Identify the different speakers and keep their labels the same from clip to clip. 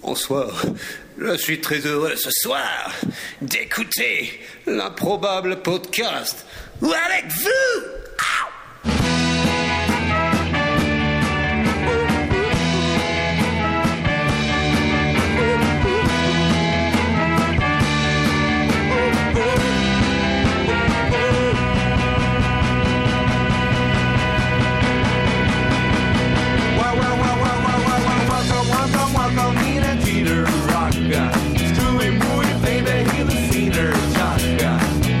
Speaker 1: Bonsoir. Je suis très heureux ce soir d'écouter l'improbable podcast Ou avec vous.
Speaker 2: Well, well, well, well, well, well, well, welcome, welcome, welcome, Nina Jeter Rocka. Stewie Moody, baby, he's a senior Chaka.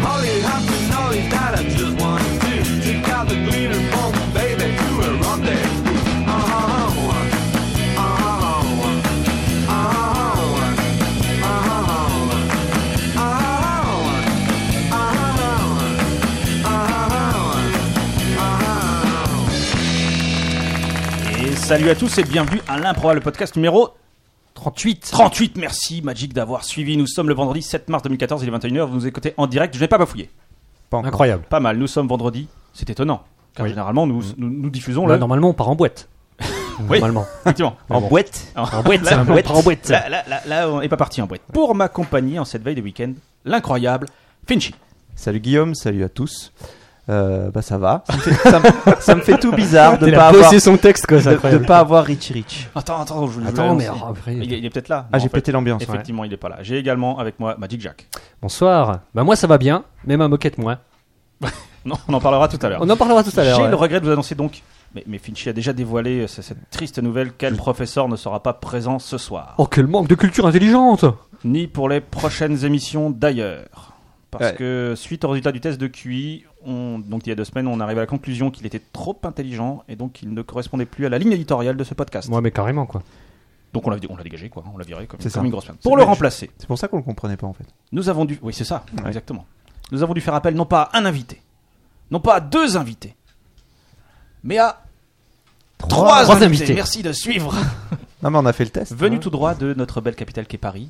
Speaker 2: Holly Hopkins, Holly that I just want to. She got the glitter from the baby to a rendezvous. Uh-huh, uh-huh, uh-huh, uh-huh, uh-huh, uh-huh, uh-huh, uh-huh.
Speaker 3: Et salut à tous et bienvenue à l'improbable podcast numéro
Speaker 4: 38.
Speaker 3: 38. Merci Magic d'avoir suivi. Nous sommes le vendredi 7 mars 2014, il est 21h, vous nous écoutez en direct. Je n'ai pas bafouillé.
Speaker 4: Incroyable.
Speaker 3: Pas mal, nous sommes vendredi, c'est étonnant. Car
Speaker 4: Oui.
Speaker 3: généralement, nous, nous, nous diffusons
Speaker 4: Là,
Speaker 3: le...
Speaker 4: normalement, on part en boîte. Normalement.
Speaker 3: Effectivement.
Speaker 4: En boîte En boîte,
Speaker 3: Là,
Speaker 4: en boîte. En boîte.
Speaker 3: Là, là, là, là, on n'est pas parti en boîte. Pour m'accompagner en cette veille de week-end, l'incroyable Finchy.
Speaker 5: Salut Guillaume, salut à tous. Euh, bah ça va. Ça me fait, ça me- ça me fait tout bizarre de
Speaker 4: Il
Speaker 5: pas
Speaker 4: a
Speaker 5: avoir
Speaker 4: bossé son texte, quoi, c'est
Speaker 5: de, de
Speaker 4: incroyable. Bah
Speaker 5: pas avoir Rich Rich.
Speaker 3: Attends, attends, je voulais
Speaker 4: Attends, mais oh,
Speaker 3: l'annoncer.
Speaker 4: alors, après-
Speaker 3: Il est, il est peut-être là. Non,
Speaker 5: Ah j'ai
Speaker 3: en fait,
Speaker 5: pété l'ambiance. ouais.
Speaker 3: Effectivement, il est pas là. J'ai également avec moi Magic Jack.
Speaker 4: Bonsoir. Bah, moi, ça va bien. Même ma moquette, moi.
Speaker 3: Non, on en parlera tout à l'heure.
Speaker 4: On en parlera tout à l'heure.
Speaker 3: J'ai
Speaker 4: ouais.
Speaker 3: le regret de vous annoncer donc, mais, mais Finchy a déjà dévoilé euh, c- cette triste nouvelle quel professeur ne sera pas présent ce soir,
Speaker 4: Oh, quel manque de culture intelligente
Speaker 3: ni pour les prochaines émissions d'ailleurs. Parce
Speaker 5: Ouais.
Speaker 3: que suite au résultat du test de QI, on, donc il y a deux semaines, on arrive à la conclusion qu'il était trop intelligent et donc il ne correspondait plus à la ligne éditoriale de ce podcast.
Speaker 4: Ouais, mais carrément, quoi.
Speaker 3: Donc on l'a on l'a dégagé, quoi, on l'a viré comme,
Speaker 5: C'est
Speaker 3: comme
Speaker 5: ça.
Speaker 3: une grosse femme.
Speaker 5: C'est
Speaker 3: Pour le
Speaker 5: dommage.
Speaker 3: remplacer,
Speaker 5: C'est pour ça qu'on le comprenait pas en fait.
Speaker 3: nous avons dû. Oui, c'est ça, exactement. Nous avons dû faire appel non pas à un invité, non pas à deux invités, mais à trois,
Speaker 4: Trois
Speaker 3: invités.
Speaker 4: invités.
Speaker 3: Merci de suivre.
Speaker 5: Non mais on a fait le test.
Speaker 3: Venu
Speaker 5: hein.
Speaker 3: tout droit de notre belle capitale qui est Paris.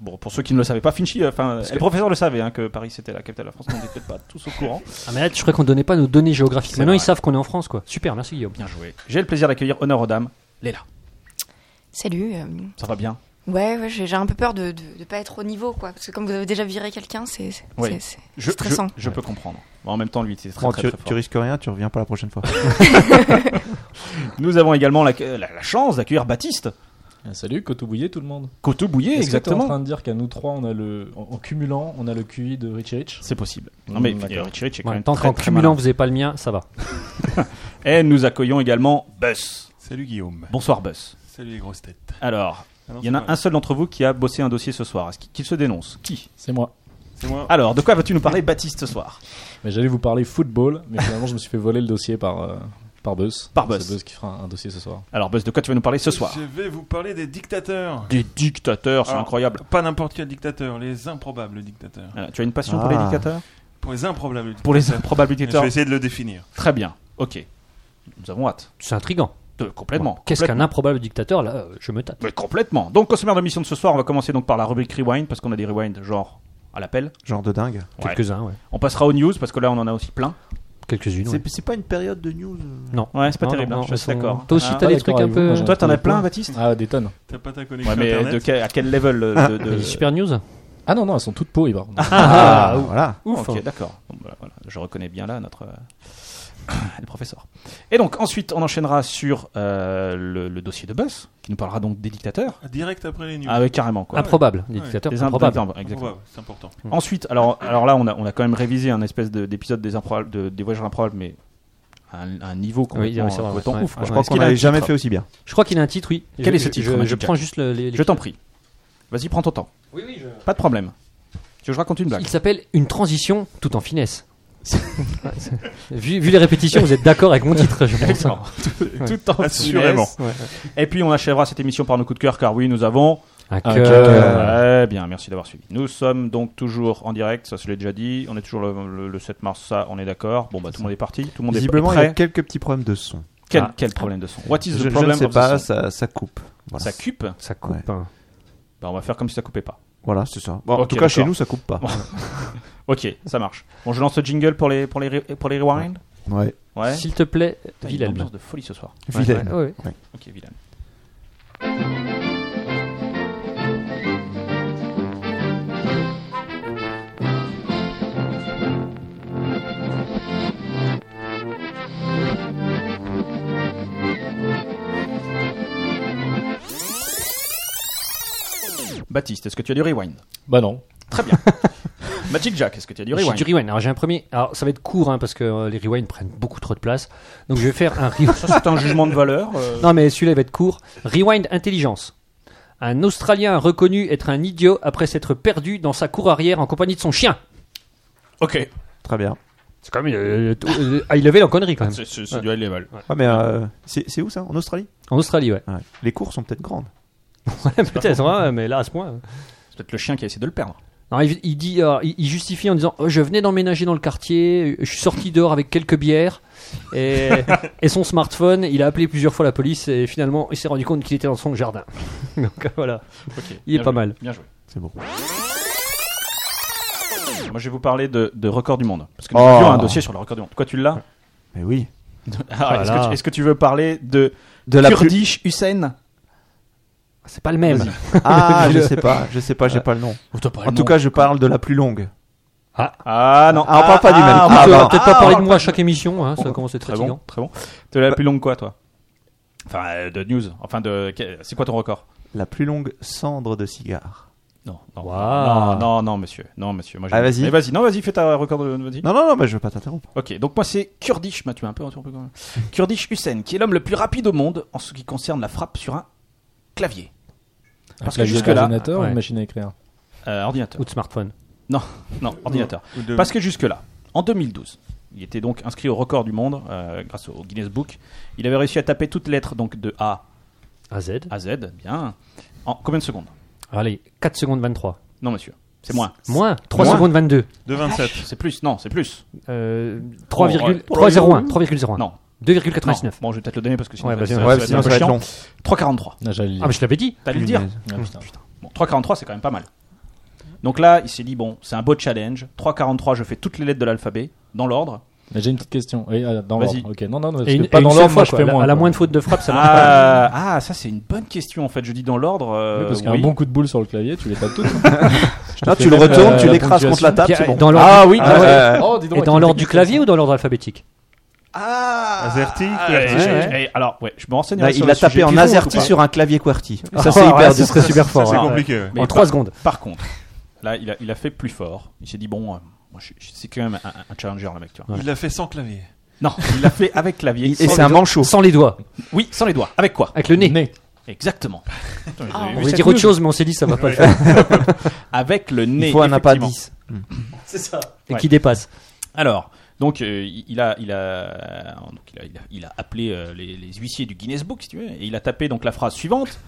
Speaker 3: Bon, pour ceux qui ne le savaient pas, Finchy, euh, enfin, euh, le professeur le savait hein, que Paris c'était la capitale de la France, mais on n'est peut-être pas tous au courant.
Speaker 4: Ah, mais là, je crois qu'on donnait pas nos données géographiques.
Speaker 3: C'est
Speaker 4: Maintenant, ils
Speaker 3: vrai.
Speaker 4: savent qu'on est en France, quoi. Super, merci, Guillaume.
Speaker 3: Bien joué. J'ai le plaisir d'accueillir Honor aux dames, Léla.
Speaker 6: Salut. euh,
Speaker 3: Ça va bien
Speaker 6: ouais, ouais, j'ai j'ai un peu peur de ne pas être au niveau, quoi. Parce que comme vous avez déjà viré quelqu'un, c'est c'est-
Speaker 3: Oui.
Speaker 6: c'est- c'est
Speaker 3: je,
Speaker 6: stressant.
Speaker 3: Je, je peux comprendre. Bon, en même temps, lui, c'est très,
Speaker 5: Bon,
Speaker 3: très,
Speaker 5: Oh, tu,
Speaker 3: très fort.
Speaker 5: tu risques rien, tu reviens pas la prochaine fois.
Speaker 3: Nous avons également la, euh, la- la chance d'accueillir Baptiste.
Speaker 7: Ah, Salut, Cotobouillet tout le monde.
Speaker 3: Coteau Bouillet,
Speaker 7: Est-ce que t'es en
Speaker 3: exactement.
Speaker 7: train de dire qu'à nous trois, on a le, en, en cumulant, on a le QI de Richie Rich
Speaker 3: C'est possible. Non mais
Speaker 7: Mm,
Speaker 3: Richie
Speaker 7: d'accord.
Speaker 3: Rich est quand
Speaker 4: En
Speaker 3: même
Speaker 4: même temps,
Speaker 3: très,
Speaker 4: qu'en
Speaker 3: très
Speaker 4: cumulant,
Speaker 3: malin.
Speaker 4: vous n'avez pas le mien, ça va.
Speaker 3: Et nous accueillons également Buzz.
Speaker 8: Salut Guillaume.
Speaker 3: Bonsoir Buzz.
Speaker 8: Salut les grosses têtes. Ah
Speaker 3: Alors, il y en a un seul d'entre vous qui a bossé un dossier ce soir. Est-ce qu'il qu'il se dénonce Qui
Speaker 7: C'est moi.
Speaker 8: C'est moi.
Speaker 3: Alors, de quoi vas-tu nous parler, Baptiste, ce soir
Speaker 7: Mais j'allais vous parler football, mais finalement, je me suis fait voler le dossier par, euh, par Buzz.
Speaker 3: Par Buzz.
Speaker 7: C'est Buzz qui fera un, un dossier ce soir.
Speaker 3: Alors Buzz, de quoi tu vas nous parler ce soir
Speaker 8: Je vais vous parler des dictateurs.
Speaker 3: Des dictateurs, c'est
Speaker 8: Alors,
Speaker 3: incroyable.
Speaker 8: Pas n'importe quel dictateur, les improbables dictateurs.
Speaker 3: Euh, tu as une passion pour les
Speaker 5: Ah.
Speaker 3: dictateurs
Speaker 8: Pour les improbables dictateurs.
Speaker 3: Pour les improbables
Speaker 8: Je
Speaker 3: dictateurs
Speaker 8: vais essayer de le définir.
Speaker 3: Très bien, ok. Nous avons hâte.
Speaker 4: C'est intriguant.
Speaker 3: De, complètement.
Speaker 4: Qu'est-ce qu'un
Speaker 3: complètement.
Speaker 4: improbable dictateur Là, euh, je me tâte.
Speaker 3: Mais complètement. Donc, au sommaire de l'émission de ce soir, on va commencer donc par la rubrique Rewind, parce qu'on a des rewinds genre à l'appel.
Speaker 5: Genre de dingue.
Speaker 3: Ouais.
Speaker 4: Quelques-uns, ouais.
Speaker 3: On passera aux news, parce que là, on en a aussi plein.
Speaker 4: Quelques-unes, ouais.
Speaker 5: C'est- C'est pas une période de news. euh.
Speaker 4: Non.
Speaker 3: Ouais, c'est pas
Speaker 4: Non,
Speaker 3: terrible,
Speaker 4: non,
Speaker 3: hein, je
Speaker 4: elles
Speaker 3: suis
Speaker 4: sont-
Speaker 3: d'accord.
Speaker 4: Toi aussi,
Speaker 3: Ah,
Speaker 4: t'as
Speaker 7: ouais,
Speaker 4: des trucs
Speaker 7: d'accord,
Speaker 4: un
Speaker 7: avec vous,
Speaker 4: peu.
Speaker 7: moi,
Speaker 3: Toi, t'en as plein,
Speaker 7: Ouais.
Speaker 3: Baptiste
Speaker 7: Ah, des tonnes.
Speaker 8: T'as pas ta connexion
Speaker 3: Ouais, mais de
Speaker 8: internet
Speaker 3: quel- à quel level euh, de... de-
Speaker 4: Les super news
Speaker 7: Ah non, non, elles sont toutes pauvres.
Speaker 5: Ah, voilà.
Speaker 4: Ouf. hein.
Speaker 3: Ok, d'accord. Bon, bah, voilà, voilà. Je reconnais bien là notre euh, le professeur. Et donc ensuite, on enchaînera sur euh, le, le dossier de Buzz, qui nous parlera donc des dictateurs.
Speaker 8: Direct après les news.
Speaker 3: Ah oui, carrément quoi.
Speaker 4: Improbable. Des
Speaker 8: Ouais.
Speaker 4: dictateurs
Speaker 3: Des
Speaker 4: improbables.
Speaker 3: improbables, exactement.
Speaker 8: Improbable, c'est important.
Speaker 3: Ensuite, alors, alors là, on a, on a quand même révisé un espèce de- d'épisode des, improbables- de, des voyageurs improbables, mais à un, à un niveau complètement,
Speaker 4: oui, c'est vrai,
Speaker 3: complètement
Speaker 4: ouais.
Speaker 3: ouf. quoi.
Speaker 4: Ouais,
Speaker 5: Je crois
Speaker 3: Est-ce
Speaker 5: qu'on
Speaker 3: qu'il a un
Speaker 5: l'avait jamais
Speaker 3: titre
Speaker 5: fait aussi bien.
Speaker 4: Je crois qu'il a un titre, oui.
Speaker 3: Quel
Speaker 4: Je-
Speaker 3: est ce
Speaker 4: je-
Speaker 3: titre,
Speaker 4: Je, je
Speaker 3: Magic
Speaker 4: prends juste le- les. les-
Speaker 3: Je t'en prie. Vas-y, prends ton temps. Pas de problème. Tu veux que je raconte une blague
Speaker 4: Il s'appelle Une transition tout en finesse. Ouais, c'est- vu, vu les répétitions, vous êtes d'accord avec mon titre, je pense.
Speaker 3: Exactement. tout, tout en
Speaker 8: Assurément.
Speaker 3: finesse. Et puis on achèvera cette émission par nos coups de cœur, car oui, nous avons
Speaker 4: Un
Speaker 7: Un
Speaker 4: cœur.
Speaker 7: cœur.
Speaker 3: Ouais, bien, merci d'avoir suivi. Nous sommes donc toujours en direct, ça se l'est déjà dit. On est toujours le, le- le 7 mars, ça, on est d'accord. Bon, bah tout le monde est parti, tout le monde est-
Speaker 5: Visiblement,
Speaker 3: est
Speaker 5: il y a
Speaker 3: prêt.
Speaker 5: quelques petits problèmes de son.
Speaker 3: Quel,
Speaker 4: Ah.
Speaker 3: quel problème de son What is
Speaker 5: Je,
Speaker 3: the
Speaker 5: je
Speaker 3: problem
Speaker 5: ne sais
Speaker 3: of the
Speaker 5: pas,
Speaker 3: son
Speaker 5: ça, ça coupe. Voilà.
Speaker 3: Ça coupe
Speaker 4: Ça coupe.
Speaker 5: Ouais.
Speaker 4: hein.
Speaker 3: Bah, On va faire comme si ça coupait pas.
Speaker 5: Voilà, c'est ça. Bon, en
Speaker 3: Ok,
Speaker 5: tout cas, chez
Speaker 3: d'accord.
Speaker 5: nous, ça coupe pas.
Speaker 3: Ok, ça marche. Bon, je lance le jingle pour les, pour les, re- pour les rewind.
Speaker 5: Ouais.
Speaker 3: Ouais.
Speaker 4: S'il te plaît,
Speaker 3: Putain, il y a une
Speaker 4: Wilhelm. Ah
Speaker 3: ambiance de folie ce soir.
Speaker 5: Vilaine.
Speaker 4: Ouais, ouais.
Speaker 3: Ok, Vilaine. Baptiste, est-ce que tu as du rewind
Speaker 7: Bah non.
Speaker 3: Magic Jack, est-ce que tu as du
Speaker 4: J'ai
Speaker 3: rewind
Speaker 4: du rewind. Alors j'ai un premier. Alors ça va être court hein, parce que euh, les rewinds prennent beaucoup trop de place. Donc je vais faire un rewind.
Speaker 3: Ça, c'est un jugement de valeur. euh,
Speaker 4: Non, mais celui-là il va être court. Rewind intelligence. Un Australien a reconnu être un idiot après s'être perdu dans sa cour arrière en compagnie de son chien.
Speaker 3: Ok,
Speaker 5: Très bien.
Speaker 4: C'est quand même euh, t- euh, high level en connerie quand même.
Speaker 3: c'est c'est- c'est du high level.
Speaker 5: Ouais, mais euh, c'est c'est où ça En Australie
Speaker 4: En Australie, ouais.
Speaker 5: Ouais. Les cours sont peut-être grandes.
Speaker 4: Ouais, Peut-être, hein, mais là à ce point. euh.
Speaker 3: C'est peut-être le chien qui a essayé de le perdre.
Speaker 4: Non, il, il dit, euh, il, il justifie en disant Oh, Je venais d'emménager dans le quartier, je suis sorti dehors avec quelques bières. Et, et son smartphone, il a appelé plusieurs fois la police et finalement il s'est rendu compte qu'il était dans son jardin. Donc euh, voilà, il est pas mal.
Speaker 3: Bien joué.
Speaker 5: C'est bon.
Speaker 3: Moi, je vais vous parler de, de record du monde. Parce que nous
Speaker 5: Oh.
Speaker 3: avions un dossier sur le record du monde. Quoi, tu l'as
Speaker 5: Mais oui.
Speaker 3: Ah, est-ce, que
Speaker 4: Voilà.
Speaker 3: tu, est-ce que tu veux parler de,
Speaker 5: De la plus-
Speaker 3: Kurdish Hussein
Speaker 4: C'est pas le même.
Speaker 3: Vas-y.
Speaker 5: Ah, je sais pas, je sais pas, j'ai pas le nom. En tout cas, je parle de la plus longue.
Speaker 3: Ah non.
Speaker 5: Ah, on parle pas du même.
Speaker 3: on
Speaker 5: Ah,
Speaker 3: parle
Speaker 4: On peut
Speaker 5: bah,
Speaker 3: pas-
Speaker 4: peut-être pas
Speaker 3: ah,
Speaker 4: parler
Speaker 3: on
Speaker 4: de moi à chaque émission, hein, ça commence à être
Speaker 3: Très
Speaker 4: fatigant.
Speaker 3: bon, très bon. De
Speaker 5: Bah.
Speaker 3: la plus longue quoi, toi Enfin, euh, de news. Enfin, de c'est quoi ton record
Speaker 5: La plus longue cendre de cigare.
Speaker 3: Non, non,
Speaker 4: Waouh.
Speaker 3: non, non, non, monsieur, non, monsieur. Moi, j'ai-
Speaker 5: Ah, vas-y.
Speaker 3: Mais vas-y, non, vas-y, fais ta record de. vas-y.
Speaker 5: Non, non, non, mais je veux pas t'interrompre.
Speaker 3: Ok, donc moi c'est Kurdish, bah, tu m'as un peu interrompu quand même. Kurdish Hussein, qui est l'homme le plus rapide au monde en ce qui concerne la frappe sur un clavier, Parce que
Speaker 7: Clavier
Speaker 3: jusque-là-
Speaker 7: d'ordinateur ou
Speaker 4: Ouais.
Speaker 7: une machine à écrire
Speaker 3: Euh, ordinateur.
Speaker 4: Ou de smartphone.
Speaker 3: Non, ordinateur.
Speaker 8: Ou de-
Speaker 3: Parce que jusque-là, en 2012, il était donc inscrit au record du monde euh, grâce au Guinness Book. Il avait réussi à taper toutes lettres donc de A Ah.
Speaker 4: à Z.
Speaker 3: à Z, bien. En combien de secondes
Speaker 4: Allez, 4 secondes 23.
Speaker 3: Non, monsieur, c'est moins.
Speaker 4: Moins 3
Speaker 3: Moins.
Speaker 4: secondes 22.
Speaker 8: de 27.
Speaker 3: C'est plus, non, c'est plus.
Speaker 4: Euh,
Speaker 3: Oh, ouais.
Speaker 4: 3,01. 3,01.
Speaker 3: Non.
Speaker 4: 2,99.
Speaker 3: Non. Bon, je vais peut-être le donner parce que Ah, sinon
Speaker 4: Ouais,
Speaker 3: ça,
Speaker 4: bah,
Speaker 3: ça-
Speaker 4: sinon,
Speaker 3: ça
Speaker 4: ouais,
Speaker 3: va être
Speaker 5: sinon
Speaker 3: un
Speaker 5: Ah, ça
Speaker 3: peu
Speaker 5: va être
Speaker 3: chiant.
Speaker 5: long.
Speaker 3: 3,43.
Speaker 7: Ah, j'allais le
Speaker 4: Ah, mais je l'avais dit.
Speaker 3: T'allais le dire.
Speaker 7: dire. Ah, putain.
Speaker 3: Bon, 3,43, c'est quand même pas mal. Donc là, il s'est dit, bon, c'est un beau challenge. 3,43, je fais toutes les lettres de l'alphabet, dans l'ordre.
Speaker 7: Mais j'ai une petite question. Oui, ah, dans
Speaker 3: Vas-y.
Speaker 7: l'ordre. Ok, non, non, non.
Speaker 4: Et
Speaker 7: parce
Speaker 4: une,
Speaker 7: que
Speaker 4: et
Speaker 7: Pas
Speaker 4: une
Speaker 7: dans
Speaker 4: seule
Speaker 7: l'ordre,
Speaker 4: fois,
Speaker 7: moi je fais
Speaker 4: quoi.
Speaker 7: moins.
Speaker 4: À la
Speaker 7: quoi.
Speaker 4: moindre faute de frappe, ça marche pas.
Speaker 3: Ah, ah, ça, c'est une bonne question, en fait. Je dis dans l'ordre. euh,
Speaker 7: Oui, parce qu'un
Speaker 3: oui.
Speaker 7: bon coup de boule sur le clavier, tu les tapes toutes.
Speaker 5: Non,
Speaker 7: fais
Speaker 5: Ah, tu le
Speaker 7: même,
Speaker 5: retournes,
Speaker 7: euh,
Speaker 5: tu
Speaker 7: la
Speaker 5: l'écrases contre la table,
Speaker 4: Puis,
Speaker 5: c'est bon.
Speaker 4: Dans l'ordre
Speaker 5: oui,
Speaker 4: Ah,
Speaker 5: ouais.
Speaker 7: Oh, dis
Speaker 4: et dans l'ordre du clavier ou dans l'ordre alphabétique
Speaker 3: Ah
Speaker 8: Azerty,
Speaker 3: Ah,
Speaker 8: QWERTY.
Speaker 3: ouais,
Speaker 4: Ouais,
Speaker 3: je- eh, Alors, ouais, je me renseigne.
Speaker 5: Là, Bah, il a tapé en AZERTY sur un clavier QWERTY. Ça, c'est
Speaker 4: Ah, ouais,
Speaker 5: hyper
Speaker 4: ce
Speaker 5: dur.
Speaker 4: serait super fort.
Speaker 8: C'est
Speaker 4: ouais.
Speaker 8: compliqué. ouais.
Speaker 3: Mais
Speaker 4: En
Speaker 3: par-
Speaker 4: 3 secondes.
Speaker 3: Par contre, là, il a, il a fait plus fort. Il s'est dit, bon, euh, moi, je- je- c'est quand même un, un challenger, le mec, tu vois.
Speaker 8: Il l'a fait sans clavier.
Speaker 3: Non, il l'a fait avec clavier.
Speaker 5: Et
Speaker 3: sans
Speaker 5: c'est
Speaker 3: les
Speaker 5: un
Speaker 3: doigts.
Speaker 5: manchot.
Speaker 4: Sans les doigts,
Speaker 3: Oui, sans les doigts. Avec quoi
Speaker 4: avec le nez.
Speaker 3: Exactement. Putain, j'ai
Speaker 6: Ah,
Speaker 3: vu
Speaker 4: On voulait
Speaker 3: cette
Speaker 4: dire
Speaker 3: news.
Speaker 4: autre chose, mais on s'est dit ça va pas le faire.
Speaker 3: Avec le nez.
Speaker 5: Il faut un
Speaker 3: effectivement.
Speaker 5: appendice.
Speaker 4: Et qui dépasse.
Speaker 3: Alors, donc euh, il il a, il a, donc, il a, il a- il a appelé euh, les, les huissiers du Guinness Book, si tu veux, et il a tapé donc la phrase suivante.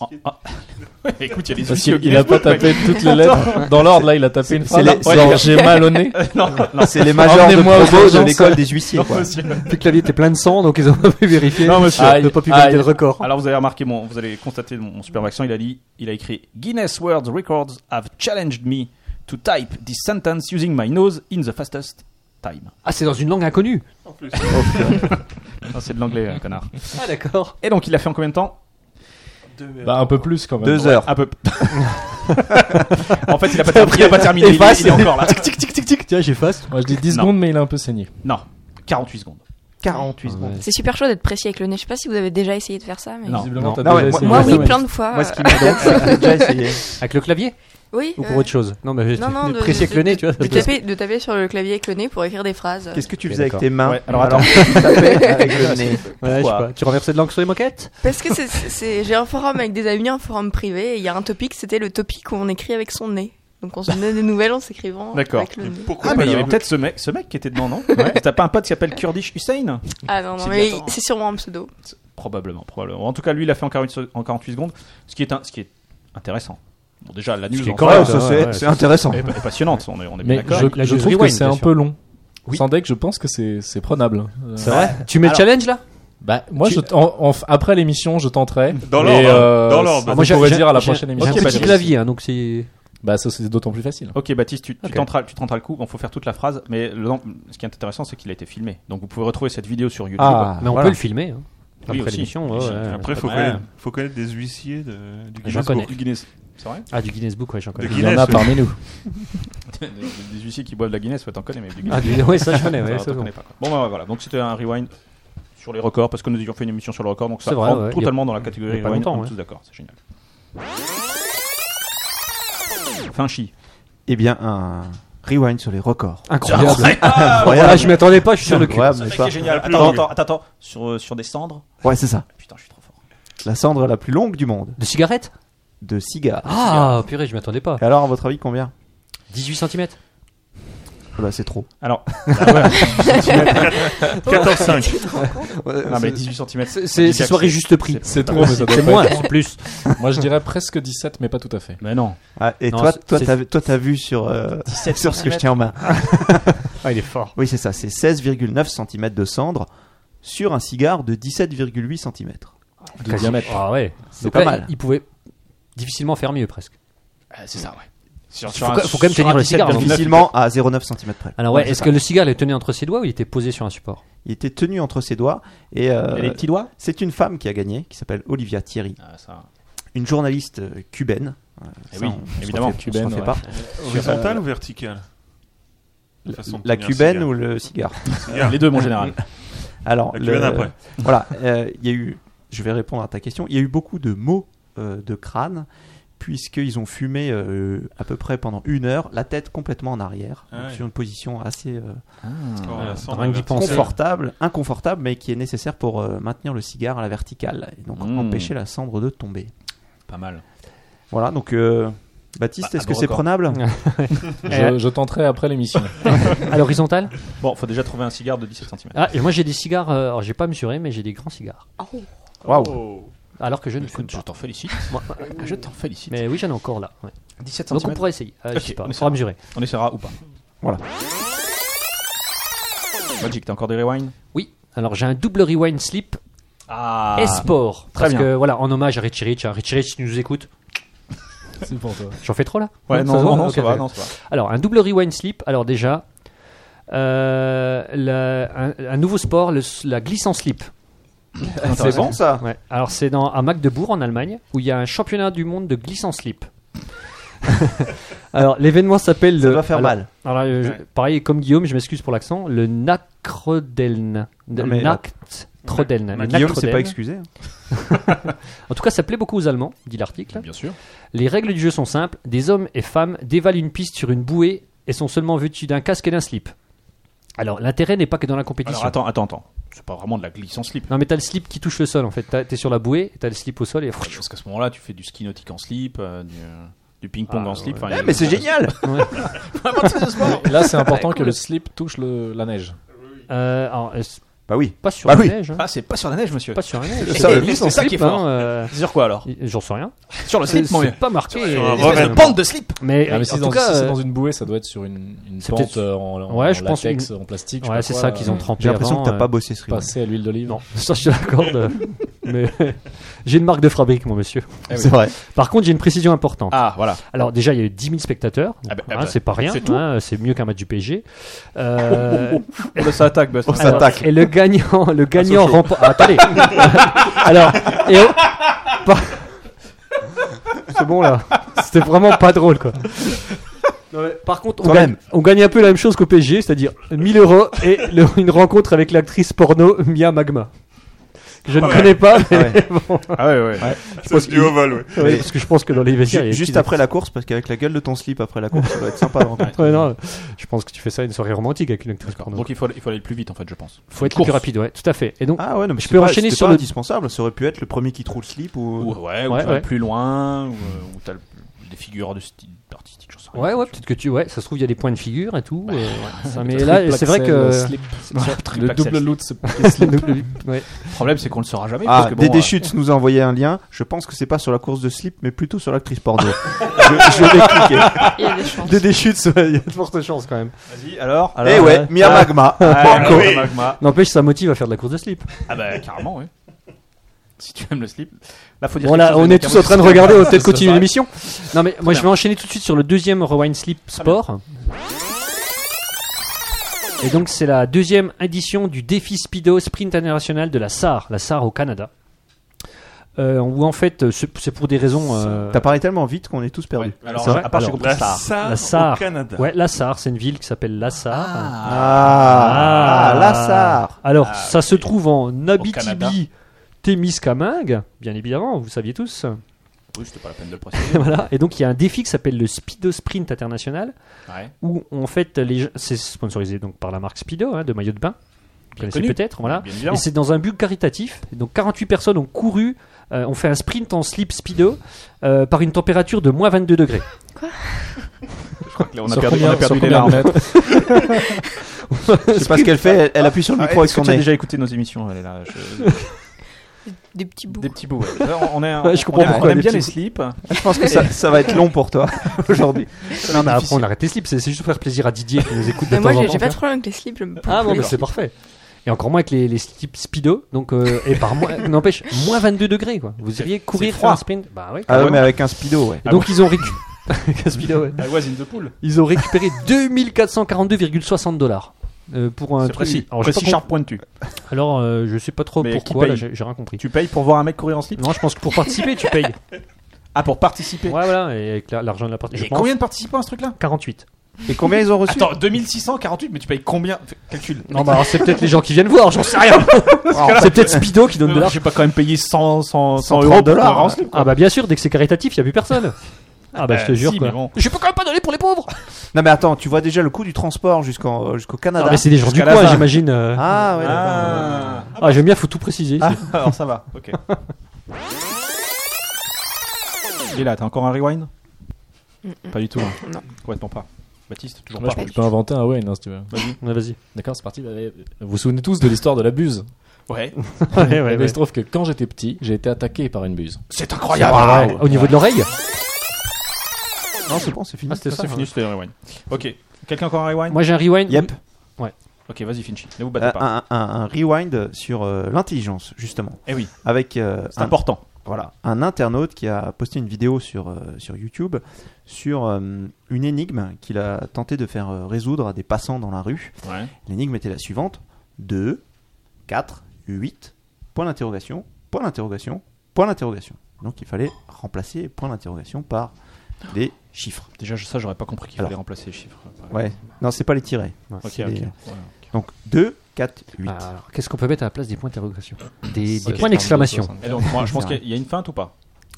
Speaker 3: En- en- Ouais, écoute, il y a des
Speaker 7: Parce
Speaker 3: huissiers. au
Speaker 7: qu'il a
Speaker 3: Guinness
Speaker 7: pas
Speaker 3: Book,
Speaker 7: tapé toutes les lettres. Dans l'ordre, là, il a tapé une phrase.
Speaker 5: les-
Speaker 7: Ouais,
Speaker 5: genre-
Speaker 7: j'ai mal au nez.
Speaker 3: mec. non, non,
Speaker 5: C'est les majors de
Speaker 7: Emmenez-moi aux
Speaker 5: promo de
Speaker 7: urgences.
Speaker 5: l'école des huissiers,
Speaker 3: non,
Speaker 5: quoi.
Speaker 3: monsieur.
Speaker 4: Puis le clavier était plein de sang, donc ils ont pas pu vérifier.
Speaker 7: Non, monsieur.
Speaker 4: Ils n'ont pas pu
Speaker 7: Aïe.
Speaker 4: valider le record.
Speaker 3: Alors vous avez remarqué, mon, vous allez constater mon, mon super accent, il a dit, il a écrit Guinness World Records have challenged me to type this sentence using my nose in the fastest time.
Speaker 4: Ah, c'est dans une langue inconnue.
Speaker 3: Ah, c'est de l'anglais, euh, connard.
Speaker 4: Ah, d'accord.
Speaker 3: Et donc il l'a fait en combien de temps
Speaker 7: Bah, un peu plus quand même.
Speaker 5: Deux heures.
Speaker 3: Un peu. en fait, il a pas, terminé, il a pas terminé. Il,
Speaker 4: Efface.
Speaker 3: il est encore là.
Speaker 4: Tic, tic, tic, tic. Tiens, j'efface.
Speaker 7: Moi, je dis 10
Speaker 3: Non.
Speaker 7: secondes, mais il a un peu saigné.
Speaker 3: Non, 48 secondes.
Speaker 5: 48 secondes.
Speaker 6: C'est super chaud d'être précis avec le nez. Je sais pas si vous avez déjà essayé de faire ça, mais.
Speaker 3: Non.
Speaker 7: Visiblement, t'as
Speaker 5: Non,
Speaker 7: déjà
Speaker 5: ouais,
Speaker 7: essayé.
Speaker 5: moi-
Speaker 6: Moi,
Speaker 5: Ouais,
Speaker 6: oui,
Speaker 5: ouais.
Speaker 6: plein de fois.
Speaker 5: Moi, ce qui m'étonne, c'est que j'ai déjà essayé.
Speaker 4: Avec le clavier
Speaker 6: Oui.
Speaker 4: Ou
Speaker 6: euh,
Speaker 4: pour autre chose Non, mais
Speaker 6: Non, non, de-
Speaker 4: précis avec
Speaker 6: de-
Speaker 4: le nez, tu vois. ça
Speaker 6: de
Speaker 4: peut-
Speaker 6: taper, de taper sur le clavier avec le nez pour écrire des phrases.
Speaker 5: Qu'est-ce que tu
Speaker 4: Ok,
Speaker 5: faisais avec
Speaker 4: d'accord.
Speaker 5: tes mains
Speaker 3: Ouais, alors
Speaker 5: alors que tu tapais avec le nez
Speaker 4: Ouais, je sais
Speaker 3: Pourquoi
Speaker 4: pas. Tu renversais de l'encre sur les moquettes
Speaker 6: Parce que c'est- c'est- c'est- j'ai un forum avec des amis, un forum privé, et il y a un topic, c'était le topic où on écrit avec son nez. Donc on se donnait des nouvelles en s'écrivant
Speaker 3: D'accord.
Speaker 6: avec le nez.
Speaker 3: Ah, mais il y avait peut-être ce mec, ce mec qui était dedans, non T'as pas un pote qui s'appelle Kurdish Hussein
Speaker 6: Ah non, non
Speaker 3: C'est
Speaker 6: mais
Speaker 3: bien, attends.
Speaker 6: c'est sûrement un pseudo.
Speaker 3: Probablement, probablement. En tout cas, lui, il l'a fait en 48, se- en 48 secondes, ce qui est, un- ce qui est intéressant. Bon, déjà, la news
Speaker 4: qui est
Speaker 3: en
Speaker 4: correct, hein.
Speaker 5: Ouais,
Speaker 3: soi
Speaker 5: ça, c'est-
Speaker 4: ouais,
Speaker 5: c'est intéressant.
Speaker 3: est, est passionnante, on est, on est bien
Speaker 7: Mais
Speaker 3: d'accord.
Speaker 7: je,
Speaker 4: La
Speaker 7: je
Speaker 4: jauge
Speaker 7: trouve que
Speaker 4: rewind,
Speaker 7: c'est
Speaker 4: bien
Speaker 7: un
Speaker 4: sûr.
Speaker 7: peu long.
Speaker 4: Oui.
Speaker 7: Sans deck, je pense que c'est c'est prenable. Euh,
Speaker 4: vrai Tu mets le
Speaker 3: Alors-
Speaker 4: challenge là
Speaker 7: Bah, moi,
Speaker 4: Tu-
Speaker 7: je t- en- en f- après l'émission, je tenterai. euh,
Speaker 8: Dans l'ordre,
Speaker 7: Et,
Speaker 8: hein, dans l'ordre.
Speaker 7: ça,
Speaker 8: Ah,
Speaker 4: moi,
Speaker 7: je
Speaker 4: j'ai-
Speaker 7: pourrais
Speaker 4: j'ai-
Speaker 7: dire à la
Speaker 4: j'ai-
Speaker 7: prochaine
Speaker 4: J'ai
Speaker 7: émission.
Speaker 4: un
Speaker 3: Ok,
Speaker 4: petit
Speaker 3: bah,
Speaker 4: clavier, hein, donc c'est.
Speaker 7: Bah, ça, c'est d'autant plus facile.
Speaker 3: Ok, Baptiste, tu, tu
Speaker 4: Ok.
Speaker 3: tenteras, tu tenteras le coup. Il faut faire toute la phrase, mais le- ce qui est intéressant, c'est qu'il a été filmé. Donc, vous pouvez retrouver cette vidéo sur YouTube.
Speaker 5: Ah,
Speaker 4: Mais on
Speaker 5: voilà.
Speaker 4: peut le filmer. hein.
Speaker 3: Oui,
Speaker 4: Après
Speaker 3: aussi.
Speaker 4: l'émission, ouais,
Speaker 3: Oui,
Speaker 4: ouais.
Speaker 8: Après, faut
Speaker 3: Ouais.
Speaker 8: connaître, faut connaître des huissiers de, du Guinness
Speaker 4: connais.
Speaker 8: Book. Du Guinness.
Speaker 3: C'est vrai
Speaker 4: Ah, du Guinness Book, ouais, j'en connais. Ah,
Speaker 8: De
Speaker 7: Il y en a
Speaker 8: Guinness, oui.
Speaker 7: parmi nous.
Speaker 3: Des des huissiers qui boivent de la Guinness, ouais, t'en connais, mais du Guinness.
Speaker 4: Ah, du... ouais, ça je
Speaker 3: Ça,
Speaker 4: connais, ouais,
Speaker 3: t'en
Speaker 4: ça, non.
Speaker 3: connais pas, quoi. Bon, bah, voilà. Donc, c'était un rewind sur les records, parce que nous avions fait une émission sur le record, donc ça
Speaker 4: C'est vrai,
Speaker 3: rentre
Speaker 4: ouais.
Speaker 3: totalement dans la catégorie
Speaker 4: il y a pas
Speaker 3: rewind.
Speaker 4: longtemps,
Speaker 3: on est
Speaker 4: ouais.
Speaker 3: tous d'accord, c'est génial. Fin chi.
Speaker 5: Eh bien, un rewind sur les records.
Speaker 4: Incroyable.
Speaker 3: Ah,
Speaker 5: Incroyable.
Speaker 4: Voilà, je m'y attendais pas, je suis sur le cul.
Speaker 5: Incroyable,
Speaker 3: Ce
Speaker 5: n'est-ce
Speaker 3: mec
Speaker 5: pas
Speaker 3: est génial.
Speaker 8: Plus
Speaker 3: Attends,
Speaker 8: long.
Speaker 3: attends, attends, attends. Sur, euh, sur des cendres.
Speaker 5: Ouais, c'est ça.
Speaker 3: Putain, je suis trop fort.
Speaker 5: La cendre la plus longue du monde
Speaker 4: De cigarettes
Speaker 5: de cigares.
Speaker 4: Ah, purée, je m'y attendais pas.
Speaker 5: Et alors, à votre avis, combien
Speaker 4: 18 cm
Speaker 5: Ah Bah, c'est trop.
Speaker 3: Alors,
Speaker 8: 14,5.
Speaker 3: non, mais 18 cm.
Speaker 4: C'est c'est soirée juste prix.
Speaker 7: C'est trop, mais ça doit
Speaker 4: C'est
Speaker 7: pas
Speaker 4: moins,
Speaker 7: être.
Speaker 4: c'est plus.
Speaker 7: Moi, je dirais presque 17, mais pas tout à fait.
Speaker 3: Mais non.
Speaker 5: Ah, et
Speaker 4: Non,
Speaker 5: toi,
Speaker 4: c'est-
Speaker 5: toi,
Speaker 4: c'est-
Speaker 5: t'as vu- toi, t'as vu sur, euh, sur ce que je tiens en main.
Speaker 4: Ah, il est fort.
Speaker 5: Oui, c'est ça. C'est 16,9 cm de cendre sur un cigare de 17,8 cm.
Speaker 7: De diamètre.
Speaker 4: Ah ouais.
Speaker 5: C'est
Speaker 4: Donc
Speaker 5: pas
Speaker 4: là,
Speaker 5: mal.
Speaker 4: Il pouvait difficilement faire mieux presque.
Speaker 3: c'est ça, ouais. Sur,
Speaker 4: Faut quand- faut quand même tenir le cigare, hein.
Speaker 5: Difficilement à 0,9 cm près.
Speaker 4: Alors ouais,
Speaker 5: c'est
Speaker 4: est-ce
Speaker 5: ça.
Speaker 4: que le cigare il le tenait entre ses doigts ou il était posé sur un support
Speaker 5: Il était tenu entre ses doigts et, euh,
Speaker 3: les petits doigts
Speaker 5: c'est une femme qui a gagné, qui s'appelle Olivia Thierry,
Speaker 3: Ah, ça.
Speaker 5: une journaliste euh, cubaine. Euh,
Speaker 3: Eh
Speaker 5: ça,
Speaker 3: oui,
Speaker 5: on- on se
Speaker 3: évidemment,
Speaker 5: refait- on se
Speaker 7: cubaine,
Speaker 5: refait
Speaker 7: ouais.
Speaker 5: pas.
Speaker 8: Horizontale ou verticale La, façon de
Speaker 5: La
Speaker 8: tenir un
Speaker 5: cubaine
Speaker 8: cigare.
Speaker 5: ou le cigare
Speaker 3: Les deux, mon général.
Speaker 5: Alors,
Speaker 8: La
Speaker 5: le-
Speaker 8: cubaine après.
Speaker 5: voilà, euh, il y a eu, je vais répondre à ta question, il y a eu beaucoup de mots euh, de crâne, puisqu'ils ont fumé euh, à peu près pendant une heure, la tête complètement en arrière,
Speaker 8: Ah
Speaker 5: donc
Speaker 8: ouais.
Speaker 5: sur une position assez euh,
Speaker 8: Encore
Speaker 4: Euh,
Speaker 8: Oh, la cendre
Speaker 4: rien que d'y penser.
Speaker 8: verticale.
Speaker 5: confortable, inconfortable, mais qui est nécessaire pour euh, maintenir le cigare à la verticale, et donc
Speaker 4: Hmm.
Speaker 3: Mm.
Speaker 5: empêcher la cendre de tomber.
Speaker 3: Pas mal.
Speaker 5: Voilà, donc euh, Baptiste,
Speaker 3: Bah, un
Speaker 5: est-ce
Speaker 3: beau
Speaker 5: que c'est
Speaker 3: record.
Speaker 5: prenable
Speaker 7: Je, je tenterai après l'émission.
Speaker 4: À l'horizontale
Speaker 3: Bon, faut déjà trouver un cigare de 17 cm.
Speaker 4: Ah, et moi j'ai des cigares, euh, alors j'ai pas mesuré, mais j'ai des grands cigares.
Speaker 5: Waouh
Speaker 4: Alors que je ne fume
Speaker 3: Écoute, je
Speaker 4: pas.
Speaker 3: t'en félicite. Je t'en félicite.
Speaker 4: Mais oui, j'en ai encore là. ouais.
Speaker 3: 17
Speaker 4: Donc on
Speaker 3: cm.
Speaker 4: pourrait essayer. Euh,
Speaker 3: Ok,
Speaker 4: je sais pas,
Speaker 3: on
Speaker 4: on pourra
Speaker 3: essaiera.
Speaker 4: mesurer.
Speaker 3: On essaiera ou pas.
Speaker 5: Voilà.
Speaker 3: Magic, t'as encore des rewinds
Speaker 4: Oui, alors j'ai un double rewind slip
Speaker 3: Ah
Speaker 4: Esport.
Speaker 3: très
Speaker 4: parce
Speaker 3: bien.
Speaker 4: que voilà, en hommage à Richie Rich, hein. Richie Rich, si tu nous écoutes,
Speaker 7: C'est pour toi.
Speaker 4: j'en fais trop là
Speaker 3: Ouais,
Speaker 4: Ça
Speaker 3: non,
Speaker 4: va
Speaker 3: non, non,
Speaker 4: Ok,
Speaker 3: ça va,
Speaker 4: d'accord.
Speaker 3: non, ça va.
Speaker 4: Alors, un double rewind slip, alors déjà, euh, la- un, un nouveau sport, le- la glisse en slip.
Speaker 5: Ah, C'est bon ça
Speaker 4: Ouais. Alors, c'est dans, à Magdebourg, en Allemagne, où il y a un championnat du monde de glisse en slip. alors, l'événement s'appelle.
Speaker 5: Ça
Speaker 4: le-
Speaker 5: va faire
Speaker 4: alors-
Speaker 5: mal.
Speaker 4: Alors, euh, je- pareil, comme Guillaume, je m'excuse pour l'accent, le Nacrodeln.
Speaker 5: Non, mais-
Speaker 4: Nactrodeln. Le
Speaker 5: Guillaume, c'est
Speaker 4: Nacrodeln.
Speaker 5: pas excusé. hein.
Speaker 4: En tout cas, ça plaît beaucoup aux Allemands, dit l'article.
Speaker 3: Bien sûr.
Speaker 4: Les règles du jeu sont simples. Des hommes et femmes dévalent une piste sur une bouée et sont seulement vêtus d'un casque et d'un slip. Alors, l'intérêt n'est pas que dans la compétition.
Speaker 3: Alors attends, attends, attends. C'est pas vraiment de la glisse en slip.
Speaker 4: Non, mais t'as le slip qui touche le sol en fait. T'as- T'es sur la bouée, t'as le slip au sol et.
Speaker 3: Parce qu'à ce moment-là, tu fais du ski nautique en slip, euh, du, du ping-pong
Speaker 4: Ah,
Speaker 3: en slip.
Speaker 4: ouais.
Speaker 3: enfin, il y
Speaker 5: Eh,
Speaker 3: a-
Speaker 5: mais c'est génial
Speaker 7: Là, c'est important
Speaker 4: Bah,
Speaker 7: que le slip touche le- la neige.
Speaker 4: Euh, alors, euh, c'est
Speaker 5: Bah oui.
Speaker 4: pas sur
Speaker 5: Bah
Speaker 4: la
Speaker 5: oui.
Speaker 4: neige. hein.
Speaker 3: Ah, c'est pas sur la neige, monsieur.
Speaker 4: Pas sur la neige.
Speaker 5: C'est ça,
Speaker 4: Et
Speaker 5: le-
Speaker 4: glisse
Speaker 3: c'est
Speaker 4: en
Speaker 3: ça
Speaker 4: slip,
Speaker 3: qui est fort.
Speaker 4: hein, euh,
Speaker 3: C'est sur quoi alors
Speaker 4: J'en sais rien.
Speaker 3: Sur le
Speaker 4: C'est
Speaker 3: slip, mon vieux.
Speaker 4: c'est pas marqué.
Speaker 8: Sur un
Speaker 4: euh,
Speaker 8: revêt.
Speaker 3: Espèce de bande de slip.
Speaker 4: Mais,
Speaker 7: Ah, mais si
Speaker 4: en
Speaker 7: c'est dans,
Speaker 4: tout cas,
Speaker 7: si c'est
Speaker 4: euh,
Speaker 7: dans une bouée, ça doit être sur une, une
Speaker 4: c'est
Speaker 7: pente
Speaker 4: peut-être-
Speaker 7: euh, en, en,
Speaker 4: Ouais,
Speaker 7: en
Speaker 4: je pense
Speaker 7: latex, en plastique. je
Speaker 4: ouais,
Speaker 7: sais
Speaker 4: c'est
Speaker 7: pas
Speaker 4: ça
Speaker 7: quoi,
Speaker 4: qu'ils ont trempé.
Speaker 5: J'ai l'impression que
Speaker 4: avant,
Speaker 5: t'as
Speaker 4: euh,
Speaker 5: pas bossé ce
Speaker 7: euh,
Speaker 5: rideau.
Speaker 7: Passé à l'huile d'olive.
Speaker 4: Non, ça je te l'accorde. euh, mais j'ai une marque de fabrique, moi, monsieur.
Speaker 5: C'est vrai.
Speaker 4: Par contre, j'ai une précision importante.
Speaker 3: Ah, voilà.
Speaker 4: Alors déjà, il y a eu 10 000 spectateurs.
Speaker 3: Ah bah,
Speaker 4: Hein,
Speaker 3: ah bah,
Speaker 4: c'est pas rien.
Speaker 3: c'est tout.
Speaker 4: hein, c'est mieux qu'un match du PSG. Euh,
Speaker 3: ça attaque, Buzz.
Speaker 5: On s'attaque.
Speaker 4: Et le gagnant, le gagnant remporte. Ah, attendez. alors, et au- par- c'est bon là. C'était vraiment pas drôle quoi. par contre, on
Speaker 5: Quand
Speaker 4: gagne,
Speaker 5: même.
Speaker 4: on gagne un peu la même chose qu'au PSG, c'est-à-dire 1000 euros et le- une rencontre avec l'actrice porno Mia Magma. Que Je ne
Speaker 8: ouais.
Speaker 4: connais pas, mais
Speaker 5: Ouais.
Speaker 4: bon,
Speaker 3: Ah ouais, ouais.
Speaker 8: Ça, c'est du haut vol, ouais.
Speaker 4: ouais, parce que je pense que dans les vestiaires, il y a
Speaker 5: Ju-
Speaker 4: des
Speaker 5: Juste
Speaker 4: petits-
Speaker 5: après la course, parce qu'avec la gueule de ton slip après la course, ça doit être sympa hein. de rencontrer.
Speaker 4: Ouais, non, je pense que tu fais ça à une soirée romantique avec une actrice porno.
Speaker 3: Donc il faut, il faut aller le plus vite en fait, je pense.
Speaker 4: faut être
Speaker 3: course.
Speaker 4: plus rapide, ouais, tout à fait. Et donc,
Speaker 5: Ah ouais, non, mais
Speaker 4: Je
Speaker 5: je
Speaker 4: peux
Speaker 5: peux pas,
Speaker 4: enchaîner
Speaker 5: c'était
Speaker 4: sur
Speaker 5: pas
Speaker 4: le-
Speaker 5: indispensable. Ça aurait pu être le premier qui trouve le slip
Speaker 3: Ou,
Speaker 5: ou.
Speaker 3: ouais, ou
Speaker 4: Ouais,
Speaker 3: tu vas
Speaker 4: ouais.
Speaker 3: plus loin, ou, euh, ou t'as le- des figures de style artistique, j'en sais rien.
Speaker 4: ouais, ouais, peut-être que tu, ouais, ça se trouve il y a des points de figure et tout. euh, ouais, ça, mais
Speaker 7: Triple
Speaker 4: là, c'est vrai
Speaker 7: axel,
Speaker 4: que
Speaker 7: euh, slip.
Speaker 3: triple
Speaker 7: Le
Speaker 3: axel
Speaker 7: double
Speaker 3: slip.
Speaker 7: loot, c'est
Speaker 4: Ouais.
Speaker 3: Le problème, c'est qu'on le saura jamais.
Speaker 5: Ah,
Speaker 3: parce que, bon,
Speaker 5: Dédé
Speaker 3: euh,
Speaker 5: Schütz nous a envoyé un lien. Je pense que c'est pas sur la course de slip, mais plutôt sur l'actrice porno. je, je vais cliquer.
Speaker 6: Il y a des chances.
Speaker 5: Dédé Schütz, ouais, il y a-
Speaker 4: de fortes chances quand même.
Speaker 3: Vas-y, alors.
Speaker 5: Eh
Speaker 3: alors,
Speaker 5: ouais,
Speaker 3: euh,
Speaker 5: Mia Magma.
Speaker 3: Ah,
Speaker 5: Banco.
Speaker 8: oui.
Speaker 3: magma.
Speaker 4: N'empêche, ça motive à faire de la course de slip.
Speaker 3: Ah bah carrément, oui. Si tu aimes le slip. Là, faut dire
Speaker 4: Bon, là,
Speaker 3: quelque chose,
Speaker 4: on
Speaker 3: les
Speaker 4: est
Speaker 3: mecs,
Speaker 4: tous
Speaker 3: à
Speaker 4: en
Speaker 3: mon
Speaker 4: train de
Speaker 3: avis,
Speaker 4: regarder, on va
Speaker 3: c'est
Speaker 4: peut-être
Speaker 3: ça,
Speaker 4: continuer
Speaker 3: ça.
Speaker 4: l'émission. Non, mais moi je
Speaker 3: bien.
Speaker 4: vais enchaîner tout de suite sur le deuxième Rewind Slip Sport. Et donc, c'est la deuxième édition du défi Speedo Sprint International de la SAR, la SAR au Canada. Euh, où en fait, euh, c'est c'est pour des raisons. euh,
Speaker 5: T'as parlé tellement vite qu'on est tous perdus.
Speaker 3: Ouais, Alors,
Speaker 4: C'est vrai
Speaker 3: à part, j'ai
Speaker 4: Alors,
Speaker 3: compris ça.
Speaker 8: Sarre
Speaker 4: La Sarre.
Speaker 8: au Canada.
Speaker 4: Ouais, la SAR, Ah. c'est une ville qui s'appelle la SAR.
Speaker 5: Ah,
Speaker 4: Ah.
Speaker 5: la SAR.
Speaker 4: Alors,
Speaker 3: Ah,
Speaker 4: ça se trouve en
Speaker 3: Canada.
Speaker 4: Abitibi, Témiscamingue, bien évidemment, vous saviez tous.
Speaker 3: Oui, c'était pas la peine de le préciser.
Speaker 4: voilà. Et donc il y a un défi qui s'appelle le Speedo Sprint International,
Speaker 3: Ouais.
Speaker 4: où en fait les gens- c'est sponsorisé donc par la marque Speedo hein, de maillot de bain. Vous connaissez
Speaker 3: connu.
Speaker 4: peut-être, voilà.
Speaker 3: Bien évidemment.
Speaker 4: Et c'est dans un but caritatif. Et donc 48 personnes ont couru, euh, ont fait un sprint en slip speedo euh, par une température de moins 22 degrés.
Speaker 3: On a
Speaker 7: Sur
Speaker 3: perdu, on
Speaker 7: combien-
Speaker 3: a perdu
Speaker 7: sur
Speaker 3: les
Speaker 7: combien de
Speaker 3: larmes.
Speaker 7: mètres
Speaker 5: Je sais pas ce qu'elle fait, elle, elle appuie sur le micro avec
Speaker 3: Ah, Est-ce que
Speaker 5: son
Speaker 3: tu as
Speaker 5: nez.
Speaker 3: déjà écouté nos émissions elle est là, je-
Speaker 6: Des petits bouts.
Speaker 3: Des petits bouts. ouais. Alors, On, est,
Speaker 4: Ouais, je
Speaker 3: on
Speaker 4: comprends
Speaker 3: aime- on
Speaker 5: pourquoi
Speaker 3: aime
Speaker 5: des
Speaker 3: bien
Speaker 5: petits
Speaker 3: les slips.
Speaker 5: Je pense que ça, ça va être long pour toi aujourd'hui. Ah
Speaker 4: non, mais après on arrête les slips, c'est c'est juste pour faire plaisir à Didier qui nous écoute de
Speaker 6: Mais moi,
Speaker 4: temps en
Speaker 6: j'ai
Speaker 4: temps,
Speaker 6: j'ai pas
Speaker 4: tu
Speaker 6: de problème avec les slips. je me-
Speaker 4: Ah bon,
Speaker 6: les
Speaker 4: bah, c'est parfait. Et encore moins avec les, les slips speedo, donc euh, et par moins, n'empêche moins 22 degrés quoi. Vous iriez courir
Speaker 3: froid.
Speaker 4: faire un sprint Bah oui.
Speaker 5: Ah ouais, mais avec un speedo, ouais.
Speaker 4: Et donc ils ont récu- Avec un speedo, ouais.
Speaker 3: I was in the pool.
Speaker 4: Ils ont récupéré 2442,60 dollars euh, pour un
Speaker 3: C'est
Speaker 4: truc.
Speaker 3: précis.
Speaker 4: Alors, j'ai
Speaker 3: précis,
Speaker 4: pas
Speaker 3: sharp pointu.
Speaker 4: compris- Alors euh, je sais pas trop
Speaker 3: Mais qui
Speaker 4: pourquoi, là,
Speaker 3: paye
Speaker 4: j'ai j'ai rien compris.
Speaker 3: Tu payes pour voir un mec courir en slip
Speaker 4: Non, je pense que pour participer, tu payes.
Speaker 3: Ah, pour participer.
Speaker 4: Ouais, voilà, et avec la- l'argent de la partie.
Speaker 3: Et
Speaker 4: Je pense
Speaker 3: combien de participants à ce truc-là
Speaker 4: 48.
Speaker 5: Et combien ils ont reçu
Speaker 3: Attends, 2648, mais tu payes combien Fais- Calcule.
Speaker 4: Non, bah alors c'est peut-être les gens qui viennent voir, j'en sais rien. c'est peut-être Speedo qui donne de
Speaker 3: Non,
Speaker 4: l'argent.
Speaker 3: j'ai pas quand même payé 100, 100, 100
Speaker 5: 130
Speaker 3: euros pour
Speaker 5: dollars,
Speaker 3: courir en
Speaker 5: hein.
Speaker 3: slip.
Speaker 4: Ah bah bien sûr, dès que c'est caritatif, il a plus personne. Ah bah je te
Speaker 3: Euh,
Speaker 4: jure
Speaker 3: si,
Speaker 4: quoi.
Speaker 3: mais bon.
Speaker 4: Je peux quand même pas donner pour les pauvres.
Speaker 5: Non mais attends, tu vois déjà le coût du transport jusqu'en- euh, jusqu'au Canada.
Speaker 4: Non, mais c'est des gens du
Speaker 3: Jusqu'à la
Speaker 4: coin,
Speaker 3: fin.
Speaker 4: j'imagine. euh. Ah,
Speaker 5: Ah ouais, d'accord.
Speaker 3: Ah,
Speaker 4: j'aime bien, faut tout préciser.
Speaker 3: Ah, alors ça va, ok. Il est là, t'as encore un rewind Pas du tout, hein.
Speaker 6: Non.
Speaker 3: Complètement pas. Baptiste, toujours
Speaker 7: Moi,
Speaker 3: pas.
Speaker 7: je peux- je peux inventer un Wayne, hein, si tu veux.
Speaker 4: Ouais, vas-y.
Speaker 7: D'accord, c'est parti. Bah, euh, Vous vous souvenez tous de l'histoire de la buse
Speaker 3: Ouais.
Speaker 4: Ouais,
Speaker 7: Eh
Speaker 4: ouais,
Speaker 7: ben,
Speaker 4: ouais.
Speaker 7: Il se trouve que quand j'étais petit, j'ai été attaqué par une buse.
Speaker 3: C'est
Speaker 4: Ah,
Speaker 3: incroyable
Speaker 4: bah, ouais. Au niveau de l'oreille
Speaker 3: Ah.
Speaker 5: Non, c'est bon, c'est fini.
Speaker 4: c'était hein.
Speaker 3: C'est fini, c'était le rewind. Ok. Quelqu'un encore un rewind
Speaker 4: Moi j'ai un rewind.
Speaker 5: Yep.
Speaker 3: Ok, vas-y, Finchi. Ne vous
Speaker 5: Euh,
Speaker 3: battez pas.
Speaker 5: un, un- un rewind sur euh, l'intelligence justement,
Speaker 3: Eh oui,
Speaker 5: avec euh,
Speaker 3: c'est
Speaker 5: un,
Speaker 3: important.
Speaker 5: voilà, un internaute qui a posté une vidéo sur, euh, sur YouTube sur euh, une énigme qu'il a tenté de faire euh, résoudre à des passants dans la rue.
Speaker 3: Ouais.
Speaker 5: L'énigme était la suivante 2, 4, 8, point d'interrogation, point d'interrogation, point d'interrogation. Donc il fallait remplacer point d'interrogation par des chiffres.
Speaker 3: Déjà, je- ça, j'aurais pas compris qu'il
Speaker 5: Alors.
Speaker 3: fallait remplacer les chiffres.
Speaker 5: Ouais, non, c'est pas les tirés.
Speaker 3: Ok,
Speaker 5: C'est-
Speaker 3: ok. Ouais.
Speaker 5: Donc 2, 4, 8.
Speaker 4: Ah, alors, Qu'est-ce qu'on peut mettre à la place des points d'interrogation Des, des
Speaker 7: Ok.
Speaker 4: points d'exclamation.
Speaker 3: Et donc, moi, je pense
Speaker 5: C'est vrai.
Speaker 3: qu'il y a une feinte ou pas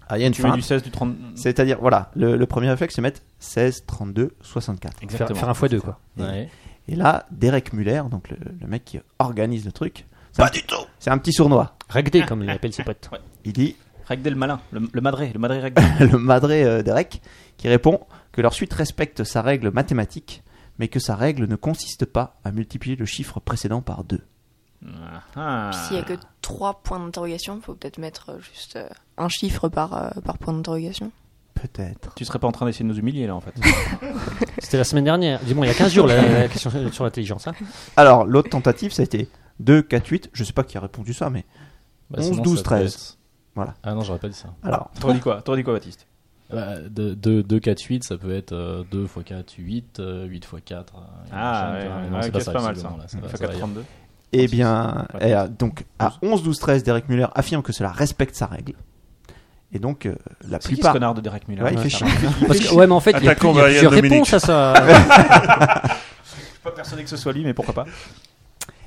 Speaker 5: Ah, il y a une
Speaker 3: Tu mets
Speaker 5: fin.
Speaker 3: du 16, du 30.
Speaker 5: C'est-à-dire, voilà, le, le premier réflexe, c'est mettre 16, 32, 64.
Speaker 4: Faire,
Speaker 3: Exactement.
Speaker 4: faire un x2 quoi.
Speaker 7: Ouais.
Speaker 5: Et là, Derek Muller, donc le, le mec qui organise le truc. Pas du tout C'est un petit sournois.
Speaker 4: Ragdé comme il appelle ses potes.
Speaker 5: Il dit,
Speaker 3: Ragdel le malin, le, le madré, le madré Ragdel.
Speaker 5: le madré euh, Derek, qui répond que leur suite respecte sa règle mathématique, mais que sa règle ne consiste pas à multiplier le chiffre précédent par 2.
Speaker 3: Ah, ah.
Speaker 6: Puis S'il y a que 3 points d'interrogation, faut peut-être mettre euh, juste euh, un chiffre par, euh, par point d'interrogation.
Speaker 5: Peut-être.
Speaker 3: Tu serais pas en train d'essayer de nous humilier là en fait.
Speaker 4: C'était la semaine dernière. Dis-moi, il y a 15 jours la, la question sur l'intelligence. hein.
Speaker 5: Alors, l'autre tentative, ça a été 2, 4, 8. Je sais pas qui a répondu ça, mais.
Speaker 7: Bah,
Speaker 5: 11,
Speaker 7: sinon,
Speaker 5: 12,
Speaker 7: ça peut
Speaker 5: 13.
Speaker 7: être-
Speaker 5: Voilà.
Speaker 7: Ah non, j'aurais pas dit ça.
Speaker 5: Alors,
Speaker 3: T'aurais dit quoi T'aurais dit quoi Baptiste
Speaker 7: Bah, 2, 4, 8, ça peut être euh, 2 x 4, 8, 8 x 4.
Speaker 3: Ah ouais, ouais, ok, c'est pas mal ça.
Speaker 4: Mmh,
Speaker 7: C'est
Speaker 3: Fait
Speaker 7: pas
Speaker 3: 432.
Speaker 5: Eh bien,
Speaker 7: Ouais.
Speaker 5: eh, donc à 11, 12, 13, Derek Muller affirme que cela respecte sa règle. Et donc, euh, la
Speaker 3: C'est qui ce
Speaker 5: plupart.
Speaker 3: connard de Derek Muller
Speaker 5: Ouais, il
Speaker 3: là,
Speaker 5: fait
Speaker 3: ça
Speaker 5: chier.
Speaker 3: va.
Speaker 4: Parce que, ouais, mais en fait, il y a, plus-
Speaker 8: Attaquons
Speaker 4: il y a
Speaker 8: Brian
Speaker 4: plusieurs
Speaker 8: Dominique.
Speaker 4: réponses à ça. Ah,
Speaker 3: Je suis pas persuadé que ce soit lui, mais pourquoi pas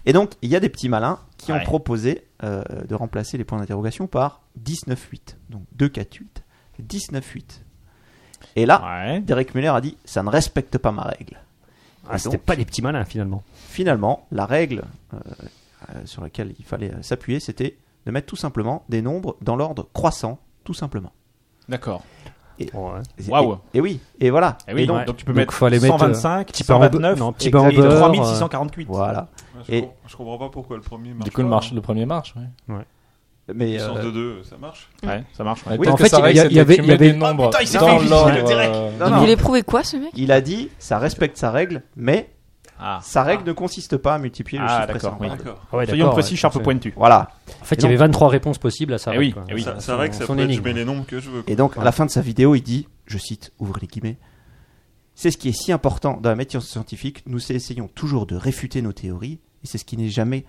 Speaker 5: Et donc, il y a des petits malins qui
Speaker 3: Ouais.
Speaker 5: ont proposé euh, de remplacer les points d'interrogation par 19, 8. Donc 2, 4, 8, 19, 8. Et là,
Speaker 3: Ouais.
Speaker 5: Derek Muller a dit ça ne respecte pas ma règle.
Speaker 4: Ah,
Speaker 5: Et
Speaker 4: C'était
Speaker 5: donc,
Speaker 4: pas des petits malins finalement.
Speaker 5: finalement, la règle euh, euh, sur laquelle il fallait euh, s'appuyer, c'était de mettre tout simplement des nombres dans l'ordre croissant, tout simplement.
Speaker 3: D'accord.
Speaker 4: Ouais.
Speaker 5: Et-
Speaker 3: Waouh.
Speaker 5: Et, oui, et voilà.
Speaker 3: Eh oui,
Speaker 5: Et
Speaker 3: donc,
Speaker 5: donc,
Speaker 4: ouais.
Speaker 3: donc tu peux
Speaker 4: Donc,
Speaker 3: mettre euh,
Speaker 4: faut aller mettre,
Speaker 3: 125,
Speaker 4: petit pain en
Speaker 3: 129,
Speaker 4: beurre- non, petit
Speaker 3: et-
Speaker 4: pain en
Speaker 3: et
Speaker 4: beurre,
Speaker 3: 3648.
Speaker 5: voilà.
Speaker 8: Ouais, je,
Speaker 5: Et-
Speaker 8: comprends, je comprends pas pourquoi le premier marche.
Speaker 7: Du coup,
Speaker 8: pas,
Speaker 7: le, marche,
Speaker 8: hein.
Speaker 7: le premier marche. Ouais.
Speaker 5: Mais
Speaker 8: Une sorte
Speaker 5: euh,
Speaker 8: de deux, ça marche.
Speaker 3: Ouais, ça marche. ouais.
Speaker 7: Ouais,
Speaker 5: Oui,
Speaker 7: peut-être
Speaker 5: en
Speaker 7: que
Speaker 4: fait,
Speaker 7: sa
Speaker 4: il y
Speaker 7: règle,
Speaker 4: a-
Speaker 7: c'est
Speaker 4: il y avait-
Speaker 7: de
Speaker 4: il y
Speaker 7: mettre
Speaker 4: avait-
Speaker 7: des nombres
Speaker 3: Ah, putain, il s'est
Speaker 7: dans
Speaker 3: fait humilier,
Speaker 7: l'ordre,
Speaker 3: le Derek.
Speaker 7: euh,
Speaker 5: Non,
Speaker 6: Il
Speaker 5: non.
Speaker 6: voulait prouver quoi ce mec
Speaker 5: il a dit ça respecte sa règle, mais
Speaker 3: Ah.
Speaker 5: sa règle ne consiste pas à multiplier le
Speaker 3: Ah,
Speaker 5: chiffre
Speaker 3: d'accord,
Speaker 5: précédent.
Speaker 3: oui.
Speaker 5: par deux.
Speaker 8: D'accord.
Speaker 4: Ouais,
Speaker 3: Soyons
Speaker 4: d'accord,
Speaker 3: précis,
Speaker 4: ouais,
Speaker 3: Sharp
Speaker 4: c'est-
Speaker 3: pointu.
Speaker 5: Voilà.
Speaker 4: En fait,
Speaker 5: Et
Speaker 4: il y avait
Speaker 5: donc-
Speaker 4: 23 réponses possibles à ça.
Speaker 3: Eh oui, eh oui.
Speaker 8: Ça- C'est vrai que ça peut être, je mets les nombres que je veux. quoi.
Speaker 5: Et donc, à la fin de sa vidéo, il dit, je cite, ouvrez les guillemets, c'est ce qui est si important dans la métier scientifique, nous essayons toujours de réfuter nos théories, et c'est ce qui n'est jamais,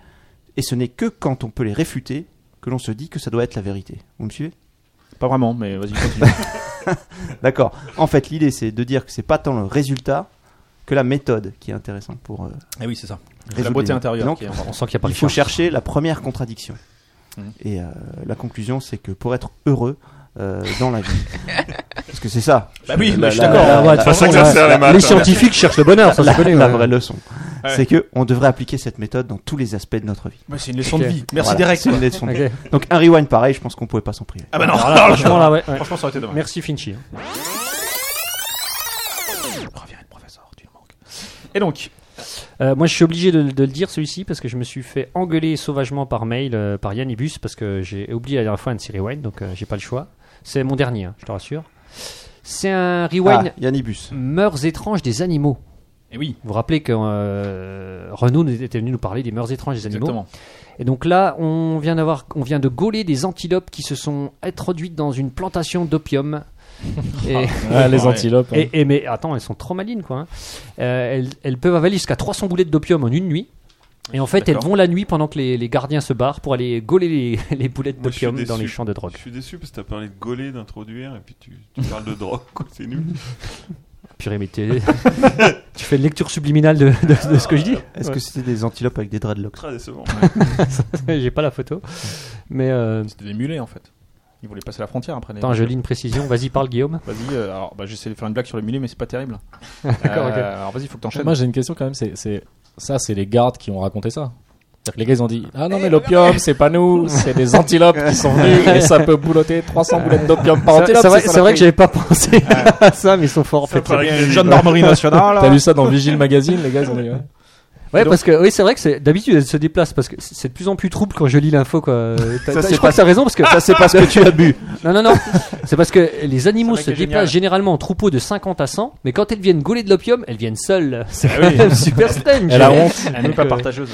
Speaker 5: et ce n'est que quand on peut les réfuter que l'on se dit que ça doit être la vérité. Vous me suivez
Speaker 3: Pas vraiment, mais vas-y, continue.
Speaker 5: D'accord. En fait, l'idée, c'est de dire que c'est pas tant le résultat que la méthode qui est intéressante pour euh,
Speaker 3: Eh oui, c'est ça. C'est la
Speaker 5: résoudre
Speaker 3: beauté
Speaker 5: les-
Speaker 3: intérieure
Speaker 5: Donc,
Speaker 3: qui est importante.
Speaker 4: On sent qu'il y a pas
Speaker 5: Il
Speaker 4: de
Speaker 5: faut
Speaker 4: charge.
Speaker 5: chercher la première contradiction.
Speaker 3: Mhm.
Speaker 5: Et euh, la conclusion, c'est que pour être heureux, euh, dans la vie. Parce que c'est ça.
Speaker 3: Bah oui,
Speaker 5: La-
Speaker 3: mais
Speaker 5: la-
Speaker 3: je suis
Speaker 5: la-
Speaker 3: d'accord.
Speaker 4: Ah
Speaker 5: la-
Speaker 4: ouais, de toute
Speaker 5: la-
Speaker 4: façon,
Speaker 8: ça que ça
Speaker 4: ouais,
Speaker 8: sert, les maths,
Speaker 4: les
Speaker 8: hein.
Speaker 4: scientifiques cherchent le bonheur, ça
Speaker 5: la-
Speaker 4: c'est connu.
Speaker 5: la
Speaker 4: ouais.
Speaker 5: vraie leçon,
Speaker 3: Ouais.
Speaker 5: c'est que on devrait appliquer cette méthode dans tous les aspects de notre vie.
Speaker 3: Bah, c'est une leçon
Speaker 4: Ok.
Speaker 3: de vie. Merci
Speaker 5: Voilà,
Speaker 3: Derek.
Speaker 5: c'est une leçon.
Speaker 4: Ok.
Speaker 5: Donc un rewind pareil, je pense qu'on pouvait pas s'en priver.
Speaker 3: Ah bah non,
Speaker 4: Alors là, franchement, là, ouais, ouais.
Speaker 3: franchement, ça aurait été dommage.
Speaker 4: Merci hein. Finchy.
Speaker 3: Reviens, professeur, tu le manques. Et donc,
Speaker 4: Euh, moi, je suis obligé de, de le dire celui-ci parce que je me suis fait engueuler sauvagement par mail euh, par Yannibus parce que j'ai oublié la dernière fois un de ses rewinds, donc euh, j'ai pas le choix. C'est mon dernier, hein, je te rassure. C'est un rewind
Speaker 5: Ah, Yannibus.
Speaker 4: mœurs étranges des animaux.
Speaker 3: et eh oui,
Speaker 4: Vous vous rappelez que euh, Renaud nous était venu nous parler des mœurs étranges des animaux.
Speaker 3: exactement.
Speaker 4: Et donc là, on vient d'avoir, on vient de gauler des antilopes qui se sont introduites dans une plantation d'opium. et,
Speaker 7: Ah, les
Speaker 3: Ouais.
Speaker 7: antilopes. hein.
Speaker 4: et- et- mais attends, elles sont trop malines quoi. hein. Euh, elles, elles peuvent avaler jusqu'à 300 boulettes d'opium en une nuit.
Speaker 8: Ah,
Speaker 4: Et en fait, elles
Speaker 3: D'accord.
Speaker 4: vont la nuit pendant que les, les gardiens se barrent pour aller gauler les, les boulettes
Speaker 8: Moi, je suis
Speaker 4: d'opium dans
Speaker 8: déçu.
Speaker 4: les champs de drogue.
Speaker 8: Je suis déçu parce que t'as parlé de gauler, d'introduire, et puis tu, tu parles de drogue, quoi, c'est nul.
Speaker 4: Purée, mais t'es- tu fais une lecture subliminale de, de- de ce que je dis
Speaker 5: Est-ce que c'était des antilopes avec des dreadlocks
Speaker 8: Très décevant.
Speaker 4: J'ai pas la photo. Mais euh,
Speaker 3: C'était des mulets en fait. Ils voulaient passer la frontière après. Les...
Speaker 4: attends, je lis une précision. Vas-y, parle Guillaume.
Speaker 3: Vas-y, euh, alors bah, j'essaie de faire une blague sur les mulets, mais c'est pas terrible. Euh,
Speaker 4: D'accord, ok.
Speaker 3: Alors vas-y, faut que t'enchaînes.
Speaker 7: Moi, j'ai une question quand même. C'est, c'est- ça, c'est les gardes qui ont raconté ça. C'est-à-dire que les gars, ils ont dit Ah
Speaker 4: Eh,
Speaker 7: non, mais l'opium, c'est pas nous, c'est des antilopes qui sont venues et ça peut boulotter 300 boulettes d'opium par
Speaker 4: C'est
Speaker 7: antilope.
Speaker 4: vrai,
Speaker 7: ça
Speaker 4: c'est
Speaker 7: la
Speaker 4: vrai que
Speaker 7: folie.
Speaker 4: j'avais pas pensé à ça, mais ils sont forts en fait.
Speaker 3: Gendarmerie
Speaker 4: Oh
Speaker 3: nationale.
Speaker 7: T'as lu ça dans Vigile Magazine, les gars, ils ont dit ouais.
Speaker 4: Ouais,
Speaker 7: Donc-
Speaker 4: parce que oui, c'est vrai que c'est- d'habitude elle se déplace parce que c'est c'est de plus en plus trouble quand je lis l'info quoi. Euh, T'as-
Speaker 5: Ça,
Speaker 4: t'as-
Speaker 5: c'est
Speaker 4: je crois
Speaker 5: pas-
Speaker 4: que t'as raison parce que
Speaker 5: Ça c'est parce que tu as bu.
Speaker 4: non non non, c'est parce que les animaux
Speaker 3: Ce mec
Speaker 4: se
Speaker 3: est
Speaker 4: déplacent
Speaker 3: génial.
Speaker 4: généralement en troupeaux de 50 à 100, mais quand elles viennent gauler de l'opium, elles viennent seules. C'est
Speaker 3: Ah
Speaker 4: quand
Speaker 3: oui.
Speaker 4: même super strange.
Speaker 7: Elle a honte.
Speaker 3: Elle n'est pas partageuse.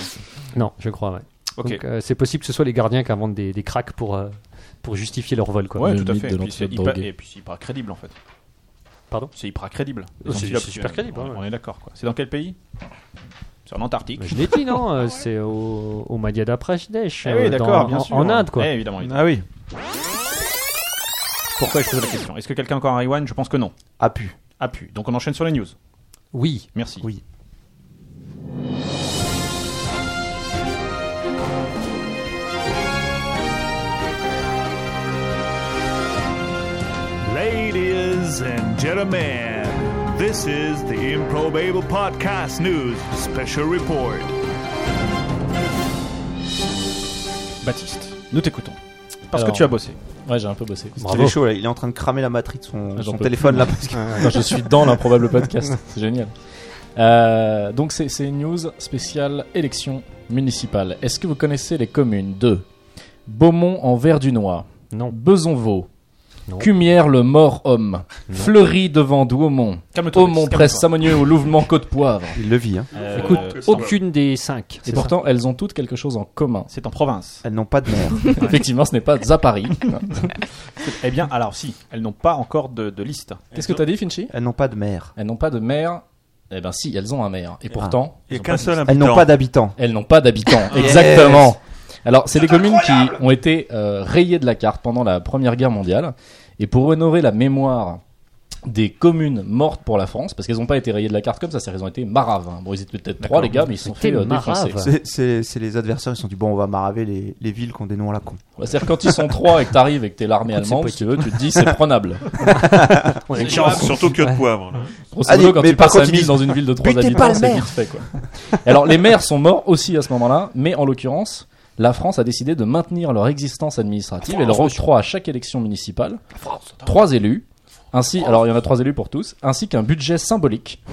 Speaker 4: Non, je crois. Ouais.
Speaker 3: Ok.
Speaker 4: Donc euh, c'est possible que ce soit les gardiens qui inventent des, des cracks pour euh, pour justifier leur vol quoi.
Speaker 7: Ouais,
Speaker 3: Ouais,
Speaker 7: le
Speaker 3: tout à
Speaker 7: mythe
Speaker 3: fait. Et
Speaker 7: de
Speaker 3: puis, c'est
Speaker 7: l'antilope
Speaker 3: hyper,
Speaker 7: droguée.
Speaker 3: et puis c'est hyper crédible en fait.
Speaker 4: Pardon
Speaker 3: C'est hyper crédible. Les
Speaker 4: Oh, c'est-
Speaker 3: antilopes,
Speaker 4: c'est super
Speaker 3: euh,
Speaker 4: crédible,
Speaker 3: On,
Speaker 4: ouais.
Speaker 3: on est d'accord quoi. C'est dans quel pays C'est en Antarctique.
Speaker 4: Mais je l'ai dit non, euh, c'est au, au Madhya Pradesh.
Speaker 3: Eh
Speaker 4: euh,
Speaker 3: oui,
Speaker 4: dans-
Speaker 3: d'accord, bien
Speaker 4: en-
Speaker 3: sûr.
Speaker 4: En Inde quoi.
Speaker 3: Eh, évidemment. évidemment.
Speaker 5: Ah oui.
Speaker 3: Pourquoi je pose la question Est-ce que quelqu'un a encore un rewind Je pense que non.
Speaker 5: A Ah, pu.
Speaker 3: A pu. Donc on enchaîne sur les news.
Speaker 4: Oui.
Speaker 3: Merci.
Speaker 5: Oui.
Speaker 9: Ladies and gentlemen, this is the Improbable Podcast News Special Report.
Speaker 3: Baptiste, nous t'écoutons. Parce
Speaker 7: Alors.
Speaker 3: que tu as bossé.
Speaker 7: Ouais, j'ai un peu bossé.
Speaker 5: Il est chaud là, il est en train de cramer la matrice de son,
Speaker 7: Ah, j'en
Speaker 5: son
Speaker 7: peux
Speaker 5: téléphone
Speaker 7: plus,
Speaker 5: là.
Speaker 7: moi.
Speaker 5: parce que-
Speaker 7: Enfin, je suis dans l'improbable podcast. C'est génial. Euh, donc, c'est c'est une news spéciale élection municipale. Est-ce que vous connaissez les communes de Beaumont en Verdunois,
Speaker 4: Non.
Speaker 7: Besonvaux,
Speaker 4: Non.
Speaker 7: Cumière le Mort-Homme, Fleury devant Douaumont,
Speaker 3: Calme-toi.
Speaker 7: Aumont
Speaker 3: Baptiste,
Speaker 7: Oh, presse Samonieux au Louvement Côte-Poivre.
Speaker 5: Il le vit. Hein.
Speaker 3: calme-toi.
Speaker 4: Écoute, oh.
Speaker 3: Euh,
Speaker 4: aucune des cinq.
Speaker 7: Et
Speaker 4: c'est ça
Speaker 7: pourtant, elles ont toutes quelque chose en commun.
Speaker 3: C'est en province.
Speaker 5: Elles n'ont pas de mère.
Speaker 7: Effectivement, ce n'est pas à Paris.
Speaker 3: Eh bien, alors si, elles n'ont pas encore de, de liste.
Speaker 7: Qu'est-ce que t'as dit, Finchi
Speaker 5: Elles n'ont pas de mère.
Speaker 7: Elles n'ont pas de maire. Eh ben si, elles ont un maire.
Speaker 4: Ah.
Speaker 7: Et pourtant,
Speaker 8: Il n'y a
Speaker 3: Ils ont pas
Speaker 8: qu'un
Speaker 3: de
Speaker 8: seul
Speaker 5: Elles n'ont
Speaker 8: habitant.
Speaker 5: pas d'habitants.
Speaker 7: Elles n'ont pas d'habitants, exactement. Alors, c'est des communes qui ont été euh, rayées de la carte pendant la Première Guerre mondiale. Et pour honorer la mémoire des communes mortes pour la France, parce qu'elles n'ont pas été rayées de la carte comme ça, c'est-à-dire qu'elles ont été maraves. hein. Bon, ils étaient peut-être trois, les gars, mais ils se sont
Speaker 4: T'es
Speaker 7: fait euh,
Speaker 4: marave.
Speaker 7: défoncer.
Speaker 5: C'est- C'est c'est les adversaires, ils se sont dit bon, on va maraver les, les villes qui ont des noms à la con.
Speaker 7: Ouais, C'est-à-dire quand ils sont trois et que t'arrives et que t'es l'armée
Speaker 4: Écoute, c'est
Speaker 7: allemande, si tu veux, tu te dis c'est prenable.
Speaker 4: On est-
Speaker 8: Genre, surtout que de poivre. là.
Speaker 7: Grosso
Speaker 5: Allez,
Speaker 7: modo, quand
Speaker 5: mais
Speaker 7: tu
Speaker 5: par
Speaker 7: passes
Speaker 5: contre,
Speaker 7: à
Speaker 5: ils
Speaker 7: 1000
Speaker 5: disent,
Speaker 7: dans une ville de 3
Speaker 5: butez pas
Speaker 7: habitants,
Speaker 5: le
Speaker 7: c'est
Speaker 5: maire.
Speaker 7: vite fait. Quoi. Alors, les maires sont morts aussi à ce moment-là, mais en l'occurrence, la France a décidé de maintenir leur existence administrative et leur octroie à chaque élection municipale trois élus, ainsi, alors il y en a trois élus pour tous, ainsi qu'un budget symbolique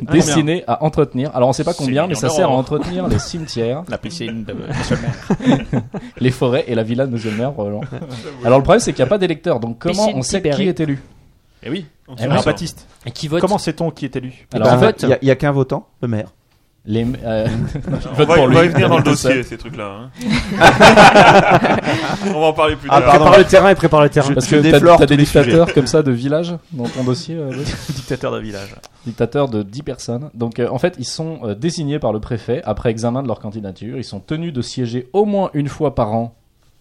Speaker 7: destiné à entretenir. Alors, on sait pas
Speaker 3: Six
Speaker 7: combien, mais ça
Speaker 3: millions
Speaker 7: sert à
Speaker 3: d'euros.
Speaker 7: entretenir les cimetières,
Speaker 3: La piscine de Monsieur le maire.
Speaker 7: les forêts et la villa de Monsieur le maire, probablement. Alors, le problème, c'est qu'il n'y a pas d'électeurs, donc comment
Speaker 4: Piscine
Speaker 7: on sait
Speaker 4: Tibéri.
Speaker 7: qui est élu
Speaker 3: Eh oui.
Speaker 8: On
Speaker 7: Eh
Speaker 8: s'en
Speaker 7: ben,
Speaker 3: Alors,
Speaker 8: sort.
Speaker 3: Baptiste,
Speaker 4: Et qui vote
Speaker 3: comment sait-on qui est élu
Speaker 7: Alors,
Speaker 5: Ben,
Speaker 7: en
Speaker 4: fait-
Speaker 5: il y a- il y a, qu'un votant, le maire.
Speaker 7: les. euh,
Speaker 8: On
Speaker 7: vote
Speaker 8: va,
Speaker 7: pour
Speaker 8: on
Speaker 7: lui.
Speaker 8: va y venir dans le
Speaker 7: Tout ça.
Speaker 8: dossier, ces trucs-là. hein. on va en parler plus
Speaker 5: Ah,
Speaker 8: tard.
Speaker 5: pardon.
Speaker 4: Prépare le terrain et prépare le terrain.
Speaker 7: Parce
Speaker 5: Hein Tu
Speaker 7: que t'as
Speaker 5: déplores
Speaker 7: t'as
Speaker 5: tous
Speaker 7: des
Speaker 5: les
Speaker 7: dictateurs comme ça de village dans ton dossier, euh, Boss
Speaker 3: Dictateur d'un village.
Speaker 7: dictateurs de 10 personnes. Donc euh, en fait, ils sont euh, désignés par le préfet après examen de leur candidature. Ils sont tenus de siéger au moins une fois par an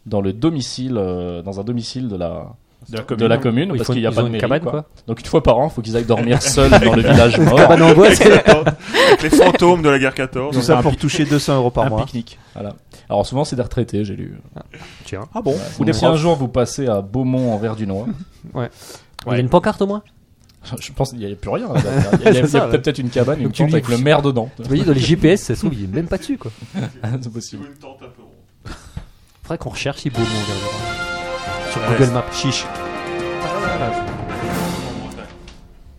Speaker 7: dans le domicile, euh, dans un domicile de la
Speaker 3: De la
Speaker 7: de la commune,
Speaker 4: Oui,
Speaker 7: parce
Speaker 4: faut-
Speaker 7: qu'il n'y a
Speaker 4: ils
Speaker 7: pas
Speaker 4: ont
Speaker 7: de
Speaker 4: une
Speaker 7: mairie,
Speaker 4: cabane,
Speaker 7: quoi.
Speaker 4: quoi.
Speaker 7: Donc une fois par an, faut qu'ils aillent dormir seuls dans le village mort.
Speaker 4: Cabane en bois, c'est-
Speaker 8: avec les fantômes de la guerre 14.
Speaker 5: Tout
Speaker 3: un
Speaker 5: ça pour
Speaker 3: pic-
Speaker 5: toucher 200 euros par
Speaker 3: un
Speaker 5: mois.
Speaker 3: pique-nique.
Speaker 7: Voilà. Alors souvent c'est des retraités, j'ai lu.
Speaker 4: Tiens.
Speaker 3: Ah bon
Speaker 7: Ou
Speaker 3: Ou des
Speaker 7: si un
Speaker 3: profs.
Speaker 7: jour vous passez à Beaumont en Verdunois,
Speaker 4: Il y a une pancarte au moins
Speaker 7: je pense qu'il n'y a plus rien. là, derrière. Il y a, il y a
Speaker 4: C'est ça, ouais.
Speaker 7: peut-être une cabane, une
Speaker 4: Donc tu
Speaker 7: tente
Speaker 4: lis-
Speaker 7: avec le maire dedans.
Speaker 4: Vous voyez, dans les GPS, ça se trouve, il est même pas dessus quoi.
Speaker 7: c'est possible.
Speaker 8: une tente un peu ronde.
Speaker 4: Faudrait qu'on recherche si beau on regardera. Sur
Speaker 8: Ouais.
Speaker 4: Google Maps, chiche.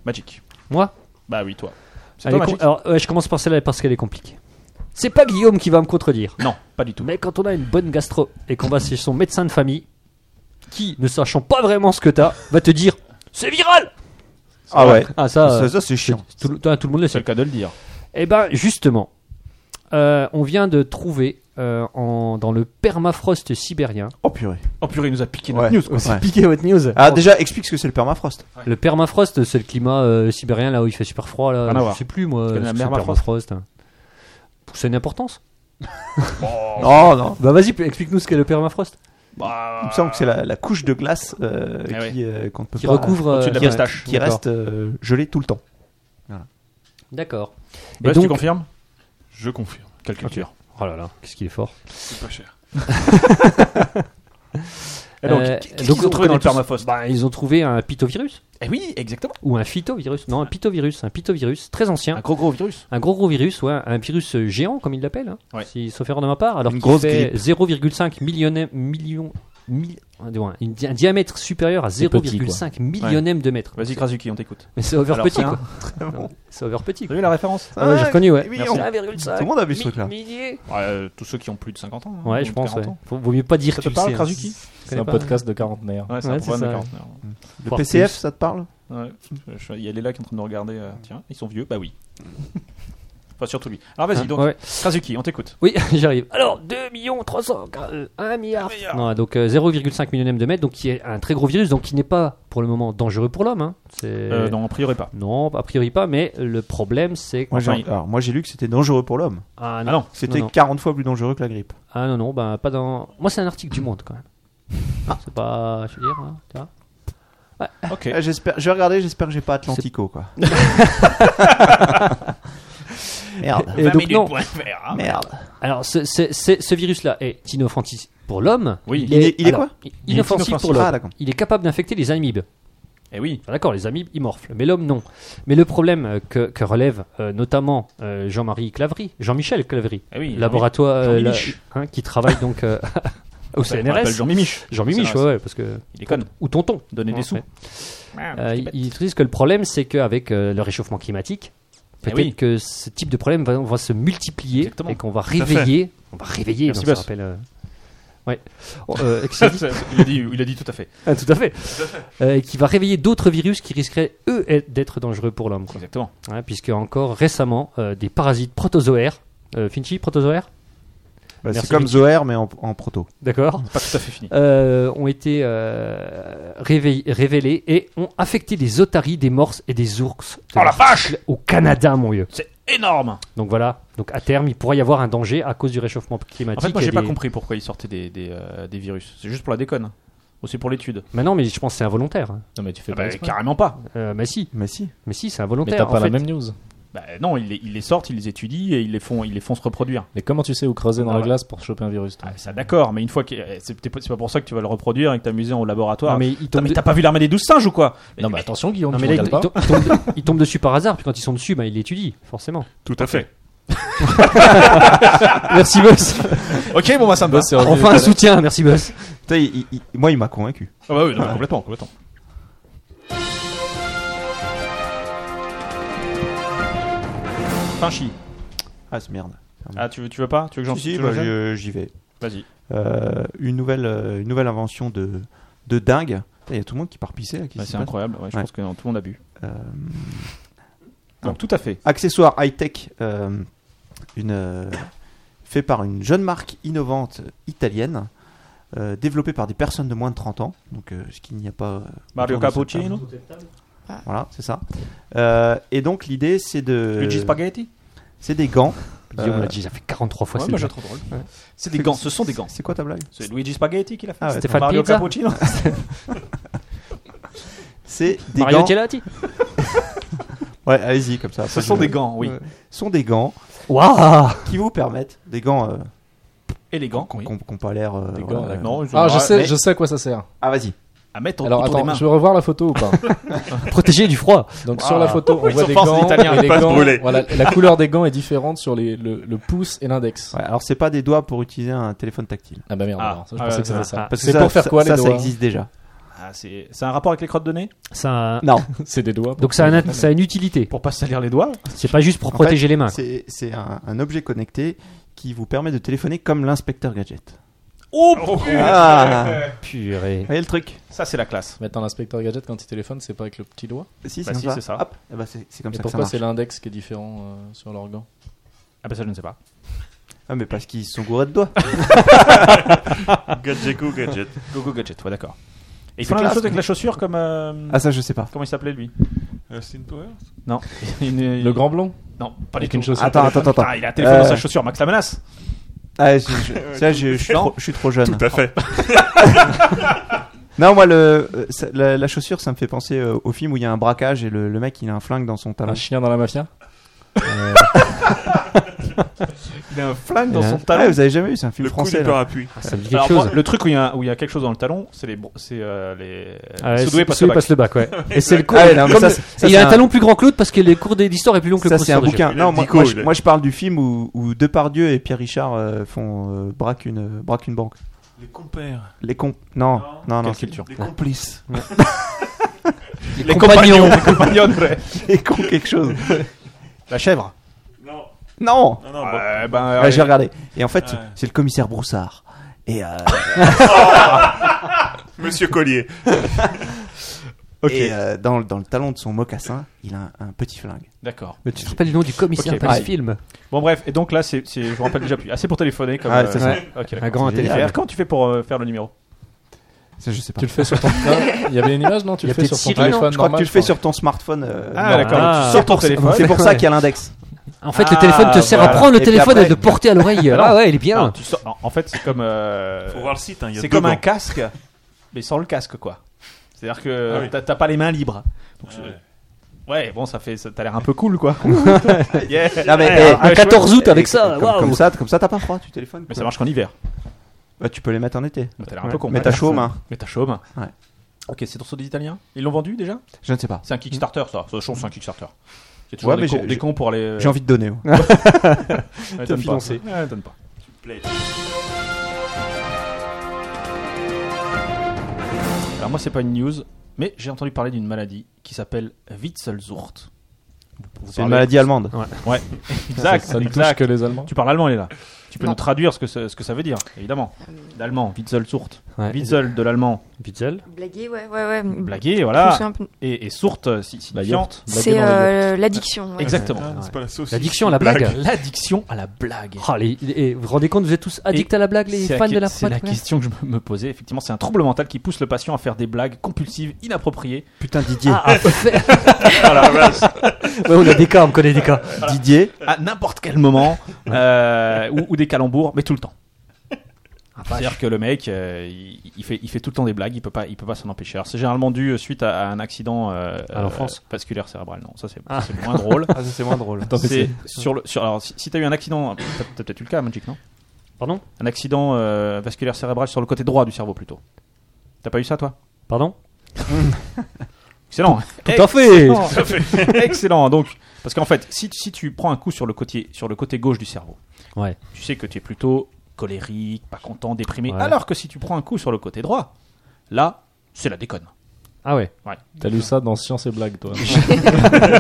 Speaker 3: Magic.
Speaker 4: Moi
Speaker 3: Bah oui, toi. C'est
Speaker 4: Elle
Speaker 3: toi,
Speaker 4: est com-
Speaker 3: Magic
Speaker 4: Alors, ouais, je commence par celle-là parce qu'elle est compliquée. C'est pas Guillaume qui va me contredire.
Speaker 3: Non, pas du tout.
Speaker 4: Mais quand on a une bonne gastro et qu'on va chez son médecin de famille, qui, ne sachant pas vraiment ce que t'as, va te dire C'est viral
Speaker 5: Ah ouais.
Speaker 4: Ah, ça, euh,
Speaker 5: Ça, ça, c'est chiant.
Speaker 4: tout, le- tout le monde le
Speaker 3: C'est
Speaker 4: sait.
Speaker 3: le cas de le dire.
Speaker 4: Eh ben justement, euh, on vient de trouver euh, en, dans le permafrost sibérien.
Speaker 5: Oh purée.
Speaker 3: Oh purée, il nous a piqué
Speaker 5: Ouais.
Speaker 3: notre news. quoi.
Speaker 5: Ouais.
Speaker 4: Piquez votre news.
Speaker 5: Ah déjà, explique ce que c'est le permafrost.
Speaker 4: Le permafrost, c'est le climat euh, sibérien là où il fait super froid là.
Speaker 3: Rien à
Speaker 4: je
Speaker 3: voir.
Speaker 4: sais plus moi.
Speaker 3: Tu connais
Speaker 4: ce
Speaker 3: la
Speaker 4: que c'est le
Speaker 3: permafrost
Speaker 4: permafrost. hein. C'est une importance.
Speaker 8: Oh,
Speaker 5: Non, non.
Speaker 4: Bah vas-y, explique-nous ce qu'est le permafrost.
Speaker 5: Il me semble que c'est la, la couche de glace euh,
Speaker 3: Ah
Speaker 4: Eh
Speaker 3: ouais.
Speaker 5: qui, euh, qu'on ne peut
Speaker 4: Qui
Speaker 5: pas-
Speaker 4: recouvre. euh,
Speaker 3: au-dessus de la
Speaker 5: qui,
Speaker 4: qui-
Speaker 3: pistache.
Speaker 5: qui reste euh, gelée tout le temps.
Speaker 4: D'accord.
Speaker 3: Buzz,
Speaker 4: donc-
Speaker 3: tu confirmes
Speaker 8: Je confirme.
Speaker 3: Quelle culture
Speaker 4: Oh là là, qu'est-ce qu'il est fort.
Speaker 8: C'est pas cher.
Speaker 3: Et donc,
Speaker 4: Euh,
Speaker 3: qu'est-ce
Speaker 4: donc,
Speaker 3: qu'ils ont
Speaker 4: on
Speaker 3: trouvé dans le
Speaker 4: connaît tous-
Speaker 3: permafrost
Speaker 4: Bah, ils ont trouvé un pitovirus
Speaker 3: Eh oui, exactement.
Speaker 4: ou un phytovirus. Non, un pitovirus, un pitovirus très ancien.
Speaker 3: Un gros gros virus.
Speaker 4: Un gros gros virus, ouais, un virus géant comme il l'appelle, hein,
Speaker 3: Ouais.
Speaker 4: si sauf erreur de ma part, alors
Speaker 5: Une
Speaker 4: qu'il
Speaker 5: grosse
Speaker 4: fait 0,5 millionième million mille- un di- un di- un diamètre supérieur à
Speaker 7: C'est petit,
Speaker 4: 0,5 millionième de mètre.
Speaker 3: Vas-y, Krasuki, on t'écoute.
Speaker 4: Mais c'est over
Speaker 3: Alors,
Speaker 4: petit
Speaker 3: c'est
Speaker 4: quoi.
Speaker 5: Ah
Speaker 4: Non, C'est over petit.
Speaker 3: T'as
Speaker 4: quoi.
Speaker 3: vu la référence
Speaker 4: Ah ouais, j'ai reconnu ouais.
Speaker 5: oui,
Speaker 4: Merci.
Speaker 5: on- Tout le monde a vu ce truc-là.
Speaker 3: Ouais, euh, Tous ceux qui ont plus de 50 ans. hein,
Speaker 4: Ouais,
Speaker 3: ou
Speaker 4: je
Speaker 3: de
Speaker 4: pense.
Speaker 3: 40
Speaker 4: Ouais.
Speaker 3: ans.
Speaker 4: Faut- Vaut mieux pas dire
Speaker 3: Ça
Speaker 4: tu
Speaker 3: te
Speaker 4: le
Speaker 3: parle,
Speaker 4: sais, hein.
Speaker 3: Krasuki
Speaker 7: C'est
Speaker 4: connais
Speaker 7: un
Speaker 4: pas.
Speaker 7: podcast de quarantenaire.
Speaker 3: Ouais, c'est
Speaker 4: Ouais,
Speaker 3: un
Speaker 4: c'est
Speaker 3: problème de
Speaker 4: ça.
Speaker 3: 40 heures.
Speaker 5: Le
Speaker 4: Voire
Speaker 5: PCF,
Speaker 4: plus.
Speaker 5: ça te parle
Speaker 3: Ouais, je- je- Il y a Léla qui est en train de nous regarder. euh, tiens, ils sont vieux Bah oui. Enfin, surtout lui. Alors vas-y, donc,
Speaker 4: Ah, Ouais.
Speaker 3: Krasuki, on t'écoute.
Speaker 4: Oui, j'arrive. Alors, 2 millions 300, euh, 1 milliard. Non, donc euh, 0,5 millionième de mètre, donc qui est un très gros virus, donc qui n'est pas pour le moment dangereux pour l'homme. hein. C'est-
Speaker 3: Euh, non, a priori pas.
Speaker 4: Non, a priori pas, mais le problème c'est.
Speaker 5: Moi, j'ai-
Speaker 3: Enfin, il-
Speaker 5: Alors, moi j'ai lu que c'était dangereux pour l'homme.
Speaker 4: Ah
Speaker 3: Ah non,
Speaker 5: C'était
Speaker 4: non.
Speaker 5: 40 fois plus dangereux que la grippe.
Speaker 4: Ah non, non, ben pas dans. Moi, c'est un article du Monde quand même.
Speaker 3: Ah.
Speaker 4: C'est pas. Je veux dire, hein, tu vois.
Speaker 3: Ok.
Speaker 5: Eh, J'espère, je vais regarder, j'espère que j'ai pas Atlantico quoi. Merde.
Speaker 4: Et donc, non. Ah,
Speaker 3: hein.
Speaker 5: Merde.
Speaker 4: Alors, ce, ce- ce- ce virus-là est inoffensif pour l'homme.
Speaker 3: Oui.
Speaker 5: Il est- il est
Speaker 4: alors,
Speaker 5: quoi
Speaker 4: i-
Speaker 3: Il est
Speaker 4: Inoffensif
Speaker 3: inoffensif.
Speaker 4: pour l'homme.
Speaker 5: Ah, d'accord.
Speaker 4: il est capable d'infecter les amibes.
Speaker 3: Eh oui.
Speaker 4: Ah, D'accord, les amibes, ils morflent, mais l'homme, non. Mais le problème euh, que, que relève euh, notamment euh, Jean-Marie Clavry, Jean-Michel Clavry,
Speaker 3: Eh oui.
Speaker 4: laboratoire euh, la-
Speaker 3: Jean-Mimiche.
Speaker 4: hein, qui travaille donc euh, au CNRS.
Speaker 3: Jean Mimiche.
Speaker 4: Jean-Mimiche,
Speaker 3: C'est
Speaker 4: ouais,
Speaker 3: vrai,
Speaker 4: ouais, parce que.
Speaker 3: Il est con.
Speaker 4: Ou tonton.
Speaker 3: Donner
Speaker 4: Ouais.
Speaker 3: des sous. Ah,
Speaker 4: Euh, ils ils disent que le problème, c'est qu'avec euh, le réchauffement climatique,
Speaker 3: Eh
Speaker 4: peut-être
Speaker 3: oui.
Speaker 4: que ce type de problème va, va se multiplier
Speaker 3: Exactement.
Speaker 4: et qu'on va
Speaker 8: à fait.
Speaker 4: réveiller. On va réveiller,
Speaker 3: Merci,
Speaker 4: donc
Speaker 3: boss.
Speaker 4: ça rappelle. euh, Ouais. Oh, euh, qu'est-ce qu'il dit
Speaker 3: il, a dit, il a dit tout à fait.
Speaker 4: Ah, tout à fait. Euh, qui va réveiller d'autres virus qui risqueraient, eux, être- d'être dangereux pour l'homme. quoi.
Speaker 3: Exactement.
Speaker 4: Hein, puisque encore récemment, euh, des parasites protozoaires. Euh, Finchy, protozoaires
Speaker 5: Bah,
Speaker 4: Merci,
Speaker 5: c'est comme
Speaker 4: Rick.
Speaker 5: Zoer mais en, en proto.
Speaker 4: D'accord.
Speaker 3: Pas tout à fait fini.
Speaker 4: euh, ont été euh, réveil- révélés et ont affecté les otaries, des morses et des ours.
Speaker 3: Oh la vache
Speaker 4: Au Canada, mon vieux.
Speaker 3: C'est énorme
Speaker 4: Donc voilà. Donc à terme, il pourrait y avoir un danger à cause du réchauffement
Speaker 3: En
Speaker 4: climatique.
Speaker 3: fait, moi, j'ai
Speaker 4: et
Speaker 3: pas
Speaker 4: des-
Speaker 3: compris pourquoi ils sortaient des, des, euh, des virus. C'est juste pour la déconne. Ou c'est pour l'étude.
Speaker 4: Mais non, mais je pense que c'est involontaire. hein.
Speaker 7: Non mais tu fais
Speaker 3: Ah
Speaker 7: pas
Speaker 3: bah,
Speaker 7: exprès.
Speaker 3: carrément pas.
Speaker 4: Euh, mais si,
Speaker 5: Mais si.
Speaker 4: mais si, c'est
Speaker 7: Mais t'as
Speaker 4: involontaire.
Speaker 7: pas
Speaker 4: en
Speaker 7: la
Speaker 4: fait.
Speaker 7: même news.
Speaker 3: Bah, non, ils les, ils les sortent, ils les étudient et ils les font, ils les font se reproduire.
Speaker 7: Mais comment tu sais où creuser dans
Speaker 3: Ah
Speaker 7: la
Speaker 3: ouais.
Speaker 7: glace pour choper un virus toi
Speaker 3: Ah, ça, d'accord, mais une fois que. eh, C'est t'es pas c'est pas pour ça que tu vas le reproduire et que t'amuser au laboratoire.
Speaker 4: Non, mais il
Speaker 3: Putain,
Speaker 4: tombe
Speaker 3: mais
Speaker 4: de-
Speaker 3: t'as pas vu l'armée des douze singes ou quoi
Speaker 7: Non mais attention Guillaume,
Speaker 4: non,
Speaker 7: tu
Speaker 4: mais là, il,
Speaker 7: regardes pas.
Speaker 4: il tombe- il tombe de- il tombe dessus par hasard, puis quand ils sont dessus, bah, ils l'étudient, forcément.
Speaker 8: Tout à fait.
Speaker 4: Merci, Boss.
Speaker 3: Ok, bon, bah ça me va.
Speaker 7: Boss, c'est revenu.
Speaker 4: enfin, un soutien, merci, Boss.
Speaker 5: Putain, il- il- il- moi il m'a convaincu.
Speaker 3: Ah bah oui, non, mais complètement, complètement. Finchi.
Speaker 5: Ah c'est merde.
Speaker 3: Ah, tu veux, tu veux pas Tu veux que j'en
Speaker 5: Si, si,
Speaker 3: tu veux
Speaker 5: bah,
Speaker 3: que j'en-
Speaker 5: je- j'y vais.
Speaker 3: Vas-y. Bah,
Speaker 5: Euh, une nouvelle euh, une nouvelle invention de de dingue. Putain, Il y a tout le monde qui part pisser là. qu'est-ce
Speaker 3: Bah,
Speaker 5: qui
Speaker 3: c'est
Speaker 5: se passe
Speaker 3: incroyable, ouais, je
Speaker 5: Ouais.
Speaker 3: pense que non, tout le monde a bu.
Speaker 5: Euh,
Speaker 3: Donc, tout à fait.
Speaker 5: accessoire high-tech euh, une, euh, fait par une jeune marque innovante italienne, euh, développée par des personnes de moins de 30 ans, donc euh, ce qu'il n'y a pas. euh,
Speaker 3: Mario
Speaker 5: autour de cette
Speaker 3: Cappuccino
Speaker 5: table. Voilà, c'est ça. Euh, et donc l'idée, c'est de.
Speaker 3: Luigi Spaghetti
Speaker 5: C'est des gants.
Speaker 4: Guillaume
Speaker 5: Euh,
Speaker 4: l'a dit, ça fait 43 fois.
Speaker 3: Ouais,
Speaker 4: c'est
Speaker 3: moi,
Speaker 4: le-
Speaker 3: je la trouve drôle. C'est des gants, ce sont des gants.
Speaker 5: C'est quoi ta blague
Speaker 3: C'est Luigi Spaghetti qui l'a fait.
Speaker 5: Ah ouais,
Speaker 4: Stéphane
Speaker 3: Mario
Speaker 4: Pizza.
Speaker 3: Cappuccino
Speaker 5: C'est des
Speaker 4: Mario
Speaker 5: gants.
Speaker 4: Gelati
Speaker 5: Ouais, allez-y, comme ça.
Speaker 3: Ce
Speaker 5: après,
Speaker 3: sont
Speaker 5: je-
Speaker 3: des gants, oui.
Speaker 5: Ouais. Ce sont des gants
Speaker 4: Waouh
Speaker 5: qui vous permettent, des gants euh,
Speaker 3: Élégant, oui.
Speaker 5: qui n'ont pas l'air. euh,
Speaker 3: Des gants,
Speaker 5: voilà, euh,
Speaker 3: non, ils ont
Speaker 7: Ah, je
Speaker 3: à-
Speaker 7: sais,
Speaker 5: mais-
Speaker 7: je sais à quoi ça sert.
Speaker 5: Ah, vas-y.
Speaker 3: à mettre
Speaker 7: Alors
Speaker 3: autour des
Speaker 7: attends,
Speaker 3: mains.
Speaker 7: je veux revoir la photo ou pas
Speaker 4: Protégé du froid.
Speaker 7: Donc
Speaker 3: Ah.
Speaker 7: sur la photo, on
Speaker 3: Ils
Speaker 7: voit
Speaker 3: sont
Speaker 7: des
Speaker 3: forts, ces
Speaker 7: gants.
Speaker 3: Italiens,
Speaker 7: et
Speaker 3: ils
Speaker 7: les
Speaker 3: peuvent
Speaker 7: gants-
Speaker 3: brûler.
Speaker 7: Voilà, la couleur des gants est différente sur les, le, le pouce et l'index.
Speaker 5: Ouais, alors, c'est pas des doigts pour utiliser un téléphone tactile.
Speaker 7: Ah bah merde,
Speaker 3: Ah.
Speaker 7: alors, ça, je
Speaker 3: Ah,
Speaker 7: pensais
Speaker 3: ouais,
Speaker 7: que c'était
Speaker 3: ouais,
Speaker 7: ça.
Speaker 3: ouais.
Speaker 5: Parce que
Speaker 7: C'est
Speaker 5: ça-
Speaker 7: pour faire quoi
Speaker 5: ça,
Speaker 7: les
Speaker 5: Ça
Speaker 7: doigts
Speaker 5: existe déjà.
Speaker 3: Ah, c'est c'est un rapport avec les crottes de nez
Speaker 4: C'est un-
Speaker 5: Non,
Speaker 7: C'est des doigts.
Speaker 4: Donc ça a, un at- ça a une utilité.
Speaker 3: Pour pas se salir les doigts
Speaker 4: C'est pas juste pour
Speaker 5: En
Speaker 4: protéger les mains.
Speaker 5: c'est c'est un, un objet connecté qui vous permet de téléphoner comme l'inspecteur gadget.
Speaker 3: Oh,
Speaker 5: Ah,
Speaker 4: Purée.
Speaker 5: voyez le truc
Speaker 3: Ça, c'est la classe.
Speaker 7: Mettre un inspecteur gadget quand il téléphone, c'est pas avec le petit doigt.
Speaker 5: Si,
Speaker 3: Bah
Speaker 5: c'est
Speaker 3: si,
Speaker 5: comme
Speaker 3: c'est ça.
Speaker 5: Hop, eh ben, c'est c'est comme
Speaker 7: Et
Speaker 5: ça que ça
Speaker 7: pourquoi
Speaker 5: marche.
Speaker 7: c'est l'index qui est différent euh, sur l'organ
Speaker 3: Ah, bah ça, je ne sais pas.
Speaker 5: Ah, mais parce qu'ils sont gourés de doigts.
Speaker 9: Gadget go gadget.
Speaker 3: Go Go Gadget, ouais, d'accord. Et ils
Speaker 5: C'est
Speaker 3: font la même
Speaker 5: classe,
Speaker 3: chose avec
Speaker 5: mais-
Speaker 3: la chaussure comme. euh,
Speaker 5: Ah, ça, je sais pas.
Speaker 3: Comment il s'appelait lui
Speaker 8: Austin Powers
Speaker 3: Non. Une- une-
Speaker 7: Le grand blond
Speaker 3: Non, pas
Speaker 7: Avec
Speaker 3: du
Speaker 7: une
Speaker 3: tout.
Speaker 7: chaussure.
Speaker 5: Attends, attends, attends.
Speaker 3: Ah, il a un téléphone dans sa
Speaker 5: Euh,
Speaker 3: chaussure, Max la menace.
Speaker 5: Ah, je, je- ça, je, je suis trop, je suis trop jeune.
Speaker 9: Tout à fait.
Speaker 5: Non, moi, le, euh, ça- la, la chaussure, ça me fait penser euh, au film où il y a un braquage et le, le mec, il a un flingue dans son talon.
Speaker 7: Un chien dans la mafia
Speaker 5: Euh,
Speaker 3: Il a un flingue dans
Speaker 5: et,
Speaker 3: son
Speaker 5: euh,
Speaker 3: talon.
Speaker 7: Ah,
Speaker 5: ouais, vous avez jamais vu, c'est un film
Speaker 9: Le coup
Speaker 5: français.
Speaker 9: du
Speaker 5: là.
Speaker 9: parapluie.
Speaker 4: Ça me dit
Speaker 3: Alors,
Speaker 4: quelque chose.
Speaker 3: moi, le truc où il y a, où il y a quelque chose dans le talon, c'est les, bro- c'est euh, les
Speaker 4: Ah ouais,
Speaker 3: les
Speaker 4: Soudoué
Speaker 3: soudoués
Speaker 4: passe
Speaker 3: parce que
Speaker 4: le bac, ouais. Et c'est le cours.
Speaker 5: Ah ouais, non, mais
Speaker 4: comme
Speaker 5: ça,
Speaker 4: le-
Speaker 5: c'est- ça,
Speaker 4: Et il
Speaker 5: c'est
Speaker 4: a un
Speaker 5: un-
Speaker 4: talon plus grand que l'autre parce que le cours des- d'histoire est plus long que le
Speaker 5: Ça,
Speaker 4: cours
Speaker 5: c'est un
Speaker 4: de
Speaker 5: bouquin.
Speaker 9: jeu.
Speaker 5: Non, moi,
Speaker 9: Dico,
Speaker 5: moi, je,
Speaker 9: il a-
Speaker 5: moi, je parle du film où, où Depardieu et Pierre Richard euh, font euh, braquent une euh, braquent une banque.
Speaker 8: Les compères.
Speaker 5: Les comp. Non, non, non.
Speaker 3: Quelle culture.
Speaker 8: Les complices.
Speaker 4: Les, compagnons.
Speaker 3: Les compagnons, ouais.
Speaker 5: c'est- Les cons quelque chose.
Speaker 3: La chèvre.
Speaker 9: Non,
Speaker 5: Non.
Speaker 9: non, non. bon.
Speaker 3: Euh, ben,
Speaker 5: Ouais,
Speaker 3: ouais.
Speaker 5: J'ai regardé. Et en fait,
Speaker 8: Ouais.
Speaker 5: c'est le commissaire Broussard. Et, euh,
Speaker 9: Monsieur Collier.
Speaker 5: et, euh, dans, le- dans le talon de son mocassin, il a un, un petit flingue.
Speaker 3: D'accord.
Speaker 4: Mais tu te rappelles du nom du commissaire
Speaker 3: Ok,
Speaker 4: dans
Speaker 3: pareil.
Speaker 4: ce film
Speaker 3: Bon bref, et donc là, c'est, c'est- je vous rappelle déjà plus. Ah, c'est pour téléphoner comme.
Speaker 5: Ah,
Speaker 3: euh,
Speaker 5: c'est ça.
Speaker 3: ok, d'accord.
Speaker 4: Un grand
Speaker 5: C'est
Speaker 3: Et
Speaker 5: génial.
Speaker 3: alors,
Speaker 4: téléphone.
Speaker 3: comment tu fais pour euh, faire le numéro
Speaker 5: Ça, je sais pas.
Speaker 7: Tu le fais sur ton. Non, Il y avait une image, non Tu
Speaker 4: Il y
Speaker 7: le
Speaker 4: a
Speaker 7: fais
Speaker 4: peut-être Siri,
Speaker 7: sur ton
Speaker 4: non
Speaker 7: téléphone.
Speaker 5: je crois que
Speaker 7: normal,
Speaker 5: tu le fais sur ton smartphone. euh,
Speaker 3: Ah,
Speaker 5: non.
Speaker 3: d'accord.
Speaker 4: Ah.
Speaker 3: tu sors ton téléphone.
Speaker 5: C'est pour ça
Speaker 4: Ouais.
Speaker 5: qu'il y a l'index.
Speaker 4: En fait,
Speaker 3: Ah,
Speaker 4: le téléphone te sert à
Speaker 5: voilà.
Speaker 4: prendre le
Speaker 5: Et puis
Speaker 4: téléphone et
Speaker 5: après-
Speaker 4: de le porter à l'oreille. Ah ouais, il est
Speaker 3: Non,
Speaker 4: bien.
Speaker 3: tu sors- en- En fait, c'est comme. euh,
Speaker 9: Faut voir le site, hein, il y a
Speaker 3: C'est
Speaker 9: deux
Speaker 3: comme un
Speaker 9: gants.
Speaker 3: casque, mais sans le casque, quoi. C'est-à-dire que
Speaker 9: Ah oui. Ah
Speaker 3: t'as- t'as pas les mains libres. Donc, je-
Speaker 9: Ouais.
Speaker 3: Ouais, bon, ça fait, ça- t'as l'air un peu cool, quoi. Yeah. Ouais,
Speaker 5: Non, mais, eh,
Speaker 3: ouais,
Speaker 4: Un
Speaker 3: chouette.
Speaker 4: 14 août
Speaker 5: Et
Speaker 4: avec ça.
Speaker 5: Comme,
Speaker 4: Waouh.
Speaker 5: comme ça, comme ça, t'as pas froid, tu téléphones.
Speaker 3: Mais
Speaker 5: quoi.
Speaker 3: ça marche qu'en hiver.
Speaker 5: Bah, tu peux les mettre en été.
Speaker 3: T'as l'air un peu con.
Speaker 5: Mais t'as chaud aux mains.
Speaker 3: Mais t'as chaud aux mains.
Speaker 5: Ouais.
Speaker 3: Ok, c'est sur des Italiens. Ils l'ont vendu déjà
Speaker 5: Je ne sais pas.
Speaker 3: C'est un Kickstarter, ça. Ça, je pense que c'est un Kickstarter. Il y a toujours
Speaker 5: Ouais,
Speaker 3: des,
Speaker 5: mais
Speaker 3: cons,
Speaker 5: j'ai-
Speaker 3: des cons pour euh, les.
Speaker 5: J'ai envie de donner. ouais.
Speaker 3: Ouais,
Speaker 5: te
Speaker 3: donne pas.
Speaker 5: financer.
Speaker 3: Ouais, donne pas. Alors moi, c'est pas une news, mais j'ai entendu parler d'une maladie qui s'appelle Witzelsucht. Vous
Speaker 5: C'est une
Speaker 3: parlez-
Speaker 5: maladie allemande.
Speaker 3: Ouais, exact,
Speaker 7: Ça ne touche
Speaker 3: exact.
Speaker 7: que les Allemands.
Speaker 3: Tu parles allemand, il est là. Tu peux
Speaker 6: Non. Euh.
Speaker 3: nous traduire ce que, ça- ce que ça veut dire, évidemment. D'allemand, Witzelsucht.
Speaker 4: Ouais.
Speaker 3: Witzel de l'allemand,
Speaker 4: Pitzel.
Speaker 6: Blaguer, ouais, ouais, ouais.
Speaker 3: blagué,
Speaker 6: Je me
Speaker 3: voilà.
Speaker 6: souviens Mm. un peu-
Speaker 3: Et, et sourte, euh, si,
Speaker 7: La
Speaker 3: signifiant.
Speaker 7: yaourt.
Speaker 6: C'est euh, l'addiction. ouais.
Speaker 3: Exactement.
Speaker 8: Ah, C'est pas la sauce.
Speaker 4: L'addiction à la blague.
Speaker 3: L'addiction à la blague.
Speaker 4: Oh, les- et vous vous rendez compte, vous êtes tous addicts à la blague, les
Speaker 3: C'est
Speaker 4: fans de la
Speaker 3: C'est la
Speaker 4: blague
Speaker 3: question que je me- me posais. Effectivement, c'est un trouble mental qui pousse le patient à faire des blagues compulsives, inappropriées.
Speaker 5: Putain, Didier.
Speaker 4: Ah, à faire- Ouais, on a des cas, on connaît des cas.
Speaker 5: Didier.
Speaker 3: à n'importe quel moment euh, ou, ou des calembours, mais tout le temps.
Speaker 7: Ah,
Speaker 3: C'est-à-dire que le mec, euh, il, il fait, il fait tout le temps des blagues, il peut pas, il peut pas s'en empêcher. Alors, c'est généralement dû euh, suite à, à un accident euh,
Speaker 4: À l'enfance.
Speaker 3: euh, vasculaire cérébral. Non, ça c'est ça, c'est moins drôle.
Speaker 5: Ah, ça, c'est moins drôle.
Speaker 7: Attends,
Speaker 3: C'est
Speaker 7: c'est-
Speaker 3: sur le, sur, alors, si, tu t'as eu un accident, t'as t'as peut-être eu le cas, Magic, non
Speaker 4: Pardon
Speaker 3: Un accident euh, vasculaire cérébral sur le côté droit du cerveau plutôt. T'as pas eu ça, toi
Speaker 4: Pardon
Speaker 3: Excellent.
Speaker 4: Tout à fait
Speaker 3: Excellent. Donc, parce qu'en fait, si, si tu prends un coup sur le côté, sur le côté gauche du cerveau,
Speaker 4: Ouais.
Speaker 3: tu sais que tu es plutôt colérique, pas content, déprimé.
Speaker 4: Ouais.
Speaker 3: Alors que si tu prends un coup sur le côté droit, là, c'est la déconne.
Speaker 4: Ah ouais.
Speaker 7: T'as lu ça dans Science et Blagues, toi.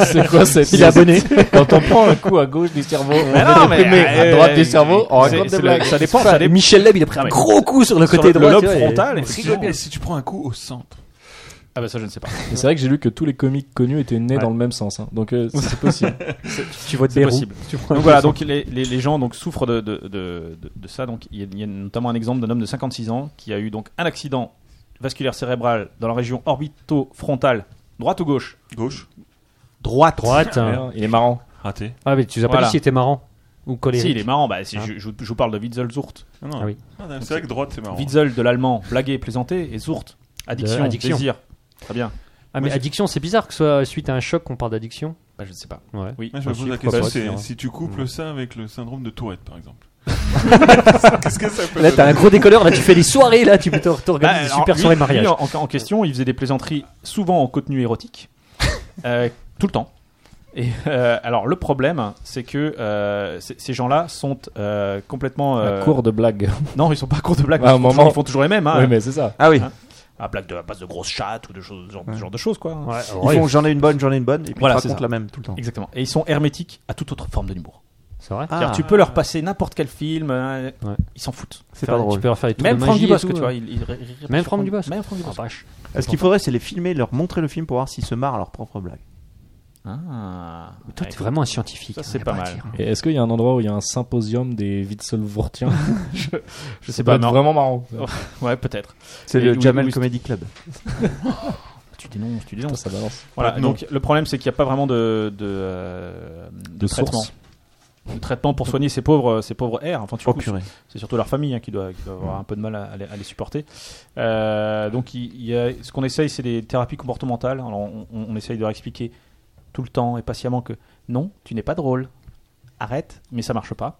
Speaker 7: c'est quoi cette
Speaker 4: Il est abonné.
Speaker 7: Quand on prend un coup à gauche du cerveau, on
Speaker 3: Mais
Speaker 7: est
Speaker 3: non, mais,
Speaker 7: déprimé.
Speaker 3: euh,
Speaker 7: À droite du cerveau, on
Speaker 3: c'est-
Speaker 7: raconte des
Speaker 3: c'est le-
Speaker 7: blagues.
Speaker 3: Ça dépend. Ça dépend.
Speaker 4: Michel Leb, il a pris
Speaker 3: Ah
Speaker 4: un
Speaker 3: ouais.
Speaker 4: gros coup sur le
Speaker 3: Sur
Speaker 4: côté
Speaker 3: le
Speaker 4: droit.
Speaker 3: lobe
Speaker 4: tu vois, et-
Speaker 3: frontal.
Speaker 8: Si
Speaker 3: effectivement.
Speaker 8: tu- si tu prends un coup au centre.
Speaker 3: Ah bah ça, je ne sais pas.
Speaker 7: Mais C'est vrai que j'ai lu que tous les comiques connus étaient nés
Speaker 3: Ouais.
Speaker 7: dans le même sens. hein. Donc euh, c'est possible.
Speaker 4: Tu vois
Speaker 3: C'est
Speaker 4: des roues.
Speaker 3: possible. Donc voilà, donc les, les, les gens donc souffrent de, de, de, de- de ça. Donc il y, a- il y a notamment un exemple d'un homme de 56 ans qui a eu donc un accident vasculaire cérébral dans la région orbito-frontale, droite ou gauche
Speaker 9: Gauche.
Speaker 4: Droite. Droite.
Speaker 7: Merde, Il est marrant.
Speaker 8: Raté.
Speaker 4: Ah, mais tu nous as pas
Speaker 3: Voilà.
Speaker 4: dit si était marrant. Ou colérique.
Speaker 3: Si, il est marrant. Bah, si
Speaker 4: Hein
Speaker 3: je, je, je vous parle de Witzelsucht.
Speaker 8: Ah, non.
Speaker 4: Ah oui.
Speaker 8: Ah, non, c'est vrai que droite, c'est marrant.
Speaker 3: Witzel de l'allemand, blaguer, plaisanter, et Zurt, addiction,
Speaker 4: addiction.
Speaker 3: désir. Très bien.
Speaker 4: Ah, mais
Speaker 3: Moi, je-
Speaker 4: addiction, c'est bizarre que ce soit suite à un choc qu'on parle d'addiction.
Speaker 3: Bah, Ah, je ne sais pas.
Speaker 4: Ouais.
Speaker 3: Oui.
Speaker 8: Moi, je me
Speaker 4: Ensuite,
Speaker 8: pose la
Speaker 4: pourquoi
Speaker 8: question
Speaker 4: pas,
Speaker 8: c'est
Speaker 4: tiens.
Speaker 8: si tu couples ça avec le syndrome de Tourette, par exemple. Qu'est-ce que ça peut
Speaker 4: Là, t'as un
Speaker 8: donner
Speaker 4: gros décolleur, là, tu fais des soirées, là, tu peux t'or-
Speaker 3: Bah,
Speaker 4: t'organiser des
Speaker 3: alors,
Speaker 4: super
Speaker 3: lui-
Speaker 4: soirées mariage.
Speaker 3: lui, en, en- en question, il faisait des plaisanteries souvent en contenu érotique, euh, tout le temps. Et euh, alors, le problème, c'est que euh, c- ces gens-là sont euh, complètement. euh,
Speaker 7: La cour de blagues.
Speaker 3: Non, ils sont pas courts de blagues.
Speaker 7: Bah, au
Speaker 3: ils, font toujours-
Speaker 7: moment-
Speaker 3: ils font toujours les mêmes. Hein,
Speaker 7: Oui, mais c'est ça.
Speaker 5: Ah oui.
Speaker 3: à blague de, à base de grosses chattes ou de choses, ce genre, ce genre de choses, quoi.
Speaker 5: Ils font j'en ai une bonne, j'en ai une bonne, et puis
Speaker 3: Voilà,
Speaker 5: ils
Speaker 3: c'est
Speaker 5: racontent
Speaker 3: ça.
Speaker 5: la même tout le temps.
Speaker 3: Exactement. Et ils sont hermétiques à toute autre forme de l'humour.
Speaker 4: C'est vrai.
Speaker 5: Ah,
Speaker 3: C'est-à-dire, tu peux leur passer n'importe quel film, euh,
Speaker 4: Ouais.
Speaker 3: ils s'en foutent.
Speaker 5: c'est
Speaker 4: Faire-
Speaker 5: pas
Speaker 4: Tu
Speaker 5: drôle.
Speaker 4: peux leur faire des tours
Speaker 3: Même
Speaker 4: de
Speaker 3: Franck
Speaker 4: magie et
Speaker 3: Dubosc,
Speaker 4: tout,
Speaker 3: que tu vois.
Speaker 4: ouais.
Speaker 3: il- il- il- il-
Speaker 4: Même Franck Dubosc.
Speaker 3: Même Franck Dubosc.
Speaker 4: Ah, vache.
Speaker 5: Ce qu'il faudrait, c'est les filmer, leur montrer le film pour voir s'ils se marrent à leur propre blague.
Speaker 3: Ah.
Speaker 4: Toi,
Speaker 3: Ouais.
Speaker 4: t'es vraiment un scientifique.
Speaker 3: Ça,
Speaker 4: hein,
Speaker 3: c'est
Speaker 4: y a
Speaker 3: pas
Speaker 4: à
Speaker 3: mal.
Speaker 4: dire.
Speaker 7: Et est-ce qu'il y a un endroit où il y a un symposium des Witzelwurtiens je, je
Speaker 3: sais
Speaker 7: sais pas,
Speaker 3: pas, non.
Speaker 7: vraiment marrant.
Speaker 3: Oh. Ouais, peut-être.
Speaker 5: C'est
Speaker 3: Et
Speaker 5: le
Speaker 3: oui,
Speaker 5: Jamel
Speaker 3: oui,
Speaker 5: Comedy Club.
Speaker 3: Tu dénonces, tu dénonces.
Speaker 7: Ça balance.
Speaker 3: Voilà,
Speaker 8: Ouais, non.
Speaker 3: donc le problème c'est qu'il n'y a pas vraiment de, de, euh, de
Speaker 7: De
Speaker 3: traitement.
Speaker 7: source.
Speaker 3: De traitement pour soigner ces pauvres, euh, ces pauvres R. Enfin, tu
Speaker 5: Oh
Speaker 3: coupes.
Speaker 5: purée.
Speaker 3: c'est surtout leur famille hein, qui, doit, qui doit avoir un peu de mal à, à les, à les supporter. Euh, donc, il- il y a- ce qu'on essaye, c'est des thérapies comportementales. Alors, on, on- on essaye de leur expliquer tout le temps et patiemment que non, tu n'es pas drôle. Arrête, mais ça marche pas.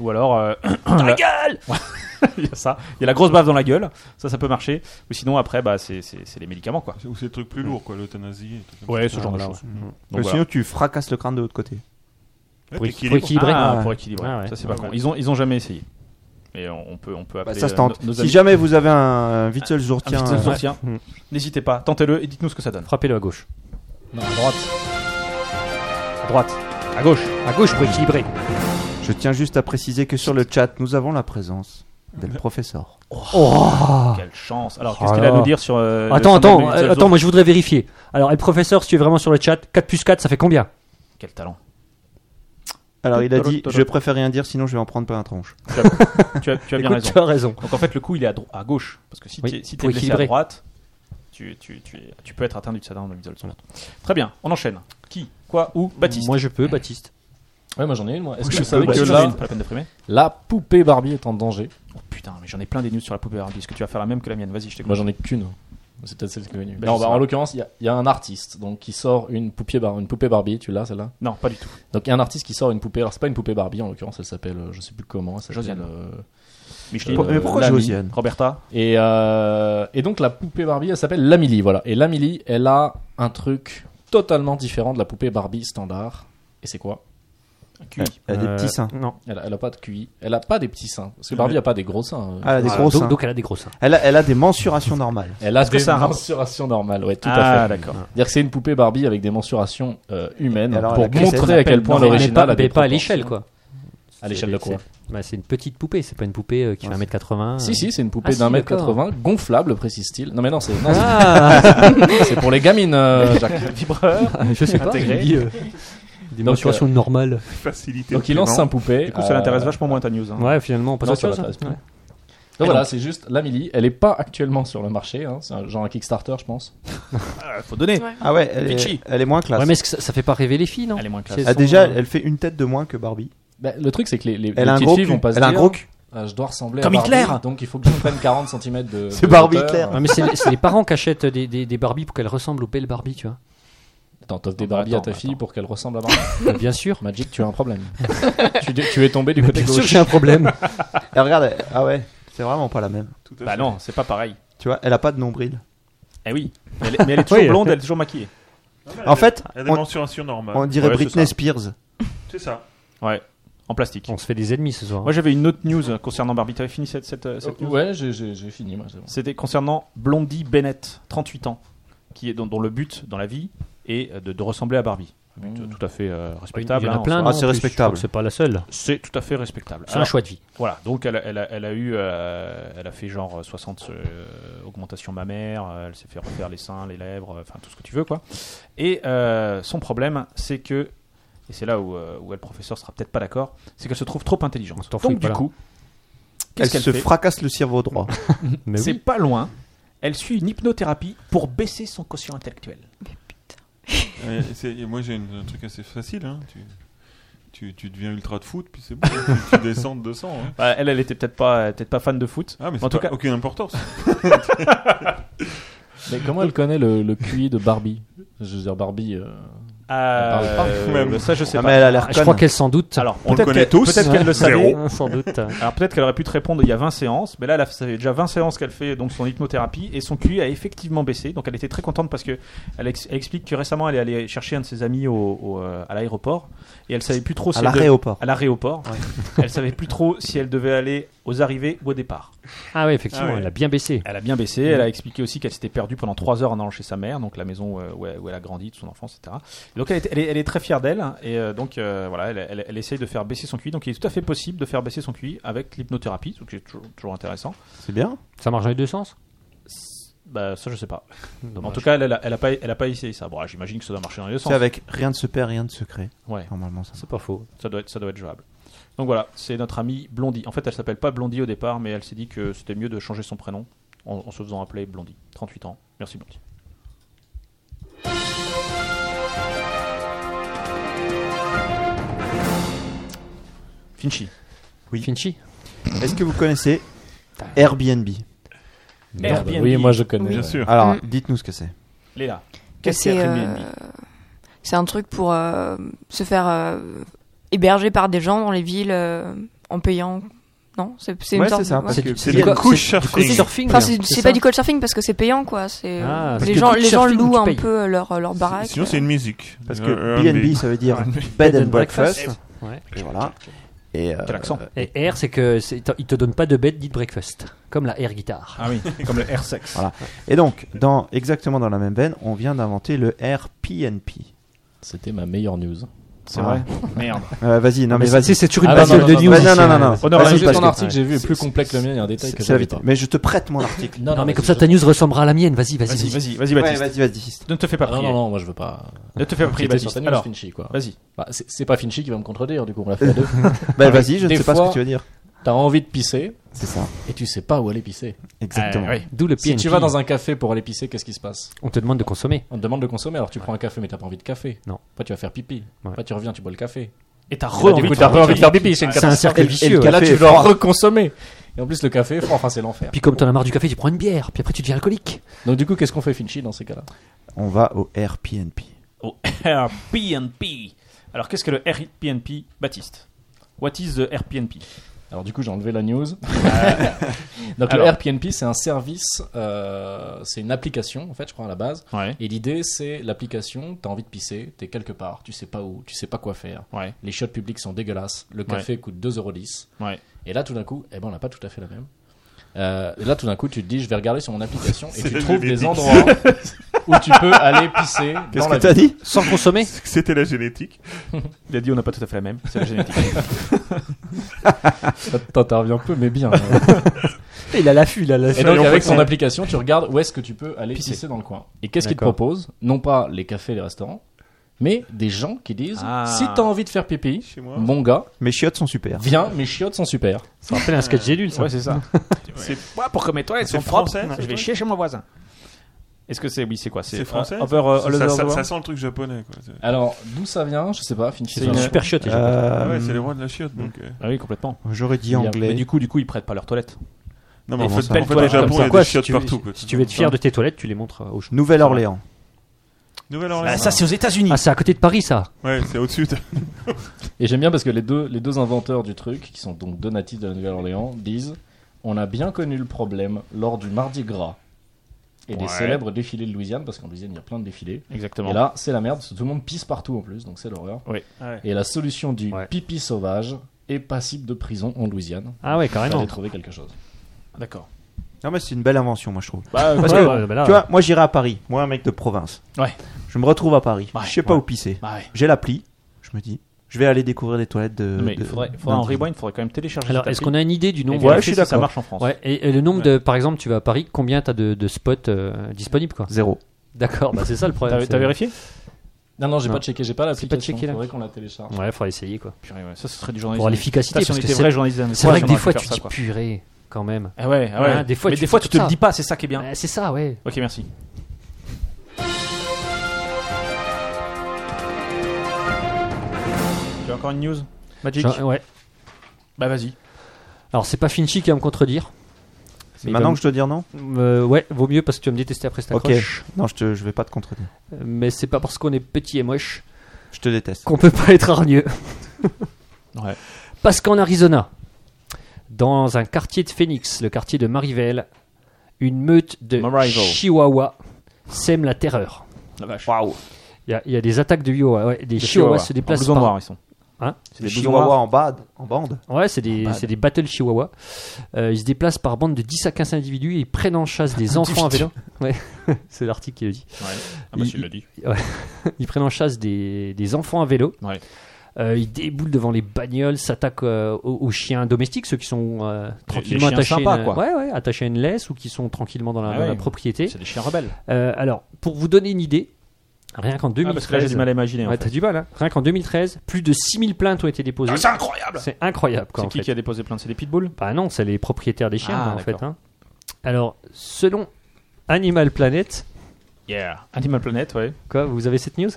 Speaker 3: Ou alors. euh, la gueule Il y a ça. Il y a la grosse baffe dans la gueule. Ça, ça peut marcher. Ou sinon, après, bah, c'est- c'est c'est les médicaments, quoi.
Speaker 8: Ou c'est le truc plus lourd, quoi, l'euthanasie. et tout comme
Speaker 3: Ouais, ce
Speaker 5: Ah,
Speaker 3: genre de
Speaker 5: voilà,
Speaker 3: choses.
Speaker 5: ouais. Mhm.
Speaker 3: Donc, voilà.
Speaker 5: Sinon, tu fracasses le crâne de l'autre côté.
Speaker 8: ça.
Speaker 4: Pour
Speaker 8: Ouais,
Speaker 4: équilibrer.
Speaker 8: t'équilibres.
Speaker 3: Ah,
Speaker 5: ouais.
Speaker 3: pour équilibrer.
Speaker 4: Ah ouais.
Speaker 3: Ça c'est pas
Speaker 8: Ouais,
Speaker 3: con.
Speaker 8: ouais.
Speaker 3: Ils ont ils ont jamais essayé. Mais on, on peut on peut appeler.
Speaker 5: ça se
Speaker 3: euh,
Speaker 5: tente.
Speaker 3: nos- nos
Speaker 5: si
Speaker 3: amis.
Speaker 5: jamais vous avez un, Vitzel
Speaker 3: Un
Speaker 5: Zourtien.
Speaker 3: petit
Speaker 5: euh,
Speaker 3: soutien.
Speaker 5: Mm.
Speaker 3: N'hésitez pas, tentez-le et dites-nous ce que ça donne.
Speaker 4: Frappez-le à gauche.
Speaker 7: Non, à droite.
Speaker 4: À droite.
Speaker 3: À gauche.
Speaker 4: À gauche pour équilibrer.
Speaker 5: Je tiens juste à préciser que sur le chat, nous avons la présence d'un professeur.
Speaker 3: Quelle chance. Alors
Speaker 4: Oh
Speaker 3: qu'est-ce qu'elle
Speaker 4: là
Speaker 3: a à nous
Speaker 4: là.
Speaker 3: dire sur euh,
Speaker 4: attends,
Speaker 3: le syndrome
Speaker 4: attends,
Speaker 3: de Little
Speaker 4: euh, attends,
Speaker 3: Zorro
Speaker 4: moi je voudrais vérifier. Alors, et le professeur, si tu es vraiment sur le chat, 4 plus 4, ça fait combien
Speaker 3: Quel talent.
Speaker 5: Alors, il a
Speaker 3: Tolo,
Speaker 5: dit
Speaker 3: tolo.
Speaker 5: Je préfère rien dire, sinon je vais en prendre plein la tronche.
Speaker 3: Tu as, tu as bien
Speaker 4: Écoute,
Speaker 3: raison.
Speaker 4: tu as raison.
Speaker 3: Donc en fait le coup il est à, dro- à gauche parce que si
Speaker 4: Oui,
Speaker 3: t'es si t'es
Speaker 4: pour
Speaker 3: blessé à
Speaker 4: équilibrer.
Speaker 3: droite, tu tu, tu, es- tu peux être atteint du syndrome de Little Zorro. Très bien, on enchaîne. Qui, quoi, où, Baptiste.
Speaker 4: Moi je peux, Baptiste.
Speaker 7: Ouais, moi j'en ai une, moi. Est-ce que
Speaker 8: je
Speaker 7: vous
Speaker 8: sais
Speaker 7: savez
Speaker 8: pas,
Speaker 7: que
Speaker 8: je
Speaker 7: là,
Speaker 3: pas la peine de frimer.
Speaker 7: la poupée Barbie est en danger
Speaker 3: Oh, putain, mais j'en ai plein des news sur la poupée Barbie. Est-ce que tu vas faire la même que la mienne Vas-y, je t'écoute.
Speaker 7: Moi j'en ai qu'une. C'est peut-être celle qui est venue.
Speaker 3: Bah,
Speaker 7: non,
Speaker 3: je
Speaker 7: bah,
Speaker 3: sais
Speaker 7: en
Speaker 3: pas.
Speaker 7: l'occurrence, il y a- il y, a un artiste donc, qui sort une poupée, Bar- une poupée Barbie. Tu l'as celle-là
Speaker 3: Non, pas du tout.
Speaker 7: Donc il y a un artiste qui sort une poupée. Alors c'est pas une poupée Barbie en l'occurrence, elle s'appelle, euh, je sais plus comment. elle s'appelle,
Speaker 3: Josiane.
Speaker 7: euh,
Speaker 3: Micheline,
Speaker 7: Pour-
Speaker 5: mais pourquoi
Speaker 3: Lamy,
Speaker 5: Josiane
Speaker 3: Roberta
Speaker 7: Et, euh, et donc la poupée Barbie, elle s'appelle Lamily, voilà. Et Lamily, elle a un truc totalement différent de la poupée Barbie standard. Et c'est quoi
Speaker 5: Elle a des petits seins.
Speaker 4: Euh, Non.
Speaker 7: elle, a- elle a pas de QI. Elle a pas des petits seins. Parce que Barbie a pas des gros seins. euh.
Speaker 5: Elle a des
Speaker 4: Ah,
Speaker 5: gros
Speaker 4: donc,
Speaker 5: seins.
Speaker 4: donc elle a des gros seins.
Speaker 5: Elle, a, elle a des mensurations normales.
Speaker 7: Elle a
Speaker 3: que
Speaker 7: des
Speaker 3: c'est un rapport
Speaker 7: mensurations normales, ouais, tout
Speaker 3: ah,
Speaker 7: à fait.
Speaker 3: d'accord.
Speaker 7: C'est-à-dire que c'est une poupée Barbie avec des mensurations euh, humaines
Speaker 5: Et alors,
Speaker 7: pour
Speaker 5: la cassette
Speaker 7: montrer à quel
Speaker 5: s'appelle
Speaker 7: point
Speaker 4: Non, mais
Speaker 7: l'original
Speaker 4: pas,
Speaker 7: a des
Speaker 4: mais pas à
Speaker 7: proportions.
Speaker 4: l'échelle quoi.
Speaker 7: À l'échelle de quoi Ah,
Speaker 4: C'est- bah, C'est une petite poupée, c'est pas une poupée euh, qui
Speaker 5: Ouais,
Speaker 4: fait 1m80. euh.
Speaker 7: Si, si, c'est une
Speaker 4: Ah,
Speaker 7: poupée
Speaker 4: si,
Speaker 7: d'un mètre
Speaker 4: d'accord.
Speaker 7: 80, gonflable, précise-t-il. Non, mais non, c'est non,
Speaker 4: Ah,
Speaker 7: c'est- c'est pour les gamines, euh, Jacques.
Speaker 3: Vibreur.
Speaker 4: je sais pas.
Speaker 3: Intégré.
Speaker 4: j'ai dit, euh, des
Speaker 7: euh,
Speaker 4: mensurations normales.
Speaker 8: Facilité.
Speaker 7: Donc il lance sa poupée.
Speaker 3: Du coup, ça l'intéresse
Speaker 7: euh,
Speaker 3: vachement moins ta news. hein.
Speaker 4: Ouais, finalement, on passe
Speaker 7: Non,
Speaker 4: à
Speaker 7: ça
Speaker 4: autre chose.
Speaker 7: l'intéresse pas.
Speaker 4: Ouais.
Speaker 7: Donc voilà, c'est juste la Millie. Elle est pas actuellement sur le marché. hein, C'est un, genre un Kickstarter, je pense.
Speaker 3: Ah, faut donner.
Speaker 6: Ouais.
Speaker 5: Ah ouais, elle, est,
Speaker 3: Bitchy.
Speaker 5: elle est moins classe.
Speaker 4: Ouais, mais est-ce que ça, ça fait pas rêver les filles, non
Speaker 3: Elle est moins classe.
Speaker 4: C'est-
Speaker 5: Ah,
Speaker 4: son-
Speaker 5: déjà, elle fait une tête de moins que Barbie.
Speaker 7: Bah, le truc, c'est que les, les,
Speaker 5: Elle
Speaker 7: les
Speaker 5: a un
Speaker 7: petites
Speaker 5: gros
Speaker 7: filles
Speaker 5: cul.
Speaker 7: vont pas se
Speaker 5: Elle a un
Speaker 7: dire,
Speaker 5: gros cul.
Speaker 7: Ah, je dois ressembler
Speaker 3: Comme
Speaker 7: à Barbie,
Speaker 3: Hitler.
Speaker 7: donc il faut que je me prenne 40 cm de.
Speaker 5: C'est
Speaker 7: de
Speaker 5: Barbie
Speaker 7: hauteur.
Speaker 5: Hitler.
Speaker 4: Ouais, mais c'est c'est les parents qui achètent des, des, des Barbies pour qu'elles ressemblent aux belles Barbies, tu vois.
Speaker 7: Attends, t'offres des
Speaker 3: Attends,
Speaker 7: Barbies à ta
Speaker 3: attends,
Speaker 7: fille
Speaker 3: attends.
Speaker 7: pour qu'elle ressemble à Barbie.
Speaker 4: Bien sûr.
Speaker 7: Magic, tu as un problème. tu, tu es tombé du côté
Speaker 4: Bien sûr que
Speaker 7: gauche.
Speaker 4: j'ai un problème.
Speaker 5: Et regarde, elle- ah ouais, c'est vraiment pas la même.
Speaker 3: Bah non, c'est pas pareil.
Speaker 5: Tu vois, elle a pas de nombril.
Speaker 3: Eh oui. Mais elle, mais elle est toujours
Speaker 4: Oui.
Speaker 3: blonde, elle est toujours maquillée.
Speaker 5: En fait,
Speaker 8: Elle a des
Speaker 5: on,
Speaker 8: mensurations normales.
Speaker 5: on dirait
Speaker 3: Ouais, c'est
Speaker 5: Britney
Speaker 3: ça.
Speaker 5: Spears.
Speaker 8: C'est ça.
Speaker 3: En plastique.
Speaker 4: On se fait des ennemis ce soir. hein.
Speaker 3: Moi, j'avais une autre news concernant Barbie. T'avais fini cette, cette, euh, cette news
Speaker 7: Ouais, j'ai- j'ai j'ai fini, moi, c'est bon.
Speaker 3: C'était concernant Blondie Bennett, 38 ans, qui est, dont, dont le but dans la vie est euh, de, de ressembler à Barbie. Un but,
Speaker 7: Mm.
Speaker 3: euh, Tout à fait euh, respectable.
Speaker 4: Mm. Il y en
Speaker 3: hein,
Speaker 4: a plein.
Speaker 3: soi.
Speaker 4: non,
Speaker 5: Ah, c'est
Speaker 4: en plus. Je crois
Speaker 5: respectable.
Speaker 4: que C'est pas la seule.
Speaker 3: C'est tout à fait respectable.
Speaker 4: C'est un
Speaker 3: Alors,
Speaker 4: choix de vie.
Speaker 3: Voilà, donc elle, a- elle a, elle a eu, euh, elle a fait genre 60 euh, augmentations mammaires, euh, elle s'est fait refaire les seins, les lèvres, euh, enfin tout ce que tu veux quoi. Et euh, son problème, c'est que, et c'est là où, euh, où le professeur sera peut-être pas d'accord, c'est qu'elle se trouve trop intelligente.
Speaker 4: T'en fous,
Speaker 3: Donc du
Speaker 4: voilà.
Speaker 3: coup,
Speaker 5: Elle
Speaker 3: qu'est-ce qu'elle
Speaker 5: se
Speaker 3: fait
Speaker 5: fracasse le cerveau droit.
Speaker 4: Mais
Speaker 3: C'est
Speaker 4: oui.
Speaker 3: pas loin. Elle suit une hypnothérapie pour baisser son quotient intellectuel.
Speaker 8: Ouais, et c'est- et moi j'ai une- un truc assez facile. hein. Tu, tu, tu deviens ultra de foot, puis c'est bon. tu, tu descends de 200. hein.
Speaker 3: Bah, elle, elle était peut-être pas, peut-être pas fan de foot.
Speaker 8: Ah, mais
Speaker 3: en
Speaker 8: c'est
Speaker 3: tout
Speaker 8: pas
Speaker 3: cas,
Speaker 8: aucune importance.
Speaker 7: Mais comment elle connaît le, le QI de Barbie Je veux dire, Barbie. euh,
Speaker 3: Ah,
Speaker 7: Elle parle
Speaker 3: euh,
Speaker 8: même.
Speaker 3: ça, je sais
Speaker 5: Ah,
Speaker 3: pas.
Speaker 5: mais elle a l'air
Speaker 4: Je crois
Speaker 5: conne.
Speaker 4: qu'elle s'en doute.
Speaker 3: Alors,
Speaker 8: On le
Speaker 3: peut-être
Speaker 8: connaît
Speaker 3: qu'elle-
Speaker 8: tous,
Speaker 3: Peut-être qu'elle le savait.
Speaker 4: Hein, sans doute.
Speaker 3: Alors peut-être qu'elle aurait pu te répondre il y a 20 séances, mais là, elle a- ça fait déjà 20 séances qu'elle fait donc son hypnothérapie et son QI a effectivement baissé. Donc elle était très contente parce que elle, ex- elle explique que récemment elle est allée chercher un de ses amis au, au, euh, à l'aéroport et elle savait plus trop si
Speaker 5: à
Speaker 3: elle devait-
Speaker 5: l'aéroport.
Speaker 3: à l'aéroport. elle savait plus trop si elle devait aller aux arrivées ou au départ.
Speaker 4: Ah oui, effectivement,
Speaker 8: Ah ouais.
Speaker 4: elle a bien baissé.
Speaker 3: Elle a bien baissé. Elle a expliqué aussi qu'elle s'était perdue pendant trois heures en allant chez sa mère, donc la maison euh, où elle, où elle a grandi, toute son enfance, etc. Donc elle est, elle est- elle est très fière d'elle et euh, donc euh, voilà, elle, elle- elle essaye de faire baisser son QI. Donc il est tout à fait possible de faire baisser son QI avec l'hypnothérapie, ce qui est toujours, toujours intéressant.
Speaker 5: C'est bien.
Speaker 4: Ça marche dans les deux sens
Speaker 3: Bah ça je sais pas. En tout cas elle, elle, a, elle a pas elle a pas essayé ça. Bon ah, j'imagine que ça doit marcher dans les deux sens.
Speaker 5: C'est avec rien de se perd, rien de secret.
Speaker 3: Ouais.
Speaker 5: Normalement, ça.
Speaker 4: c'est pas faux.
Speaker 3: Ça doit être ça doit être jouable. Donc voilà c'est notre amie Blondie. En fait elle s'appelle pas Blondie au départ mais elle s'est dit que c'était mieux de changer son prénom en, en se faisant appeler Blondie. 38 ans. Merci Blondie. Finchy.
Speaker 5: Oui.
Speaker 4: Finchy
Speaker 5: Est-ce que vous connaissez Airbnb
Speaker 7: merde.
Speaker 3: Airbnb.
Speaker 7: Oui, moi je connais.
Speaker 8: Bien
Speaker 7: ouais.
Speaker 8: sûr.
Speaker 5: Alors,
Speaker 6: Mm.
Speaker 5: dites-nous ce que c'est.
Speaker 3: Léla.
Speaker 6: Que
Speaker 3: Qu'est-ce qu'est
Speaker 6: euh,
Speaker 3: Airbnb
Speaker 6: C'est un truc pour euh, se faire euh, héberger par des gens dans les villes euh, en payant. Non, c'est c'est une
Speaker 5: Ouais,
Speaker 6: sorte
Speaker 5: c'est ça,
Speaker 6: de-
Speaker 5: parce
Speaker 6: ouais.
Speaker 5: que
Speaker 8: C'est
Speaker 4: du
Speaker 8: du
Speaker 4: quoi-
Speaker 8: couch-surfing.
Speaker 4: surfing
Speaker 6: Enfin, c'est c'est pas du
Speaker 4: ça
Speaker 6: couchsurfing parce que c'est payant quoi. C'est
Speaker 4: Ah, parce
Speaker 6: les
Speaker 4: que
Speaker 6: gens,
Speaker 4: le
Speaker 6: les gens
Speaker 4: couchsurfing,
Speaker 6: louent
Speaker 4: tu
Speaker 6: un
Speaker 4: payes.
Speaker 6: peu euh, leur leur baraque.
Speaker 8: Sinon, c'est une musique.
Speaker 5: parce
Speaker 8: Euh,
Speaker 5: que B&B, ça veut dire bed and breakfast.
Speaker 4: Ouais.
Speaker 5: Et voilà. Et euh,
Speaker 3: Quel accent
Speaker 4: Et R, c'est que c'est- ils te donnent pas de bête, dit breakfast. Comme la air guitare.
Speaker 3: Ah oui, comme le air-sex.
Speaker 5: Voilà. Et donc, dans, exactement dans la même veine, on vient d'inventer le Airbnb.
Speaker 7: C'était ma meilleure news.
Speaker 3: C'est
Speaker 5: Ah.
Speaker 3: vrai. Merde.
Speaker 5: Euh, vas-y, non mais,
Speaker 4: c'est-
Speaker 5: vas-y.
Speaker 4: C'est toujours une
Speaker 7: Ah, non,
Speaker 4: bagnole
Speaker 7: non,
Speaker 4: de
Speaker 7: non,
Speaker 4: news.
Speaker 5: non, non,
Speaker 4: ici,
Speaker 5: non,
Speaker 4: hein.
Speaker 5: non, non.
Speaker 7: On
Speaker 5: Vas-y,
Speaker 7: aura juste
Speaker 5: parce
Speaker 7: un
Speaker 5: que-
Speaker 7: article que j'ai vu est
Speaker 5: C'est-
Speaker 7: plus complexe que le mien. Il y a un détail
Speaker 5: C'est
Speaker 7: que
Speaker 5: c'est la
Speaker 7: j'avais
Speaker 5: vérité.
Speaker 7: pas.
Speaker 5: Mais je te prête mon article.
Speaker 4: Non, mais comme ça, ta news ressemblera à la mienne. Vas-y, vas-y,
Speaker 3: Vas-y,
Speaker 4: vas-y.
Speaker 3: vas-y, vas-y,
Speaker 5: Ouais,
Speaker 3: Baptiste.
Speaker 5: vas-y, vas-y.
Speaker 3: Ne te fais pas
Speaker 7: Ah, Non,
Speaker 3: prier.
Speaker 7: non, non, moi je veux pas.
Speaker 3: Ne te fais pas prier,
Speaker 7: J'étais sur
Speaker 3: Baptiste.
Speaker 7: ta news,
Speaker 3: Alors,
Speaker 7: Finchy, quoi.
Speaker 3: vas-y.
Speaker 7: Bah, c'est c'est pas Finchy qui va me contredire, du coup, on l'a fait à deux.
Speaker 5: Bah vas-y, je ne
Speaker 7: Des
Speaker 5: sais pas ce
Speaker 7: fois-
Speaker 5: que tu veux dire.
Speaker 7: T'as envie de pisser
Speaker 5: C'est ça.
Speaker 7: et tu sais pas où aller pisser.
Speaker 5: Exactement.
Speaker 3: Euh, oui.
Speaker 4: D'où le
Speaker 7: Si
Speaker 4: pied.
Speaker 7: tu vas dans un café pour aller pisser, qu'est-ce qui se passe
Speaker 4: On te demande de consommer.
Speaker 7: On te demande de consommer, alors tu prends un café, mais t'as pas envie de café.
Speaker 4: Non.
Speaker 7: Après, tu vas faire pipi.
Speaker 4: Ouais.
Speaker 7: Après, tu reviens, tu bois le café.
Speaker 3: Et t'as
Speaker 7: Et là,
Speaker 3: re
Speaker 7: du
Speaker 3: envie
Speaker 7: coup,
Speaker 3: de
Speaker 7: t'as
Speaker 3: faire
Speaker 7: pas envie de
Speaker 3: pipi.
Speaker 7: faire pipi, c'est une
Speaker 4: C'est un
Speaker 7: catastrophe.
Speaker 4: cercle
Speaker 5: Et- et le
Speaker 4: vicieux.
Speaker 7: Et là,
Speaker 5: Café
Speaker 7: tu
Speaker 5: est
Speaker 7: dois
Speaker 5: froid.
Speaker 7: reconsommer. Et en plus, le café est froid, enfin, c'est l'enfer.
Speaker 4: Puis comme t'en as marre du café, tu prends une bière. Puis après, tu deviens alcoolique.
Speaker 7: Donc, du coup, qu'est-ce qu'on fait, Finchy, dans ces cas-là
Speaker 5: On va au Airbnb.
Speaker 3: Au Airbnb. Alors, qu'est-ce que le Airbnb, Baptiste What is the Airbnb
Speaker 7: Alors du coup, j'ai enlevé la news. Donc
Speaker 3: Alors.
Speaker 7: le Airbnb, c'est un service, euh, c'est une application en fait, je crois à la base.
Speaker 3: Ouais.
Speaker 7: Et l'idée, c'est l'application, t'as envie de pisser, t'es quelque part, tu sais pas où, tu sais pas quoi faire.
Speaker 3: Ouais.
Speaker 7: Les chiottes publiques sont dégueulasses, le café coûte 2,10€.
Speaker 3: Ouais.
Speaker 7: Et là, tout d'un coup, eh ben, on n'a pas tout à fait la même. Euh, et là, tout d'un coup, tu te dis, je vais regarder sur mon application et
Speaker 8: C'est
Speaker 7: tu
Speaker 8: la
Speaker 7: trouves des
Speaker 8: génétique.
Speaker 7: endroits où tu peux aller pisser.
Speaker 5: Qu'est-ce
Speaker 7: dans
Speaker 5: que
Speaker 7: la
Speaker 5: t'as
Speaker 7: ville.
Speaker 5: dit
Speaker 4: Sans consommer.
Speaker 8: C'était la génétique.
Speaker 3: Il a dit on n'a pas tout à fait la même. C'est la génétique.
Speaker 7: T'interviens peu, mais bien. hein.
Speaker 4: Il a l'affût, il a
Speaker 7: Et donc avec son application, tu regardes où est-ce que tu peux aller
Speaker 3: Pisser.
Speaker 7: pisser, dans le coin. Et qu'est-ce qu'ils te
Speaker 4: D'accord.
Speaker 7: proposent Non pas les cafés, les restaurants, mais des gens qui disent
Speaker 3: Ah.
Speaker 7: si t'as envie de faire pipi,
Speaker 8: Chez moi.
Speaker 7: mon gars,
Speaker 5: Mes chiottes sont super.
Speaker 7: viens, mes chiottes sont super.
Speaker 4: Ça rappelle un sketch nul, ça.
Speaker 3: ouais, c'est ça. C'est moi pour que mes toilettes
Speaker 8: C'est
Speaker 3: sont propres.
Speaker 8: français, ce
Speaker 3: Je vais
Speaker 8: truc
Speaker 3: chier chez mon voisin. Est-ce que c'est oui c'est quoi
Speaker 8: C'est français,
Speaker 3: euh, over, euh, all
Speaker 8: ça,
Speaker 3: over
Speaker 8: ça-
Speaker 3: the
Speaker 8: ça
Speaker 3: world
Speaker 8: sent le truc japonais. quoi. C'est-
Speaker 7: Alors d'où ça vient Je sais pas. Finch,
Speaker 4: C'est une super chiotte. déjà.
Speaker 8: Ah
Speaker 5: Euh,
Speaker 8: ouais, c'est les rois de la chiotte. Donc, euh.
Speaker 3: Ah oui complètement.
Speaker 5: J'aurais dit
Speaker 3: Mais
Speaker 5: anglais.
Speaker 3: du coup du coup ils prêtent pas leurs toilettes.
Speaker 8: Non, mais en
Speaker 5: Comment
Speaker 8: fait,
Speaker 5: ça
Speaker 8: en fait, au
Speaker 3: Toilettes
Speaker 8: Japon,
Speaker 3: comme
Speaker 8: il y
Speaker 3: ça.
Speaker 8: a
Speaker 4: Quoi,
Speaker 8: des
Speaker 4: si
Speaker 8: chiottes
Speaker 4: tu veux-
Speaker 8: partout. quoi.
Speaker 4: Si tu veux être fier de tes toilettes, tu les montres euh, aux gens.
Speaker 5: Nouvelle-Orléans.
Speaker 8: Nouvelle-Orléans.
Speaker 3: ça c'est aux États-Unis.
Speaker 4: Ah, c'est à côté de Paris, ça.
Speaker 8: Ouais, c'est au-dessus. de-
Speaker 7: Et j'aime bien parce que les deux, les deux inventeurs du truc, qui sont donc deux natifs de la Nouvelle-Orléans, disent on a bien connu le problème lors du Mardi Gras et des
Speaker 3: Ouais.
Speaker 7: célèbres défilés de Louisiane, parce qu'en Louisiane il y a plein de défilés.
Speaker 3: Exactement.
Speaker 7: Et là, c'est la merde, parce que tout le monde pisse partout en plus, donc c'est l'horreur.
Speaker 3: Oui.
Speaker 7: Et la solution du
Speaker 4: Ouais.
Speaker 7: pipi sauvage est passible de prison en Louisiane.
Speaker 4: Ah ouais,
Speaker 7: Fallait
Speaker 4: carrément.
Speaker 7: trouver quelque chose.
Speaker 3: D'accord.
Speaker 5: Non mais c'est une belle invention, moi je trouve.
Speaker 3: Bah,
Speaker 4: Parce
Speaker 3: ouais,
Speaker 4: que,
Speaker 3: ouais.
Speaker 4: euh, bah là,
Speaker 5: Tu vois, moi j'irai à Paris. Moi un mec de province.
Speaker 3: Ouais.
Speaker 5: Je me retrouve à Paris.
Speaker 3: Ouais,
Speaker 5: je sais pas
Speaker 3: ouais.
Speaker 5: où pisser.
Speaker 3: Bah ouais.
Speaker 5: J'ai l'appli. Je me dis, je vais aller découvrir les toilettes de.
Speaker 3: Mais
Speaker 5: de-
Speaker 3: il faudrait, faudrait en
Speaker 5: d'individus.
Speaker 3: rewind, il faudrait quand même télécharger.
Speaker 4: Alors,
Speaker 3: cette
Speaker 4: est-ce
Speaker 3: appli
Speaker 4: qu'on a une idée du
Speaker 3: et
Speaker 4: nombre
Speaker 5: Ouais,
Speaker 3: vérifier
Speaker 5: je suis
Speaker 3: si Ça
Speaker 5: d'accord.
Speaker 3: marche en France.
Speaker 4: Ouais, et, et le nombre de, par exemple, tu vas à Paris, combien t'as de, de spots euh, disponibles quoi
Speaker 5: Zéro.
Speaker 4: D'accord, bah c'est ça le problème.
Speaker 3: T'as
Speaker 4: c'est-
Speaker 3: t'as vérifié
Speaker 7: Non, non, j'ai
Speaker 4: Non.
Speaker 7: pas checké, j'ai pas l'application.
Speaker 4: pas checké, là.
Speaker 7: faudrait qu'on la télécharge.
Speaker 4: Ouais, faudra essayer quoi.
Speaker 3: Purée, ouais, ça, ce serait du journalisme.
Speaker 4: Pour l'efficacité,
Speaker 3: Ça, si on
Speaker 4: parce que
Speaker 3: était
Speaker 4: c'est-
Speaker 3: vrai journaliste d'analyse,
Speaker 4: C'est vrai que
Speaker 3: on
Speaker 4: des
Speaker 3: aurait
Speaker 4: fois
Speaker 3: pu
Speaker 4: tu
Speaker 3: faire
Speaker 4: dis
Speaker 3: ça, quoi.
Speaker 4: purée quand même.
Speaker 3: Ah ouais, ah ouais.
Speaker 4: Hein, des fois,
Speaker 3: mais
Speaker 4: tu
Speaker 3: des
Speaker 4: fais
Speaker 3: fois,
Speaker 4: tout
Speaker 3: tu te le
Speaker 4: ça.
Speaker 3: dis pas, c'est ça qui est bien.
Speaker 4: Ouais, c'est ça, ouais.
Speaker 3: Ok, merci. Tu as encore une news Magic
Speaker 4: Genre, ouais.
Speaker 3: Bah vas-y.
Speaker 4: Alors c'est pas Finchy qui va me hein, contredire.
Speaker 5: C'est maintenant que je dois dire non
Speaker 4: Euh, ouais, vaut mieux parce que tu vas me détester après cette
Speaker 5: Ok.
Speaker 4: accroche.
Speaker 5: Non, je te, je vais pas te contredire.
Speaker 4: Euh, Mais c'est pas parce qu'on est petit et moche
Speaker 5: Je te déteste.
Speaker 4: qu'on peut pas être hargneux.
Speaker 3: Ouais.
Speaker 4: Parce qu'en Arizona, dans un quartier de Phoenix, le quartier de Maryvale, une meute de
Speaker 3: Maryvale.
Speaker 4: Chihuahua sème la terreur.
Speaker 3: La vache.
Speaker 4: Il y, a- il y a des attaques de Chihuahua. ouais, des
Speaker 3: Des chihuahuas.
Speaker 4: Chihuahuas se déplacent.
Speaker 3: En blouson
Speaker 4: par-
Speaker 3: noir, ils sont.
Speaker 4: Hein
Speaker 3: C'est des blousons noirs.
Speaker 5: Chihuahua en, bad, en bande
Speaker 4: Ouais, c'est des, c'est des battle Chihuahua. Euh, ils se déplacent par bande de 10 à 15 individus et ils prennent en chasse des enfants à vélo. Ouais, c'est l'article qui le dit.
Speaker 3: Ah bah, tu l'as dit.
Speaker 4: Ils prennent en chasse des, des enfants à vélo.
Speaker 3: Ouais.
Speaker 4: Euh, ils déboulent devant les bagnoles, s'attaquent euh, aux, aux chiens domestiques, ceux qui sont euh, tranquillement
Speaker 3: chiens
Speaker 4: attachés, à
Speaker 3: sympas,
Speaker 4: une,
Speaker 3: quoi.
Speaker 4: ouais, ouais, attachés à une laisse ou qui sont tranquillement dans la,
Speaker 3: Ah
Speaker 4: dans la
Speaker 3: ouais.
Speaker 4: propriété.
Speaker 3: C'est des chiens rebelles.
Speaker 4: Euh, alors, pour vous donner une idée, rien qu'en
Speaker 3: Ah, parce que là, j'ai
Speaker 4: 2013,
Speaker 3: du mal à imaginer. en
Speaker 4: Ouais,
Speaker 3: fait.
Speaker 4: t'as du mal, hein. rien qu'en 2013, plus de 6000 plaintes ont été déposées.
Speaker 3: Ah, c'est incroyable
Speaker 4: C'est incroyable. quoi,
Speaker 3: C'est
Speaker 4: en
Speaker 3: qui
Speaker 4: fait.
Speaker 3: qui a déposé plainte C'est des pitbulls
Speaker 4: Bah non, c'est les propriétaires des chiens,
Speaker 3: Ah,
Speaker 4: en fait.
Speaker 3: d'accord.
Speaker 4: hein. Alors, selon Animal Planet,
Speaker 3: Yeah. Animal Planet, ouais.
Speaker 4: quoi, vous avez cette news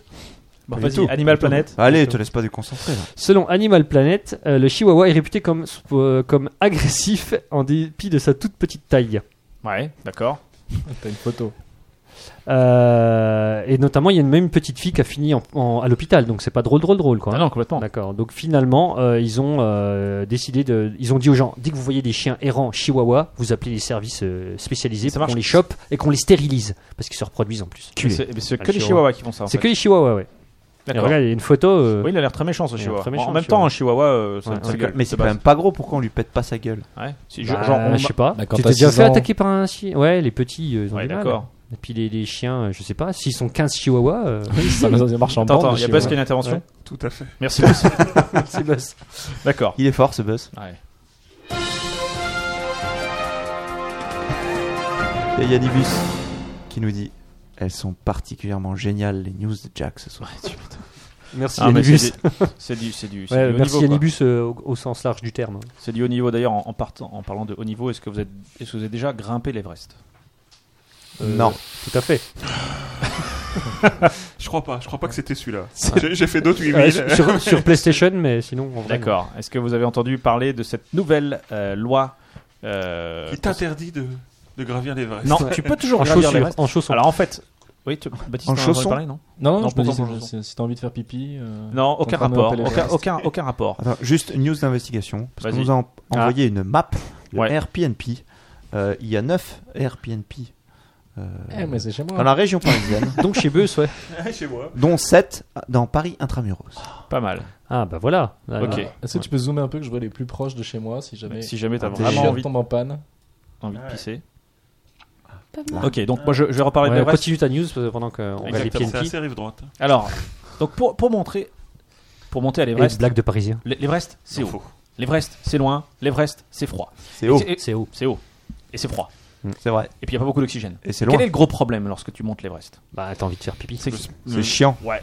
Speaker 3: Bon,
Speaker 5: Pas du
Speaker 3: vas-y,
Speaker 5: tout.
Speaker 3: Animal Planet.
Speaker 5: Allez, te laisse pas déconcentrer là.
Speaker 4: Selon Animal Planet, euh, le chihuahua est réputé comme, euh, comme agressif en dépit de sa toute petite taille.
Speaker 3: Ouais, d'accord.
Speaker 7: T'as une photo.
Speaker 4: Euh, et notamment, il y a une même petite fille qui a fini en- en- à l'hôpital, donc c'est pas drôle, drôle, drôle. Quoi.
Speaker 3: Ah non, complètement.
Speaker 4: D'accord. Donc finalement, euh, ils ont euh, décidé de, ils ont dit aux gens, dès que vous voyez des chiens errants chihuahua, vous appelez les services euh, spécialisés
Speaker 3: Ça
Speaker 4: pour qu'on
Speaker 3: marche.
Speaker 4: les chope et qu'on les stérilise parce qu'ils se reproduisent en plus.
Speaker 3: Mais C'est mais c'est
Speaker 4: Ah,
Speaker 3: que
Speaker 4: le
Speaker 3: les
Speaker 4: chihuahua.
Speaker 3: chihuahuas qui font ça. en
Speaker 4: C'est
Speaker 3: fait.
Speaker 4: que les chihuahuas, ouais. Et
Speaker 3: D'accord.
Speaker 4: regarde, il y a une photo. euh,
Speaker 3: Oui, il a l'air très méchant ce chihuahua.
Speaker 4: très méchant,
Speaker 3: en
Speaker 4: le
Speaker 3: même temps, un chihuahua, euh, ça
Speaker 4: Ouais,
Speaker 3: ça
Speaker 4: ouais.
Speaker 3: gueule,
Speaker 5: Mais
Speaker 3: de
Speaker 5: c'est quand
Speaker 3: base.
Speaker 5: même pas gros, pourquoi on lui pète pas sa gueule
Speaker 3: Ouais. Si,
Speaker 4: bah,
Speaker 3: genre, genre, on
Speaker 4: je sais pas.
Speaker 7: Bah, quand
Speaker 4: Tu
Speaker 7: t'as
Speaker 4: t'es déjà
Speaker 7: six
Speaker 4: fait
Speaker 7: ans-
Speaker 4: attaquer par un chien Ouais, les petits, euh, ils ont
Speaker 3: Ouais,
Speaker 4: du mal.
Speaker 3: d'accord.
Speaker 4: Et puis les, les chiens, euh, je sais pas, s'ils sont 15 chihuahuas. euh,
Speaker 7: ça, ça marche
Speaker 3: Attends,
Speaker 7: en bande.
Speaker 3: attends,
Speaker 7: le
Speaker 3: il y a
Speaker 7: chihuahua.
Speaker 3: Buzz qui a une intervention.
Speaker 8: Tout à fait.
Speaker 3: Merci Buzz.
Speaker 4: c'est boss.
Speaker 3: D'accord.
Speaker 5: Il est fort ce buzz.
Speaker 3: Ouais.
Speaker 5: Il y a Yannibus qui nous dit Elles sont particulièrement géniales les news de Jack ce soir.
Speaker 4: Merci
Speaker 3: Ah, mais
Speaker 4: Yannibus.
Speaker 3: c'est du- C'est du, c'est du, c'est
Speaker 4: Ouais,
Speaker 3: du haut
Speaker 4: merci
Speaker 3: niveau, quoi.
Speaker 4: Yannibus euh, au, au sens large du terme. hein.
Speaker 3: C'est du haut niveau. D'ailleurs, en, en partant, en parlant de haut niveau, est-ce que vous êtes, est-ce que vous avez déjà grimpé l'Everest
Speaker 4: Euh,
Speaker 5: Non.
Speaker 4: Tout à fait.
Speaker 8: Je crois pas, je crois pas que c'était celui-là. J'ai- J'ai fait d'autres
Speaker 4: Euh,
Speaker 8: 8000.
Speaker 4: sur, sur- sur PlayStation, mais sinon. en vrai, non.
Speaker 3: D'accord. Est-ce que vous avez entendu parler de cette nouvelle euh, loi euh,
Speaker 8: Il t'interdit de, de gravir l'Everest.
Speaker 3: Non, tu peux toujours
Speaker 4: En
Speaker 3: gravir
Speaker 4: chaussures.
Speaker 3: l'Everest.
Speaker 4: En chaussons.
Speaker 3: Alors en fait, oui, tu... Baptiste,
Speaker 5: En
Speaker 3: t'en as
Speaker 5: chaussons
Speaker 3: entendu parler, non
Speaker 7: Non, non,
Speaker 3: Non,
Speaker 7: je me
Speaker 3: pourtant,
Speaker 7: disais,
Speaker 3: bonjour.
Speaker 7: si- si t'as envie de faire pipi. euh,
Speaker 3: Non,
Speaker 7: t'es en
Speaker 3: aucun
Speaker 7: train de
Speaker 3: rapport,
Speaker 7: happer
Speaker 3: aucun,
Speaker 7: l'Everest.
Speaker 3: aucun, aucun rapport.
Speaker 5: Attends, juste une news d'investigation. Parce qu'on
Speaker 3: Vas-y.
Speaker 5: nous a en- envoyé une map de
Speaker 3: Ouais.
Speaker 5: Airbnb. Euh, il y a 9 Airbnb euh,
Speaker 7: Eh, mais c'est chez moi.
Speaker 5: dans la région parisienne,
Speaker 4: Donc chez Beus, ouais.
Speaker 8: Chez moi.
Speaker 5: dont 7 dans Paris intramuros.
Speaker 3: Pas mal.
Speaker 4: Ah bah voilà. Là,
Speaker 3: Ok.
Speaker 4: là.
Speaker 7: Est-ce que tu peux zoomer un peu que je vois les plus proches de chez moi si jamais.
Speaker 3: Si jamais t'as
Speaker 5: Ah, t'es
Speaker 7: le
Speaker 3: vraiment
Speaker 7: chien
Speaker 3: envie,
Speaker 7: tombe en panne.
Speaker 3: envie de pisser.
Speaker 6: Pas
Speaker 5: mal.
Speaker 3: Ok, donc moi je, je vais reparler de
Speaker 4: Ah Ouais,
Speaker 3: l'Everest.
Speaker 4: continue ta news euh, pendant qu'on regarde les
Speaker 3: Exactement.
Speaker 8: C'est
Speaker 4: PNP.
Speaker 8: assez rive droite.
Speaker 3: Alors, donc pour, pour montrer, pour monter à
Speaker 4: Et une
Speaker 3: l'Everest,
Speaker 4: blague de parisien.
Speaker 3: l'E- l'Everest c'est
Speaker 8: Non,
Speaker 3: haut.
Speaker 8: faux.
Speaker 3: L'Everest c'est loin. L'Everest c'est froid.
Speaker 5: C'est haut,
Speaker 3: Et- et-
Speaker 4: C'est haut.
Speaker 3: C'est haut. Et c'est froid.
Speaker 5: c'est vrai.
Speaker 3: Et puis il n'y a pas beaucoup d'oxygène.
Speaker 5: Et c'est loin.
Speaker 3: Quel est le gros problème lorsque tu montes l'Everest
Speaker 4: Bah t'as envie de faire pipi.
Speaker 3: C'est que-
Speaker 5: C'est chiant.
Speaker 3: Ouais.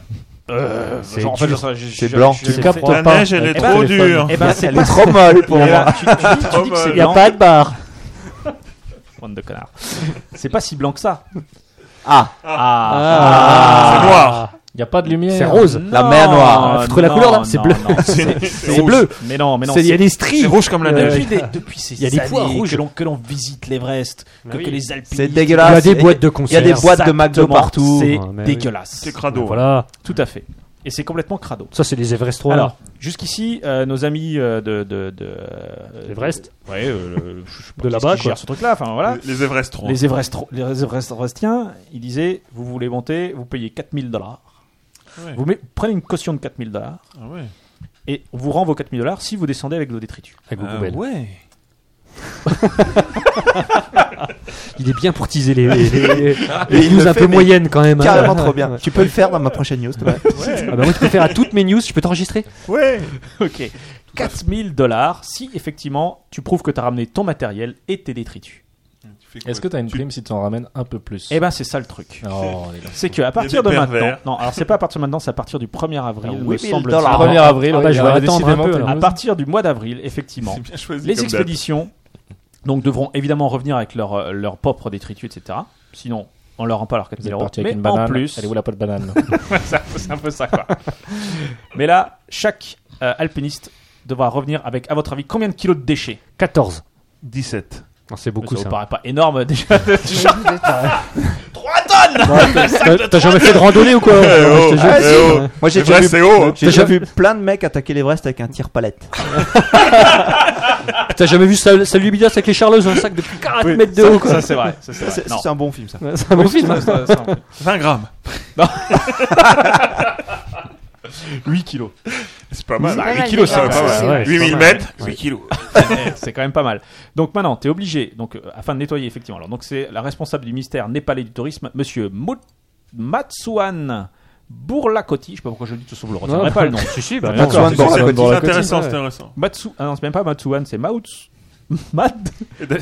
Speaker 3: Euh,
Speaker 4: C'est
Speaker 3: genre, en fait,
Speaker 4: dur.
Speaker 3: je- je-
Speaker 5: C'est
Speaker 3: je-
Speaker 5: blanc.
Speaker 3: je-
Speaker 5: Tu
Speaker 3: je-
Speaker 4: captes
Speaker 3: Eh
Speaker 8: La
Speaker 4: pas
Speaker 8: neige, elle est
Speaker 4: avec
Speaker 8: trop
Speaker 4: le téléphone.
Speaker 8: dure.
Speaker 3: ben, c'est
Speaker 5: Elle est trop molle pour
Speaker 3: Eh ben,
Speaker 5: moi.
Speaker 3: tu, tu dis- tu dis que c'est
Speaker 4: Il n'y a
Speaker 3: blanc.
Speaker 4: pas de barre.
Speaker 3: Bande de connards. C'est pas si blanc que ça.
Speaker 5: Ah,
Speaker 4: Ah.
Speaker 8: C'est noir.
Speaker 7: Il n'y a pas de lumière.
Speaker 4: C'est rose.
Speaker 3: Non,
Speaker 5: La mer Noire.
Speaker 4: Faut trouver la
Speaker 3: non,
Speaker 4: couleur, là, c'est
Speaker 3: non,
Speaker 4: bleu.
Speaker 3: non, C'est c'est
Speaker 4: bleu.
Speaker 3: rouge. Mais non, mais non.
Speaker 4: C'est- Il y a
Speaker 3: c'est-
Speaker 4: des stries.
Speaker 8: rouge comme la
Speaker 4: Euh,
Speaker 8: neige.
Speaker 3: Depuis, des- Bah depuis ces
Speaker 4: Il y a des
Speaker 3: années
Speaker 4: pois rouges.
Speaker 3: que l'on- que l'on visite l'Everest,
Speaker 4: Ah
Speaker 3: que,
Speaker 4: oui.
Speaker 3: que les alpinistes...
Speaker 5: c'est
Speaker 4: Il y a
Speaker 5: dégueulasse.
Speaker 4: des boîtes de
Speaker 5: Il y a
Speaker 4: concert.
Speaker 5: des boîtes de McDo
Speaker 3: Exactement,
Speaker 5: partout.
Speaker 3: Ah, C'est
Speaker 4: Ouais, mais oui.
Speaker 3: dégueulasse.
Speaker 8: C'est crado.
Speaker 4: Voilà.
Speaker 3: Tout à fait. Et c'est complètement crado.
Speaker 4: Ça c'est les Everestrois.
Speaker 3: Alors, jusqu'ici, euh, nos amis euh, de... de, de euh,
Speaker 4: L'Everest.
Speaker 3: Ouais, euh, je sais pas
Speaker 4: De
Speaker 3: qui-
Speaker 4: là-bas,
Speaker 3: qui
Speaker 4: quoi.
Speaker 3: gère ce truc-là, enfin voilà.
Speaker 8: Les Everest troncs.
Speaker 3: Euh, Les Everest- les Everestiens, ils disaient, vous voulez monter, vous payez 4000 dollars.
Speaker 8: Ouais.
Speaker 3: Vous met- prenez une caution de 4000 dollars
Speaker 8: Ah ouais.
Speaker 3: et on vous rend vos 4000 dollars si vous descendez avec vos détritus.
Speaker 4: Avec vos
Speaker 8: Ah
Speaker 4: poubelles.
Speaker 8: ouais.
Speaker 4: Il est bien pour teaser les, les, les,
Speaker 5: Et
Speaker 4: les
Speaker 5: Ah, il
Speaker 4: news
Speaker 5: le
Speaker 4: un
Speaker 5: fait,
Speaker 4: peu
Speaker 5: mais
Speaker 4: moyennes quand même. hein.
Speaker 5: Carrément trop bien. Tu peux le faire dans ma prochaine news, toi.
Speaker 4: Ah bah moi je peux faire à toutes mes news, je peux t'enregistrer.
Speaker 3: Ouais Ok. 4000 dollars si effectivement tu prouves que tu as ramené ton matériel et tes détritus.
Speaker 8: Tu fais quoi
Speaker 7: Est-ce que t'as une prime si tu en ramènes un peu plus
Speaker 3: Eh ben c'est ça le truc.
Speaker 7: Oh, les gars.
Speaker 3: C'est que à partir
Speaker 8: des
Speaker 3: de maintenant,
Speaker 8: pervers.
Speaker 3: non, alors c'est pas à partir de maintenant, c'est à partir du 1er avril,
Speaker 5: Ah,
Speaker 3: me
Speaker 5: 8000
Speaker 3: semble
Speaker 5: dollars.
Speaker 3: t
Speaker 7: 1er avril,
Speaker 4: Ah bah,
Speaker 7: ouais,
Speaker 4: je
Speaker 7: il y
Speaker 4: vais
Speaker 7: aura
Speaker 4: attendre un
Speaker 7: décidément
Speaker 4: peu,
Speaker 7: tellement
Speaker 4: alors.
Speaker 3: À
Speaker 7: de-
Speaker 3: partir du mois d'avril, effectivement,
Speaker 8: C'est bien choisi
Speaker 3: les
Speaker 8: comme date.
Speaker 3: expéditions donc devront évidemment revenir avec leur, euh, leur propre détritus, etc. Sinon, on leur rend pas leurs
Speaker 7: Vous
Speaker 3: 4000
Speaker 7: êtes
Speaker 3: euros.
Speaker 7: parti avec
Speaker 3: Mais
Speaker 7: une
Speaker 3: en
Speaker 7: banane.
Speaker 3: plus,
Speaker 7: Elle est où la pote banane
Speaker 3: Ça, c'est un peu ça, quoi. Mais là, chaque euh, alpiniste devra revenir avec, à votre avis, combien de kilos de déchets
Speaker 4: 14.
Speaker 8: 17.
Speaker 4: Non, C'est beaucoup
Speaker 3: ça vous
Speaker 4: ça.
Speaker 3: paraît pas énorme déjà
Speaker 4: T'as t'as jamais fait de randonnée ou quoi hein, Je te jure.
Speaker 5: Ah, si. Moi j'ai déjà, vu,
Speaker 9: c'est haut.
Speaker 5: j'ai déjà vu plein de mecs attaquer l'Everest avec un tir palette.
Speaker 4: T'as jamais vu Sal- Salut Bidas avec les Charleuses, un sac de 40 mètres de haut quoi.
Speaker 3: Ça c'est vrai. Ça, c'est vrai.
Speaker 5: C'est
Speaker 3: Non.
Speaker 5: c'est un bon film ça.
Speaker 4: C'est un bon film. hein.
Speaker 8: 20 grammes.
Speaker 3: 8 kilos.
Speaker 9: C'est pas mal.
Speaker 6: Pas mal,
Speaker 8: 8 kilos,
Speaker 6: les
Speaker 8: ça va
Speaker 6: gars.
Speaker 8: pas mal.
Speaker 6: C'est-
Speaker 4: ouais.
Speaker 9: 8000 mètres, 8 kilos.
Speaker 3: Eh, c'est quand même pas mal. Donc maintenant, tu es obligé, donc, euh, afin de nettoyer effectivement. Alors, donc c'est la responsable du ministère népalais du tourisme, Monsieur Mo- Matsuan Bourlakoti. Je sais pas pourquoi je le dis tout seul, je le retiendrai
Speaker 4: Non,
Speaker 3: pas le nom.
Speaker 4: Si, si, bah,
Speaker 3: D'accord.
Speaker 5: Matsuan
Speaker 8: C'est-
Speaker 5: Bon,
Speaker 8: c'est-
Speaker 5: la
Speaker 8: C'est
Speaker 5: Côte
Speaker 4: d'Ivoire.
Speaker 8: intéressant,
Speaker 4: Ouais.
Speaker 8: c'est intéressant.
Speaker 3: Matsu, ah non, c'est même pas Matsuan, c'est Maouts. Mat-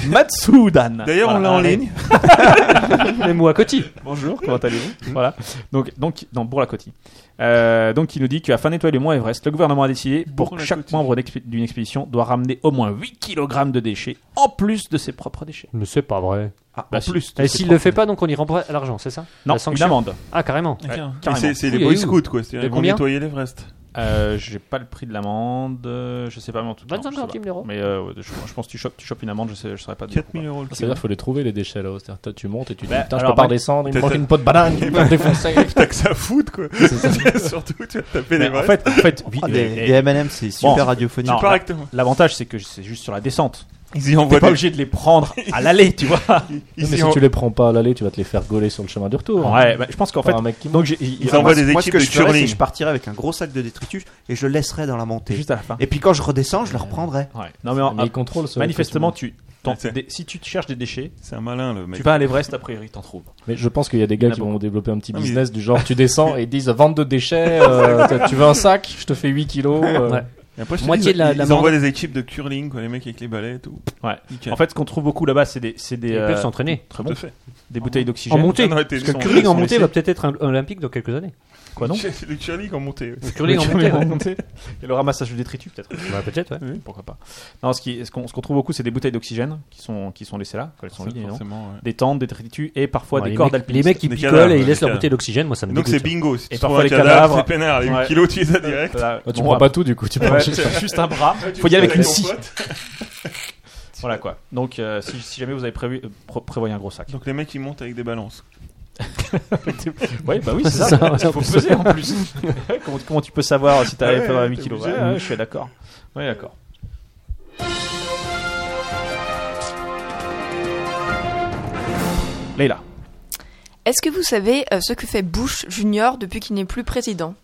Speaker 3: Matsudan.
Speaker 8: D'ailleurs, on
Speaker 3: Voilà,
Speaker 8: l'a en
Speaker 3: arrête.
Speaker 8: ligne.
Speaker 4: même moi à côté.
Speaker 3: Bonjour, comment allez-vous Voilà. Donc, donc, dans Bourlacoti. Euh, donc, il nous dit qu'afin de nettoyer le mont Everest, le gouvernement a décidé pour que chaque
Speaker 8: Bourlacoti.
Speaker 3: membre d'expé- d'une expédition doit ramener au moins 8 kg de déchets en plus de ses propres déchets.
Speaker 4: Mais c'est pas vrai.
Speaker 3: Ah,
Speaker 4: bah
Speaker 3: en
Speaker 4: si.
Speaker 3: plus. de
Speaker 4: Et
Speaker 3: ses
Speaker 4: s'il le
Speaker 3: propres-
Speaker 4: fait pas, donc on y rembourse l'argent, c'est ça
Speaker 3: Non,
Speaker 4: La
Speaker 3: une
Speaker 4: sanction
Speaker 3: amende.
Speaker 4: Ah, carrément.
Speaker 8: Mais
Speaker 3: carrément.
Speaker 8: C'est c'est les
Speaker 4: Oui,
Speaker 8: Boy
Speaker 4: oui.
Speaker 8: Scouts, quoi. C'est-à-dire
Speaker 4: De
Speaker 8: qu'on
Speaker 4: combien
Speaker 8: nettoyait l'Everest.
Speaker 3: Euh, J'ai pas le prix de l'amende, euh, je sais pas, mais en tout cas.
Speaker 4: 25 centimes d'euros.
Speaker 3: Mais euh, ouais, je, je pense que tu chopes, tu chopes une amende, je, sais, je saurais pas dire.
Speaker 8: 4000 euros le kilo.
Speaker 7: C'est-à-dire qu'il faut les trouver les déchets là-haut. C'est-à-dire toi, tu montes et tu dis
Speaker 3: Bah,
Speaker 7: putain, je
Speaker 3: alors,
Speaker 7: peux pas
Speaker 3: bah,
Speaker 7: redescendre, il me
Speaker 8: t'as-
Speaker 7: manque une peau de banane, il me défoncer.
Speaker 8: T'as que ça à foutre, quoi. Surtout, tu vas taper
Speaker 3: Mais
Speaker 8: les
Speaker 3: en
Speaker 8: vrais.
Speaker 3: fait, en fait oui,
Speaker 5: Ah,
Speaker 3: euh,
Speaker 5: des,
Speaker 3: les-
Speaker 5: des M&M c'est super
Speaker 3: Bon.
Speaker 5: radiophonique.
Speaker 3: Non,
Speaker 8: Correct.
Speaker 3: l'avantage c'est que c'est juste sur la descente.
Speaker 8: Ils y
Speaker 3: T'es
Speaker 8: envoient
Speaker 3: pas
Speaker 8: des...
Speaker 3: obligé de les prendre à l'aller, tu vois.
Speaker 7: Mais
Speaker 8: ils y
Speaker 7: si
Speaker 8: en-
Speaker 7: tu les prends pas à l'aller, tu vas te les faire gauler sur le chemin du retour.
Speaker 3: Ouais, bah, je pense qu'en
Speaker 7: Par
Speaker 3: fait.
Speaker 7: un mec qui
Speaker 3: Donc, j'ai- il- il-
Speaker 8: Ils envoient des
Speaker 5: Moi ce
Speaker 8: équipes
Speaker 5: que
Speaker 8: de
Speaker 5: je ferais c'est
Speaker 8: curling.
Speaker 5: je partirais avec un gros sac de détritus et je le laisserais dans la montée.
Speaker 3: juste à la fin.
Speaker 5: Et puis quand je redescends je le reprendrai.
Speaker 3: Ouais. Non, mais, en- ah,
Speaker 7: Mais il contrôle ce
Speaker 3: manifestement, tu, t'en-
Speaker 8: C'est-
Speaker 3: des- si tu te cherches des déchets,
Speaker 8: C'est un malin, le mec.
Speaker 3: tu vas à l'Everest, a priori, t'en trouves.
Speaker 7: Mais je pense qu'il y a des gars
Speaker 3: Il y en a
Speaker 7: qui vont développer un petit
Speaker 8: Non, mais-
Speaker 7: business du genre tu descends et ils disent vente de déchets, euh, t'as- tu veux un sac, je te fais 8 kilos. euh.
Speaker 4: Ouais.
Speaker 8: Et après, je te
Speaker 4: Moitié
Speaker 8: dis,
Speaker 4: de la-
Speaker 8: ils
Speaker 4: la
Speaker 8: ils
Speaker 4: mort.
Speaker 8: envoient des équipes de curling, quoi, les mecs avec les balais et tout.
Speaker 3: Ouais.
Speaker 8: Nickel.
Speaker 3: En fait, ce qu'on trouve beaucoup là-bas, c'est des, c'est des,
Speaker 4: Ils
Speaker 3: euh,
Speaker 4: peuvent s'entraîner.
Speaker 3: très
Speaker 8: Tout
Speaker 3: bon,
Speaker 8: à fait.
Speaker 3: des bouteilles d'oxygène. Ah,
Speaker 4: En montée.
Speaker 8: Non, non,
Speaker 4: Parce
Speaker 8: t'es-
Speaker 4: que
Speaker 8: ils
Speaker 4: le
Speaker 8: sont-
Speaker 4: curling
Speaker 8: ils sont
Speaker 4: en montée
Speaker 8: laissés.
Speaker 4: va peut-être être un- olympique dans quelques années.
Speaker 3: Quoi Ah non
Speaker 8: Le curling en montée. ouais.
Speaker 4: Le curling en
Speaker 3: Le
Speaker 4: montée,
Speaker 3: curling en
Speaker 4: ouais.
Speaker 3: montée. Et le ramassage de détritus, peut-être.
Speaker 4: Bah, peut-être, ouais.
Speaker 3: Oui, pourquoi pas. Non, ce qu'on ce qu'on ce qu'on trouve beaucoup, c'est des bouteilles d'oxygène qui sont, qui sont laissées là, quand elles sont vides, évidemment.
Speaker 8: Ah, Forcément, ouais.
Speaker 3: Des tentes, des détritus et parfois
Speaker 4: Ouais,
Speaker 3: des
Speaker 4: les,
Speaker 3: cordes
Speaker 4: mecs, les
Speaker 3: alpinistes.
Speaker 4: mecs qui
Speaker 8: Des
Speaker 4: picolent
Speaker 8: cadavres,
Speaker 4: et ils
Speaker 8: des
Speaker 4: laissent leur
Speaker 8: cadavres.
Speaker 4: bouteille d'oxygène, moi ça me
Speaker 8: Donc c'est
Speaker 4: dégoûte.
Speaker 8: bingo. Si
Speaker 3: Et
Speaker 8: tu
Speaker 3: parfois
Speaker 8: trouves un
Speaker 3: les
Speaker 8: cadavre,
Speaker 3: cadavres.
Speaker 8: c'est peinard. Les
Speaker 3: Ouais.
Speaker 8: 8 kilos, tu les as direct.
Speaker 3: Là,
Speaker 7: Bah, tu
Speaker 3: bon,
Speaker 7: prends
Speaker 3: après-
Speaker 7: pas tout du coup, tu prends
Speaker 3: Ouais,
Speaker 7: juste-
Speaker 3: c'est juste un bras. Faut y aller avec une scie. Voilà quoi. Donc, euh, si, si jamais vous avez prévu, euh, pré- prévoyez un gros sac.
Speaker 8: Donc les mecs, ils montent avec des balances.
Speaker 3: Ouais, bah oui, c'est ça. Il faut peser en plus. comment, comment tu peux savoir si t'as
Speaker 8: Ouais,
Speaker 3: fait
Speaker 8: ouais,
Speaker 3: 8
Speaker 8: t'es
Speaker 3: kilos
Speaker 8: obligé.
Speaker 3: Ouais, ouais, Je suis d'accord. Ouais, d'accord. Leïla.
Speaker 6: Est-ce que vous savez euh, ce que fait Bush Junior depuis qu'il n'est plus président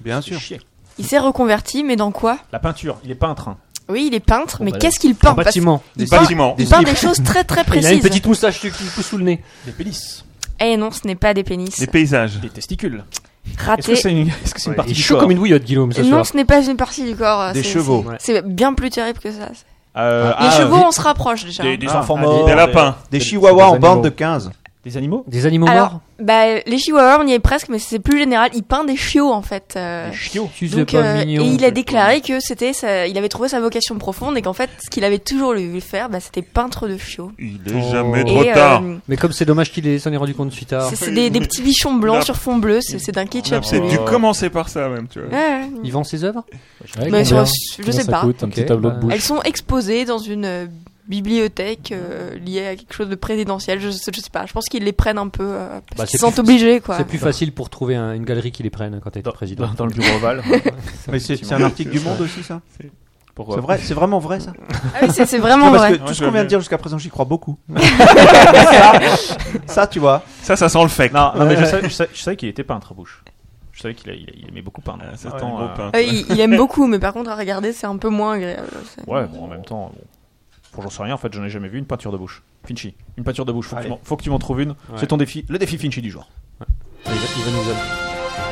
Speaker 5: Bien
Speaker 3: C'est
Speaker 5: sûr.
Speaker 3: chier.
Speaker 6: Il s'est reconverti, mais dans quoi
Speaker 3: La peinture, il est peintre. hein.
Speaker 6: Oui, il est peintre, mais
Speaker 7: bah,
Speaker 6: qu'est-ce qu'il peint
Speaker 4: En
Speaker 6: Parce qu'il
Speaker 4: bâtiment.
Speaker 8: Des
Speaker 6: peint-
Speaker 8: bâtiments.
Speaker 6: Il peint des choses très très
Speaker 4: Il a une
Speaker 6: précises.
Speaker 4: petite moustache qui qui pousse sous le nez.
Speaker 3: Des pénis.
Speaker 6: Eh non, ce n'est pas des pénis.
Speaker 8: Des paysages.
Speaker 3: Des testicules. Est-ce que
Speaker 6: Raté.
Speaker 3: c'est une, est-ce que c'est une
Speaker 8: Ouais,
Speaker 3: partie
Speaker 4: Il est
Speaker 3: du
Speaker 4: chaud
Speaker 3: corps
Speaker 4: comme une bouillotte, Guillaume, ce
Speaker 6: Non,
Speaker 4: soir.
Speaker 6: ce n'est pas une partie du corps. euh,
Speaker 5: Des
Speaker 6: c'est-
Speaker 5: chevaux.
Speaker 6: c'est- C'est bien plus terrible que ça.
Speaker 3: Euh,
Speaker 6: Les
Speaker 3: ah,
Speaker 6: chevaux,
Speaker 3: des-
Speaker 6: on se rapproche déjà. hein.
Speaker 3: Des, des
Speaker 8: Ah,
Speaker 3: enfants
Speaker 8: ah,
Speaker 3: morts.
Speaker 8: Des lapins.
Speaker 5: Des
Speaker 3: Des-
Speaker 5: chihuahuas
Speaker 7: des
Speaker 5: en bande
Speaker 7: animaux.
Speaker 5: de 15.
Speaker 3: Des animaux
Speaker 4: Des animaux
Speaker 6: Alors,
Speaker 4: morts
Speaker 6: bah, les chihuahuas, on y est presque, mais c'est plus général. Il peint des chiots en fait. euh,
Speaker 3: Des chiots.
Speaker 6: Donc, euh, et il a déclaré que c'était, sa- il avait trouvé sa vocation profonde et qu'en fait, ce qu'il avait toujours voulu faire, bah, c'était peintre de chiots.
Speaker 8: Il
Speaker 4: Oh.
Speaker 8: est jamais
Speaker 4: Et,
Speaker 8: trop
Speaker 6: et euh,
Speaker 8: tard.
Speaker 4: Mais comme c'est dommage qu'il ait- s'en est rendu compte si tard.
Speaker 6: c'est- c'est des, des petits bichons
Speaker 8: Il a-
Speaker 6: blancs sur fond bleu, c'est c'est d'un kitsch
Speaker 8: Non, C'est
Speaker 6: absolu.
Speaker 8: dû commencer par ça, même, tu vois.
Speaker 6: Ouais, ouais.
Speaker 4: Il vend ses œuvres
Speaker 7: Ouais,
Speaker 6: Mais
Speaker 7: combien-
Speaker 6: sur- je
Speaker 7: combien
Speaker 6: sais
Speaker 7: ça
Speaker 6: pas.
Speaker 7: coûte, un petit
Speaker 4: Ok,
Speaker 7: tableau
Speaker 4: bah,
Speaker 7: de bouche.
Speaker 6: Elles sont exposées dans une euh, bibliothèque euh, liée à quelque chose de présidentiel. Je, sais- je sais pas. Je pense qu'ils les prennent un peu. euh, parce
Speaker 4: Bah,
Speaker 6: qu'ils
Speaker 4: c'est
Speaker 6: se
Speaker 4: plus-
Speaker 6: sentent obligés, quoi.
Speaker 4: C'est plus facile pour trouver un- une galerie qui les prenne quand t'es
Speaker 3: Dans,
Speaker 4: président.
Speaker 3: dans- dans le bureau ovale.
Speaker 5: Mais c'est c'est un article du Monde aussi ça.
Speaker 3: Pourquoi
Speaker 5: C'est vrai, c'est vraiment vrai ça.
Speaker 6: Ah oui, c'est c'est
Speaker 5: Non,
Speaker 6: vraiment
Speaker 5: parce
Speaker 6: vrai.
Speaker 5: que
Speaker 8: Ouais,
Speaker 5: tout
Speaker 8: je
Speaker 5: ce
Speaker 8: vois
Speaker 5: qu'on vient
Speaker 8: bien.
Speaker 5: de dire jusqu'à présent, j'y crois beaucoup. ça, ça, tu vois.
Speaker 8: Ça, ça sent le fake.
Speaker 3: Non, non, mais je savais, je savais- je savais qu'il était peintre, Bouche. Je savais qu'il a- il a- il aimait beaucoup peindre.
Speaker 8: Ah, ça, c'est un
Speaker 3: Maintenant,
Speaker 8: gros
Speaker 3: euh,
Speaker 8: peintre.
Speaker 6: Euh, il, il aime beaucoup, mais par contre, à regarder, c'est un peu moins agréable. c'est-
Speaker 3: Ouais, bon, en même temps, bon. Bon, j'en sais rien, en fait, j'en ai jamais vu une peinture de bouche. Finchi, une peinture de bouche, faut, que tu,
Speaker 5: Allez.
Speaker 3: m'en- faut que tu m'en trouves une. C'est ton défi, le défi Finchi du jour.
Speaker 4: Il va, il va nous ab-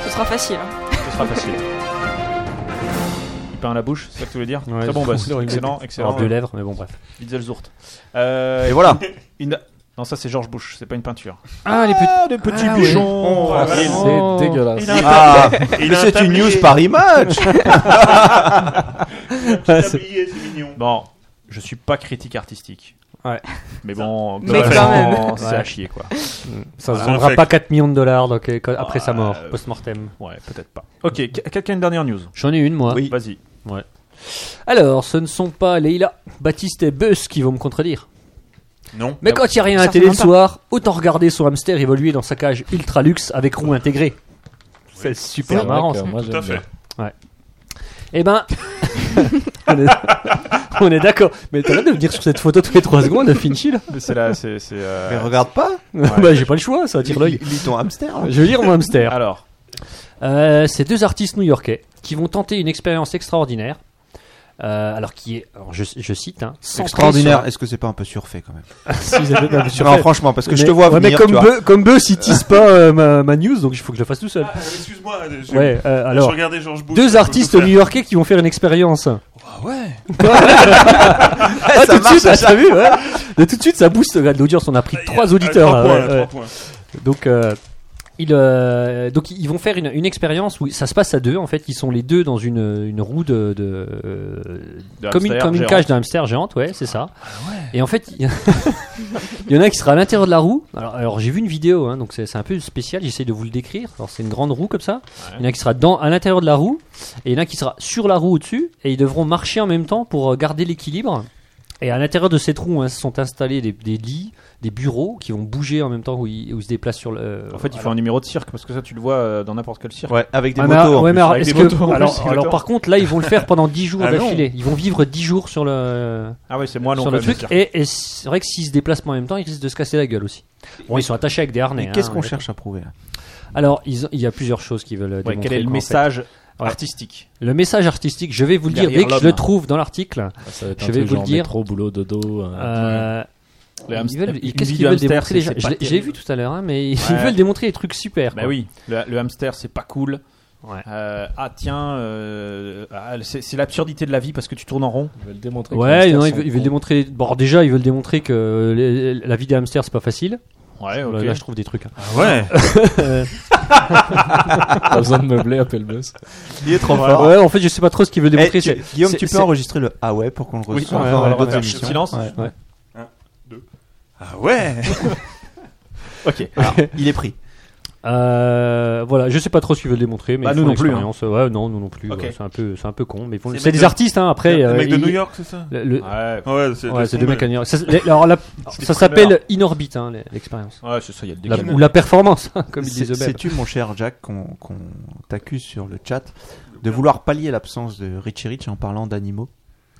Speaker 6: Ce sera facile. hein.
Speaker 3: Ce sera facile. Il peint la bouche, c'est ça que tu voulais dire
Speaker 4: Ouais,
Speaker 3: Très bon,
Speaker 4: c'est
Speaker 3: boss.
Speaker 4: couleur, il
Speaker 3: Excellent,
Speaker 4: avoir
Speaker 3: excellent.
Speaker 4: deux lèvres, mais bon, bref.
Speaker 3: Bitzelzourt. Euh,
Speaker 5: Et voilà.
Speaker 3: une- Non, ça c'est Georges Bush, c'est pas une peinture.
Speaker 4: Ah, les
Speaker 3: Ah, des petits
Speaker 4: Ah,
Speaker 3: pigeons
Speaker 5: ouais.
Speaker 3: voilà.
Speaker 4: Oh.
Speaker 7: C'est dégueulasse.
Speaker 5: Ah,
Speaker 8: Il
Speaker 5: mais
Speaker 8: a un
Speaker 5: c'est une
Speaker 8: tablier.
Speaker 5: news par image.
Speaker 8: Tablier, c'est mignon.
Speaker 3: Bon, je suis pas critique artistique.
Speaker 4: Ouais.
Speaker 3: Mais bon,
Speaker 6: Mais quand
Speaker 3: globalement, c'est
Speaker 4: Ouais.
Speaker 3: à chier quoi.
Speaker 4: Ça se
Speaker 8: Ah,
Speaker 4: vendra
Speaker 8: fait.
Speaker 4: pas 4 millions de dollars donc, euh, quand- après sa mort,
Speaker 3: euh,
Speaker 4: post-mortem.
Speaker 3: Ouais, peut-être pas. Ok, que- quelqu'un a une dernière news
Speaker 4: J'en ai une, moi.
Speaker 5: Oui.
Speaker 3: Vas-y.
Speaker 4: Alors, ce ne sont pas Leila, Baptiste et Buzz qui vont me contredire.
Speaker 8: Non.
Speaker 4: Mais quand il n'y a rien à la
Speaker 10: Ça
Speaker 4: télé le
Speaker 10: ressemble
Speaker 4: soir, autant regarder son hamster évoluer dans sa cage ultra luxe avec roue intégrée. C'est
Speaker 7: C'est
Speaker 4: super
Speaker 7: vrai
Speaker 4: marrant
Speaker 7: que
Speaker 4: ça.
Speaker 7: moi,
Speaker 8: Tout
Speaker 7: j'aime
Speaker 8: à fait.
Speaker 7: bien.
Speaker 4: Eh ben, on est, on est d'accord. Mais t'as l'air de venir sur cette photo toutes les 3 secondes, Finchy là
Speaker 3: Mais C'est là, c'est. c'est, euh,
Speaker 5: Mais regarde pas,
Speaker 4: Bah j'ai pas le choix, ça attire l'œil.
Speaker 5: lis ton hamster.
Speaker 4: Je veux lire mon hamster.
Speaker 3: Alors,
Speaker 4: Euh, c'est deux artistes new-yorkais qui vont tenter une expérience extraordinaire. Euh, alors qui est, alors, je, je cite, hein, centrée
Speaker 5: Extraordinaire, est-ce que c'est pas un peu surfait quand même
Speaker 4: sur- si vous avez- non, mais
Speaker 5: Non,
Speaker 4: surfait.
Speaker 5: franchement, parce que je
Speaker 4: Mais-
Speaker 5: te vois
Speaker 4: ouais,
Speaker 5: venir,
Speaker 4: Mais comme
Speaker 5: tu vois.
Speaker 4: Beu, comme Beu, s'il tease pas euh, ma, ma news, donc il faut que je le fasse tout seul.
Speaker 8: Ah, excuse-moi. je-
Speaker 4: ouais, euh,
Speaker 8: je
Speaker 4: alors.
Speaker 8: regardais George Bush.
Speaker 4: Deux artistes
Speaker 8: au
Speaker 4: new-yorkais qui vont faire une expérience.
Speaker 8: Ouais.
Speaker 5: Eh,
Speaker 4: Ah,
Speaker 5: ça
Speaker 4: tout de
Speaker 5: marche,
Speaker 4: suite, ah, t'as vu ouais. Mais Tout de suite, ça booste regarde, l'audience. On a pris trois auditeurs. là, hein, ouais, ouais. Donc, euh, ils, euh, donc ils vont faire une, une expérience où ça se passe à deux. En fait, ils sont les deux dans une, une roue de, de, euh,
Speaker 3: de
Speaker 4: comme une,
Speaker 3: hamster
Speaker 4: comme une
Speaker 3: géant.
Speaker 4: cage d'un hamster géante, ouais, c'est ça. Et en fait, il y, a- il y en a un qui sera à l'intérieur de la roue. Alors, alors, j'ai vu une vidéo, hein, donc c'est c'est un peu spécial. J'essaie de vous le décrire. Alors c'est une grande roue comme ça. Il y en a qui sera dans, à l'intérieur de la roue et il y en a qui sera sur la roue au-dessus et ils devront marcher en même temps pour euh, garder l'équilibre. Et à l'intérieur de cette roue hein, sont installés des, des lits, des bureaux qui vont bouger en même temps où ils, où ils se déplacent sur le. euh,
Speaker 3: En fait, il
Speaker 4: à
Speaker 3: faut un numéro de cirque parce que ça, tu le vois euh, dans n'importe quel cirque.
Speaker 5: Ouais, avec des
Speaker 4: Ah, mais alors-
Speaker 5: motos. en
Speaker 4: ouais,
Speaker 5: plus.
Speaker 4: mais alors,
Speaker 3: Avec
Speaker 4: est-ce
Speaker 3: des
Speaker 4: que-
Speaker 3: motos, en
Speaker 4: alors-
Speaker 3: plus, c'est
Speaker 4: alors,
Speaker 3: moteur.
Speaker 4: par contre, là, ils vont le faire pendant 10 jours
Speaker 8: Ah non.
Speaker 4: d'affilée. Ils vont vivre 10 jours sur le,
Speaker 3: Ah ouais, c'est moi non
Speaker 4: sur
Speaker 3: quand
Speaker 4: le
Speaker 3: même,
Speaker 4: truc. Et, et c'est vrai que s'ils se déplacent pas en même temps, ils risquent de se casser la gueule aussi. Bon, ils sont attachés avec des harnais.
Speaker 5: Mais qu'est-ce
Speaker 4: hein,
Speaker 5: qu'on
Speaker 4: ouais.
Speaker 5: cherche à prouver là
Speaker 4: Alors, ils ont- il y a plusieurs choses qu'ils veulent
Speaker 3: Ouais,
Speaker 4: démontrer,
Speaker 3: quel est le
Speaker 4: quoi, en
Speaker 3: message
Speaker 4: Ouais.
Speaker 3: artistique
Speaker 4: Le message artistique, je vais vous le dire
Speaker 3: Derrière
Speaker 4: dès que je
Speaker 3: l'homme.
Speaker 4: le trouve dans l'article.
Speaker 7: Ah, Ça va être un
Speaker 4: Je vais
Speaker 7: truc
Speaker 4: vous le
Speaker 7: genre
Speaker 4: dire.
Speaker 7: métro, boulot, dodo. euh,
Speaker 4: Euh,
Speaker 3: Le
Speaker 4: ils
Speaker 3: hamster-
Speaker 4: veulent-
Speaker 3: une
Speaker 4: Qu'est-ce
Speaker 3: vie
Speaker 4: qu'ils
Speaker 3: de
Speaker 4: veulent
Speaker 3: hamster,
Speaker 4: démontrer
Speaker 3: c'est-
Speaker 4: déjà
Speaker 3: c'est
Speaker 4: Je
Speaker 3: pas
Speaker 4: l'ai- J'ai
Speaker 3: terrible.
Speaker 4: vu tout à l'heure, hein, mais ils
Speaker 3: Ouais.
Speaker 4: veulent démontrer des trucs super.
Speaker 3: Bah
Speaker 4: quoi.
Speaker 3: oui, le, le hamster c'est pas cool.
Speaker 4: Ouais.
Speaker 3: Euh, ah tiens, euh, ah, c'est c'est l'absurdité de la vie parce que tu tournes en rond.
Speaker 7: Ils veulent démontrer. que les
Speaker 4: Ouais,
Speaker 7: hamsters
Speaker 4: non, ils
Speaker 7: sont
Speaker 4: veulent, ils veulent
Speaker 7: cons.
Speaker 4: démontrer. Bon, déjà, ils veulent démontrer que les- la vie des hamsters c'est pas facile.
Speaker 3: Ouais,
Speaker 4: Là, Là, je trouve des trucs. hein.
Speaker 8: Ah ouais.
Speaker 7: Pas besoin de meubler, appelle Buzz.
Speaker 5: Il est trop
Speaker 4: Ouais, en fait, je sais pas trop ce qu'ils veulent
Speaker 5: Eh,
Speaker 4: démontrer.
Speaker 5: tu-
Speaker 4: c'est-
Speaker 5: Guillaume,
Speaker 4: c'est-
Speaker 5: tu
Speaker 4: c'est-
Speaker 5: peux enregistrer le ah ouais pour qu'on le
Speaker 3: Oui,
Speaker 5: reçoive
Speaker 3: on va- on
Speaker 5: dans
Speaker 3: va
Speaker 5: d'autres
Speaker 3: faire
Speaker 5: émissions.
Speaker 3: silence.
Speaker 5: Ouais.
Speaker 8: Ah ouais.
Speaker 3: Ok.
Speaker 5: Ah, Il est pris.
Speaker 4: Euh, voilà, je sais pas trop ce qu'ils veulent démontrer, mais
Speaker 3: Bah,
Speaker 4: ils
Speaker 3: nous
Speaker 4: font
Speaker 3: non plus,
Speaker 4: l'expérience. Ouais, non, nous non plus.
Speaker 3: Ok.
Speaker 4: ouais, c'est un peu, c'est un peu con, mais ils font-
Speaker 8: C'est
Speaker 4: c'est
Speaker 8: mec
Speaker 4: des
Speaker 8: de-
Speaker 4: artistes, hein. Après,
Speaker 8: Le
Speaker 4: euh,
Speaker 8: mec de
Speaker 4: ils-
Speaker 8: New York, c'est ça
Speaker 4: le- le-
Speaker 3: Ouais,
Speaker 8: Ouais, c'est
Speaker 4: ouais, c'est
Speaker 8: deux
Speaker 4: deux mecs à New York. Ça, c'est- les- alors, la- ça
Speaker 3: primeurs.
Speaker 4: s'appelle In Orbit, hein, les- l'expérience.
Speaker 3: ouais c'est ça, il y a le
Speaker 4: La-
Speaker 3: décalage.
Speaker 4: ou la performance, hein, comme ils
Speaker 5: C'est-
Speaker 4: disent eux
Speaker 5: Sais-tu, mon cher Jack, qu'on qu'on t'accuse sur le chat de vouloir pallier l'absence de Richie Rich en parlant d'animaux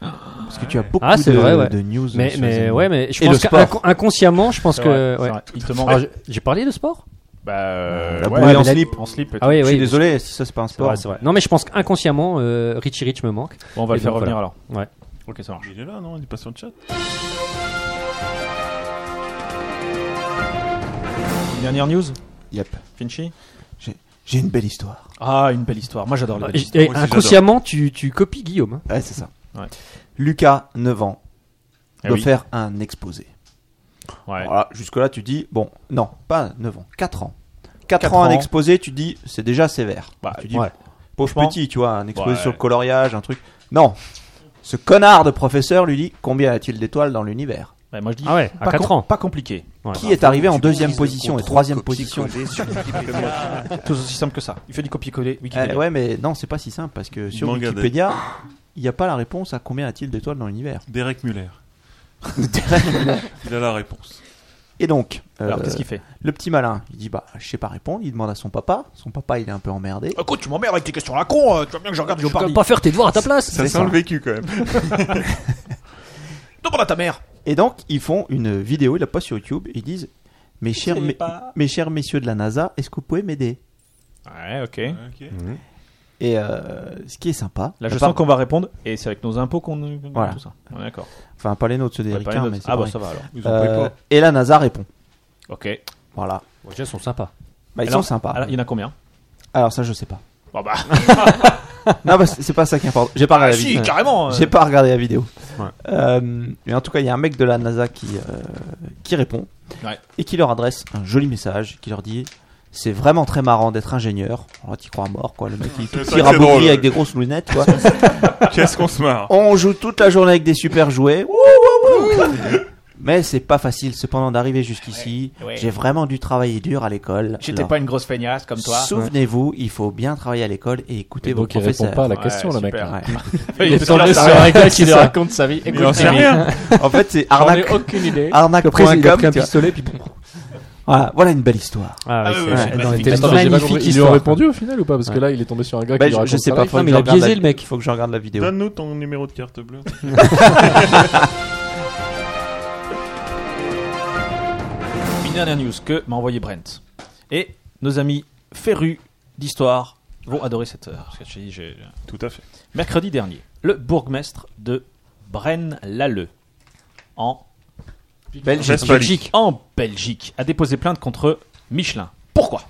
Speaker 5: Parce que tu as beaucoup
Speaker 4: Ah,
Speaker 5: de,
Speaker 4: c'est vrai, ouais.
Speaker 5: de news.
Speaker 4: Mais,
Speaker 5: sur les
Speaker 4: mais
Speaker 5: animaux.
Speaker 4: ouais, mais je
Speaker 5: Et
Speaker 4: pense
Speaker 5: le sport.
Speaker 4: qu'inconsciemment, je pense
Speaker 3: C'est
Speaker 4: que.
Speaker 3: vrai,
Speaker 4: ouais. Ah,
Speaker 3: c'est vrai. Il te
Speaker 4: Alors,
Speaker 3: manque.
Speaker 4: j'ai- J'ai parlé de sport
Speaker 3: Bah, euh,
Speaker 5: La
Speaker 3: ouais,
Speaker 5: boule
Speaker 3: mais
Speaker 5: en
Speaker 3: la-
Speaker 5: slip.
Speaker 3: En slip. et
Speaker 4: Ah oui,
Speaker 5: Je
Speaker 4: oui.
Speaker 5: suis désolé si ça c'est pas un
Speaker 4: C'est
Speaker 5: sport.
Speaker 4: vrai, c'est vrai. Non, mais je pense qu'inconsciemment, euh, Richie Rich me manque.
Speaker 3: tout. Bon, on va
Speaker 4: Et
Speaker 3: le faire
Speaker 4: donc,
Speaker 3: revenir
Speaker 4: voilà.
Speaker 3: alors.
Speaker 4: Ouais.
Speaker 3: Ok, ça marche.
Speaker 8: Il est là, non Il est pas sur le chat.
Speaker 3: Dernière news,
Speaker 5: Yep.
Speaker 3: Finchy.
Speaker 5: J'ai une belle histoire.
Speaker 3: Ah, une belle histoire. Moi j'adore les belles
Speaker 4: Et-
Speaker 3: histoires.
Speaker 4: et inconsciemment, tu, tu copies Guillaume. hein.
Speaker 5: Ouais, c'est ça.
Speaker 3: Ouais.
Speaker 5: Lucas, 9 ans,
Speaker 3: Eh
Speaker 5: doit
Speaker 3: oui.
Speaker 5: faire un exposé.
Speaker 3: Ouais.
Speaker 5: Voilà, jusque-là, tu dis, bon, non, pas 9 ans, 4 ans. 4,
Speaker 3: Quatre
Speaker 5: ans, un
Speaker 3: ans.
Speaker 5: exposé, tu dis, c'est déjà sévère.
Speaker 3: Bah,
Speaker 5: tu dis,
Speaker 4: ouais.
Speaker 5: pauvre
Speaker 3: Franchement.
Speaker 5: petit, tu vois, un exposé
Speaker 3: Ouais.
Speaker 5: sur le coloriage, un truc. Non, ce connard de professeur lui dit, combien a-t-il d'étoiles dans l'univers
Speaker 3: Bah, moi je dis.
Speaker 4: Ah ouais, à
Speaker 3: pas
Speaker 4: 4
Speaker 3: com-
Speaker 4: ans.
Speaker 3: Pas compliqué.
Speaker 4: Ouais.
Speaker 5: Qui est arrivé en deuxième position et troisième position
Speaker 3: Tout aussi simple que ça. Il fait du copier-coller.
Speaker 5: Eh
Speaker 3: Wikipédia.
Speaker 5: Ouais, mais non, c'est pas si simple parce que sur
Speaker 8: Manga
Speaker 5: Wikipédia, il n'y a pas la réponse à combien a-t-il d'étoiles dans l'univers.
Speaker 8: Derek Muller. Il a la réponse.
Speaker 5: Et donc,
Speaker 3: Alors
Speaker 5: euh,
Speaker 3: qu'est-ce qu'il fait
Speaker 5: le petit malin, il dit, bah, je sais pas répondre, il demande à son papa. Son papa, il est un peu emmerdé.
Speaker 3: Écoute, tu m'emmerdes avec tes questions à la con. euh, Tu vois bien que je regarde
Speaker 4: Tu peux pas faire tes devoirs à ta place.
Speaker 8: Ça
Speaker 5: C'est
Speaker 8: sent
Speaker 5: ça.
Speaker 8: le vécu quand même.
Speaker 3: Demande à ta mère.
Speaker 5: Et donc, ils font une vidéo, ils la postent sur YouTube, ils disent mes chers, mes, mes chers messieurs de la NASA, est-ce que vous pouvez m'aider
Speaker 3: Ouais, ok.
Speaker 8: Ok.
Speaker 5: Et euh, ce qui est sympa,
Speaker 3: Là,
Speaker 5: la
Speaker 3: je
Speaker 5: part-
Speaker 3: sens qu'on va répondre, et c'est avec nos impôts qu'on. qu'on-
Speaker 5: Voilà.
Speaker 3: Tout ça. On est d'accord.
Speaker 5: Enfin, pas les nôtres, ceux des
Speaker 3: Ouais, pas les
Speaker 5: Ricains,
Speaker 3: nôtres.
Speaker 5: mais c'est
Speaker 3: ah, bah
Speaker 5: pareil.
Speaker 3: ça va alors.
Speaker 8: Ils ont pris
Speaker 5: Euh,
Speaker 8: pas.
Speaker 5: Et la NASA répond.
Speaker 3: Ok.
Speaker 5: Voilà.
Speaker 4: Bon, déjà, ils sont sympas.
Speaker 5: Bah, ils
Speaker 3: Alors-
Speaker 5: sont sympas.
Speaker 3: Alors,
Speaker 5: Alors,
Speaker 3: il y en a combien
Speaker 5: ça, je sais pas.
Speaker 3: Bon, bah.
Speaker 5: non, bah, c'est c'est pas ça qui importe. J'ai pas regardé la
Speaker 3: si,
Speaker 5: vidéo.
Speaker 3: carrément. euh.
Speaker 5: Ah, J'ai pas regardé la vidéo.
Speaker 4: Ouais.
Speaker 5: Euh, mais en tout cas, il y a un mec de la NASA qui, euh, qui répond
Speaker 3: Ouais.
Speaker 5: et qui leur adresse un joli message qui leur dit c'est vraiment très marrant d'être ingénieur. Alors, t'y crois à mort, quoi. Le mec, il est tout
Speaker 8: C'est
Speaker 5: petit,
Speaker 8: vrai que c'est
Speaker 5: rabougri
Speaker 8: drôle,
Speaker 5: avec
Speaker 8: ouais.
Speaker 5: des grosses lunettes, quoi.
Speaker 8: Qu'est-ce qu'on se marre
Speaker 5: On joue toute la journée avec des super jouets. Wouh, wouh, wouh. Mais c'est pas facile cependant d'arriver jusqu'ici.
Speaker 3: Ouais, ouais.
Speaker 5: J'ai vraiment dû travailler dur à l'école.
Speaker 3: J'étais
Speaker 5: Alors,
Speaker 3: pas une grosse feignasse comme toi.
Speaker 5: Souvenez-vous, il faut bien travailler à l'école et écouter
Speaker 7: Et
Speaker 5: vos
Speaker 7: donc il répond
Speaker 5: professeurs.
Speaker 7: pas à la
Speaker 3: Ouais,
Speaker 7: question, le mec.
Speaker 3: super.
Speaker 7: là.
Speaker 5: Ouais.
Speaker 7: Il est
Speaker 3: Parce que là,
Speaker 7: tombé
Speaker 3: ça-
Speaker 7: sur un gars qui
Speaker 5: C'est
Speaker 7: lui
Speaker 5: ça.
Speaker 7: raconte sa vie.
Speaker 8: Mais on
Speaker 7: Écoute,
Speaker 8: sait rien.
Speaker 5: En fait, c'est
Speaker 7: j'en ai
Speaker 5: arnaque.
Speaker 7: aucune
Speaker 4: Après,
Speaker 7: idée.
Speaker 4: il a
Speaker 5: Arnaque.com.
Speaker 4: pris un
Speaker 5: tu vois.
Speaker 4: pistolet, puis bon.
Speaker 5: Voilà, voilà une belle histoire.
Speaker 4: Ah, ouais,
Speaker 3: Ah,
Speaker 4: c'est-
Speaker 3: ouais, ouais,
Speaker 4: ouais,
Speaker 3: c'est
Speaker 4: non,
Speaker 3: magnifique.
Speaker 4: était
Speaker 7: Attends, mais j'ai pas
Speaker 4: magnifique
Speaker 7: compris. Ils lui
Speaker 4: histoire.
Speaker 7: ont répondu au final ou pas Parce que
Speaker 4: Ouais.
Speaker 7: là, il est tombé sur un gars
Speaker 5: Bah,
Speaker 7: qui lui
Speaker 5: je, je
Speaker 7: raconte
Speaker 5: sais
Speaker 7: sa
Speaker 5: pas,
Speaker 7: vie.
Speaker 5: faut que
Speaker 4: mais
Speaker 5: je
Speaker 4: il a
Speaker 5: regarde
Speaker 4: biaisé,
Speaker 5: la-
Speaker 4: le mec.
Speaker 5: Il faut que je regarde la vidéo.
Speaker 8: Donne-nous ton numéro de carte bleue.
Speaker 3: Une dernière news que m'a envoyé Brent. Et nos amis férus d'histoire vont adorer cette heure. Parce que je te dis, j'ai-
Speaker 8: Tout à fait.
Speaker 3: Mercredi dernier, le bourgmestre de Braine-l'Alleud, en,
Speaker 8: Belgique.
Speaker 3: en Belgique, a déposé plainte contre Michelin. Pourquoi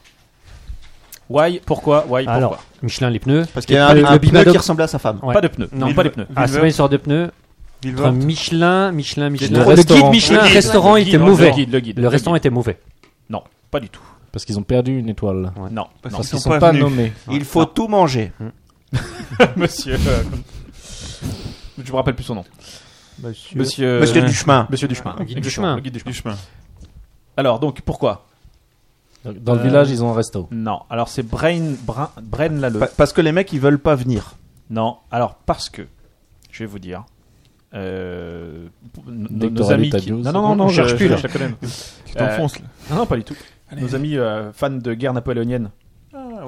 Speaker 3: Why Pourquoi Why Pourquoi
Speaker 4: Alors, Michelin, les pneus.
Speaker 5: Parce qu'il y a
Speaker 4: Le-
Speaker 5: un, un
Speaker 4: le
Speaker 5: pneu
Speaker 4: Bimadoc.
Speaker 5: qui ressemble à sa femme.
Speaker 4: ouais.
Speaker 3: Pas de pneus. Non,
Speaker 8: Vilve-
Speaker 3: pas de pneus.
Speaker 4: Ah, c'est pas une histoire de pneus. Entre
Speaker 8: Vilvorde.
Speaker 4: Michelin, Michelin, Michelin.
Speaker 7: Le restaurant.
Speaker 4: Michelin,
Speaker 3: Le guide,
Speaker 4: restaurant
Speaker 3: le
Speaker 4: était
Speaker 3: guide,
Speaker 4: mauvais.
Speaker 3: Le guide, le guide.
Speaker 4: Le restaurant était mauvais.
Speaker 3: Non, pas du tout.
Speaker 7: Parce qu'ils ont perdu une étoile.
Speaker 3: Non,
Speaker 8: Parce
Speaker 3: non.
Speaker 8: qu'ils
Speaker 7: Parce qu'ils
Speaker 8: sont
Speaker 7: sont
Speaker 8: pas
Speaker 7: pas
Speaker 8: venus.
Speaker 7: nommés.
Speaker 5: Il faut tout manger.
Speaker 3: Monsieur. euh, Je me rappelle plus son nom. Monsieur. Monsieur,
Speaker 5: Parce qu'il y a du chemin.
Speaker 3: Monsieur Duchemin.
Speaker 4: guide
Speaker 3: Exactement,
Speaker 4: Duchemin.
Speaker 3: le guide Duchemin.
Speaker 8: Du chemin.
Speaker 3: Alors, donc, pourquoi
Speaker 7: Donc, Dans le village, ils ont un resto.
Speaker 3: Non. Alors, c'est Brain, Brain, Brain
Speaker 5: Pa- Parce que les mecs, ils veulent pas venir.
Speaker 3: Non. Alors, parce que, je vais vous dire. Euh, nos-
Speaker 7: Dès que
Speaker 3: nos
Speaker 7: t'auras
Speaker 3: amis
Speaker 7: lu ta
Speaker 3: qui...
Speaker 7: news.
Speaker 3: Non, non, non,
Speaker 7: On
Speaker 3: non, je,
Speaker 7: cherche
Speaker 3: je-
Speaker 7: plus, là.
Speaker 3: je la connais.
Speaker 8: Tu t'enfonces là.
Speaker 3: Non, non, pas du tout. Nos amis euh, fans de guerre napoléonienne.
Speaker 8: Ah,
Speaker 3: Ah,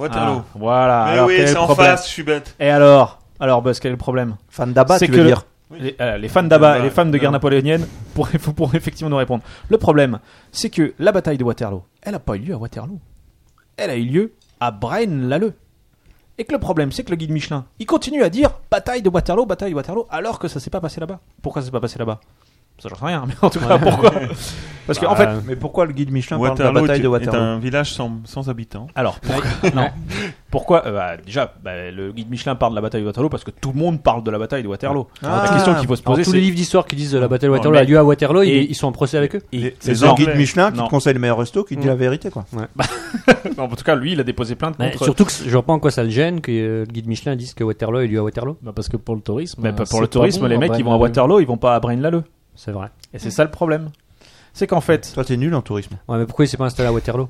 Speaker 3: voilà.
Speaker 8: Mais
Speaker 3: alors,
Speaker 8: oui,
Speaker 3: quel est
Speaker 8: c'est
Speaker 3: le
Speaker 8: en
Speaker 3: problème
Speaker 8: face, je suis bête.
Speaker 3: Et alors Alors, Buzz, quel est le problème
Speaker 5: Fan d'abat,
Speaker 3: C'est
Speaker 5: tu veux
Speaker 3: que-
Speaker 5: dire.
Speaker 8: Oui.
Speaker 3: les, euh, les fans d'Abba et les fans de guerre
Speaker 8: Non.
Speaker 3: napoléonienne pourraient, pourraient effectivement nous répondre. Le problème, c'est que la bataille de Waterloo, elle n'a pas eu lieu à Waterloo. Elle a eu lieu à Braine-l'Alleud. Et que le problème, c'est que le guide Michelin, il continue à dire bataille de Waterloo, bataille de Waterloo, alors que ça s'est pas passé là-bas. Pourquoi ça s'est pas passé là-bas Ça, j'en sais rien, mais en tout cas, pourquoi Parce que, en fait,
Speaker 5: Mais pourquoi le guide Michelin parle de la
Speaker 8: Waterloo
Speaker 5: bataille de
Speaker 8: est
Speaker 5: Waterloo
Speaker 8: un village sans, sans habitants.
Speaker 3: alors, pourquoi, non. pourquoi euh, bah, Déjà, bah, le guide Michelin parle de la bataille de Waterloo parce que tout le monde parle de la bataille de Waterloo.
Speaker 5: Ah.
Speaker 3: la question qu'il faut se
Speaker 4: Alors,
Speaker 3: poser,
Speaker 4: tous les
Speaker 3: c'est.
Speaker 4: livres d'histoire qui disent euh, la bataille de
Speaker 3: Non,
Speaker 4: Waterloo
Speaker 3: mais-
Speaker 4: a lieu à Waterloo, ils-
Speaker 3: et-
Speaker 4: ils sont en procès avec eux.
Speaker 3: Et-
Speaker 8: les
Speaker 5: C'est un guide
Speaker 8: Anglais.
Speaker 5: Michelin qui
Speaker 3: Non.
Speaker 5: te conseille le meilleur resto, qui te dit la vérité, quoi.
Speaker 3: En tout cas, lui, il a déposé plainte
Speaker 4: Mais
Speaker 3: contre.
Speaker 4: surtout que je vois pas en quoi ça le gêne que euh, le guide Michelin dise que Waterloo est lieu à Waterloo.
Speaker 7: Bah, Parce que pour le tourisme.
Speaker 3: Mais Ah, pas
Speaker 7: euh,
Speaker 3: pour le
Speaker 7: c'est pas
Speaker 3: tourisme,
Speaker 7: bon,
Speaker 3: les
Speaker 7: en
Speaker 3: mecs,
Speaker 7: vrai,
Speaker 3: ils vont à
Speaker 7: le-
Speaker 3: Waterloo, ils vont pas à Braine-l'Alleud.
Speaker 4: C'est vrai.
Speaker 3: Et c'est ça le problème. C'est qu'en fait,
Speaker 5: Toi, t'es nul en tourisme.
Speaker 4: Ouais, mais pourquoi il s'est pas installé à Waterloo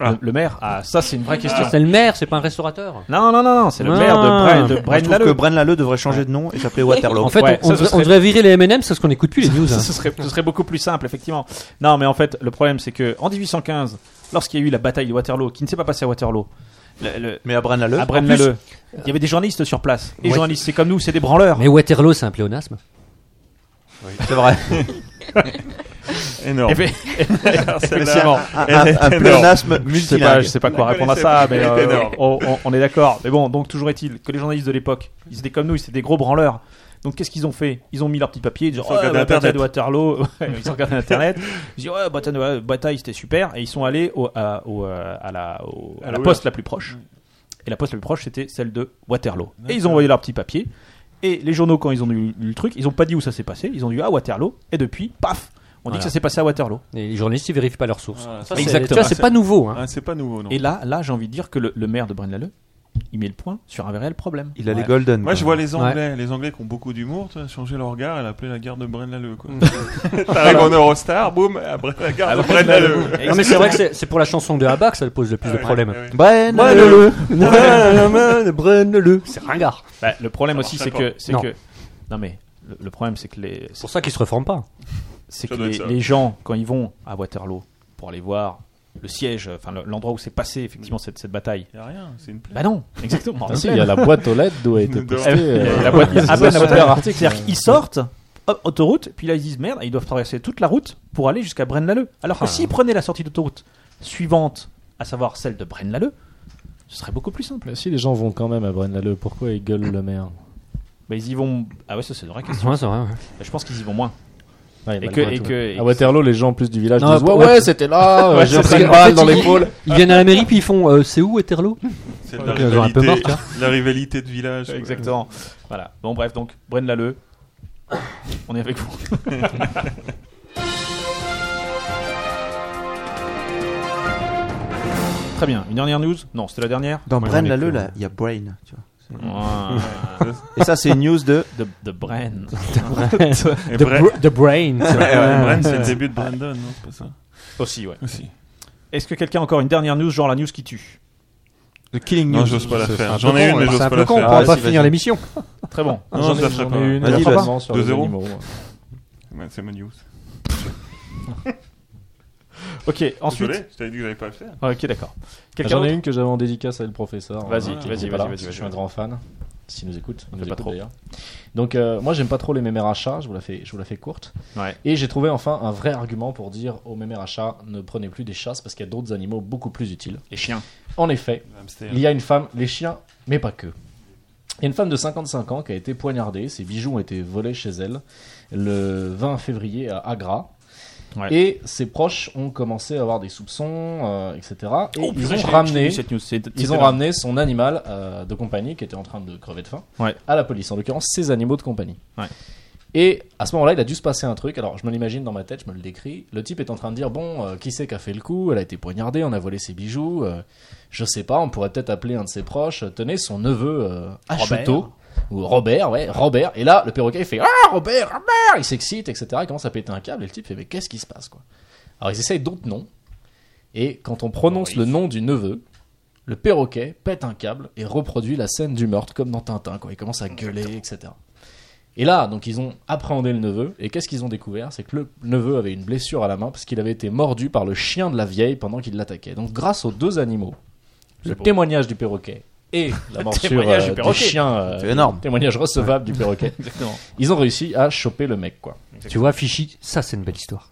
Speaker 3: le, le maire. Ah, ça, c'est une vraie question.
Speaker 4: C'est le maire, c'est pas un restaurateur.
Speaker 3: Non, non, non, non, c'est le
Speaker 4: Ah.
Speaker 3: maire de, Braine- de
Speaker 5: Moi, je trouve que
Speaker 3: Braine-l'alleud.
Speaker 5: Braine-l'Alleud devrait changer de nom et s'appeler Waterloo.
Speaker 4: En fait,
Speaker 3: Ouais,
Speaker 4: on,
Speaker 3: ça, ce
Speaker 4: on devrait,
Speaker 3: serait-
Speaker 4: on devrait virer les M&M's parce qu'on écoute plus les news. hein.
Speaker 3: ce, serait, ce serait beaucoup plus simple, effectivement. Non, mais en fait, le problème, c'est que en 1815, lorsqu'il y a eu la bataille de Waterloo, qui ne s'est pas passée à Waterloo, le- le-
Speaker 5: Mais à Braine-l'Alleud.
Speaker 3: à Braine-l'Alleud, il y avait des journalistes sur place. Les
Speaker 4: Ouais.
Speaker 3: journalistes, c'est comme nous, c'est des branleurs.
Speaker 4: Mais Waterloo, c'est un pléonasme.
Speaker 5: C'est vrai.
Speaker 8: Énorme.
Speaker 3: Et puis-
Speaker 8: C'est
Speaker 3: Effectivement.
Speaker 5: Un, un- un
Speaker 3: Je
Speaker 5: pléonasme
Speaker 3: sais pas,
Speaker 5: multilingue.
Speaker 3: je sais pas quoi
Speaker 8: La
Speaker 3: répondre à ça, mais euh, on, on- on est d'accord. Mais bon, donc toujours est-il que les journalistes de l'époque, ils étaient comme nous, ils étaient des gros branleurs. Donc qu'est-ce qu'ils ont fait Ils ont mis leur petit papier, ils disent
Speaker 8: Ils ont
Speaker 3: oh,
Speaker 8: regardé
Speaker 3: la bataille
Speaker 8: Internet.
Speaker 3: de Waterloo, Ouais, ils ont regardé internet, ils disent ouais bataille, de- bataille, c'était super, et ils sont allés au, à, au, euh, à la, au- à la
Speaker 8: Allô,
Speaker 3: poste la plus proche.
Speaker 8: Mm.
Speaker 3: Et la poste la plus proche, c'était celle de Waterloo. Et ils ont envoyé leur petit papier. Et les journaux, quand ils ont eu le truc, ils ont pas dit où ça s'est passé. Ils ont dit à Waterloo. Et depuis, paf, on dit
Speaker 4: Voilà.
Speaker 3: que ça s'est passé à Waterloo.
Speaker 4: Et les journalistes, ils vérifient pas leurs sources.
Speaker 8: Voilà, ça,
Speaker 4: Ça,
Speaker 8: c'est-
Speaker 4: c'est-
Speaker 3: Exactement.
Speaker 4: Tu vois, c'est pas nouveau. hein.
Speaker 8: Ah, c'est pas nouveau, non.
Speaker 3: Et là, là, j'ai envie de dire que le, le maire de Braine-l'Alleud, il met le point sur un réel problème.
Speaker 5: Il a les
Speaker 3: Ouais.
Speaker 5: golden.
Speaker 8: Moi,
Speaker 5: quoi.
Speaker 8: je vois les Anglais, les Anglais qui ont beaucoup d'humour, tu vois, changer leur regard, elle appelait la gare de Braine-l'Alleud, quoi.
Speaker 10: Mm. Ah,
Speaker 8: T'arrives en Eurostar, boum, à Bra- la gare de Braine-l'Alleud.
Speaker 4: Non, mais c'est vrai que c'est- c'est pour la chanson de Abba que ça le pose le plus de problèmes.
Speaker 5: Braine-l'Alleud.
Speaker 4: Braine-le. C'est ringard.
Speaker 3: Bah, le problème aussi, c'est que, c'est
Speaker 4: Non.
Speaker 3: que, non mais le, le problème, c'est que les,
Speaker 4: C'est pour ça qu'ils se reforment pas.
Speaker 3: c'est
Speaker 8: Ça
Speaker 3: que
Speaker 8: doit
Speaker 3: les,
Speaker 8: être ça.
Speaker 3: les gens quand ils vont à Waterloo pour aller voir le siège, enfin le- l'endroit où s'est passé effectivement cette, cette bataille.
Speaker 8: Y'a rien, c'est une plaie.
Speaker 3: Bah non, exactement.
Speaker 7: Ah, si, il y a la boîte aux lettres d'où a été
Speaker 8: Nous
Speaker 7: postée.
Speaker 8: devons-
Speaker 3: Il y
Speaker 7: euh,
Speaker 3: a la boîte- à peine Ah, bah, la boîte-
Speaker 7: super article.
Speaker 3: C'est-à-dire qu'ils sortent. hop, Autoroute, puis là ils disent merde, ils doivent traverser toute la route pour aller jusqu'à Braine-l'Alleud. Alors que s'ils prenaient la sortie d'autoroute suivante, à savoir celle de Braine-l'Alleud, ce serait beaucoup plus simple.
Speaker 7: Mais si les gens vont quand même à Braine-l'Alleud, pourquoi ils gueulent le maire
Speaker 3: Mais ils y vont. Ah ouais, ça c'est une vraie question. Bah,
Speaker 4: Ouais, c'est vrai. ouais.
Speaker 3: Je pense qu'ils y vont moins.
Speaker 7: Ouais, il y a
Speaker 3: Et
Speaker 7: le
Speaker 3: que-
Speaker 7: droit à
Speaker 3: et
Speaker 7: tout.
Speaker 3: que- et
Speaker 7: à Waterloo, les gens en plus du village
Speaker 4: Non,
Speaker 7: disent Ouais,
Speaker 4: ouais,
Speaker 7: ouais, c'était là, euh, j'ai
Speaker 4: Parce
Speaker 7: pris
Speaker 4: que,
Speaker 7: une
Speaker 4: en
Speaker 7: balle
Speaker 4: fait,
Speaker 7: dans
Speaker 4: ils-
Speaker 7: l'épaule.
Speaker 4: Ils viennent à la mairie puis ils font euh, c'est où Waterloo
Speaker 8: C'est de la
Speaker 4: Ils ont un peu
Speaker 8: rivalité,
Speaker 4: marre,
Speaker 10: hein.
Speaker 8: la rivalité de village. quoi.
Speaker 3: Exactement. Voilà. Bon, bref, donc, Bren Lalleux, on est avec vous. Très bien. Une dernière news Non, c'était la dernière
Speaker 5: Dans
Speaker 3: Moi, j'en ai
Speaker 5: Braine-l'Alleud,
Speaker 3: plus.
Speaker 5: là, il y a Brain. Tu vois. Et ça, c'est une news de.
Speaker 3: de, de Bren.
Speaker 8: Et
Speaker 4: The,
Speaker 8: Brett-
Speaker 4: br- the Brain.
Speaker 8: Ouais, ouais, Brett, c'est le début de Brandon, non C'est pas ça
Speaker 10: Ah,
Speaker 3: Aussi, ouais.
Speaker 8: Aussi.
Speaker 3: Est-ce que quelqu'un a encore une dernière news, genre la news qui tue
Speaker 5: The Killing
Speaker 8: Non,
Speaker 5: News.
Speaker 8: j'ose pas la
Speaker 10: c'est
Speaker 8: faire.
Speaker 10: un
Speaker 8: J'en
Speaker 10: peu
Speaker 8: ai
Speaker 10: con, hein.
Speaker 8: une, mais
Speaker 10: c'est
Speaker 8: j'ose
Speaker 10: un
Speaker 8: pas
Speaker 10: peu
Speaker 8: la
Speaker 10: con,
Speaker 8: faire.
Speaker 10: quoi.
Speaker 5: Ah,
Speaker 4: On va pas
Speaker 10: Vas-y,
Speaker 4: finir
Speaker 10: vas-y.
Speaker 4: l'émission.
Speaker 3: Très bon.
Speaker 8: Non,
Speaker 10: J'en
Speaker 8: je
Speaker 10: ai-
Speaker 8: la ferai
Speaker 10: j'en ai
Speaker 8: pas.
Speaker 10: une
Speaker 5: Vas-y,
Speaker 10: autre
Speaker 5: vas-y.
Speaker 10: avant sur les
Speaker 8: 2-0.
Speaker 10: animaux.
Speaker 8: Ouais, c'est ma news.
Speaker 3: Ok, ensuite.
Speaker 8: Désolé, je t'avais dit que j'allais pas le faire.
Speaker 3: Ah, ok, d'accord. Quelqu'un
Speaker 7: J'en ai
Speaker 3: d'autre
Speaker 7: une que j'avais en dédicace à le professeur.
Speaker 3: Vas-y,
Speaker 7: euh,
Speaker 3: vas-y,
Speaker 7: qui
Speaker 3: vas-y,
Speaker 7: est pas là,
Speaker 3: vas-y,
Speaker 7: parce que Je suis
Speaker 3: vas-y.
Speaker 7: un grand fan. S'il nous écoute, il
Speaker 3: On
Speaker 7: nous
Speaker 3: fait pas
Speaker 7: écoute
Speaker 3: trop.
Speaker 7: d'ailleurs. Donc euh, moi j'aime pas trop les mémères à chat, je vous la fais, je vous la fais courte.
Speaker 3: Ouais.
Speaker 7: Et j'ai trouvé enfin un vrai argument pour dire aux mémères à chat ne prenez plus des chasses parce qu'il y a d'autres animaux beaucoup plus utiles.
Speaker 3: Les chiens.
Speaker 7: En effet,
Speaker 8: Hamster.
Speaker 7: il y a une femme, les chiens, mais pas que. Il y a une femme de 55 ans qui a été poignardée, ses bijoux ont été volés chez elle le 20 février à Agra.
Speaker 3: Ouais.
Speaker 7: Et ses proches ont commencé à avoir des soupçons, euh, etc. Et
Speaker 3: Oh,
Speaker 7: ils
Speaker 3: purée,
Speaker 7: ont
Speaker 3: j'ai- j'ai
Speaker 7: ramené
Speaker 3: lu cette news. c'est-
Speaker 7: ils
Speaker 3: c'était
Speaker 7: ont
Speaker 3: là.
Speaker 7: ramené son animal euh, de compagnie qui était en train de crever de faim
Speaker 3: Ouais.
Speaker 7: à la police, en l'occurrence ses animaux de compagnie.
Speaker 3: Ouais.
Speaker 7: Et à ce moment-là, il a dû se passer un truc. Alors, je me l'imagine dans ma tête, je me le décris. Le type est en train de dire Bon, euh, qui c'est qui a fait le coup Elle a été poignardée, on a volé ses bijoux. euh, je sais pas, on pourrait peut-être appeler un de ses proches. Tenez, son neveu euh, Achuto, Ou Robert, ouais, Robert. Et là, le perroquet il fait Ah, Robert, Robert Il s'excite, etc. Il commence à péter un câble et le type fait Mais qu'est-ce qui se passe, quoi Alors, ils essayent d'autres noms. Et quand on prononce le nom du neveu, le perroquet pète un câble et reproduit la scène du meurtre comme dans Tintin, quoi. Il commence à gueuler, etc. Et là, donc ils ont appréhendé le neveu, et qu'est-ce qu'ils ont découvert C'est que le neveu avait une blessure à la main parce qu'il avait été mordu par le chien de la vieille pendant qu'il l'attaquait. Donc grâce aux deux animaux, le témoignage du perroquet et la morsure
Speaker 3: témoignage
Speaker 7: euh,
Speaker 3: du
Speaker 7: du,
Speaker 3: perroquet.
Speaker 7: chien, euh,
Speaker 5: C'est énorme.
Speaker 7: le témoignage recevable du perroquet,
Speaker 3: Exactement.
Speaker 7: ils ont réussi à choper le mec, quoi.
Speaker 4: Tu vois, Fichy, ça c'est une belle histoire.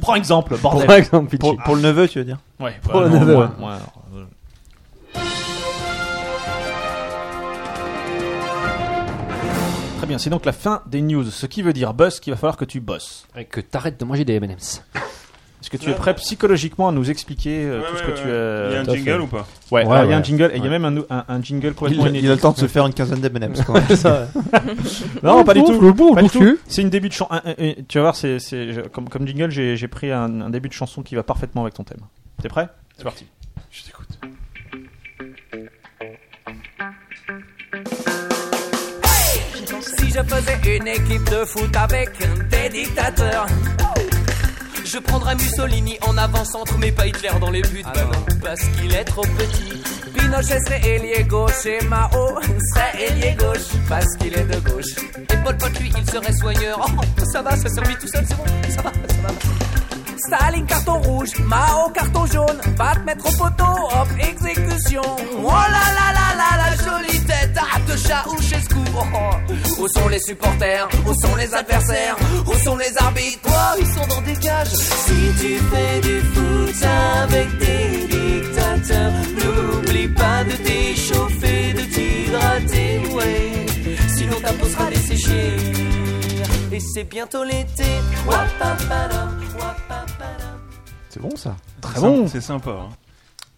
Speaker 3: Prends exemple,
Speaker 4: Pour
Speaker 3: bordel.
Speaker 4: exemple, Fichy.
Speaker 5: Pour, pour le neveu, tu veux dire
Speaker 3: Ouais,
Speaker 4: Pour
Speaker 3: bah,
Speaker 4: le
Speaker 3: non,
Speaker 4: neveu.
Speaker 3: moi- moi, alors, euh, Très bien, c'est donc la fin des news. Ce qui veut dire, Buzz, qu'il va falloir que tu bosses.
Speaker 4: Et Eh, que t'arrêtes de manger des M&M's.
Speaker 3: Est-ce que tu es prêt psychologiquement à nous expliquer euh,
Speaker 8: Ouais,
Speaker 3: tout ce
Speaker 8: ouais,
Speaker 3: que
Speaker 8: ouais.
Speaker 3: tu
Speaker 8: Il y a
Speaker 3: as.
Speaker 8: un
Speaker 7: tout à fait.
Speaker 8: jingle ou pas
Speaker 3: Ouais, alors, il y a un
Speaker 7: ouais.
Speaker 3: jingle, et il y a même un, nou- un- un jingle
Speaker 5: il,
Speaker 3: complètement
Speaker 5: il a le temps de se faire une quinzaine d'M&M's. quand même.
Speaker 3: Non, pas du tout.
Speaker 4: bon,
Speaker 3: Pas du tout. C'est une début de chanson. Tu vas voir, c'est c'est- je- comme, comme jingle, j'ai j'ai pris un, un début de chanson qui va parfaitement avec ton thème. T'es prêt C'est parti.
Speaker 8: Je t'écoute.
Speaker 11: Si je faisais une équipe de foot avec des dictateurs, je prendrais Mussolini en avant-centre, mais pas Hitler dans les buts,
Speaker 4: Ah
Speaker 11: bah non, parce qu'il est trop petit. Pinochet serait ailier gauche et Mao serait ailier gauche, parce qu'il est de gauche. Et Pol Pot, lui, il serait soigneur. Oh, ça va, ça survit tout seul, c'est bon, ça va, ça va. Staline carton rouge, Mao carton jaune, va te mettre au poteau, hop, exécution. Oh là là là là la jolie tête ah, de Ceausescu. Oh, oh. Où sont les supporters Où sont les adversaires Où sont les arbitres Oh, ils sont dans des cages. Si tu fais du foot avec des dictateurs, n'oublie pas de t'échauffer, de t'hydrater, ouais. Sinon ta peau sera laissée chier. Et c'est bientôt l'été. Wapapadam, wapapadam.
Speaker 5: C'est bon ça.
Speaker 8: Très bon. C'est sympa. hein.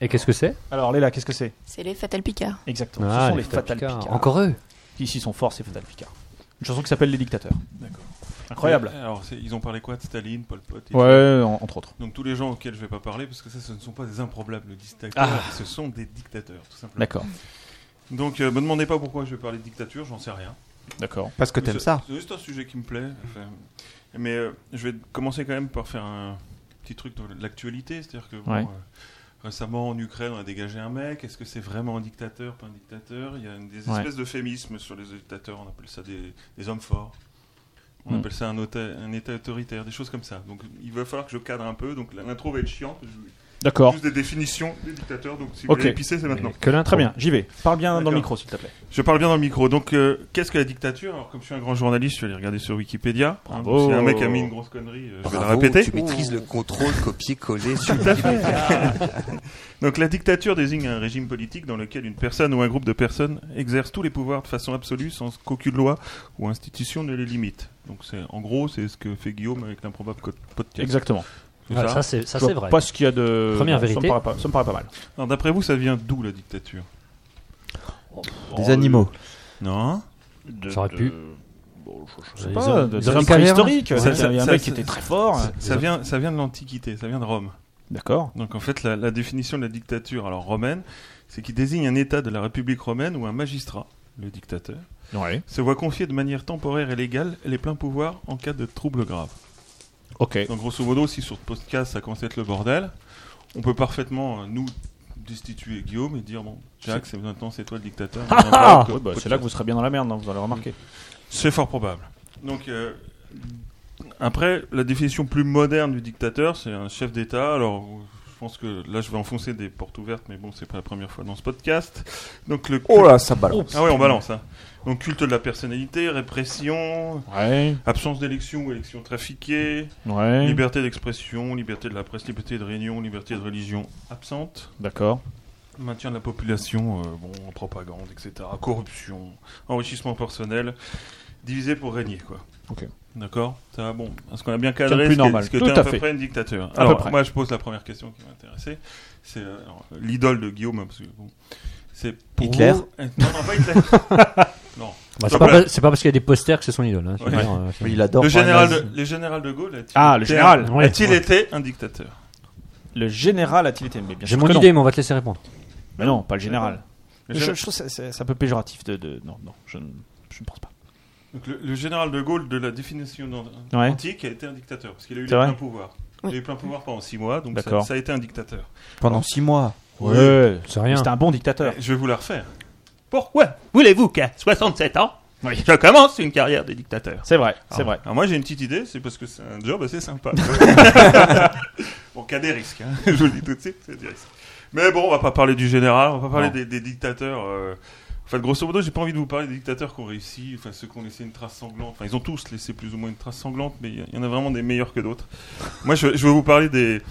Speaker 4: Et qu'est-ce que c'est
Speaker 3: Alors, Léla, qu'est-ce que c'est
Speaker 6: C'est les Fatal Picard.
Speaker 3: Exactement.
Speaker 4: Ah,
Speaker 3: Ce sont les Fatal
Speaker 4: Picard.
Speaker 3: Picard.
Speaker 4: Encore eux.
Speaker 3: Ici, ils sont forts, c'est Fatal Picard. Une chanson qui s'appelle Les Dictateurs. Incroyable.
Speaker 8: Et Alors, c'est- ils ont parlé quoi de Staline, Pol Pot et
Speaker 3: Ouais, en- entre autres.
Speaker 8: tout. Donc tous les gens auxquels je vais pas parler, parce que ça, ce ne sont pas des improbables dictateurs,
Speaker 3: Ah.
Speaker 8: ce sont des dictateurs, tout simplement.
Speaker 3: D'accord.
Speaker 8: Donc, ne me demandez pas pourquoi je vais parler de dictature, j'en sais rien.
Speaker 3: D'accord.
Speaker 5: Parce que
Speaker 8: Mais
Speaker 5: t'aimes
Speaker 8: c'est-
Speaker 5: ça.
Speaker 8: C'est juste un sujet qui me plaît. Enfin, mais euh, je vais commencer quand même par faire un petit truc de l'actualité. C'est-à-dire que bon,
Speaker 3: Ouais.
Speaker 8: euh, récemment en Ukraine, on a dégagé un mec. Est-ce que c'est vraiment un dictateur, pas un dictateur Il y a une- des
Speaker 3: Ouais.
Speaker 8: espèces d'euphémismes sur les dictateurs. On appelle ça des, des hommes forts. On
Speaker 3: Mm.
Speaker 8: appelle ça un, ota- un état autoritaire, des choses comme ça. Donc il va falloir que je cadre un peu. Donc l'intro va être chiante. Je-
Speaker 3: D'accord.
Speaker 8: Juste des définitions des dictateurs. Donc si
Speaker 3: Ok.
Speaker 8: vous voulez pisser, c'est maintenant.
Speaker 3: Très bien, j'y vais. Parle bien dans le
Speaker 8: D'accord.
Speaker 3: micro, s'il te plaît.
Speaker 8: Je parle bien dans le micro. Donc, euh, qu'est-ce que la dictature Alors, comme je suis un grand journaliste, je vais aller regarder sur Wikipédia. Hein,
Speaker 3: Bravo.
Speaker 8: donc, si un mec a mis une grosse connerie, euh, je vais la
Speaker 10: Bravo,
Speaker 8: répéter.
Speaker 10: Oh, Tu maîtrises le contrôle, copier-coller sur
Speaker 8: Donc, la dictature désigne un régime politique dans lequel une personne ou un groupe de personnes exerce tous les pouvoirs de façon absolue sans qu'aucune loi ou institution ne les limite. Donc, c'est en gros, c'est ce que fait Guillaume avec l'improbable co- podcast.
Speaker 3: Exactement.
Speaker 8: C'est
Speaker 4: Ouais,
Speaker 8: ça.
Speaker 4: ça c'est ça
Speaker 3: Je
Speaker 4: c'est
Speaker 3: vois
Speaker 4: vrai.
Speaker 3: Pas ce qu'il y a de.
Speaker 4: Première
Speaker 3: ça me
Speaker 4: vérité.
Speaker 3: paraît pas- Ça me paraît pas mal.
Speaker 8: Alors, d'après vous, ça vient d'où la dictature
Speaker 5: Des animaux.
Speaker 8: Non
Speaker 4: Ça aurait pu.
Speaker 3: Je sais
Speaker 4: Ils
Speaker 3: pas,
Speaker 4: ont-
Speaker 3: de-
Speaker 4: ils
Speaker 3: des
Speaker 4: ont hein.
Speaker 3: hommes
Speaker 4: des cavernes.
Speaker 3: préhistoriques.
Speaker 8: Ouais.
Speaker 3: Ça, euh, Il y a un
Speaker 8: Ça-
Speaker 3: mec
Speaker 8: ça-
Speaker 3: qui était très fort.
Speaker 8: ça vient, ça vient de l'Antiquité, ça vient de Rome.
Speaker 3: D'accord.
Speaker 8: Donc en fait, la, la définition de la dictature, alors romaine, c'est qu'il désigne un État de la République romaine ou un magistrat, le dictateur, se voit confier de manière temporaire et légale les pleins pouvoirs en cas de troubles graves.
Speaker 3: Ok.
Speaker 8: Donc grosso modo, si sur le podcast ça commence à être le bordel, on peut parfaitement euh, nous destituer Guillaume et dire bon, Jacques, c'est maintenant c'est toi le dictateur. on viendra au co-
Speaker 3: Ouais, bah,
Speaker 8: podcast.
Speaker 3: c'est là que vous serez bien dans la merde, hein, vous allez remarquer.
Speaker 8: C'est fort probable. Donc, euh, après, la définition plus moderne du dictateur, c'est un chef d'État. Alors, je pense que là, je vais enfoncer des portes ouvertes, mais bon, c'est pas la première fois dans ce podcast. Donc, le
Speaker 5: Oh là, ça balance.
Speaker 8: Ah ouais, on balance. hein. Donc, culte de la personnalité, répression, absence d'élection ou élection trafiquée,
Speaker 3: Ouais.
Speaker 8: liberté d'expression, liberté de la presse, liberté de réunion, liberté de religion absente.
Speaker 3: D'accord.
Speaker 8: Maintien de la population, euh, bon, propagande, etc. Corruption, enrichissement personnel, divisé pour régner, quoi.
Speaker 3: Ok.
Speaker 8: D'accord Ça, bon, parce qu'on a bien
Speaker 3: C'est le
Speaker 8: cadré
Speaker 3: plus
Speaker 8: ce que-
Speaker 3: normal.
Speaker 8: ce que
Speaker 3: Tout
Speaker 8: t'es
Speaker 3: à
Speaker 8: à
Speaker 3: fait.
Speaker 8: peu près une dictature.
Speaker 3: À
Speaker 8: Alors,
Speaker 3: peu près.
Speaker 8: moi, je pose la première question qui m'intéressait. C'est euh, alors, l'idole de Guillaume, parce que bon, c'est pour
Speaker 5: Hitler
Speaker 8: vous- Euh, Non, non, pas Hitler. non.
Speaker 4: Bah, c'est
Speaker 8: Donc,
Speaker 4: pas,
Speaker 8: voilà.
Speaker 4: pas- c'est pas parce qu'il y a des posters que c'est son idole. hein, je veux
Speaker 8: Ouais.
Speaker 4: dire, euh, c'est-
Speaker 5: Oui, il adore
Speaker 8: Le
Speaker 5: Brian
Speaker 8: général
Speaker 5: Nazi.
Speaker 8: de, les général de Gaulle a-t-il
Speaker 3: Ah, le
Speaker 8: été
Speaker 3: général,
Speaker 8: un-
Speaker 3: ouais.
Speaker 8: A-t-il
Speaker 3: Ouais.
Speaker 8: été un dictateur
Speaker 3: Le général a-t-il été aimé Bien
Speaker 4: J'ai
Speaker 3: sûr
Speaker 4: mon
Speaker 3: que non.
Speaker 4: idée, mais on va te laisser répondre.
Speaker 3: Mais non, pas le général.
Speaker 8: Le
Speaker 3: Je,
Speaker 8: général-
Speaker 3: je trouve ça, c'est- c'est un peu péjoratif de. de- non, non, je, ne- je ne pense pas.
Speaker 8: Donc, le, le général de Gaulle de la définition d'an-
Speaker 3: Ouais.
Speaker 8: antique a été un dictateur, parce qu'il a eu
Speaker 3: C'est
Speaker 8: plein
Speaker 3: vrai
Speaker 8: pouvoir.
Speaker 6: Oui.
Speaker 8: Il a eu plein pouvoir pendant six mois, donc ça,
Speaker 3: D'accord.
Speaker 8: ça a été un dictateur.
Speaker 5: Pendant 6 mois.
Speaker 3: Ouais,
Speaker 4: c'est rien.
Speaker 3: C'était un bon dictateur.
Speaker 8: Je vais vous la refaire.
Speaker 9: Pourquoi voulez-vous qu'à 67 ans,
Speaker 3: Oui.
Speaker 9: je commence une carrière de dictateur
Speaker 3: C'est vrai, c'est
Speaker 8: Alors-
Speaker 3: vrai.
Speaker 8: Alors moi j'ai une petite idée, c'est parce que c'est un job assez sympa. bon, qu'il y a des risques, hein. je vous le dis tout de suite, c'est des risques. Mais bon, on va pas parler du général, on va pas parler
Speaker 3: Non.
Speaker 8: des, des dictateurs. euh, Enfin, grosso modo, j'ai pas envie de vous parler des dictateurs qui ont réussi, enfin ceux qui ont laissé une trace sanglante. Enfin, ils ont tous laissé plus ou moins une trace sanglante, mais il y- il y en a vraiment des meilleurs que d'autres. moi, je, je veux vous parler des.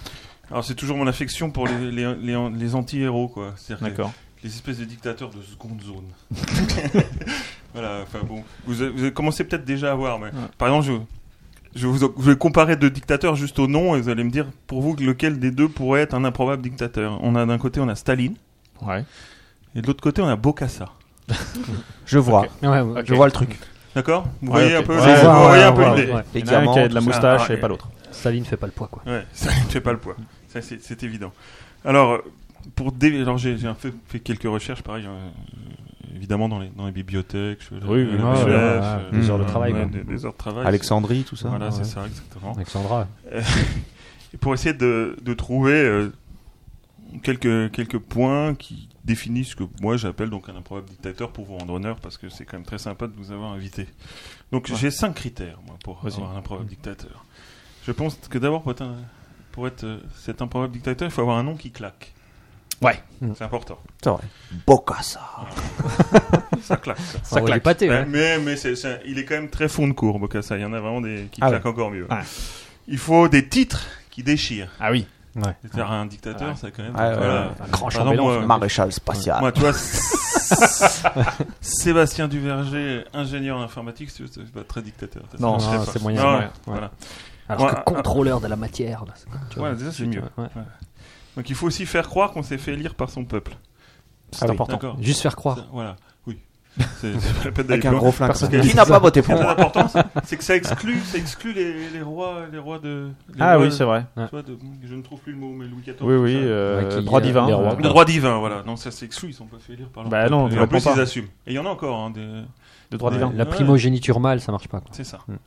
Speaker 8: Alors, c'est toujours mon affection pour les, les, les- les anti-héros, quoi. C'est-à-dire que-
Speaker 3: D'accord.
Speaker 8: les espèces de dictateurs de seconde zone. voilà, enfin bon, vous, avez- vous avez commencé peut-être déjà à voir, mais par exemple, je, je, vous, je vais comparer deux dictateurs juste au nom et vous allez me dire pour vous lequel des deux pourrait être un improbable dictateur. On a d'un côté on a Staline
Speaker 3: Ouais.
Speaker 8: et de l'autre côté on a Bokassa.
Speaker 5: Je vois. Je vois le truc.
Speaker 8: D'accord Vous
Speaker 3: Ouais,
Speaker 8: voyez
Speaker 3: ok.
Speaker 8: un peu,
Speaker 3: Ouais,
Speaker 8: vous
Speaker 3: ouais,
Speaker 8: voyez
Speaker 4: ouais,
Speaker 8: un peu
Speaker 4: ouais,
Speaker 8: l'idée.
Speaker 4: ouais.
Speaker 5: Les
Speaker 3: Il y en a un
Speaker 5: diamants.
Speaker 3: qui a de la
Speaker 8: tout ça.
Speaker 3: moustache
Speaker 8: Ah,
Speaker 3: et pas l'autre.
Speaker 4: Staline fait pas le poids, quoi.
Speaker 8: Ouais, ça ne fait pas le poids. Ça, c'est c'est évident. Alors, euh, pour dé- alors j'ai j'ai un fait, fait quelques recherches, pareil, euh, euh, évidemment dans les, dans les bibliothèques, je-
Speaker 3: Oui, oui,
Speaker 8: le
Speaker 3: ouais,
Speaker 8: chef,
Speaker 3: ouais,
Speaker 8: euh,
Speaker 5: ouais, les heures de
Speaker 8: euh,
Speaker 4: travail, quoi.
Speaker 8: des, des heures de travail.
Speaker 5: Alexandrie, tout
Speaker 8: c'est-
Speaker 5: ça.
Speaker 8: Voilà,
Speaker 5: Ouais.
Speaker 8: c'est ça, exactement. Euh,
Speaker 4: Alexandra.
Speaker 8: Et pour essayer de, de trouver euh, quelques, quelques points qui définissent ce que moi j'appelle donc un improbable dictateur pour vous rendre honneur, parce que c'est quand même très sympa de vous avoir invité. Donc j'ai cinq critères moi, pour
Speaker 3: Vas-y.
Speaker 8: avoir un improbable dictateur. Je pense que d'abord, pour être, un- pour être euh, cet improbable dictateur, il faut avoir un nom qui claque.
Speaker 3: Ouais.
Speaker 8: C'est important.
Speaker 5: C'est vrai. Bokassa.
Speaker 8: Ça claque. ça.
Speaker 4: Ça claque. pâté, ouais.
Speaker 8: Mais, mais c'est- c'est un- il est quand même très fond de courbe, Bokassa. Il y en a vraiment des qui
Speaker 5: Ah
Speaker 8: claquent encore mieux.
Speaker 3: Ouais.
Speaker 8: Il faut des titres qui déchirent.
Speaker 3: Ah oui.
Speaker 8: C'est-à-dire un dictateur, ça quand même.
Speaker 5: Ah Ouais, ouais,
Speaker 8: voilà.
Speaker 5: ouais.
Speaker 4: Un grand
Speaker 8: Par exemple,
Speaker 4: chambellan.
Speaker 8: moi,
Speaker 5: Maréchal spatial.
Speaker 8: Moi, tu vois, S- Sébastien Duverger, ingénieur en informatique, c'est c'est pas très dictateur. Ça,
Speaker 4: Non,
Speaker 8: ça marcherait
Speaker 4: non,
Speaker 8: pas.
Speaker 4: c'est moyen,
Speaker 8: Non,
Speaker 4: ouais, ouais.
Speaker 8: Voilà.
Speaker 4: Alors
Speaker 8: Ouais,
Speaker 4: que contrôleur de la matière. là, c'est- tu vois,
Speaker 8: Ouais, déjà, c'est
Speaker 4: tu-
Speaker 8: mieux.
Speaker 4: ouais.
Speaker 8: Donc, il faut aussi faire croire qu'on s'est fait élire par son peuple.
Speaker 3: C'est
Speaker 5: Ah oui,
Speaker 3: important.
Speaker 8: D'accord.
Speaker 4: Juste faire croire.
Speaker 8: Ça, Voilà. Oui. C'est c'est pas la peine d'aller
Speaker 5: Avec un
Speaker 8: plus
Speaker 5: gros
Speaker 8: loin.
Speaker 5: flingue.
Speaker 8: Parce que-
Speaker 5: Qui n'a pas voté
Speaker 8: Ce qui
Speaker 5: pour
Speaker 8: est très
Speaker 5: moi
Speaker 8: important, c'est- c'est que ça exclut, ça exclut les, les rois, les rois de. les
Speaker 3: Ah
Speaker 8: rois
Speaker 3: oui,
Speaker 8: de-
Speaker 3: c'est vrai.
Speaker 8: tu vois, de- je ne trouve plus le mot, mais Louis XIV.
Speaker 3: Oui, oui.
Speaker 8: tout ça.
Speaker 3: euh,
Speaker 7: Ouais, qui-
Speaker 3: droit
Speaker 7: euh,
Speaker 3: divin.
Speaker 7: les rois.
Speaker 8: Le droit divin, voilà. Non, ça c'est exclu, ils sont pas fait élire par leur
Speaker 3: Bah
Speaker 8: peuple.
Speaker 3: non,
Speaker 8: Et en
Speaker 3: complètement
Speaker 8: plus,
Speaker 3: pas.
Speaker 8: ils assument. Et il y en a encore, hein, des.
Speaker 3: De droit
Speaker 8: Ouais.
Speaker 3: divin.
Speaker 4: La primogéniture mâle, ça marche pas. Quoi.
Speaker 8: C'est ça.
Speaker 3: Hmm.
Speaker 4: Mm.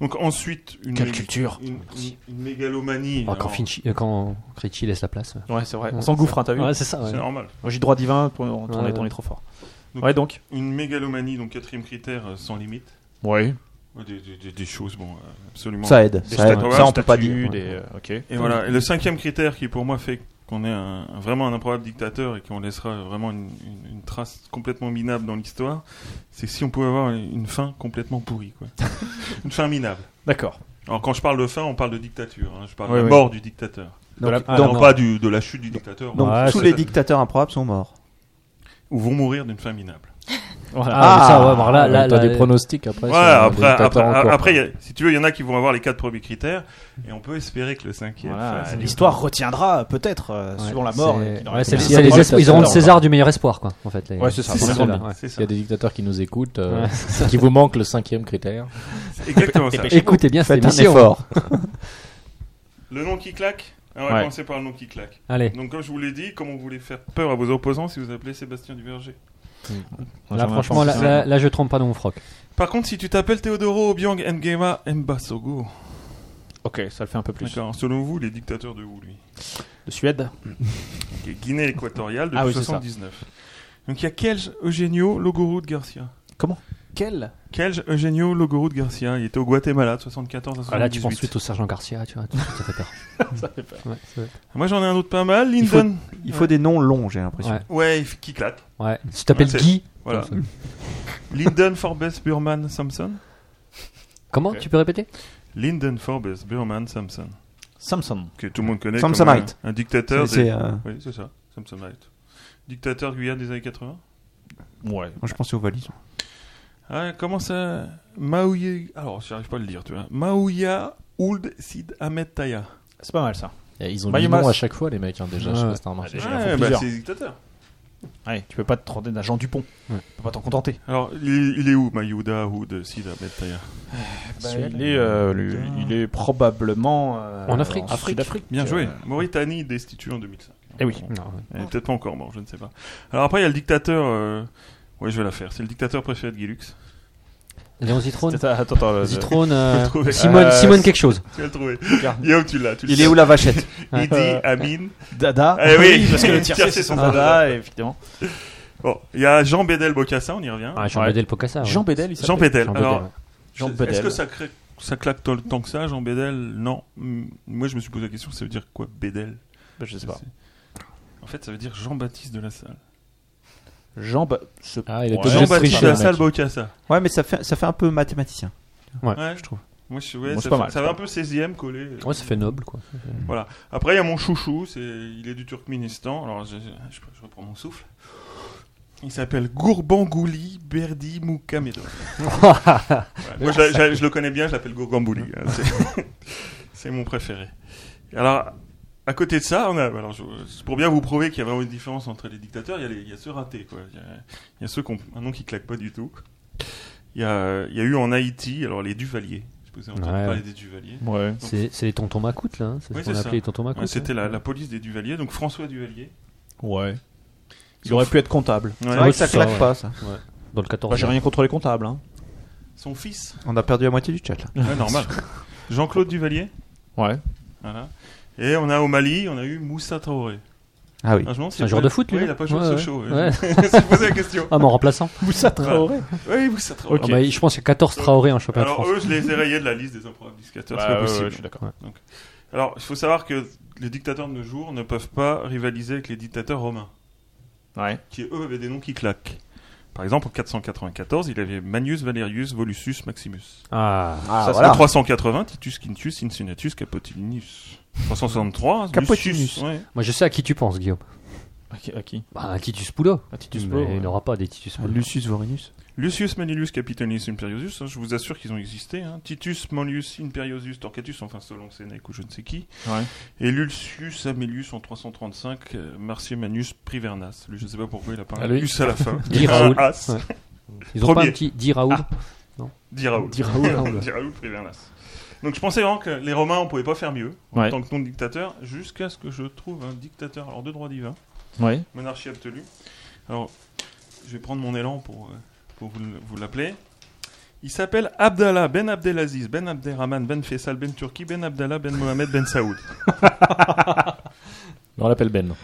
Speaker 8: Donc ensuite, une,
Speaker 3: Quelle culture.
Speaker 8: une, une- une mégalomanie.
Speaker 4: Ah, quand,
Speaker 8: Alors,
Speaker 4: Finchi, euh, quand Krejci laisse la place.
Speaker 3: Ouais, c'est vrai. On
Speaker 4: Ouais.
Speaker 3: s'engouffre, hein, t'as vu
Speaker 4: Ouais, c'est ça.
Speaker 8: C'est
Speaker 4: ouais.
Speaker 8: normal.
Speaker 3: Moi, J'ai droit divin, pour- on on
Speaker 4: Ouais.
Speaker 3: est, on est trop fort.
Speaker 8: Donc-
Speaker 3: ouais, donc.
Speaker 8: Une mégalomanie, donc quatrième critère, euh, sans limite.
Speaker 3: Ouais.
Speaker 8: Ouais, Des, des- des- des choses, bon, euh, absolument.
Speaker 5: Ça aide.
Speaker 8: Des
Speaker 5: Ça, aide.
Speaker 8: statues,
Speaker 5: Ça, on
Speaker 8: statues,
Speaker 5: peut pas dire.
Speaker 3: Des, euh, ok.
Speaker 8: Et voilà. Et le cinquième critère qui pour moi fait qu'on est un- un- vraiment un improbable dictateur et qu'on laissera vraiment une, une- une trace complètement minable dans l'histoire, c'est si on pouvait avoir une une fin complètement pourrie, quoi. une fin minable.
Speaker 3: D'accord.
Speaker 8: Alors quand je parle de fin, on parle de dictature. hein. Je parle
Speaker 3: Oui,
Speaker 8: de la
Speaker 3: oui.
Speaker 8: mort du dictateur.
Speaker 5: Donc,
Speaker 3: la-
Speaker 5: donc-
Speaker 8: non, pas du, de la chute du dictateur.
Speaker 5: donc,
Speaker 4: Ouais,
Speaker 5: tous
Speaker 8: c'est
Speaker 5: les
Speaker 8: ça.
Speaker 5: dictateurs improbables sont morts.
Speaker 8: Ou vont mourir d'une fin minable.
Speaker 3: Voilà.
Speaker 4: Ah, mais ça, ouais, alors là, là,
Speaker 7: t'as
Speaker 4: là,
Speaker 7: des pronostics après.
Speaker 8: Ouais,
Speaker 7: sur, euh, des
Speaker 8: après, après,
Speaker 7: dictateurs encore.
Speaker 8: après, il y a- si tu veux, il y en a qui vont avoir les quatre premiers critères, et on peut espérer que le cinquième.
Speaker 3: Voilà,
Speaker 8: fasse-
Speaker 3: L'histoire retiendra peut-être euh,
Speaker 4: Ouais,
Speaker 3: suivant la mort.
Speaker 4: c'est-
Speaker 3: et qu'il
Speaker 4: ouais,
Speaker 3: aurait
Speaker 4: c'est-
Speaker 3: été
Speaker 4: c'est
Speaker 3: bien.
Speaker 4: les
Speaker 7: Ouais,
Speaker 4: esp- Ils
Speaker 7: ça,
Speaker 4: auront le
Speaker 7: ça,
Speaker 4: César du meilleur espoir, quoi. En fait, les-
Speaker 3: Ouais, c'est ça.
Speaker 8: C'est ça.
Speaker 4: ceux-là, ouais.
Speaker 8: C'est ça.
Speaker 7: S'il y a des dictateurs qui nous écoutent, euh, qui vous manque le cinquième critère.
Speaker 8: C'est Exactement ça.
Speaker 4: Écoutez bien cette
Speaker 5: Faites un
Speaker 4: émission.
Speaker 5: effort.
Speaker 8: Le nom qui claque, Ah Alors, on va
Speaker 3: Ouais.
Speaker 8: commencer par le nom qui claque.
Speaker 3: Allez.
Speaker 8: Donc, comme je vous l'ai dit, comment vous voulez faire peur à vos opposants si vous appelez Sébastien Duverger
Speaker 4: Là, franchement, là, là- là, je trompe pas dans mon froc.
Speaker 8: Par contre, si tu t'appelles Teodoro Obiang Ngema Mbasogo.
Speaker 3: Ok, ça le fait un peu plus.
Speaker 8: D'accord. Selon vous, les dictateurs de où, lui
Speaker 3: De Suède.
Speaker 8: Ok, Guinée équatoriale depuis
Speaker 3: Ah oui, c'est ça.
Speaker 8: 79. Donc, il y a Kelge Eugenio Logoro de Garcia.
Speaker 3: Comment
Speaker 8: Quel Kelge Eugenio Logoro de Garcia. Il était au Guatemala de 74 à 78.
Speaker 4: Ah, là, tu penses tout au sergent Garcia, tu vois, tout de suite, ça fait peur.
Speaker 8: Ça fait peur.
Speaker 4: Ouais, ça fait
Speaker 8: Moi, j'en ai un autre pas mal.
Speaker 5: Il faut,
Speaker 8: Lyndon.
Speaker 5: il faut des noms longs, j'ai l'impression.
Speaker 4: Ouais.
Speaker 8: Ouais, il f- qui claque.
Speaker 4: Ouais. Si t'appelles
Speaker 8: c'est-
Speaker 4: Guy,
Speaker 8: Voilà.
Speaker 4: comme
Speaker 8: Lyndon Forbes Burman Samson.
Speaker 4: Comment Tu peux répéter
Speaker 8: Lyndon Forbes Burman Samson.
Speaker 3: Samson.
Speaker 8: Que tout le monde connaît. comme
Speaker 5: Samsonite.
Speaker 8: Un, un dictateur.
Speaker 5: C'est-
Speaker 8: des-
Speaker 5: c'est, euh,
Speaker 8: Oui, c'est ça. Samsonite. Dictateur guyane des années 80.
Speaker 3: Ouais.
Speaker 5: Moi, je pensais aux valises.
Speaker 8: Ah, comment ça Maouya. Alors, j'arrive pas à le dire, tu vois. Maouya Ould Sid Ahmed Taya.
Speaker 3: C'est pas mal ça.
Speaker 7: Et Ils ont
Speaker 3: Bah,
Speaker 7: mis
Speaker 3: il y en a-
Speaker 7: nom à chaque fois, les mecs, hein, déjà. Je sais
Speaker 3: Ouais.
Speaker 7: pas si t'as remarqué.
Speaker 3: Déjà, il y en a
Speaker 8: Ouais, bah,
Speaker 3: plusieurs.
Speaker 8: c'est dictateur.
Speaker 3: Ouais, tu peux pas te contenter d'un Jean Dupont. Tu peux pas t'en contenter.
Speaker 8: Alors, il, il est où, Mayouda Ould Sid Ahmed Taya
Speaker 3: il, est, euh, le- il est probablement euh,
Speaker 4: En Afrique.
Speaker 3: Afrique. d'Afrique.
Speaker 8: Bien joué.
Speaker 3: Euh,
Speaker 8: Mauritanie destituée en 2005.
Speaker 3: Eh oui.
Speaker 4: Non, ouais.
Speaker 5: Oh.
Speaker 8: Elle est peut-être pas encore mort, je ne sais pas. Alors après, il y a le dictateur. euh, Ouais, je vais la faire. C'est le dictateur préféré de Guy Lux.
Speaker 4: Léon Zitrone
Speaker 3: Attends, attends, attends, le-
Speaker 4: Zitrone, euh,
Speaker 8: Faut
Speaker 5: Ah.
Speaker 8: le trouver.
Speaker 4: Simone,
Speaker 3: Euh,
Speaker 4: Simone quelque chose.
Speaker 8: Tu vas le trouver.
Speaker 3: Regarde.
Speaker 8: Guillaume, tu l'as. tu le
Speaker 5: Il
Speaker 8: sais.
Speaker 5: est où la vachette
Speaker 8: Idi, Amin.
Speaker 3: Dada.
Speaker 8: Eh oui.
Speaker 3: parce que le tir
Speaker 8: Tiens,
Speaker 3: c'est son
Speaker 8: c'est son
Speaker 3: Dada, et effectivement.
Speaker 8: Bon, il y a Jean Bédel Bocassa, on y revient.
Speaker 4: Ah, Jean
Speaker 3: Ouais.
Speaker 4: Bedel Pocassa. ouais.
Speaker 3: Jean Bédel, il
Speaker 8: Jean
Speaker 3: s'appelle.
Speaker 8: Bédel.
Speaker 4: Jean Bedel,
Speaker 8: Alors,
Speaker 4: ouais.
Speaker 3: Jean
Speaker 8: c'est- est-ce
Speaker 3: Bédel.
Speaker 8: que ça, crée- ça claque tol- tant que ça, Jean Bédel Non. Hum, Moi, je me suis posé la question, ça veut dire quoi, Bédel
Speaker 3: Bah, Je sais pas.
Speaker 8: En fait, ça veut dire Jean-Baptiste de la Salle.
Speaker 3: Jean Ba- ce-
Speaker 7: Ah, il était
Speaker 3: Ouais.
Speaker 7: obligé de
Speaker 8: Jean-Baptiste
Speaker 7: tricher,
Speaker 8: de la
Speaker 7: le mec.
Speaker 8: Salle Bocassa.
Speaker 5: Ouais, mais ça fait, ça fait un peu mathématicien.
Speaker 8: Ouais, je trouve. Moi, je, ouais,
Speaker 3: Bon, c'est
Speaker 8: ça,
Speaker 3: pas
Speaker 8: fait-
Speaker 3: mal,
Speaker 8: ça
Speaker 3: c'est
Speaker 8: va
Speaker 3: pas
Speaker 8: un peu 16e collé.
Speaker 4: Ouais, ça fait noble, quoi.
Speaker 8: Voilà. Après, il y a mon chouchou, c'est... il est du Turkménistan. Alors, je, je- je reprends mon souffle. Il s'appelle Gourbangouli Berdi Moukhamedov. Voilà. Moi, je, l'a- je- je le connais bien, je l'appelle Gourbangouli. hein. C'est... c'est mon préféré. Alors, à côté de ça, on a, alors, je- c'est pour bien vous prouver qu'il y a vraiment une différence entre les dictateurs, il y a, les- il y a ceux ratés. Quoi. Il, y a, il y a ceux qui ont un nom qui claque pas du tout. Il y a, il y a eu en Haïti, alors les Duvaliers. Je sais pas si vous avez entendu
Speaker 4: Ouais.
Speaker 8: parler des Duvaliers.
Speaker 3: Ouais.
Speaker 4: C'est c'est les tontons Macoutes, là. hein. C'est
Speaker 8: Oui,
Speaker 4: ce qu'on
Speaker 8: c'est
Speaker 4: appelait
Speaker 8: ça.
Speaker 4: les tontons
Speaker 8: Ouais,
Speaker 4: Macoutes.
Speaker 8: C'était la, la police des Duvaliers, donc François Duvalier.
Speaker 3: Ouais. Il aurait pu être comptable.
Speaker 8: Ouais.
Speaker 5: C'est vrai
Speaker 4: Ouais,
Speaker 5: que ça
Speaker 4: c'est ça,
Speaker 5: claque
Speaker 4: ouais.
Speaker 5: pas, ça.
Speaker 4: Dans le 14.
Speaker 3: Bah, j'ai rien contre les comptables. Hein.
Speaker 8: Son fils.
Speaker 5: On a perdu la moitié du chat, là.
Speaker 8: Ouais, normal. Jean-Claude Duvalier.
Speaker 3: Ouais.
Speaker 8: Voilà. Et on a au Mali, on a eu Moussa Traoré.
Speaker 5: Ah oui.
Speaker 8: Ah, je me demande
Speaker 4: C'est
Speaker 8: s'il
Speaker 4: un
Speaker 8: a
Speaker 4: joueur
Speaker 8: pas-
Speaker 4: de foot, lui,
Speaker 8: Ouais,
Speaker 4: non
Speaker 8: il a pas joué
Speaker 4: Ouais,
Speaker 8: à
Speaker 4: ouais.
Speaker 8: Sochaux. ouais.
Speaker 4: Ouais.
Speaker 8: Je me suis posé la question.
Speaker 4: Ah, mais en remplaçant.
Speaker 3: Moussa
Speaker 8: Traoré. Oui, Moussa Traoré.
Speaker 4: Ah, bah, je pense qu'il y a 14 Traoré en championnat de
Speaker 8: Alors,
Speaker 4: France.
Speaker 8: eux, je les ai rayés de la liste des improbables dictateurs. c'est
Speaker 3: Bah,
Speaker 8: pas
Speaker 3: ouais,
Speaker 8: possible.
Speaker 3: ouais, je suis d'accord.
Speaker 8: Alors, il faut savoir que les dictateurs de nos jours ne peuvent pas rivaliser avec les dictateurs romains,
Speaker 3: Ouais.
Speaker 8: qui eux avaient des noms qui claquent. Par exemple, en 494, il avait Manius Valerius Volusius Maximus.
Speaker 4: Ah,
Speaker 5: Ah,
Speaker 3: ça,
Speaker 8: En
Speaker 5: voilà.
Speaker 8: 380, Titus Quintus Cincinnatus Capotinus. 363,
Speaker 5: Capotinus.
Speaker 8: Lucius, ouais.
Speaker 4: moi je sais à qui tu penses, Guillaume.
Speaker 3: À qui, à qui
Speaker 4: Bah, à Titus Poulo.
Speaker 3: À Titus
Speaker 4: Mais
Speaker 3: Bro, ouais.
Speaker 4: Il n'aura pas des Titus Poulo.
Speaker 5: Lucius Vorinus.
Speaker 8: Lucius Manilius Capitonius Imperiosus, hein, je vous assure qu'ils ont existé. hein. Titus Manlius Imperiosus Torquatus, enfin selon Sénèque ou je ne sais qui.
Speaker 3: Ouais.
Speaker 8: Et Lucius Amelius en 335, euh, Marcianus Privernas. Lui, je ne sais pas pourquoi il a pas
Speaker 7: Ah,
Speaker 8: un
Speaker 7: lui.
Speaker 8: Lucius à la fin.
Speaker 4: Dis
Speaker 8: Il a un
Speaker 4: Raoul.
Speaker 8: As.
Speaker 4: Ouais. Ils ont pas
Speaker 8: Premier.
Speaker 4: un petit. Dis Raoul.
Speaker 8: Dit Raoul.
Speaker 4: Dis Raoul, Raoul.
Speaker 8: Dit Raoul Privernas. Donc je pensais vraiment que les Romains, on pouvait pas faire mieux en
Speaker 3: Ouais.
Speaker 8: tant que non-dictateur, jusqu'à ce que je trouve un dictateur, alors de droit divin,
Speaker 3: Ouais.
Speaker 8: Monarchie absolue. Alors, je vais prendre mon élan pour, euh, pour vous, le- vous l'appeler. Il s'appelle Abdallah Ben Abdelaziz, Ben Abderrahman, Ben Faisal, Ben Turki, Ben Abdallah, Ben Mohamed, Ben Saoud.
Speaker 7: Mais on l'appelle Ben.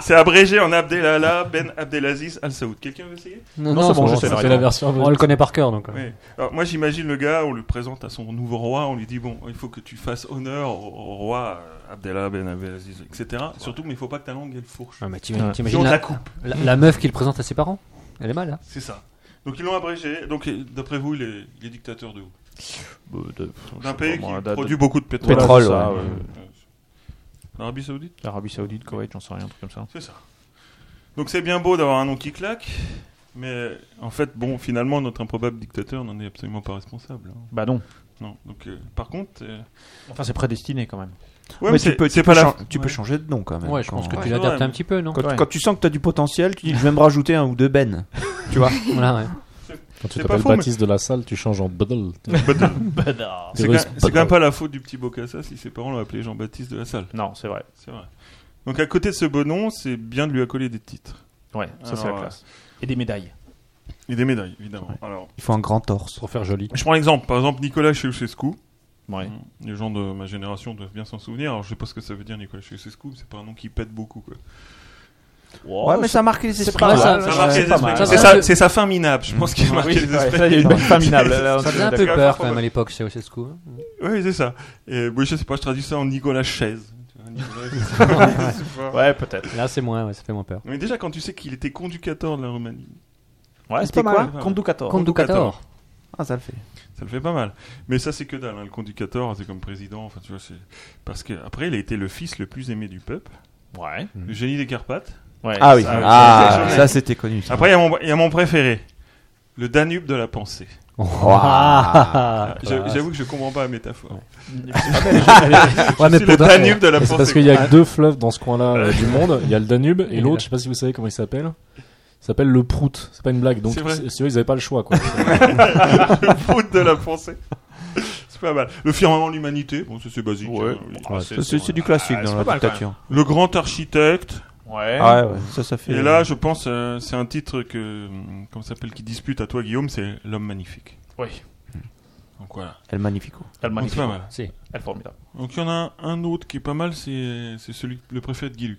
Speaker 8: C'est abrégé en Abdelala, Ben Abdelaziz, Al Saoud. Quelqu'un veut essayer
Speaker 3: Non, c'est bon, je sais,
Speaker 7: C'est
Speaker 3: la
Speaker 7: la version.
Speaker 4: On le connaît par cœur, donc.
Speaker 8: Oui. Alors, moi, j'imagine le gars, on le présente à son nouveau roi, on lui dit bon, il faut que tu fasses honneur au, au roi euh, Abdallah, Ben Abdelaziz, etc. Surtout, mais il faut pas que ta langue, elle fourche.
Speaker 4: Ah, mais
Speaker 3: Ouais.
Speaker 4: t'imagines-
Speaker 8: Sinon,
Speaker 4: t'imagines
Speaker 8: on te la
Speaker 4: la,
Speaker 8: coupe.
Speaker 4: la, la meuf qu'il présente à ses parents Elle est mal, hein
Speaker 8: C'est ça. Donc, ils l'ont abrégé. Donc, euh, d'après vous, il est, il est dictateur de où
Speaker 3: Euh, de- je
Speaker 8: D'un
Speaker 3: sais
Speaker 8: pays
Speaker 3: pas,
Speaker 8: qui
Speaker 3: moi, d'a-
Speaker 8: produit beaucoup de pétrole.
Speaker 3: Voilà,
Speaker 5: Pétrole,
Speaker 3: c'est ça,
Speaker 5: ouais.
Speaker 3: ouais.
Speaker 8: L'Arabie Saoudite
Speaker 3: L'Arabie Saoudite, Koweït, j'en sais rien, un truc comme ça.
Speaker 8: C'est ça. Donc c'est bien beau d'avoir un nom qui claque, mais en fait, bon, finalement, notre improbable dictateur n'en est absolument pas responsable. hein.
Speaker 3: Bah non.
Speaker 8: Non. Donc, euh, par contre. euh,
Speaker 3: Enfin, c'est prédestiné quand même.
Speaker 8: ouais,
Speaker 5: mais
Speaker 8: c'est-
Speaker 5: tu peux,
Speaker 8: c'est
Speaker 5: tu
Speaker 8: pas
Speaker 5: peux
Speaker 8: la-
Speaker 5: chan- tu peux
Speaker 8: Ouais.
Speaker 5: changer de nom quand même.
Speaker 4: Ouais, je
Speaker 5: quand-
Speaker 4: pense que
Speaker 8: Ouais,
Speaker 4: tu
Speaker 8: c'est
Speaker 4: l'adaptes
Speaker 8: vrai.
Speaker 4: un petit peu, non
Speaker 5: Quand,
Speaker 3: Ouais.
Speaker 5: quand tu sens que tu as du potentiel, tu dis je vais me rajouter un ou deux Ben. Tu vois
Speaker 4: Voilà, ouais.
Speaker 7: Quand tu
Speaker 8: C'est
Speaker 7: t'appelles
Speaker 8: pas faux, mais-
Speaker 7: Baptiste de la Salle, tu changes en Buddle.
Speaker 8: Badal.
Speaker 3: Bah,
Speaker 8: C'est quand,
Speaker 7: Terroriste
Speaker 8: c'est quand même
Speaker 7: Buddle.
Speaker 8: pas la faute du petit Bocassa si ses parents l'ont appelé Jean-Baptiste de la Salle.
Speaker 3: Non, c'est vrai.
Speaker 8: C'est vrai. Donc à côté de ce beau nom, c'est bien de lui accoler des titres.
Speaker 3: Ouais, ça, c'est la classe. Et des médailles.
Speaker 8: Et des médailles, évidemment. Alors,
Speaker 5: Il faut un grand torse.
Speaker 7: Pour faire joli.
Speaker 8: Je prends l'exemple, par exemple Nicolas Ceausescu.
Speaker 3: Ouais.
Speaker 8: Hum. Les gens de ma génération doivent bien s'en souvenir. Alors je sais pas ce que ça veut dire Nicolas Ceausescu, mais c'est pas un nom qui pète beaucoup quoi.
Speaker 5: Ouais, mais Oh, ça marque les esprits.
Speaker 8: pas
Speaker 5: Ouais,
Speaker 8: mal.
Speaker 5: ça-
Speaker 8: Ça marque
Speaker 5: Ah, ouais,
Speaker 8: les
Speaker 5: c'est pas mal.
Speaker 8: esprits. C'est
Speaker 5: Ça,
Speaker 8: sa-
Speaker 5: je-
Speaker 8: C'est sa fin minable, je pense qu'il a
Speaker 5: Oui,
Speaker 8: marqué les
Speaker 5: ouais,
Speaker 8: esprits.
Speaker 5: ça, il y a une bonne fin minable, là,
Speaker 4: Ça faisait un peu peur quand même à l'époque chez Osescu.
Speaker 8: Oui, c'est ça. Et oui, je sais pas, je traduis ça en Nicolas Chaise. Tu vois, Nicolas- je sais pas.
Speaker 3: Ouais, peut-être.
Speaker 4: Là, c'est moins, ouais, ça fait moins peur.
Speaker 8: Mais déjà, quand tu sais qu'il était conducateur de la Roumanie.
Speaker 3: Ouais,
Speaker 5: C'était quoi
Speaker 3: Conducator.
Speaker 4: Conducator.
Speaker 5: Ah, ça le fait.
Speaker 8: Ça le fait pas mal. Mais ça, c'est que dalle. hein. Le conducateur, c'est comme président. Enfin, tu vois, c'est... Parce que après, il a été le fils le plus aimé du peuple.
Speaker 3: Ouais.
Speaker 5: Hum.
Speaker 8: Le génie des Carpates.
Speaker 3: Ouais.
Speaker 5: Ah oui.
Speaker 8: Ça,
Speaker 5: Ah,
Speaker 8: c'est exceptionnel.
Speaker 5: ça, c'était connu, ça.
Speaker 8: Après, il y a mon- il y, a mon préféré. Le Danube de la pensée.
Speaker 4: Ah,
Speaker 8: Je-
Speaker 4: classe.
Speaker 8: J'avoue que je comprends pas la métaphore. Je
Speaker 7: Je
Speaker 8: Ah, suis le
Speaker 7: Podin-
Speaker 8: Danube de la pensée.
Speaker 7: C'est parce qu'il y a
Speaker 8: quoi.
Speaker 7: que deux fleuves dans ce coin-là euh, du monde. Il y a le Danube et l'autre, je sais pas si vous savez comment il s'appelle. Il s'appelle le Prout. C'est pas une blague. Donc,
Speaker 8: C'est vrai.
Speaker 7: si si eux, ils avaient pas le choix, quoi.
Speaker 8: le foot de la pensée. C'est pas mal. Le firmament de l'humanité, bon, ça, c'est basique. hein, oui.
Speaker 5: Ouais, c'est- c'est c'est du classique dans la dictature.
Speaker 8: Le grand architecte.
Speaker 3: Ouais.
Speaker 5: Ah ouais, ouais, ça, ça fait.
Speaker 8: Et là, je pense, euh, c'est un titre que, hum, comment ça s'appelle, qui dispute à toi, Guillaume, c'est l'homme magnifique.
Speaker 3: Oui.
Speaker 8: Donc voilà.
Speaker 5: El Magnifico.
Speaker 8: Donc,
Speaker 3: Elle
Speaker 8: c'est
Speaker 3: magnifique.
Speaker 8: pas mal.
Speaker 4: Si.
Speaker 3: Elle formidable.
Speaker 8: Donc il y en a un, un autre qui est pas mal, c'est c'est celui le préfet de Guilux.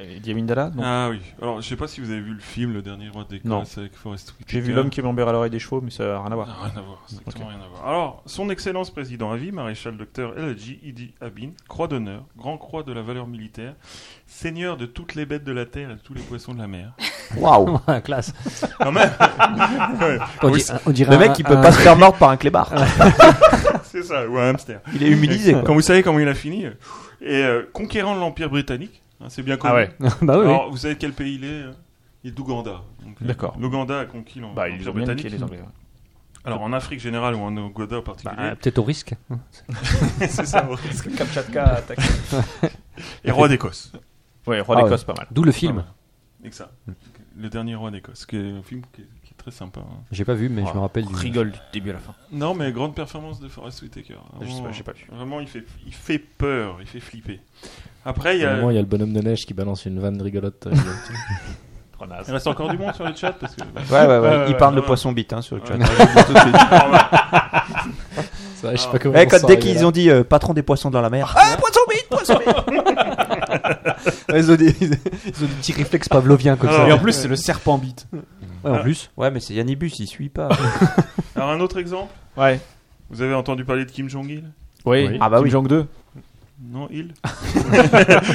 Speaker 3: Et Diamindala non.
Speaker 8: Ah oui. Alors je sais pas si vous avez vu le film Le Dernier Roi des
Speaker 3: Non.
Speaker 8: avec Forest Whitaker.
Speaker 3: J'ai vu l'homme qui m'embère à l'oreille des chevaux, mais ça n'a rien à
Speaker 8: Ah,
Speaker 3: voir.
Speaker 8: rien à voir, strictement rien à voir. Alors, son excellence président à vie, maréchal docteur Eladji Idi Abin, croix d'honneur, grand croix de la valeur militaire, seigneur de toutes les bêtes de la terre et de tous les poissons de la mer.
Speaker 5: Waouh.
Speaker 4: Ouais, classe.
Speaker 8: Quand même Ouais.
Speaker 4: On,
Speaker 8: Oui,
Speaker 4: di- on dirait
Speaker 5: Le
Speaker 4: un-
Speaker 5: mec, il peut
Speaker 4: un-
Speaker 5: pas se faire mordre par un clébard.
Speaker 8: C'est ça, ou un hamster.
Speaker 5: Il est humilisé, quoi.
Speaker 8: Quand vous savez comment il a fini, euh, et euh, conquérant de l'Empire britannique, hein, c'est bien connu.
Speaker 3: Ah ouais.
Speaker 4: bah oui, oui.
Speaker 8: Alors, vous savez quel pays il est euh, Il est d'Ouganda. Donc, euh,
Speaker 3: D'accord.
Speaker 8: L'Ouganda a conquis l'Em-
Speaker 3: Bah, ils
Speaker 8: l'Empire
Speaker 3: ont bien
Speaker 8: britannique.
Speaker 3: niqué les Anglais. ouais.
Speaker 8: Alors, en Afrique générale ou en Ouganda en particulier,
Speaker 4: Bah, peut-être au risque.
Speaker 8: c'est ça. au risque. Et roi d'Écosse.
Speaker 3: Ouais, Roi
Speaker 4: Ah
Speaker 3: d'Écosse, pas mal.
Speaker 4: D'où le film.
Speaker 8: Et que ça.
Speaker 3: Mm.
Speaker 8: Le dernier roi d'Écosse, qui est un film qui est, qui est très sympa. hein.
Speaker 4: J'ai pas vu, mais je me rappelle du.
Speaker 3: Oh, Rigole Ah, du début à la fin.
Speaker 8: Non, mais grande performance de Forest Whitaker.
Speaker 3: Je sais pas,
Speaker 8: Vraiment,
Speaker 3: j'ai pas vu.
Speaker 8: Vraiment, il fait, il fait peur, il fait flipper. Après, il y
Speaker 7: À un
Speaker 8: a.
Speaker 7: moment, il y a le bonhomme de neige qui balance une vanne rigolote. euh,
Speaker 8: Il reste encore du monde sur le chat parce que. bah, euh,
Speaker 5: Ouais, ouais, ouais.
Speaker 8: ouais,
Speaker 5: Il parle de
Speaker 8: ouais.
Speaker 5: poisson bite hein, sur le
Speaker 8: Ouais,
Speaker 5: chat.
Speaker 8: ouais, tout de suite. Normal.
Speaker 7: Ça, je
Speaker 8: Ah.
Speaker 7: sais pas comment
Speaker 5: Eh,
Speaker 7: on
Speaker 5: quand,
Speaker 7: s'en
Speaker 5: dès
Speaker 7: est
Speaker 5: qu'ils
Speaker 7: là.
Speaker 5: ont dit euh, patron des poissons dans la mer. Ah, poisson bite, poisson bite Ouais, Ils ont des ils ont des petits réflexes pavloviens comme ça.
Speaker 8: Alors,
Speaker 3: Et en plus, c'est le serpent bite.
Speaker 5: Ouais, en plus. Ouais, mais c'est Yannibus, il suit pas.
Speaker 8: Alors, un autre exemple
Speaker 3: Ouais.
Speaker 8: Vous avez entendu parler de Kim Jong-il
Speaker 3: Oui.
Speaker 5: Ah bah
Speaker 3: Kim
Speaker 5: oui.
Speaker 3: Jong 2.
Speaker 8: Non, il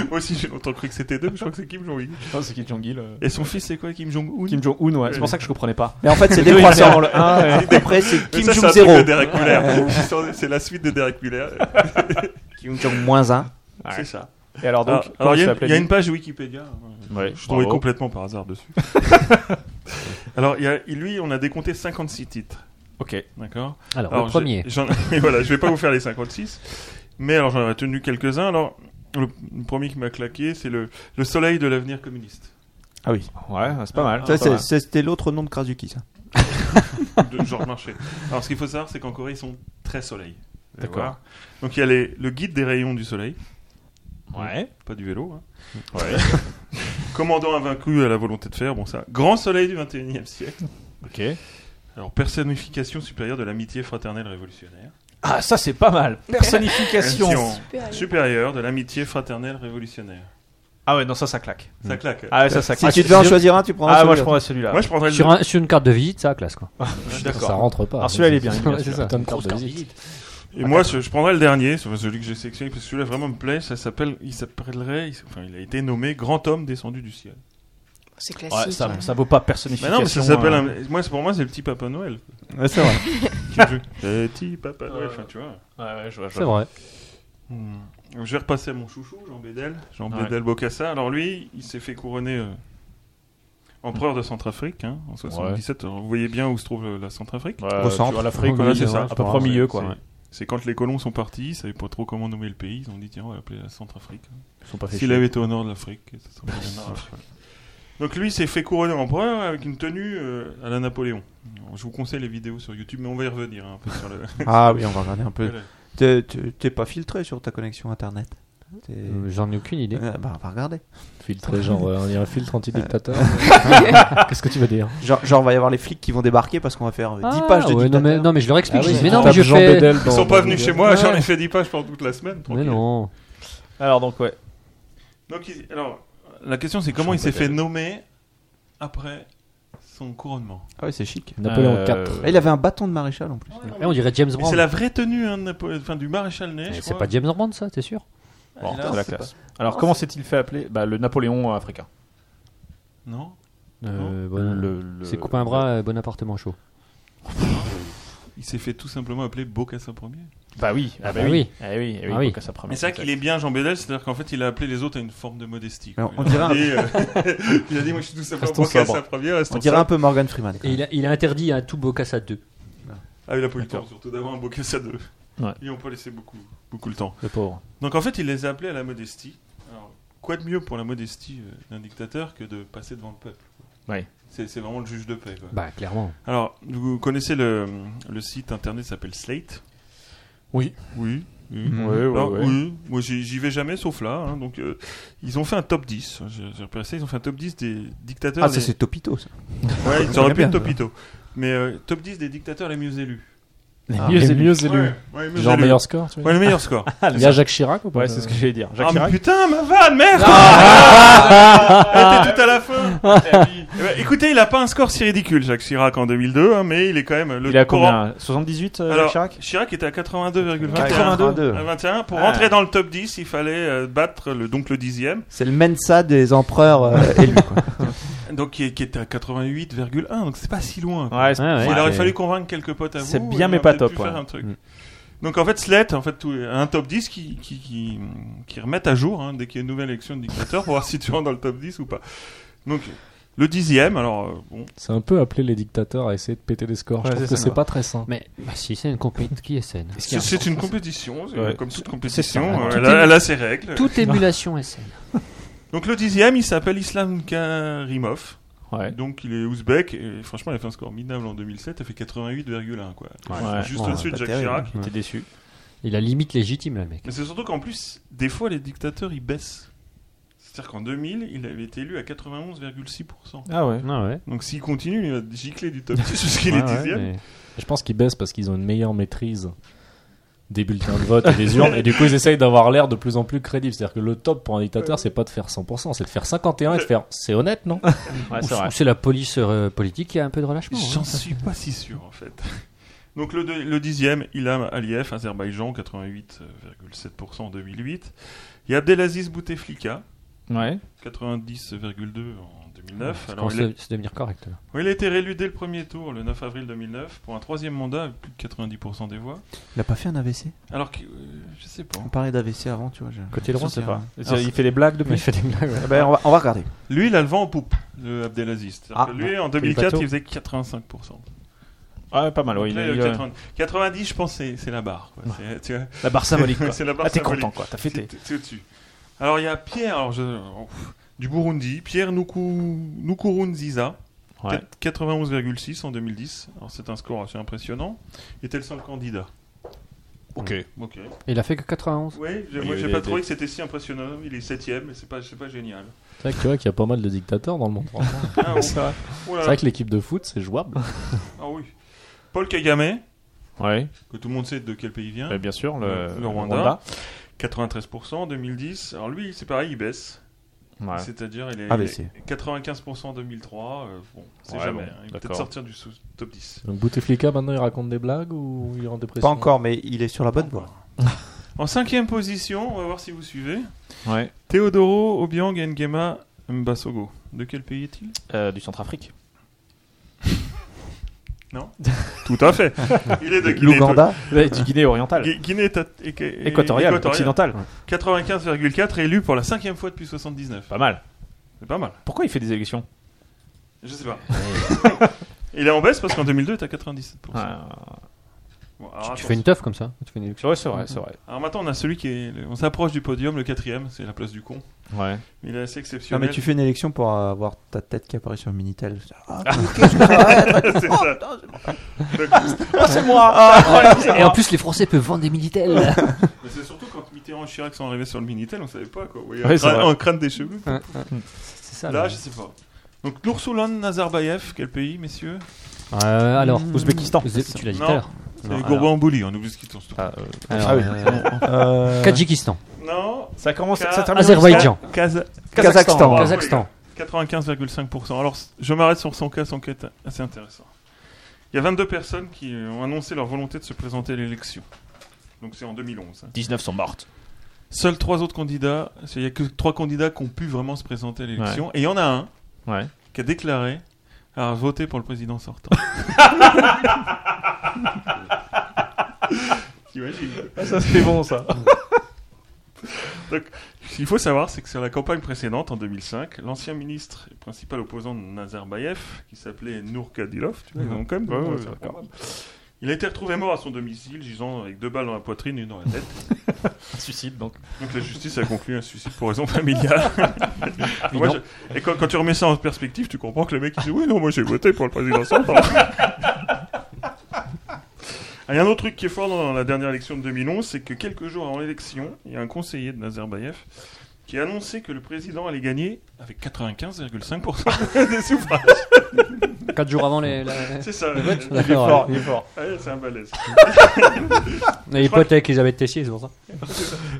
Speaker 8: Moi aussi, j'ai longtemps cru que c'était deux, mais je crois que c'est Kim Jong-il.
Speaker 3: Non, c'est Kim Jong-il.
Speaker 8: Et son fils, c'est quoi, Kim Jong-un
Speaker 3: Kim Jong-un, ouais. C'est pour ça que je comprenais pas.
Speaker 5: Mais en fait, c'est
Speaker 3: Deux, il perd
Speaker 5: décroissant.
Speaker 3: avant le un, ouais.
Speaker 5: Après, c'est
Speaker 8: Mais ça,
Speaker 5: Kim
Speaker 8: c'est
Speaker 5: Jong
Speaker 8: un truc de
Speaker 5: 0.
Speaker 8: Derek Muller. c'est la suite de Derek Muller.
Speaker 5: Kim Jong moins 1.
Speaker 8: C'est ça.
Speaker 3: Et alors donc,
Speaker 8: Alors,
Speaker 3: comment
Speaker 8: Ah, alors, il y,
Speaker 3: ça
Speaker 8: a-
Speaker 3: s'appelait,
Speaker 8: il y a
Speaker 3: lui
Speaker 8: une page Wikipédia. hein.
Speaker 3: Ouais,
Speaker 8: Je suis tombé
Speaker 3: bravo.
Speaker 8: complètement par hasard dessus. alors, il y a- lui, on a décompté 56 titres.
Speaker 3: Ok.
Speaker 8: D'accord
Speaker 4: Alors,
Speaker 8: Alors,
Speaker 4: le
Speaker 8: j'ai-
Speaker 4: premier.
Speaker 8: j'en- mais voilà, je vais pas vous faire les 56. Mais alors, j'en ai retenu quelques-uns. Alors, le, le premier qui m'a claqué, c'est le, le soleil de l'avenir communiste.
Speaker 5: Ah oui.
Speaker 3: Ouais, c'est pas mal. c'est pas
Speaker 5: Ça, c'est-
Speaker 3: mal.
Speaker 5: c'est- c'était l'autre nom de Krasuki, ça.
Speaker 8: de Georges Marchais. Alors, ce qu'il faut savoir, c'est qu'en Corée, ils sont très soleil. Vous allez
Speaker 3: D'accord.
Speaker 8: voir. Donc, il y a les- le guide des rayons du soleil.
Speaker 3: Ouais.
Speaker 8: Pas du vélo. hein. Commandant invaincu à la volonté de faire, bon ça. Grand soleil du 21e siècle.
Speaker 3: Ok.
Speaker 8: Alors, personnification supérieure de l'amitié fraternelle révolutionnaire.
Speaker 3: Ah, ça, c'est pas mal. Personnification.
Speaker 8: Action
Speaker 6: Super.
Speaker 8: supérieure de l'amitié fraternelle révolutionnaire.
Speaker 3: Ah ouais, non, ça, ça claque.
Speaker 8: Ça claque.
Speaker 3: Ah ouais, ça, ça
Speaker 5: Si
Speaker 3: claque.
Speaker 5: tu devais en choisir un, tu prendrais
Speaker 3: Ah, moi, je
Speaker 5: celui-là.
Speaker 3: prendrais celui-là.
Speaker 8: Moi, je prendrais le
Speaker 4: Sur, un- sur une carte de visite, ça classe quoi.
Speaker 7: Ça rentre pas.
Speaker 3: Alors, celui-là, il est bien, il est bien,
Speaker 7: C'est
Speaker 3: celui-là.
Speaker 7: ça. Bah, Putain de carte de visite.
Speaker 8: Et moi, je, je prendrais le dernier, c'est celui que j'ai sélectionné, parce que celui-là vraiment me plaît. Ça s'appelle, il s'appellerait, il s- enfin, il a été nommé Grand Homme descendu du ciel.
Speaker 6: C'est
Speaker 3: Ouais,
Speaker 6: classique.
Speaker 3: ça, ça vaut pas
Speaker 8: Bah
Speaker 3: personnification.
Speaker 8: non, mais ça s'appelle,
Speaker 3: euh,
Speaker 8: un- moi, c'est- pour moi, c'est le petit Papa Noël.
Speaker 5: Ouais, c'est vrai.
Speaker 8: Qui joue. Le petit Papa Noël, enfin, tu vois.
Speaker 3: Ouais, ouais, je vois, je
Speaker 4: C'est
Speaker 3: vois.
Speaker 4: vrai.
Speaker 8: Hmm. Je vais repasser à mon chouchou, Jean Bédel. Jean
Speaker 3: Ouais.
Speaker 8: Bédel Bocassa. Alors lui, il s'est fait couronner euh, empereur de Centrafrique hein, en 77. Alors, vous voyez bien où se trouve euh, la Centrafrique
Speaker 3: Ouais,
Speaker 5: Au
Speaker 3: tu
Speaker 5: centre.
Speaker 3: vois, l'Afrique,
Speaker 8: Voilà,
Speaker 3: oui,
Speaker 8: c'est
Speaker 3: euh,
Speaker 8: ça.
Speaker 3: à peu près au milieu, quoi.
Speaker 8: C'est-
Speaker 3: ouais.
Speaker 8: C'est quand les colons sont partis, ils savaient pas trop comment nommer le pays. Ils ont dit tiens, on va l'appeler la Centrafrique.
Speaker 3: Ils sont pas fait
Speaker 8: S'il
Speaker 3: chier.
Speaker 8: avait été au nord de l'Afrique, ça serait le nord de l'Afrique. hein, Donc lui s'est fait couronner empereur avec une tenue euh, à la Napoléon. Alors, je vous conseille les vidéos sur YouTube, mais on va y revenir hein, un peu sur le.
Speaker 5: Ah oui, on va regarder un peu.
Speaker 8: Voilà.
Speaker 5: T'es- t'es- T'es pas filtré sur ta connexion internet T'es-
Speaker 4: Euh, J'en ai aucune idée.
Speaker 5: Ah, bah, on va regarder.
Speaker 7: Filtré, genre, euh, on dirait un filtre anti-dictateur. Qu'est-ce que tu veux dire
Speaker 5: Genre, genre, va y avoir les flics qui vont débarquer parce qu'on va faire euh, 10
Speaker 4: Ah,
Speaker 5: pages de
Speaker 4: ouais, non, mais,
Speaker 5: dictateur.
Speaker 4: non, mais je leur explique.
Speaker 7: Ah
Speaker 4: je
Speaker 7: oui,
Speaker 4: dis, mais
Speaker 7: tu
Speaker 4: non, mais
Speaker 7: tapes
Speaker 4: je
Speaker 7: Jean
Speaker 4: fais.
Speaker 7: Bedel
Speaker 8: Ils
Speaker 7: dans-
Speaker 8: sont pas
Speaker 7: dans
Speaker 8: venus
Speaker 7: Google.
Speaker 8: chez moi,
Speaker 4: Ouais.
Speaker 8: j'en ai fait 10 pages pendant toute la semaine.
Speaker 4: Mais
Speaker 8: tranquille.
Speaker 4: non.
Speaker 3: Alors donc ouais.
Speaker 8: Donc, il- alors, la question c'est comment il s'est fait nommer après son couronnement.
Speaker 5: Ah oui, c'est chic.
Speaker 7: Napoléon
Speaker 3: Euh,
Speaker 7: IV.
Speaker 5: Ah, Il avait un bâton de maréchal en plus.
Speaker 4: Eh, on dirait James
Speaker 8: Et
Speaker 4: Brown.
Speaker 8: C'est la vraie tenue hein, de Napo- enfin, du maréchal Ney.
Speaker 4: Mais
Speaker 8: je
Speaker 4: C'est
Speaker 8: crois.
Speaker 4: pas James Brown, ça, t'es sûr
Speaker 3: Bon,
Speaker 8: Et là,
Speaker 3: c'est la
Speaker 8: c'est
Speaker 3: classe. Alors comment s'est-il fait appeler Bah, le Napoléon africain.
Speaker 8: Non
Speaker 4: Euh, bon,
Speaker 3: Le- le-
Speaker 4: C'est coupe un bras, euh, bon appartement chaud.
Speaker 8: Il s'est fait tout simplement appeler Bocassa Ier.
Speaker 3: Bah oui. Ah bah
Speaker 4: bah
Speaker 3: oui.
Speaker 4: oui.
Speaker 3: Ah oui. Ah oui.
Speaker 4: Ah oui.
Speaker 3: Coca Saprame,
Speaker 8: Mais c'est vrai qu'il est bien Jean Bédel, c'est-à-dire qu'en fait il a appelé les autres à une forme de modestie. quoi.
Speaker 5: Alors, on
Speaker 8: il, a
Speaker 5: dirait
Speaker 8: dit, euh, il a dit moi je suis tout simplement
Speaker 3: Restons
Speaker 8: Bocassa
Speaker 3: sobres.
Speaker 8: Ier, restons
Speaker 5: On dirait un
Speaker 8: sobres.
Speaker 5: peu Morgan Freeman.
Speaker 4: Et il a, il a interdit à tout Bocassa 2.
Speaker 8: Ah il a pas eu le
Speaker 3: D'accord.
Speaker 8: temps surtout d'avoir un Bocassa 2.
Speaker 3: Ouais.
Speaker 8: Ils n'ont pas laissé beaucoup, beaucoup le temps.
Speaker 3: Le pauvre.
Speaker 8: Donc en fait il les a appelés à la modestie. Alors, quoi de mieux pour la modestie euh, d'un dictateur que de passer devant le peuple quoi.
Speaker 3: Ouais.
Speaker 8: C'est c'est vraiment le juge de paix. quoi.
Speaker 4: Bah, clairement.
Speaker 8: Alors, vous connaissez le, le site internet s'appelle Slate
Speaker 3: Oui.
Speaker 8: Oui. oui.
Speaker 5: Mhm.
Speaker 3: Mmh. Ouais, ouais,
Speaker 8: Alors,
Speaker 3: ouais.
Speaker 8: oui, moi j'y j'y vais jamais sauf là. hein, donc, euh, ils ont fait un top 10. J'ai j'ai repéré ça, ils ont fait un top 10 des dictateurs.
Speaker 5: Ah, ça
Speaker 8: les-
Speaker 5: c'est Topito ça.
Speaker 8: Ouais, ils auraient pu
Speaker 5: bien,
Speaker 8: le topito. Mais euh, top 10 des dictateurs les mieux élus.
Speaker 7: Les
Speaker 5: Ah,
Speaker 7: mieux
Speaker 3: les
Speaker 7: élus.
Speaker 3: mieux élus.
Speaker 8: ouais, les mieux
Speaker 7: Genre
Speaker 8: élus.
Speaker 7: meilleur score, tu veux
Speaker 8: Ouais, le meilleur score.
Speaker 7: Il y a Jacques Chirac ou pas
Speaker 3: Ouais, c'est ce que j'allais dire. Jacques
Speaker 8: ah, mais
Speaker 3: Chirac.
Speaker 8: putain, ma vanne, merde Elle était tout à la fin Eh ben, Écoutez, il a pas un score si ridicule, Jacques Chirac, en 2002, hein, mais il est quand même le
Speaker 3: Il a
Speaker 8: courant-
Speaker 3: combien 78 euh,
Speaker 8: Alors,
Speaker 3: Jacques Chirac
Speaker 8: était à 82,21.
Speaker 5: 82.
Speaker 8: À 21. Pour
Speaker 3: Ah.
Speaker 8: rentrer dans le top 10, il fallait euh, battre le, donc le dixième,
Speaker 5: C'est le Mensa des empereurs euh, élus. quoi.
Speaker 8: donc qui, est- qui était à 88,1. Donc c'est pas si loin. quoi.
Speaker 3: Ouais, c'est-
Speaker 4: Ouais, ouais.
Speaker 8: Il
Speaker 3: Ah ouais,
Speaker 8: aurait
Speaker 3: mais-
Speaker 8: fallu convaincre quelques potes à vous.
Speaker 3: C'est bien,
Speaker 8: et
Speaker 3: mais
Speaker 8: on
Speaker 3: pas
Speaker 8: aurait peut-être
Speaker 3: top,
Speaker 8: pu faire
Speaker 3: ouais.
Speaker 8: un truc.
Speaker 5: Mm.
Speaker 8: Donc en fait, Slate, en fait, tout, un top 10 qui, qui, qui, qui remettent à jour hein, dès qu'il y a une nouvelle élection de dictateur pour voir si tu rentres dans le top 10 ou pas. Donc le dixième, alors euh, bon,
Speaker 7: C'est un peu appeler les dictateurs à essayer de péter des scores.
Speaker 3: Ouais,
Speaker 7: Je trouve
Speaker 3: c'est
Speaker 7: que
Speaker 3: ça.
Speaker 7: c'est pas très sain.
Speaker 4: Mais bah, si c'est une compétition qui est saine.
Speaker 8: c'est c'est une compétition, c'est
Speaker 3: Ouais.
Speaker 8: comme toute
Speaker 3: C'est ça.
Speaker 8: compétition, euh,
Speaker 3: Tout
Speaker 8: elle, a, elle a ses règles.
Speaker 4: Toute émulation est saine.
Speaker 8: Donc le dixième, il s'appelle Islam Karimov.
Speaker 3: Ouais.
Speaker 8: Donc il est ouzbek et franchement il a fait un score minable en 2007, il a fait 88,1 quoi.
Speaker 3: Ouais.
Speaker 8: Juste
Speaker 5: Ouais,
Speaker 8: au-dessus de
Speaker 5: pas
Speaker 8: Jacques
Speaker 5: terrible.
Speaker 8: Chirac.
Speaker 3: T'es déçu.
Speaker 4: Il a limite légitime, là, le mec.
Speaker 8: Mais c'est surtout qu'en plus, des fois les dictateurs ils baissent. C'est-à-dire qu'en 2000, il avait été élu à 91,6%.
Speaker 3: Ah ouais.
Speaker 4: Ah ouais.
Speaker 8: Donc s'il continue, il va gicler du top 10 jusqu'il est
Speaker 4: Ouais, ouais,
Speaker 8: dixième.
Speaker 4: mais-
Speaker 7: Je pense qu'ils baissent parce qu'ils ont une meilleure maîtrise des bulletins de vote et des urnes. Et du coup, ils essayent d'avoir l'air de plus en plus crédible. C'est-à-dire que le top pour un dictateur, c'est pas de faire 100%, c'est de faire 51 et de faire c'est honnête, non
Speaker 3: Ouais,
Speaker 4: Ou
Speaker 3: c'est vrai.
Speaker 4: ou Ah, c'est la police euh, politique qui a un peu de relâchement. hein.
Speaker 8: J'en suis pas si sûr en fait. Donc le, deux- le dixième, Ilham Aliyev, Azerbaïdjan, 88,7% en 2008. Il y a Abdelaziz Bouteflika,
Speaker 3: Ouais.
Speaker 8: 90,2 en 2009.
Speaker 4: Ça
Speaker 8: Alors,
Speaker 4: commence
Speaker 8: il, a,
Speaker 4: à se devenir correct. là.
Speaker 8: oui, il a été réélu dès le premier tour, le 9 avril 2009, pour un troisième mandat avec plus de 90% des voix.
Speaker 5: Il a pas fait un AVC
Speaker 8: Alors que, euh, je sais pas.
Speaker 5: On parlait d'AVC avant, tu vois. je-
Speaker 3: Côté droit,
Speaker 5: Ça,
Speaker 3: c'est
Speaker 5: c'est
Speaker 3: pas.
Speaker 5: un-
Speaker 3: C'est- Il fait des blagues depuis.
Speaker 5: Eh ben, on, va, on va regarder.
Speaker 8: Lui, il a le vent en poupe, le Abdelaziz. C'est-à-dire
Speaker 5: Ah,
Speaker 8: que lui,
Speaker 5: ouais.
Speaker 8: en 2004,
Speaker 4: bateau.
Speaker 8: il faisait 85%.
Speaker 3: Ah, ouais, pas mal. ouais,
Speaker 8: Donc
Speaker 3: il
Speaker 8: là,
Speaker 3: a-
Speaker 8: il
Speaker 3: il
Speaker 8: a
Speaker 3: a-
Speaker 8: 80.
Speaker 4: euh,
Speaker 8: 90, je pense, c'est c'est la barre. quoi. C'est- tu vois,
Speaker 3: euh, La barre symbolique. Quoi.
Speaker 8: C'est la barre
Speaker 3: Ah, t'es
Speaker 8: symbolique.
Speaker 3: content quoi. T'as fêté.
Speaker 8: C'est- c'est au-dessus. Alors, il y a Pierre alors, je- oh, pff, du Burundi, Pierre Nuku- Nukurunziza,
Speaker 3: Ouais.
Speaker 8: 91,6 en 2010. Alors, c'est un score assez impressionnant. Il était le seul candidat.
Speaker 3: Ok.
Speaker 8: Ok.
Speaker 4: Il a fait que 91.
Speaker 8: Oui, j'ai-
Speaker 3: Il y
Speaker 8: moi
Speaker 3: avait
Speaker 8: j'ai pas
Speaker 3: des-
Speaker 8: trouvé que c'était si impressionnant. Il est septième, mais c'est pas, c'est pas génial.
Speaker 7: C'est vrai que tu vois qu'il y a pas mal de dictateurs dans le monde. franchement.
Speaker 8: Ah, oh. Oh là
Speaker 7: C'est
Speaker 8: là.
Speaker 7: vrai que l'équipe de foot, c'est jouable.
Speaker 8: Ah oui. Paul Kagame,
Speaker 3: Ouais.
Speaker 8: que tout le monde sait de quel pays il vient,
Speaker 3: Bah, bien sûr. Le,
Speaker 8: Le Rwanda. 93% en 2010. Alors lui, c'est pareil, il baisse.
Speaker 3: Ouais.
Speaker 8: C'est-à-dire, il est,
Speaker 5: Ah,
Speaker 8: il est
Speaker 5: baissé.
Speaker 8: 95% en 2003. euh, bon, c'est
Speaker 3: Ouais,
Speaker 8: jamais.
Speaker 3: bon,
Speaker 8: hein. Il va peut-être
Speaker 3: d'accord.
Speaker 8: sortir du sous- top 10.
Speaker 7: Donc Bouteflika, maintenant, il raconte des blagues ou il est en dépression
Speaker 5: Pas encore, mais il est sur la bonne voie.
Speaker 8: En cinquième position, on va voir si vous suivez.
Speaker 3: Ouais.
Speaker 8: Teodoro Obiang Nguema Mbasogo. De quel pays est-il
Speaker 3: Euh, du Centrafrique.
Speaker 8: Tout à fait. il est de Guinée.
Speaker 5: L'Ouganda
Speaker 3: Du Guinée orientale.
Speaker 8: Gui- Guinée éta- éca-
Speaker 3: Équatoriale. Occidentale.
Speaker 8: 95,4 élu pour la cinquième fois depuis 79.
Speaker 3: Pas mal.
Speaker 8: C'est pas mal.
Speaker 3: Pourquoi il fait des élections
Speaker 8: Je sais pas. il est en baisse parce qu'en 2002, t'as 97%.
Speaker 3: Ah,
Speaker 8: Bon, Alors,
Speaker 4: Tu
Speaker 8: attends,
Speaker 4: fais une teuf comme ça hein, tu fais une élection.
Speaker 3: Ouais, c'est vrai, c'est vrai.
Speaker 8: Alors maintenant, on a celui qui est. On s'approche du podium, le quatrième, c'est la place du con.
Speaker 3: Ouais.
Speaker 8: Mais il est assez
Speaker 5: Non,
Speaker 8: exceptionnel.
Speaker 5: mais tu fais une élection pour avoir ta tête qui apparaît sur le Minitel. Ah,
Speaker 8: c'est ça.
Speaker 4: Ah, c'est moi
Speaker 8: Ah, c'est
Speaker 4: Et en
Speaker 8: moi.
Speaker 4: plus, les Français peuvent vendre des Minitel.
Speaker 8: Mais c'est surtout quand Mitterrand et Chirac sont arrivés sur le Minitel, on savait pas quoi. Vous voyez,
Speaker 3: Ouais,
Speaker 8: un,
Speaker 3: c'est
Speaker 8: crâne,
Speaker 3: vrai.
Speaker 8: un crâne des cheveux.
Speaker 3: Ah.
Speaker 4: Ouais, ouais. C'est ça,
Speaker 8: Là,
Speaker 4: le-
Speaker 8: je sais pas. Donc Noursulan Nazarbayev, quel pays, messieurs
Speaker 4: Euh, alors,
Speaker 5: Mmh.
Speaker 3: Ouzbékistan.
Speaker 4: Ouzbé- tu l'as dit tout à
Speaker 8: Non,
Speaker 4: l'heure.
Speaker 8: c'est
Speaker 3: Non, alors.
Speaker 8: Gourban-Bouli, on oublie ce qu'ils sont. surtout.
Speaker 4: Alors,
Speaker 3: Ah oui.
Speaker 5: Euh,
Speaker 4: Kadjikistan.
Speaker 8: Non,
Speaker 3: Oh, Ça commence,
Speaker 8: Ka-
Speaker 3: ça termine.
Speaker 4: Azerbaïdjan.
Speaker 8: Kaza-
Speaker 4: Ah, bah,
Speaker 5: Kazakhstan. Ah,
Speaker 8: Bravo,
Speaker 4: Kazakhstan.
Speaker 8: les gars. 95,5%. Alors, c- je m'arrête sur son cas, son cas est assez intéressant. Il y a 22 personnes qui euh, ont annoncé leur volonté de se présenter à l'élection. Donc c'est en 2011. hein.
Speaker 3: 19 sont mortes.
Speaker 8: Seuls trois autres candidats, c'est- il n'y a que trois candidats qui ont pu vraiment se présenter à l'élection. Et il y en a un
Speaker 3: Ouais.
Speaker 8: qui a déclaré avoir voté pour le président sortant. T'imagines
Speaker 3: Ah, ça, c'était bon, ça.
Speaker 8: Ce qu'il faut savoir, c'est que sur la campagne précédente, en 2005, l'ancien ministre et principal opposant de Nazarbayev, qui s'appelait Nour Kadyrov, tu vois, ils ont quand même-
Speaker 3: Ouais, ouais,
Speaker 8: c'est
Speaker 3: ouais,
Speaker 8: improbable. il a été retrouvé mort à son domicile, gisant avec deux balles dans la poitrine et une dans la tête.
Speaker 3: Suicide, donc.
Speaker 8: Donc la justice a conclu un suicide pour raison familiale. Ah, Moi, je- Et quand, quand tu remets ça en perspective, tu comprends que le mec il dit Oui, non, moi j'ai voté pour le président sortant. Ah, Il y a un autre truc qui est fort dans la dernière élection de 2011, c'est que quelques jours avant l'élection, il y a un conseiller de Nazarbayev qui a annoncé que le président allait gagner avec 95,5% des suffrages.
Speaker 4: 4 jours avant les, la-
Speaker 8: C'est ça.
Speaker 4: la-
Speaker 8: Ouais,
Speaker 4: D'accord,
Speaker 3: il est fort.
Speaker 8: c'est un balèze.
Speaker 4: ouais. Les potes avec Elisabeth Tessier, c'est pour ça.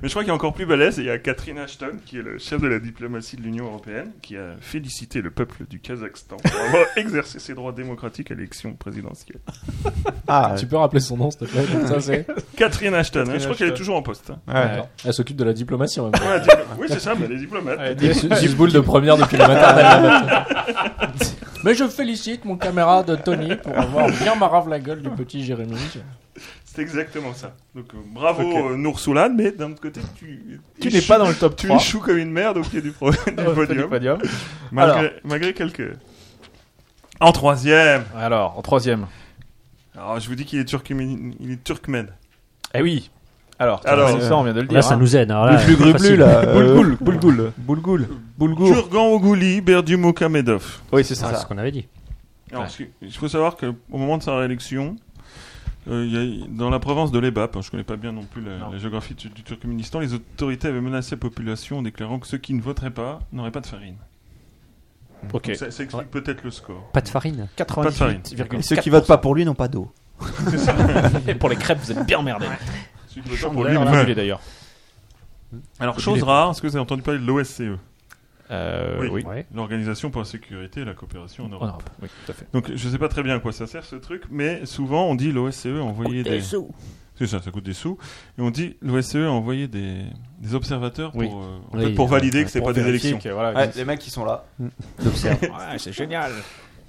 Speaker 8: Mais je crois qu'il y a encore plus balèze, et il y a Catherine Ashton, qui est le chef de la diplomatie de l'Union Européenne, qui a félicité le peuple du Kazakhstan pour avoir exercé ses droits démocratiques à l'élection présidentielle.
Speaker 5: Ah,
Speaker 7: Tu peux rappeler son nom, s'il te plaît comme ça, c'est-
Speaker 8: Catherine Ashton, hein,
Speaker 3: Catherine
Speaker 8: je crois qu'elle est
Speaker 3: Ashton.
Speaker 8: toujours en poste. hein.
Speaker 5: ouais.
Speaker 7: Ouais. Elle s'occupe de la diplomatie en même temps.
Speaker 8: Ouais, diplo- oui, c'est ça, bah, les diplomates.
Speaker 7: Su- boule de première depuis le matin. Mais je félicite mon camarade Tony pour avoir bien marave la gueule du petit Jérémy.
Speaker 8: C'est exactement ça. Donc euh, bravo
Speaker 3: Ok.
Speaker 8: euh, Noursoulane, mais d'un autre côté, tu,
Speaker 3: Tu n'es pas dans le top
Speaker 8: tu
Speaker 3: 3.
Speaker 8: échoues comme une merde au pied du, pro- du podium,
Speaker 3: podium.
Speaker 8: malgré, malgré quelques... En troisième
Speaker 3: Alors, en troisième.
Speaker 8: Alors, je vous dis qu'il est, turkmène. il est turkmène.
Speaker 3: Eh oui. Alors,
Speaker 8: Alors, euh,
Speaker 3: ça, on vient de le dire.
Speaker 4: Là, ça
Speaker 3: hein.
Speaker 4: nous aide. hein, là,
Speaker 5: Le flux
Speaker 4: c'est facile.
Speaker 5: grublu, là. euh,
Speaker 3: Boulgoul, Boulgoul.
Speaker 5: Boulgoul. Boulgoul.
Speaker 8: Turgan Ogouli, Berdimukamedov.
Speaker 3: Oui, c'est ça.
Speaker 4: Ah, c'est ce qu'on avait dit.
Speaker 8: Alors, ce qui- il faut savoir qu'au moment de sa réélection, euh, il y a- dans la province de l'Ebap, hein, je ne connais pas bien non plus la, la géographie du, du Turkménistan, les autorités avaient menacé la population en déclarant que ceux qui ne voteraient pas n'auraient pas de farine.
Speaker 3: Ok.
Speaker 8: Donc ça, ça explique peut-être le score.
Speaker 4: Pas de farine.
Speaker 8: Pas de farine.
Speaker 5: Et Ceux qui votent pas pour lui n'ont pas d'eau.
Speaker 3: Et pour les crêpes, vous êtes bien emmerdés.
Speaker 8: Ceux qui votent pas pour
Speaker 3: Pour
Speaker 8: lui, mais-
Speaker 3: l'annulé d'ailleurs.
Speaker 8: Alors, chose rare, est-ce que vous avez entendu parler de l'OSCE
Speaker 3: Euh, oui.
Speaker 4: Ouais.
Speaker 8: E, L'Organisation pour la sécurité et la coopération en
Speaker 3: En
Speaker 8: Europe.
Speaker 3: Europe. Oui, tout à fait.
Speaker 8: Donc, je ne sais pas très bien à quoi ça sert ce truc, mais souvent on dit l'OSCE E a envoyé des. C'est ça, ça coûte des sous. Et on dit l'OSCE a envoyé des, des observateurs pour,
Speaker 3: Oui.
Speaker 8: euh, en
Speaker 4: Oui,
Speaker 8: fait, pour
Speaker 4: ouais,
Speaker 8: valider que c'est pas des élections.
Speaker 3: Voilà,
Speaker 5: les mecs, qui sont là.
Speaker 3: Ouais, c'est génial.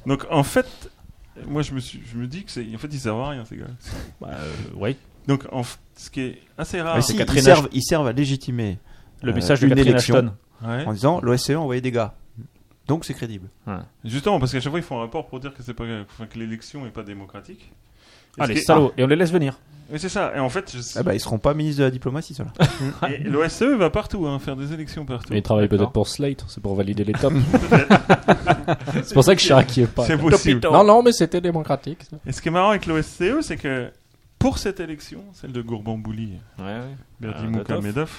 Speaker 8: Donc en fait, moi je me, suis, je me dis que c'est en fait ils servent à rien ces gars.
Speaker 3: Bah, euh, oui.
Speaker 8: Donc en f- ce qui est assez rare.
Speaker 5: Mais
Speaker 3: c'est
Speaker 5: si, ils,
Speaker 3: Catherine
Speaker 5: servent, ils servent à légitimer
Speaker 3: Le
Speaker 5: euh,
Speaker 3: message de
Speaker 5: une
Speaker 3: Catherine
Speaker 5: élection
Speaker 3: Ashton.
Speaker 8: Ouais.
Speaker 5: en disant l'OSCE a envoyé des gars. Donc c'est crédible.
Speaker 8: Justement parce qu'à chaque fois ils font un rapport pour dire que c'est pas enfin, que l'élection est pas démocratique. Et
Speaker 3: Ah,
Speaker 8: ce
Speaker 3: les
Speaker 8: qui est-
Speaker 3: salauds. Et on les laisse venir.
Speaker 8: Oui, c'est ça. Et en fait, je-
Speaker 5: Ah bah ils seront pas ministres de la diplomatie ceux-là.
Speaker 8: et l'OSCE va partout hein, faire des élections partout.
Speaker 7: Mais il travaille
Speaker 3: D'accord.
Speaker 7: peut-être pour Slate, c'est pour valider les tops. c'est pour ça que Chirac y est pas.
Speaker 8: C'est possible.
Speaker 7: Non, non, mais c'était démocratique. ça.
Speaker 8: Et ce qui est marrant avec l'OSCE, c'est que pour cette élection, celle de Gourban-Bouli,
Speaker 3: Ouais, ouais.
Speaker 8: Berdimukamedov,
Speaker 3: Dadov.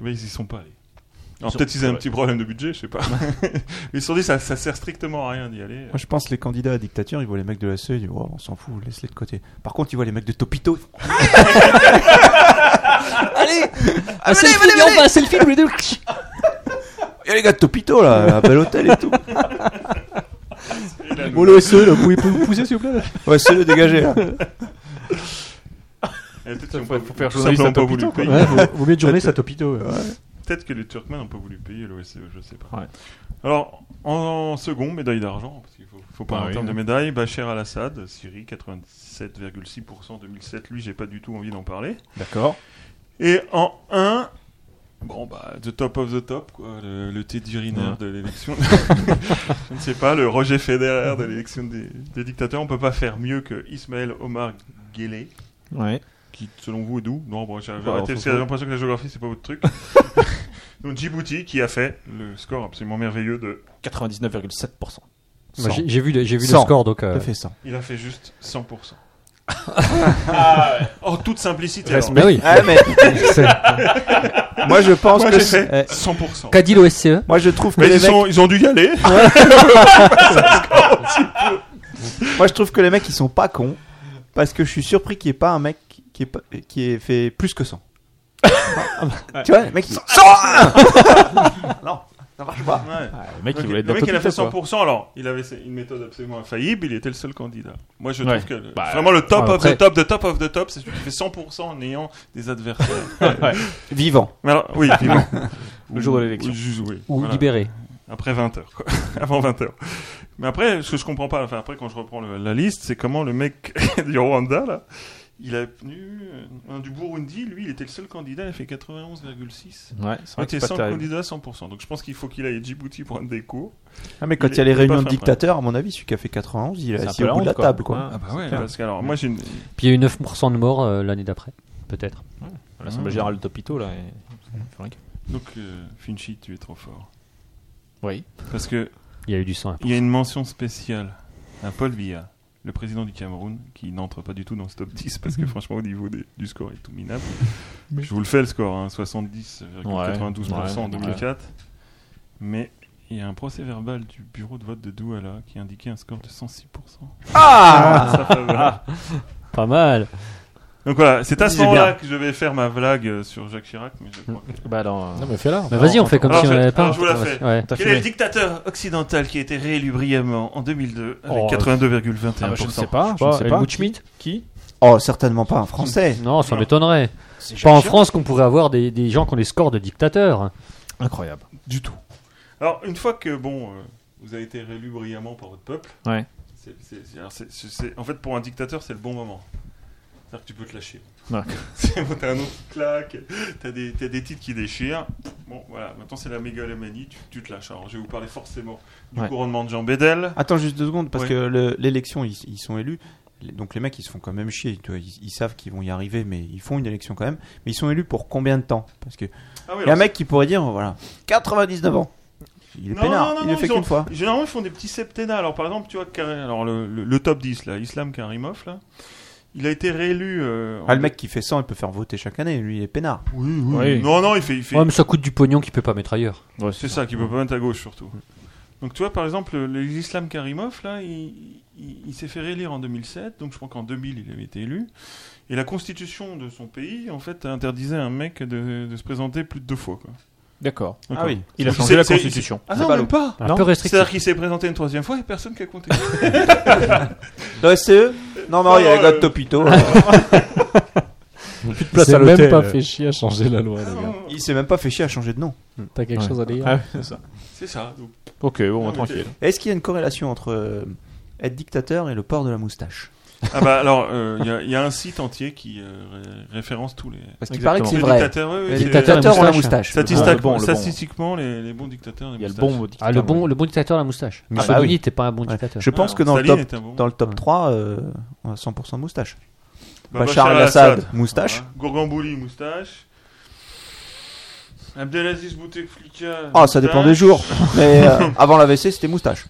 Speaker 8: eh ben, ils y sont pas allés.
Speaker 3: Euh, Ils
Speaker 8: Alors
Speaker 3: sont-
Speaker 8: peut-être qu'ils avaient un
Speaker 3: ouais.
Speaker 8: petit problème de budget, je sais pas. Mais ils se sont dit ça, ça sert strictement à rien d'y aller.
Speaker 5: Moi je pense que les candidats à la dictature, ils voient les mecs de l'OSCE, ils disent oh, on s'en fout, laisse-les de côté. Par contre, ils voient les mecs de Topito. ils font,
Speaker 4: Allez Un Ah, selfie, viens, on fait un selfie tous les deux.
Speaker 5: Eh les gars de Topito là, un bel hôtel et tout.
Speaker 8: Et là,
Speaker 5: Bon l'OSCE là, vous pouvez vous pousser s'il vous plaît OSCE E, dégagez là.
Speaker 8: Eh, peut-être qu'ils ont
Speaker 3: faut-
Speaker 8: pas-
Speaker 3: faut faire
Speaker 8: tout
Speaker 3: journaliste
Speaker 8: simplement
Speaker 3: à
Speaker 8: pas voulu
Speaker 3: Topito, quoi.
Speaker 8: payer.
Speaker 5: Vaut mieux de journée ça Topito.
Speaker 8: Peut-être que les Turkmènes n'ont pas voulu payer l'OSCE, je sais pas.
Speaker 3: Ouais.
Speaker 8: Alors, en, en second, médaille d'argent, parce qu'il faut, faut pas
Speaker 3: Ah
Speaker 8: en
Speaker 3: oui.
Speaker 8: termes de médaille, Bachar al-Assad, Syrie, 87,6% en 2007. Lui, j'ai pas du tout envie d'en parler.
Speaker 3: D'accord.
Speaker 8: Et en 1, bon bah, the top of the top, quoi, le, le Teddy Riner
Speaker 3: Ouais.
Speaker 8: de l'élection. Je ne sais pas, le Roger Federer de l'élection des, des dictateurs. On peut pas faire mieux que Ismaël Omar Guelleh.
Speaker 3: Ouais.
Speaker 8: Qui, selon vous, est d'où Non, bon, j'ai j'ai
Speaker 3: Bah,
Speaker 8: arrêté parce que
Speaker 3: faut-
Speaker 8: j'ai l'impression que la géographie, c'est pas votre truc. Donc Djibouti qui a fait le score absolument merveilleux de
Speaker 3: 99,7%.
Speaker 4: Moi, j'ai- j'ai vu le- j'ai vu le 100. score, donc, euh, Il a fait 100.
Speaker 8: Il a fait juste 100%. ah, ouais. En toute simplicité. alors.
Speaker 4: Respect. Bah oui.
Speaker 5: Ah, mais-
Speaker 4: C'est-
Speaker 5: Moi, je pense
Speaker 8: Moi,
Speaker 5: que
Speaker 8: j'ai
Speaker 5: c'est-
Speaker 8: fait
Speaker 5: Eh,
Speaker 8: 100%.
Speaker 4: qu'a dit l'OSCE
Speaker 5: Moi, je trouve que
Speaker 8: Mais
Speaker 5: les
Speaker 8: ils, sont-
Speaker 5: mecs- Ah,
Speaker 8: ils ont dû y aller.
Speaker 5: Moi, je trouve que les mecs, ils sont pas cons. Parce que je suis surpris qu'il n'y ait pas un mec qui ait, pas- qui ait fait plus que 100. Tu vois, les mecs, ils sont. 100 Non, ça marche pas.
Speaker 3: le mec, il
Speaker 8: Ok,
Speaker 3: voulait être
Speaker 8: le mec, il a
Speaker 3: d'autorité,
Speaker 8: fait
Speaker 3: quoi.
Speaker 8: 100%. Alors, il avait une méthode absolument infaillible. Il était le seul candidat. Moi, je
Speaker 3: Ouais.
Speaker 8: trouve que le-
Speaker 3: Bah,
Speaker 8: vraiment le top
Speaker 3: ouais,
Speaker 8: of
Speaker 3: après-
Speaker 8: the top, the top of the top, c'est celui qui fait 100% en ayant des adversaires.
Speaker 3: Ouais.
Speaker 5: Vivant.
Speaker 8: Mais alors, oui, vivant.
Speaker 3: Le jour de l'élection.
Speaker 8: Ou, ju- oui,
Speaker 3: Ou libéré.
Speaker 8: Après 20 heures, quoi. Avant 20 heures. Mais après, ce que je comprends pas, enfin, après, quand je reprends le- la liste, c'est comment le mec du Rwanda, là, il a obtenu. euh, du Burundi, lui, il était le seul candidat, il a fait 91,6.
Speaker 3: Ouais, c'est vrai que
Speaker 8: Il était
Speaker 3: c'est pas
Speaker 8: seul
Speaker 3: terrible.
Speaker 8: candidat 100%. Donc je pense qu'il faut qu'il aille à Djibouti prendre des cours.
Speaker 5: Ah, mais quand il y a les réunions de dictateurs, à mon avis, celui qui a fait 91, il est
Speaker 8: C'est un
Speaker 5: assis
Speaker 8: peu
Speaker 5: au
Speaker 8: la
Speaker 5: bout de la
Speaker 8: honte, quoi.
Speaker 5: table, quoi.
Speaker 8: Ah, bah ouais, parce que alors, moi, j'ai une-
Speaker 4: Puis il y a eu 9% de morts euh, l'année d'après, peut-être.
Speaker 3: À L'Assemblée Générale de Topito, là. et- Faudrait que-
Speaker 8: Donc, euh, Finchi, tu es trop fort.
Speaker 3: Oui.
Speaker 8: Parce que.
Speaker 4: Il y a eu du sang.
Speaker 8: Il y a une mention spéciale à Paul Biya, le président du Cameroun, qui n'entre pas du tout dans ce top 10 parce que franchement, au niveau des- du score, il est tout minable.
Speaker 3: Mais-
Speaker 8: Je vous le fais le score, hein, 70,92% en
Speaker 3: Ouais, ouais.
Speaker 8: 2004. Mais il y a un procès verbal du bureau de vote de Douala qui indiquait un score de 106%.
Speaker 4: Ah
Speaker 8: En sa faveur.
Speaker 4: Pas mal.
Speaker 8: Donc voilà, c'est à ce
Speaker 4: C'est
Speaker 8: moment-là
Speaker 4: bien.
Speaker 8: que je vais faire ma blague euh, sur Jacques Chirac, mais je crois que...
Speaker 3: Bah non.
Speaker 7: Non, mais fais-la.
Speaker 4: Mais vas-y, on fait comme
Speaker 8: Alors,
Speaker 4: si on
Speaker 8: je-
Speaker 4: n'avait pas.
Speaker 8: alors, je vous la fais.
Speaker 4: Ouais.
Speaker 8: Quel est le dictateur occidental qui a été réélu brillamment en 2002 avec
Speaker 3: Oh,
Speaker 8: 82,21%
Speaker 3: ah bah, je ne sais pas, je ne sais pas.
Speaker 4: Helmut
Speaker 3: Qui-
Speaker 4: Schmidt
Speaker 3: Qui
Speaker 5: Oh, certainement pas un Français.
Speaker 4: Non, ça m'étonnerait.
Speaker 3: C'est
Speaker 4: Pas en
Speaker 3: Jacques
Speaker 4: France qu'on pourrait avoir des, des gens qui ont des scores de dictateurs.
Speaker 3: Incroyable.
Speaker 8: Du tout. Alors, une fois que, bon, euh, vous avez été réélu brillamment par votre peuple,
Speaker 3: Ouais.
Speaker 8: c'est- c'est- c'est- alors, c'est- c'est- c'est- en fait, pour un dictateur, c'est le bon moment. C'est-à-dire que tu peux te lâcher.
Speaker 3: Ouais.
Speaker 8: C'est- bon, T'as un autre claque, t'as des, t'as des titres qui déchirent. Bon, voilà, maintenant c'est la mégalomanie, tu, tu te lâches. Alors, je vais vous parler forcément du
Speaker 5: Ouais.
Speaker 8: couronnement de Jean Bédel.
Speaker 5: Attends juste deux secondes, parce
Speaker 8: Ouais.
Speaker 5: que le- l'élection, ils, ils sont élus. Les- Donc les mecs, ils se font quand même chier. tu vois, Ils, ils savent qu'ils vont y arriver, mais ils font une élection quand même. Mais ils sont élus pour combien de temps Parce que
Speaker 8: Ah oui,
Speaker 5: il y a un
Speaker 8: alors,
Speaker 5: mec qui pourrait dire, voilà, 99 ans. Il est
Speaker 8: Non,
Speaker 5: peinard,
Speaker 8: non, non,
Speaker 5: il le
Speaker 8: non,
Speaker 5: fait
Speaker 8: ils ont-
Speaker 5: qu'une fois.
Speaker 8: Généralement, ils font des petits septennats. Alors, par exemple, tu vois, Kar- alors, le, le- le top 10, là, Islam Karimov, là, il a été réélu. euh, en
Speaker 5: Ah, le mec qui fait 100, il peut faire voter chaque année. Lui, il est peinard.
Speaker 8: Oui, oui. Non, non, il fait. Il fait
Speaker 4: Ouais, mais ça coûte du pognon qu'il peut pas mettre ailleurs.
Speaker 8: c'est ça, qu'il peut pas mettre à gauche surtout. Donc, tu vois, par exemple, le- le- l'Islam Karimov, là, il, il- il s'est fait réélire en 2007. Donc, je crois qu'en 2000, il avait été élu. Et la constitution de son pays, en fait, interdisait à un mec de, de se présenter plus de deux fois. Quoi.
Speaker 3: D'accord.
Speaker 8: D'accord.
Speaker 5: Ah oui.
Speaker 3: Il a
Speaker 8: Donc,
Speaker 3: changé
Speaker 8: c'est-
Speaker 3: la
Speaker 8: c'est-
Speaker 3: constitution.
Speaker 8: Ah
Speaker 5: C'est
Speaker 8: non,
Speaker 5: pas
Speaker 8: même pas.
Speaker 4: Un peu restrictif.
Speaker 8: C'est-à-dire qu'il s'est présenté une troisième fois et personne qui a compté.
Speaker 5: Dans SCE Non, non, il y a
Speaker 8: Ah,
Speaker 5: la gars de
Speaker 8: euh,
Speaker 5: Topito.
Speaker 3: Plus de
Speaker 7: C'est même pas fait chier à changer la loi, les gars.
Speaker 5: il s'est même pas fait chier à changer de nom.
Speaker 7: T'as quelque
Speaker 3: Ouais.
Speaker 7: chose à dire
Speaker 3: Ah, c'est ça.
Speaker 8: C'est ça. donc.
Speaker 3: Ok, bon,
Speaker 8: Non, mais
Speaker 3: tranquille.
Speaker 5: Est-ce qu'il y a une corrélation entre euh, être dictateur et le port de la moustache
Speaker 8: Ah bah alors, euh, il y a- il y, a un site entier qui euh, ré- référence tous les.
Speaker 5: Parce qu'il paraît que c'est
Speaker 8: les
Speaker 5: vrai.
Speaker 8: dictateurs, oui, oui,
Speaker 5: Les
Speaker 8: c'est-
Speaker 5: dictateurs ont la moustache.
Speaker 8: Statista-
Speaker 3: Le bon, le bon.
Speaker 8: statistiquement, les, les bons dictateurs. les
Speaker 3: Il y a le
Speaker 8: moustaches.
Speaker 3: bon
Speaker 4: Ah, le bon, le bon dictateur à la moustache.
Speaker 5: Ah, bah
Speaker 4: Mussolini
Speaker 5: oui.
Speaker 4: t'es pas un bon dictateur.
Speaker 5: Je pense
Speaker 8: Ah,
Speaker 5: que dans le,
Speaker 8: Staline
Speaker 5: top,
Speaker 8: était un bon.
Speaker 5: dans le top 3, euh, on a 100% de moustache.
Speaker 8: Bah,
Speaker 5: Bachar al-Assad, moustache.
Speaker 8: Voilà. Gourgambouli, moustache. Abdelaziz Bouteflika.
Speaker 5: Ah, ça dépend des
Speaker 8: moustache.
Speaker 5: jours. Mais euh, avant l'AVC, c'était moustache.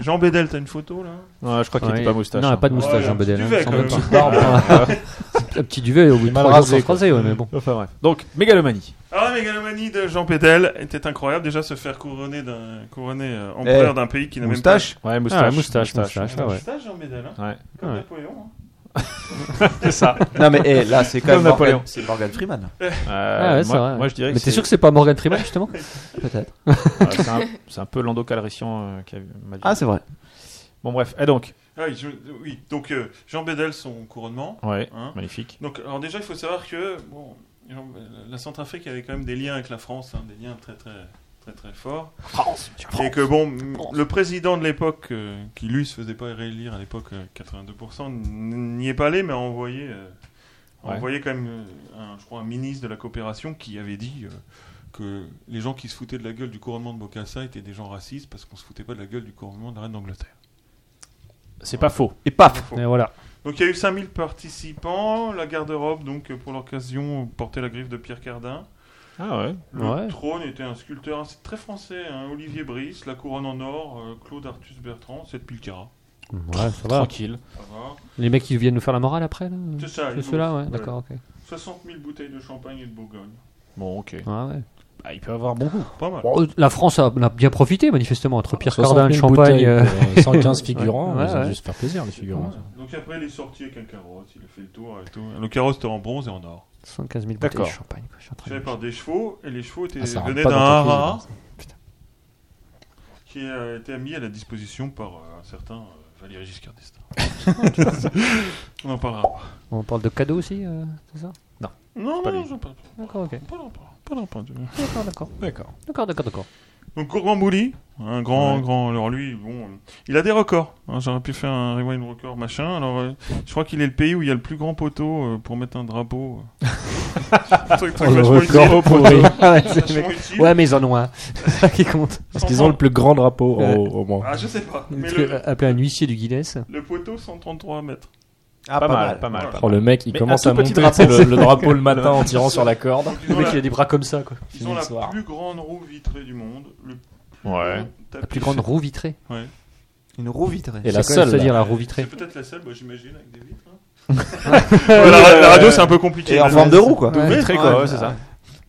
Speaker 8: Jean Bédel, t'as une photo là
Speaker 3: Ouais, je crois qu'il
Speaker 4: Ouais.
Speaker 3: était pas moustache.
Speaker 4: Non,
Speaker 3: hein.
Speaker 4: pas de moustache,
Speaker 8: Ouais,
Speaker 4: Jean
Speaker 8: un petit
Speaker 4: Bedel.
Speaker 8: duvet, quand même.
Speaker 4: Un petit duvet au bout de
Speaker 3: Mal
Speaker 4: trois jours
Speaker 3: rasé,
Speaker 4: sans
Speaker 3: quoi.
Speaker 4: raser, ouais, mais bon.
Speaker 3: Enfin bref. Donc, mégalomanie.
Speaker 8: Alors, la mégalomanie Ah, de Jean Bédel était incroyable. Déjà, se faire couronner, d'un, couronner euh, empereur
Speaker 5: Eh,
Speaker 8: d'un pays qui n'a même pas.
Speaker 5: Moustache
Speaker 3: Ouais,
Speaker 4: Ah, la
Speaker 3: moustache.
Speaker 4: moustache,
Speaker 8: Ah,
Speaker 4: moustache, ouais, ouais.
Speaker 8: Moustache, Jean Bédel, hein,
Speaker 3: Ouais.
Speaker 8: comme
Speaker 4: Ouais.
Speaker 8: Napoléon. hein.
Speaker 3: C'est ça.
Speaker 5: Non, mais eh, là, c'est quand
Speaker 3: Comme
Speaker 5: même.
Speaker 3: Napoléon.
Speaker 5: Morgan- C'est Morgan Freeman.
Speaker 3: Euh,
Speaker 4: Ah ouais, c'est
Speaker 3: moi,
Speaker 4: vrai.
Speaker 3: moi, je dirais
Speaker 4: Mais
Speaker 3: que
Speaker 4: t'es sûr que c'est pas Morgan Freeman, justement Peut-être.
Speaker 3: Ah, c'est un, c'est un peu Lando Calrissian euh, qui a m'a dit.
Speaker 5: Ah, c'est vrai.
Speaker 3: Bon, bref. Et donc
Speaker 8: Ah oui, je- oui. donc euh, Jean Bédel, son couronnement.
Speaker 3: Ouais,
Speaker 8: Hein
Speaker 3: magnifique.
Speaker 8: Donc, alors déjà, il faut savoir que bon, Jean- la Centrafrique avait quand même des liens avec la France, hein, des liens très très très très forts. Et que bon, m- le président de l'époque, euh, qui lui se faisait pas réélire à l'époque euh, 82%, n- n'y est pas allé, mais a envoyé, euh, a
Speaker 3: Ouais.
Speaker 8: envoyé quand même, euh, un, je crois, un ministre de la coopération qui avait dit euh, que les gens qui se foutaient de la gueule du couronnement de Bokassa étaient des gens racistes parce qu'on se foutait pas de la gueule du couronnement de la reine d'Angleterre.
Speaker 3: C'est pas faux.
Speaker 5: Et paf
Speaker 4: Et voilà.
Speaker 8: Donc il y a eu 5000 participants. La garde-robe, donc euh, pour l'occasion, portait la griffe de Pierre Cardin.
Speaker 3: Ah ouais.
Speaker 8: Le
Speaker 3: Ouais.
Speaker 8: trône était un sculpteur, hein, c'est très français, hein, Olivier Brice, la couronne en or, euh, Claude Artus Bertrand, c'est de Pilcara.
Speaker 4: Ouais, ça va.
Speaker 7: Tranquille.
Speaker 8: Ça va.
Speaker 4: Les mecs qui viennent nous faire la morale après, là
Speaker 8: C'est ça. ils ont-
Speaker 4: ceux-là, ouais, d'accord, ok.
Speaker 8: 60 000 bouteilles de champagne et de bourgogne.
Speaker 3: Bon, ok.
Speaker 4: Ah, Ouais, ouais.
Speaker 3: Bah, il peut avoir bon goût.
Speaker 8: Pas mal.
Speaker 4: Bon, euh, la France a- en a bien profité, manifestement, entre Pierre
Speaker 7: 60
Speaker 4: Cardin, le
Speaker 7: 000
Speaker 4: champagne.
Speaker 7: bouteilles
Speaker 4: euh,
Speaker 7: pour, euh, 115 figurants,
Speaker 4: Ouais,
Speaker 7: ils ont
Speaker 4: ouais.
Speaker 7: dû se faire plaisir, les figurants.
Speaker 8: Donc après, il est sorti avec un carrosse, il a fait le tour et tout. Le carrosse était en bronze et en or.
Speaker 4: 75 000 bouteilles de
Speaker 3: D'accord.
Speaker 4: champagne. quoi, je suis en train de-
Speaker 8: Tiré par des chevaux, et les chevaux étaient,
Speaker 7: Ah, ça rentre
Speaker 8: venaient
Speaker 7: pas
Speaker 8: d'un
Speaker 7: dans ta prise,
Speaker 8: haras
Speaker 7: hein.
Speaker 8: qui a été mis à la disposition par euh, un certain euh, Valéry Giscard d'Estaing. On en parlera pas.
Speaker 4: On parle de cadeaux aussi, euh, c'est ça
Speaker 8: Non,
Speaker 3: pas
Speaker 8: non,
Speaker 3: lui.
Speaker 8: j'en parle
Speaker 4: D'accord, ok.
Speaker 8: pas. j'en parle Pas, j'en parle pas.
Speaker 4: D'accord, d'accord.
Speaker 3: D'accord.
Speaker 4: D'accord, d'accord, d'accord.
Speaker 8: Donc Gourmand Bouli, un grand,
Speaker 3: Ouais.
Speaker 8: grand. Alors lui, bon, euh, il a des records. hein, J'aurais pu faire un rewind record machin. Alors, euh, je crois qu'il est le pays où il y a le plus grand poteau euh, pour mettre un drapeau. euh. Un truc- truc vachement utile. Vachement utile.
Speaker 4: Ouais, mais ils en ont un. C'est ça qui compte.
Speaker 7: Parce qu'ils ont le plus grand drapeau, au- au moins.
Speaker 8: Ah, je sais pas. Mais
Speaker 4: Parce
Speaker 8: le,
Speaker 4: que, euh, appeler un huissier du Guinness.
Speaker 8: le poteau 133 mètres.
Speaker 5: Ah,
Speaker 3: pas, mal, pas mal.
Speaker 8: Voilà.
Speaker 3: pas
Speaker 7: Oh,
Speaker 3: mal.
Speaker 7: le mec, il
Speaker 3: Mais
Speaker 7: commence
Speaker 3: un
Speaker 7: à
Speaker 3: tout petit
Speaker 7: monter tu sais,
Speaker 3: drapeau.
Speaker 7: le, le drapeau le matin en tirant sur la corde.
Speaker 8: Donc, ils
Speaker 4: Le
Speaker 8: ont
Speaker 4: mec,
Speaker 8: la-
Speaker 4: il a des bras comme ça, quoi.
Speaker 8: Ils ont
Speaker 7: le
Speaker 8: la
Speaker 7: soir.
Speaker 8: plus grande roue vitrée du monde. Le plus
Speaker 3: Ouais.
Speaker 8: grand tapis
Speaker 4: La plus grande roue vitrée.
Speaker 8: fait- Ouais.
Speaker 5: Une roue vitrée.
Speaker 7: Et la
Speaker 4: C'est quoi,
Speaker 7: seule.
Speaker 4: C'est-à-dire
Speaker 7: là.
Speaker 4: la roue
Speaker 8: C'est
Speaker 4: vitrée.
Speaker 8: peut-être la seule, bah, j'imagine, avec des vitres. hein. euh, Ouais, la, la radio, c'est un peu compliqué.
Speaker 5: Et en
Speaker 8: Mais-
Speaker 5: forme de roue, quoi.
Speaker 3: Tout vitré,
Speaker 5: Ouais,
Speaker 3: quoi, ouais,
Speaker 5: ouais,
Speaker 3: c'est ça.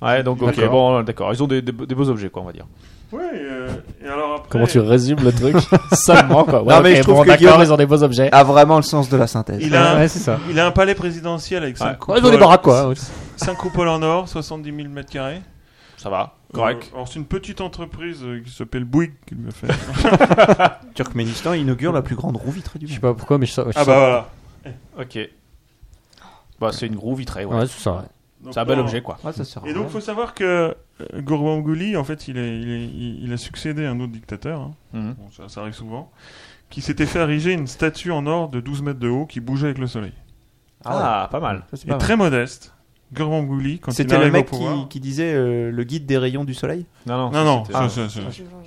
Speaker 3: Ouais, donc ok,
Speaker 5: D'accord.
Speaker 3: bon, d'accord. Ils ont des, des beaux- des beaux objets, quoi, on va dire.
Speaker 8: Ouais, euh, et alors après. euh,
Speaker 7: Comment tu résumes le truc Salement, quoi. Ouais,
Speaker 5: Non, mais
Speaker 7: ok,
Speaker 5: je trouve
Speaker 7: bon,
Speaker 5: que
Speaker 7: d'accord,
Speaker 5: Guillaume-
Speaker 7: ils ont des beaux objets.
Speaker 5: Ah, A vraiment le sens de la synthèse.
Speaker 8: Il a, un,
Speaker 4: Ouais, c'est ça.
Speaker 8: il a un palais présidentiel avec 5
Speaker 4: Ouais, ils ont des baraques, quoi.
Speaker 8: 5 coupoles en or, 70 000 mètres carrés.
Speaker 3: Ça va, correct.
Speaker 8: Euh, alors, c'est une petite entreprise euh, qui s'appelle Bouygues qui lui a fait.
Speaker 5: Turkménistan inaugure la plus grande roue vitrée du
Speaker 4: Je sais pas
Speaker 5: monde.
Speaker 4: pourquoi, mais je sais
Speaker 8: ah bah voilà.
Speaker 3: Ok. Bah, c'est une roue vitrée, ouais.
Speaker 4: Ouais, c'est ça. ouais.
Speaker 8: Donc,
Speaker 3: c'est un bel
Speaker 8: non.
Speaker 3: objet, quoi.
Speaker 5: Ouais, ça sert à
Speaker 8: Et donc,
Speaker 5: rien.
Speaker 8: faut savoir que euh, Gourbanguly, en fait, il, est- il, est- il- il a succédé à un autre dictateur. hein.
Speaker 3: Mhm.
Speaker 8: Bon, ça, ça arrive souvent. Qui s'était fait ériger une statue en or de 12 mètres de haut qui bougeait avec le soleil.
Speaker 5: Ah ouais.
Speaker 3: Ah, pas mal.
Speaker 5: Ça, c'est
Speaker 8: Et
Speaker 5: pas mal.
Speaker 8: très modeste. Gourbanguly, quand il
Speaker 5: C'était le
Speaker 8: arrive au
Speaker 5: mec qui,
Speaker 8: pouvoir.
Speaker 5: qui disait euh, le guide des rayons du soleil.
Speaker 3: Non, non, Ah,
Speaker 8: Non, non,
Speaker 3: c'était-
Speaker 8: ça, ça, ça,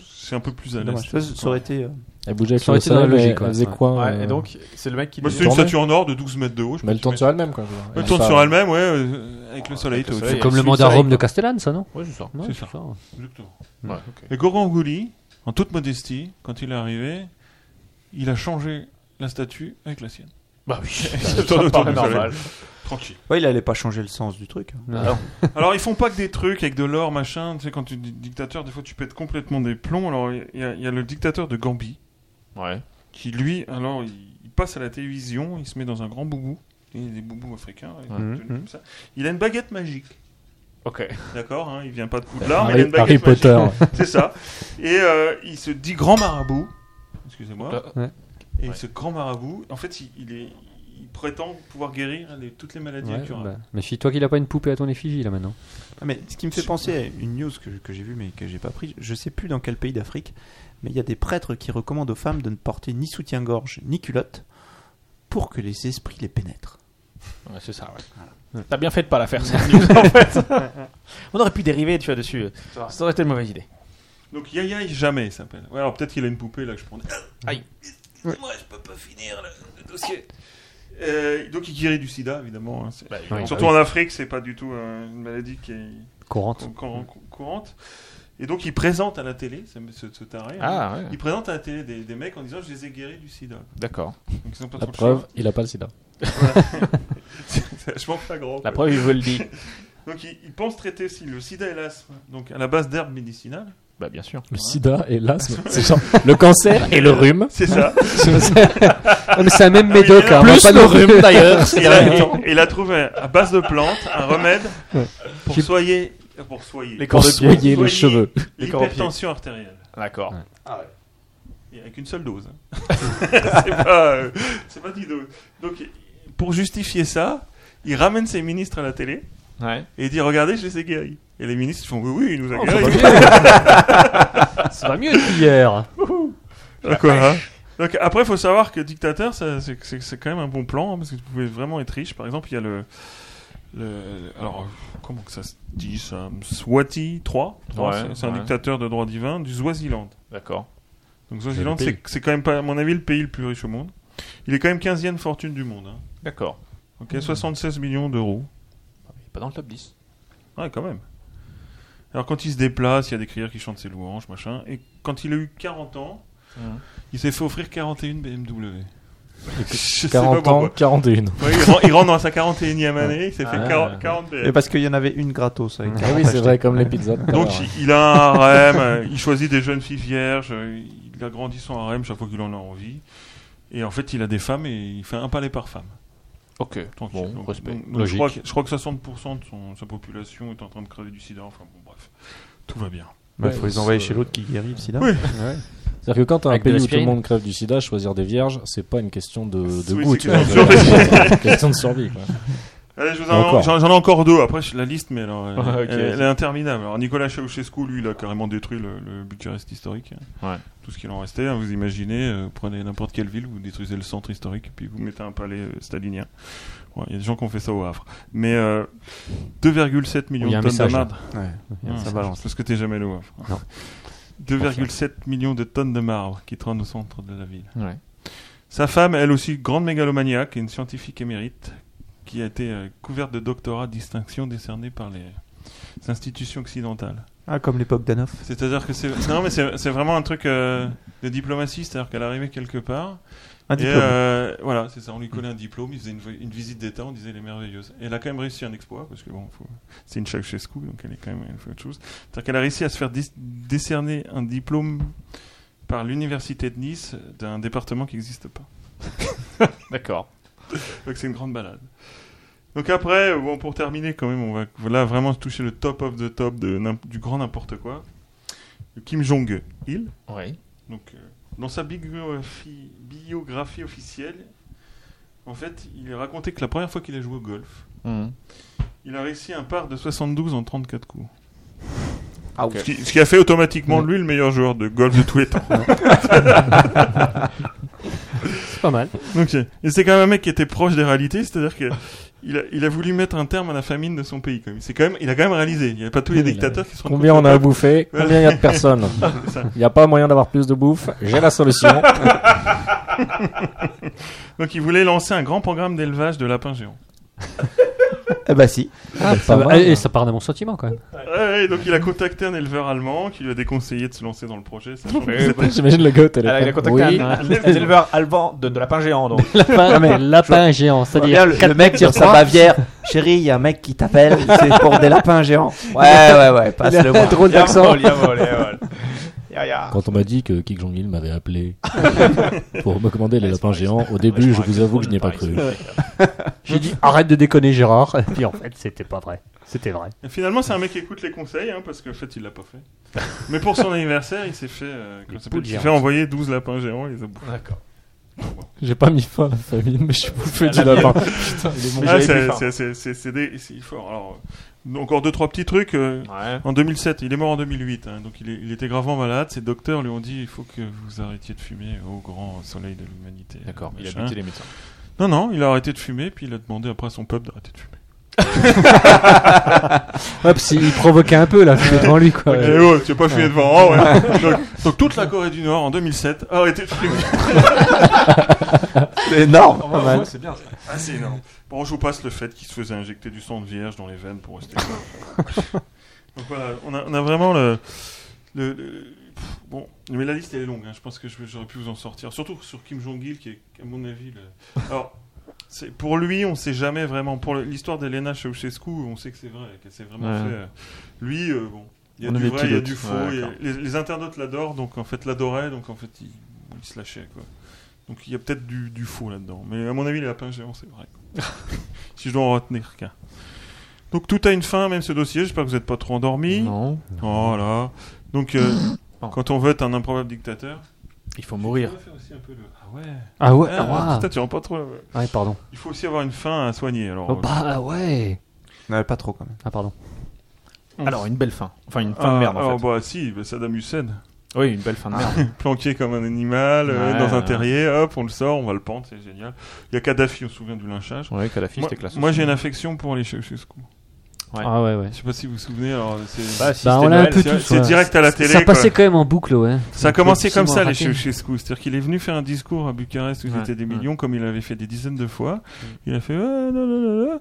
Speaker 8: c'est un peu plus à l'est.
Speaker 5: Dommage. Ça, ça aurait été. euh,
Speaker 7: Elle bougeait
Speaker 4: Ça
Speaker 7: sur
Speaker 4: aurait
Speaker 7: le
Speaker 4: été dans la
Speaker 7: soleil,
Speaker 4: logique,
Speaker 7: mais
Speaker 4: quoi.
Speaker 7: elle faisait quoi
Speaker 3: Ouais,
Speaker 7: euh,
Speaker 3: et donc, c'est le mec qui.
Speaker 8: Bah,
Speaker 3: dit-
Speaker 8: c'est une
Speaker 7: Tournée.
Speaker 8: statue en or de 12 mètres de haut. je
Speaker 7: Mais elle
Speaker 8: pense.
Speaker 7: tourne sur elle-même, quoi.
Speaker 8: Elle tourne
Speaker 7: fait
Speaker 8: sur
Speaker 7: un-
Speaker 8: elle-même, ouais, euh, avec le soleil.
Speaker 3: avec le
Speaker 8: tout.
Speaker 3: soleil.
Speaker 8: C'est
Speaker 4: Comme le
Speaker 8: suit
Speaker 4: mandat
Speaker 8: soleil,
Speaker 4: Rome de
Speaker 8: quoi.
Speaker 4: Castellane, ça, non
Speaker 3: Ouais, c'est ça.
Speaker 4: Ouais,
Speaker 8: C'est ça. Exactement.
Speaker 3: Ouais, ok.
Speaker 8: Et Gourbanguly, en toute modestie, quand il est arrivé, il a changé la statue avec la sienne.
Speaker 3: Bah oui,
Speaker 8: Ça
Speaker 3: ça
Speaker 8: tourne autour
Speaker 3: paraît
Speaker 8: du soleil.
Speaker 3: normal.
Speaker 8: Tranquille.
Speaker 5: Ouais, il allait pas changer le sens du truc.
Speaker 8: Alors, ils font pas que des trucs avec de l'or, machin. Tu sais, quand tu dis dictateur, des fois, tu pètes complètement des plombs. Alors, il y, a- il y a le dictateur de Gambie,
Speaker 3: Ouais.
Speaker 8: qui, lui, alors, il, il passe à la télévision, il se met dans un grand boubou. Il y a des boubous africains, avec une
Speaker 4: Mhm,
Speaker 8: tenue
Speaker 4: mhm.
Speaker 8: comme ça. Il a une baguette magique.
Speaker 3: Ok.
Speaker 8: D'accord, hein, il vient pas de Poudlard, mais il a
Speaker 7: Harry,
Speaker 8: une baguette
Speaker 7: Harry
Speaker 8: magique.
Speaker 7: Potter.
Speaker 8: C'est ça. Et euh, il se dit grand marabout. Excusez-moi.
Speaker 4: Ouais.
Speaker 8: Et
Speaker 3: Euh, Ouais.
Speaker 8: ce grand marabout, en fait, il, il est, il prétend pouvoir guérir les- toutes les maladies
Speaker 4: Ouais,
Speaker 8: incurables.
Speaker 4: bah, Méfie-toi qu'il a pas une poupée à ton effigie, là, maintenant.
Speaker 5: Ah, mais ce qui me fait penser à une news que, que j'ai vue mais que j'ai pas prise, je sais plus dans quel pays d'Afrique, mais il y a des prêtres qui recommandent aux femmes de ne porter ni soutien-gorge ni culotte pour que les esprits les pénètrent.
Speaker 3: Ouais, c'est ça, ouais. T'as bien fait de pas la faire, cette news, en fait. On aurait pu dériver, tu vois, dessus. Ça aurait été une mauvaise idée.
Speaker 8: Donc Yaya jamais il s'appelle. Ouais, alors peut-être qu'il a une poupée là que je prends.
Speaker 3: Aïe.
Speaker 8: Moi, je peux pas finir le, le dossier. Euh, donc il guérit du sida, évidemment. hein, c'est-
Speaker 3: Bah,
Speaker 4: oui.
Speaker 8: Surtout en Afrique, c'est pas du tout euh, une maladie qui est
Speaker 4: Courante.
Speaker 8: cou- cou- cou- courante. Et donc il présente à la télé, ce, ce, ce taré, hein,
Speaker 3: Ah, ouais.
Speaker 8: Il présente à la télé des, des mecs en disant je les ai guéris du sida.
Speaker 3: D'accord.
Speaker 8: Donc ils sont pas
Speaker 7: La
Speaker 8: trop
Speaker 7: preuve, il a pas le sida.
Speaker 8: chiants. C'est vachement flagrant.
Speaker 3: La
Speaker 8: quoi.
Speaker 3: preuve, il vous le dit.
Speaker 8: Donc ils, ils pensent traiter si le sida et l'asthme, donc à la base d'herbes médicinales.
Speaker 3: Bah, bien sûr.
Speaker 7: Le sida et l'asthme. C'est genre le cancer et le rhume.
Speaker 8: C'est ça.
Speaker 4: Ah, mais c'est un même
Speaker 8: Ah oui,
Speaker 4: médoc,
Speaker 8: mais
Speaker 4: hein, on va
Speaker 7: Plus
Speaker 4: pas
Speaker 7: le
Speaker 4: nous-
Speaker 7: rhume d'ailleurs.
Speaker 8: Et il, a, et il a trouvé à base de plantes un remède pour
Speaker 4: J'ai-
Speaker 8: soigner, pour soigner
Speaker 3: Les
Speaker 7: Pour
Speaker 3: cordes de pied.
Speaker 7: soigner les
Speaker 8: Soigner.
Speaker 7: cheveux.
Speaker 3: les corps au pied.
Speaker 8: l'hypertension artérielle.
Speaker 3: D'accord.
Speaker 8: Et avec une seule dose. hein. c'est pas, euh, c'est pas dix doses. Donc pour justifier ça, il ramène ses ministres à la télé.
Speaker 3: Ouais.
Speaker 8: et il dit regardez je les ai guéris et les ministres font oui oui il nous a guéris
Speaker 4: Ça Oh, va mieux qu'hier.
Speaker 8: Ah, quoi, hein donc après il faut savoir que dictateur ça, c'est, c'est- c'est quand même un bon plan hein, parce que vous pouvez vraiment être riche par exemple il y a le, le- alors comment que ça se dit ça Swati 3
Speaker 3: Ouais,
Speaker 8: c'est, c'est un
Speaker 3: ouais.
Speaker 8: dictateur de droit divin du Swaziland
Speaker 3: D'accord.
Speaker 8: donc Swaziland
Speaker 3: C'est le
Speaker 8: c'est, c'est quand même pas à mon avis le pays le plus riche au monde Il est quand même 15e fortune du monde. hein.
Speaker 3: D'accord.
Speaker 8: Ok, 76 millions d'euros.
Speaker 3: Il est pas dans le top 10.
Speaker 8: Ouais, quand même. Alors quand il se déplace, il y a des crières qui chantent ses louanges, machin. Et quand il a eu 40 ans,
Speaker 3: Mhm.
Speaker 8: il s'est fait offrir 41 BMW. Je sais pas
Speaker 7: 40 ans,
Speaker 8: pourquoi. Ouais,
Speaker 7: 41.
Speaker 8: il, ren- il rentre dans sa 41e année, il s'est fait
Speaker 7: Ah.
Speaker 8: 40, 40 BMW.
Speaker 5: Et bah, parce qu'il y en avait une gratos. Avec
Speaker 7: Ah
Speaker 5: quarante
Speaker 7: oui, c'est
Speaker 5: achetées.
Speaker 7: vrai, comme les pizzas tout à
Speaker 8: Donc
Speaker 7: l'heure, hein. ouais.
Speaker 8: il, il a un harem, euh, il choisit des jeunes filles vierges, euh, il agrandit son harem chaque fois qu'il en a envie. Et en fait, il a des femmes et il fait un palais par femme.
Speaker 3: Ok.
Speaker 8: Tranquille.
Speaker 3: Bon, respect.
Speaker 8: donc- donc je,
Speaker 3: Logique.
Speaker 8: crois que, je crois que 60% de son- sa population est en train de crever du sida. Enfin bon, bref, tout va bien.
Speaker 5: Bah, il faut les envoyer chez l'autre qui guérit le sida.
Speaker 8: Oui.
Speaker 7: C'est-à-dire que quand t'as un
Speaker 4: Avec de
Speaker 7: pays où tout
Speaker 4: l'aspirine.
Speaker 7: le monde crève du sida, choisir des vierges, c'est pas une question de, de
Speaker 8: Ah, Oui,
Speaker 7: goût,
Speaker 8: c'est
Speaker 7: tu vois,
Speaker 8: une question de survie.
Speaker 7: de- c'est une question de survie. quoi.
Speaker 8: Allez, je vous
Speaker 7: Encore.
Speaker 8: en, j'en, j'en ai encore deux. Après, je- la liste, mais alors, elle,
Speaker 3: Ah, ok,
Speaker 8: elle- elle
Speaker 3: vas-y.
Speaker 8: est interminable. Alors, Nicolas Ceausescu, lui, il a carrément détruit le, le Bucarest historique. hein.
Speaker 3: Ouais.
Speaker 8: Tout ce qu'il en restait. hein, vous imaginez, euh, prenez n'importe quelle ville, vous détruisez le centre historique, puis vous mettez un palais euh, stalinien. Ouais, Il y a des gens qui ont fait ça au Havre. Mais euh, 2,7 millions
Speaker 4: Il y a
Speaker 8: de
Speaker 4: un
Speaker 8: tonnes
Speaker 4: message,
Speaker 8: de
Speaker 4: là.
Speaker 8: marde.
Speaker 5: Ouais, ça
Speaker 8: Ouais,
Speaker 5: balance.
Speaker 8: Parce que t'es jamais allé au Havre.
Speaker 5: Non.
Speaker 8: 2,7 millions de tonnes de marbre qui traînent au centre de la ville.
Speaker 3: Ouais.
Speaker 8: Sa femme, elle aussi grande mégalomaniaque et une scientifique émérite, qui a été euh, couverte de doctorat distinction décernée par les institutions occidentales.
Speaker 5: Ah, comme l'époque d'Anoff.
Speaker 8: C'est-à-dire que c'est non mais c'est c'est vraiment un truc euh, de diplomatie, c'est-à-dire qu'elle arrivait quelque part
Speaker 5: Un
Speaker 8: et
Speaker 5: diplôme.
Speaker 8: euh, voilà, c'est ça, on lui collait un diplôme, il faisait une, vi- une visite d'État, on disait elle est merveilleuse. Et elle a quand même réussi un exploit, parce que bon, faut- c'est une Ceausescu, donc elle est quand même elle fait autre chose. C'est-à-dire qu'elle a réussi à se faire dis- décerner un diplôme par l'université de Nice d'un département qui n'existe pas.
Speaker 3: D'accord.
Speaker 8: Donc c'est une grande balade. Donc après, euh, bon, pour terminer quand même, on va là vraiment toucher le top of the top de, n'im- du grand n'importe quoi. Kim Jong-il.
Speaker 3: Oui.
Speaker 8: Donc, euh, dans sa biographie, biographie officielle, en fait, il racontait que la première fois qu'il a joué au golf,
Speaker 3: Hmm.
Speaker 8: il a réussi un par de 72 en 34 coups.
Speaker 3: Ah, ok.
Speaker 8: Ce, qui, ce qui a fait automatiquement de lui le meilleur joueur de golf de tous les temps.
Speaker 4: C'est pas mal.
Speaker 8: Donc, euh, et c'est quand même un mec qui était proche des réalités, c'est-à-dire que il a, il a voulu mettre un terme à la famine de son pays. Quand même. C'est quand même, il a quand même réalisé. Il n'y a pas tous les
Speaker 7: Oui, il a-
Speaker 8: dictateurs qui se rendent
Speaker 7: Combien
Speaker 8: compte
Speaker 7: on
Speaker 8: que-
Speaker 7: a à bouffer
Speaker 8: Voilà.
Speaker 7: Combien il y a de personnes
Speaker 8: Ah, C'est ça.
Speaker 7: Il n'y a pas moyen d'avoir plus de bouffe J'ai la solution.
Speaker 8: Donc il voulait lancer un grand programme d'élevage de lapins géants.
Speaker 5: Eh bah si.
Speaker 7: Pas
Speaker 4: Ah, Ben, Ça va-
Speaker 7: mal.
Speaker 4: et ça part d'un bon sentiment quand même.
Speaker 8: Ouais, ouais, donc il a contacté un éleveur allemand qui lui a déconseillé de se lancer dans le projet. sachant que c'était-
Speaker 7: J'imagine le gars au téléphone.
Speaker 3: il a contacté
Speaker 7: Oui.
Speaker 3: un, un éleveur allemand de, de lapin géant, donc.
Speaker 4: Lapin, lapin géant, c'est-à-dire.
Speaker 5: le, mec tire sa Bavière. Chérie, il y a un mec qui t'appelle, c'est pour des lapins géants. Ouais, ouais, ouais, passe-le moi.
Speaker 3: Drôle d'accent. Yavol, yavol, Ya, ya.
Speaker 7: Quand on m'a dit que Kik Jong-il m'avait appelé pour me commander les lapins géants, au début, je vous avoue que je n'y ai pas cru.
Speaker 4: J'ai dit arrête de déconner Gérard. Et puis en fait, c'était pas vrai. C'était vrai.
Speaker 8: Et Finalement, c'est un mec qui écoute les conseils, hein, parce qu'en fait, il l'a pas fait. Mais pour son anniversaire, il s'est fait, euh, comment ça s'appelle
Speaker 4: poules
Speaker 8: il s'est fait
Speaker 4: géantes.
Speaker 8: envoyer 12 lapins géants, il les a bouffés.
Speaker 3: D'accord.
Speaker 7: J'ai pas mis fin à la famine, mais je suis bouffé du lapin. Putain, il est bon.
Speaker 8: Ah,
Speaker 3: j'avais
Speaker 8: c'est-
Speaker 3: plus faim.
Speaker 8: c'est- c'est- c'est- c'est des- c'est fort. Alors, euh, encore deux, trois petits trucs. euh,
Speaker 3: Ouais.
Speaker 8: En 2007, il est mort en 2008, hein, donc il, est- il était gravement malade. Ses docteurs lui ont dit il faut que vous arrêtiez de fumer au grand soleil de l'humanité.
Speaker 3: D'accord. Il a
Speaker 8: Machin.
Speaker 3: buté les médecins.
Speaker 8: Non, non, il a arrêté de fumer, puis il a demandé après à son peuple d'arrêter de fumer.
Speaker 4: Hop, si, il provoquait un peu là, je suis devant lui quoi.
Speaker 8: Eh oh, tu as pas fumé devant, oh, ouais. donc, donc toute la Corée du Nord en 2007 a arrêté de fumer.
Speaker 5: C'est énorme. pas mal.
Speaker 3: c'est bien ça.
Speaker 8: Ah, c'est énorme. Bon, je vous passe le fait qu'il se faisait injecter du sang de vierge dans les veines pour rester. Donc voilà, on a, on a vraiment le. le- le- pff, bon, mais la liste elle est longue, hein. je pense que je- j'aurais pu vous en sortir. Surtout sur Kim Jong-il, qui est, à mon avis. le- Alors, c'est- pour lui, on sait jamais vraiment. Pour le- l'histoire d'Elena Ceausescu, on sait que c'est vrai, qu'elle s'est vraiment
Speaker 3: Ouais.
Speaker 8: fait. euh, Lui, euh, bon. Il y a
Speaker 3: On a
Speaker 8: du
Speaker 3: des
Speaker 8: vrai, il y a
Speaker 3: pilotes.
Speaker 8: du faux.
Speaker 3: Ouais,
Speaker 8: il y a-
Speaker 3: d'accord.
Speaker 8: les, les internautes l'adorent, donc en fait, l'adoraient, donc en fait, ils, ils se lâchaient, quoi. Donc il y a peut-être du, du faux là-dedans. Mais à mon avis, les lapins géants, c'est vrai. quoi. si je dois en retenir qu'un. Donc tout a une fin, même ce dossier. J'espère que vous n'êtes pas trop endormis.
Speaker 3: Non.
Speaker 8: Voilà. Donc euh,
Speaker 3: Pardon.
Speaker 8: quand on vote un improbable dictateur.
Speaker 3: Il faut mourir.
Speaker 8: On va faire aussi un peu de- Ah ouais.
Speaker 4: Ah ouais,
Speaker 8: Ah,
Speaker 4: ah,
Speaker 8: putain, tu rends pas trop. là, ouais.
Speaker 4: ouais. Ouais, pardon.
Speaker 8: Il faut aussi avoir une fin à soigner. Alors,
Speaker 4: Oh,
Speaker 8: euh,
Speaker 4: bah ouais.
Speaker 5: Non, pas trop quand même.
Speaker 4: Ah pardon.
Speaker 3: Alors, une belle fin. Enfin, une fin
Speaker 8: ah,
Speaker 3: de merde,
Speaker 8: alors,
Speaker 7: oh,
Speaker 3: en fait.
Speaker 8: bah si, bah, Saddam Hussein,
Speaker 3: Oui, une belle fin de merde.
Speaker 8: planqué comme un animal euh,
Speaker 3: Ouais,
Speaker 8: dans un
Speaker 3: ouais.
Speaker 8: terrier, hop, on le sort, on va le pendre, c'est génial. Il y a Kadhafi, on se souvient du lynchage.
Speaker 7: Ah.
Speaker 3: Ouais, Kadhafi,
Speaker 8: Moi,
Speaker 3: c'était classe.
Speaker 8: moi,
Speaker 3: aussi.
Speaker 8: j'ai une affection pour les Ceausescu.
Speaker 4: Ah ouais, ouais.
Speaker 8: Je sais pas si vous vous souvenez. alors, c'est-
Speaker 3: Bah,
Speaker 4: si, Bah, c'était on l'a un Noël, peu
Speaker 8: c'est-
Speaker 4: tous,
Speaker 8: C'est
Speaker 4: ouais.
Speaker 8: direct à la
Speaker 4: Ça
Speaker 8: télé.
Speaker 4: passait quand même en boucle, ouais.
Speaker 8: Ça a
Speaker 4: Donc,
Speaker 8: commencé comme
Speaker 4: difficilement
Speaker 8: ça,
Speaker 4: à
Speaker 8: les
Speaker 4: rater.
Speaker 8: Ceausescu. C'est-à-dire qu'il est venu faire un discours à Bucarest où ils
Speaker 3: Ouais,
Speaker 8: étaient des
Speaker 3: ouais.
Speaker 8: millions, comme il avait fait des dizaines de fois.
Speaker 4: Mm.
Speaker 8: Il a fait. Ah, là, là, là, là.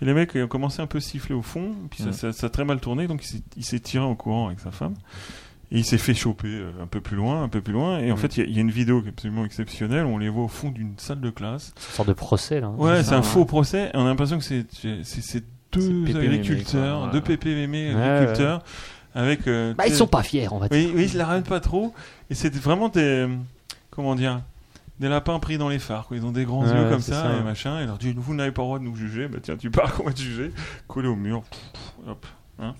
Speaker 8: Et les mecs ils ont commencé un peu à siffler au fond. Puis ça-
Speaker 3: Ouais.
Speaker 8: ça, ça a très mal tourné, donc il s'est- il s'est tiré en courant avec sa femme. Et il s'est fait choper euh, un peu plus loin, un peu plus loin. Et en
Speaker 3: Mm.
Speaker 8: fait, il y a- il y, a une vidéo qui est absolument exceptionnelle. On les voit au fond d'une salle de classe.
Speaker 4: Une sorte de procès, là.
Speaker 8: Ouais,
Speaker 4: C'est
Speaker 8: c'est
Speaker 4: ça,
Speaker 8: un
Speaker 4: ouais.
Speaker 8: faux procès. On a l'impression que c'est c'est- c'est deux
Speaker 4: PPMM,
Speaker 8: agriculteurs,
Speaker 4: quoi, ouais.
Speaker 8: deux PPMM
Speaker 4: Ouais,
Speaker 8: agriculteurs. Avec, euh,
Speaker 4: Bah, ils
Speaker 8: tu sais-
Speaker 4: sont pas fiers, on va
Speaker 8: Oui, oui, ils la ramènent pas trop. Et c'est vraiment des. Comment dire des lapins pris dans les phares, quoi. ils ont des grands
Speaker 3: Ouais,
Speaker 8: yeux comme
Speaker 3: c'est
Speaker 8: ça,
Speaker 3: ça.
Speaker 8: et machin, et leur dit vous n'avez pas le droit de nous juger, bah tiens tu pars qu'on va te juger, collé au mur, Pff, hop. hein.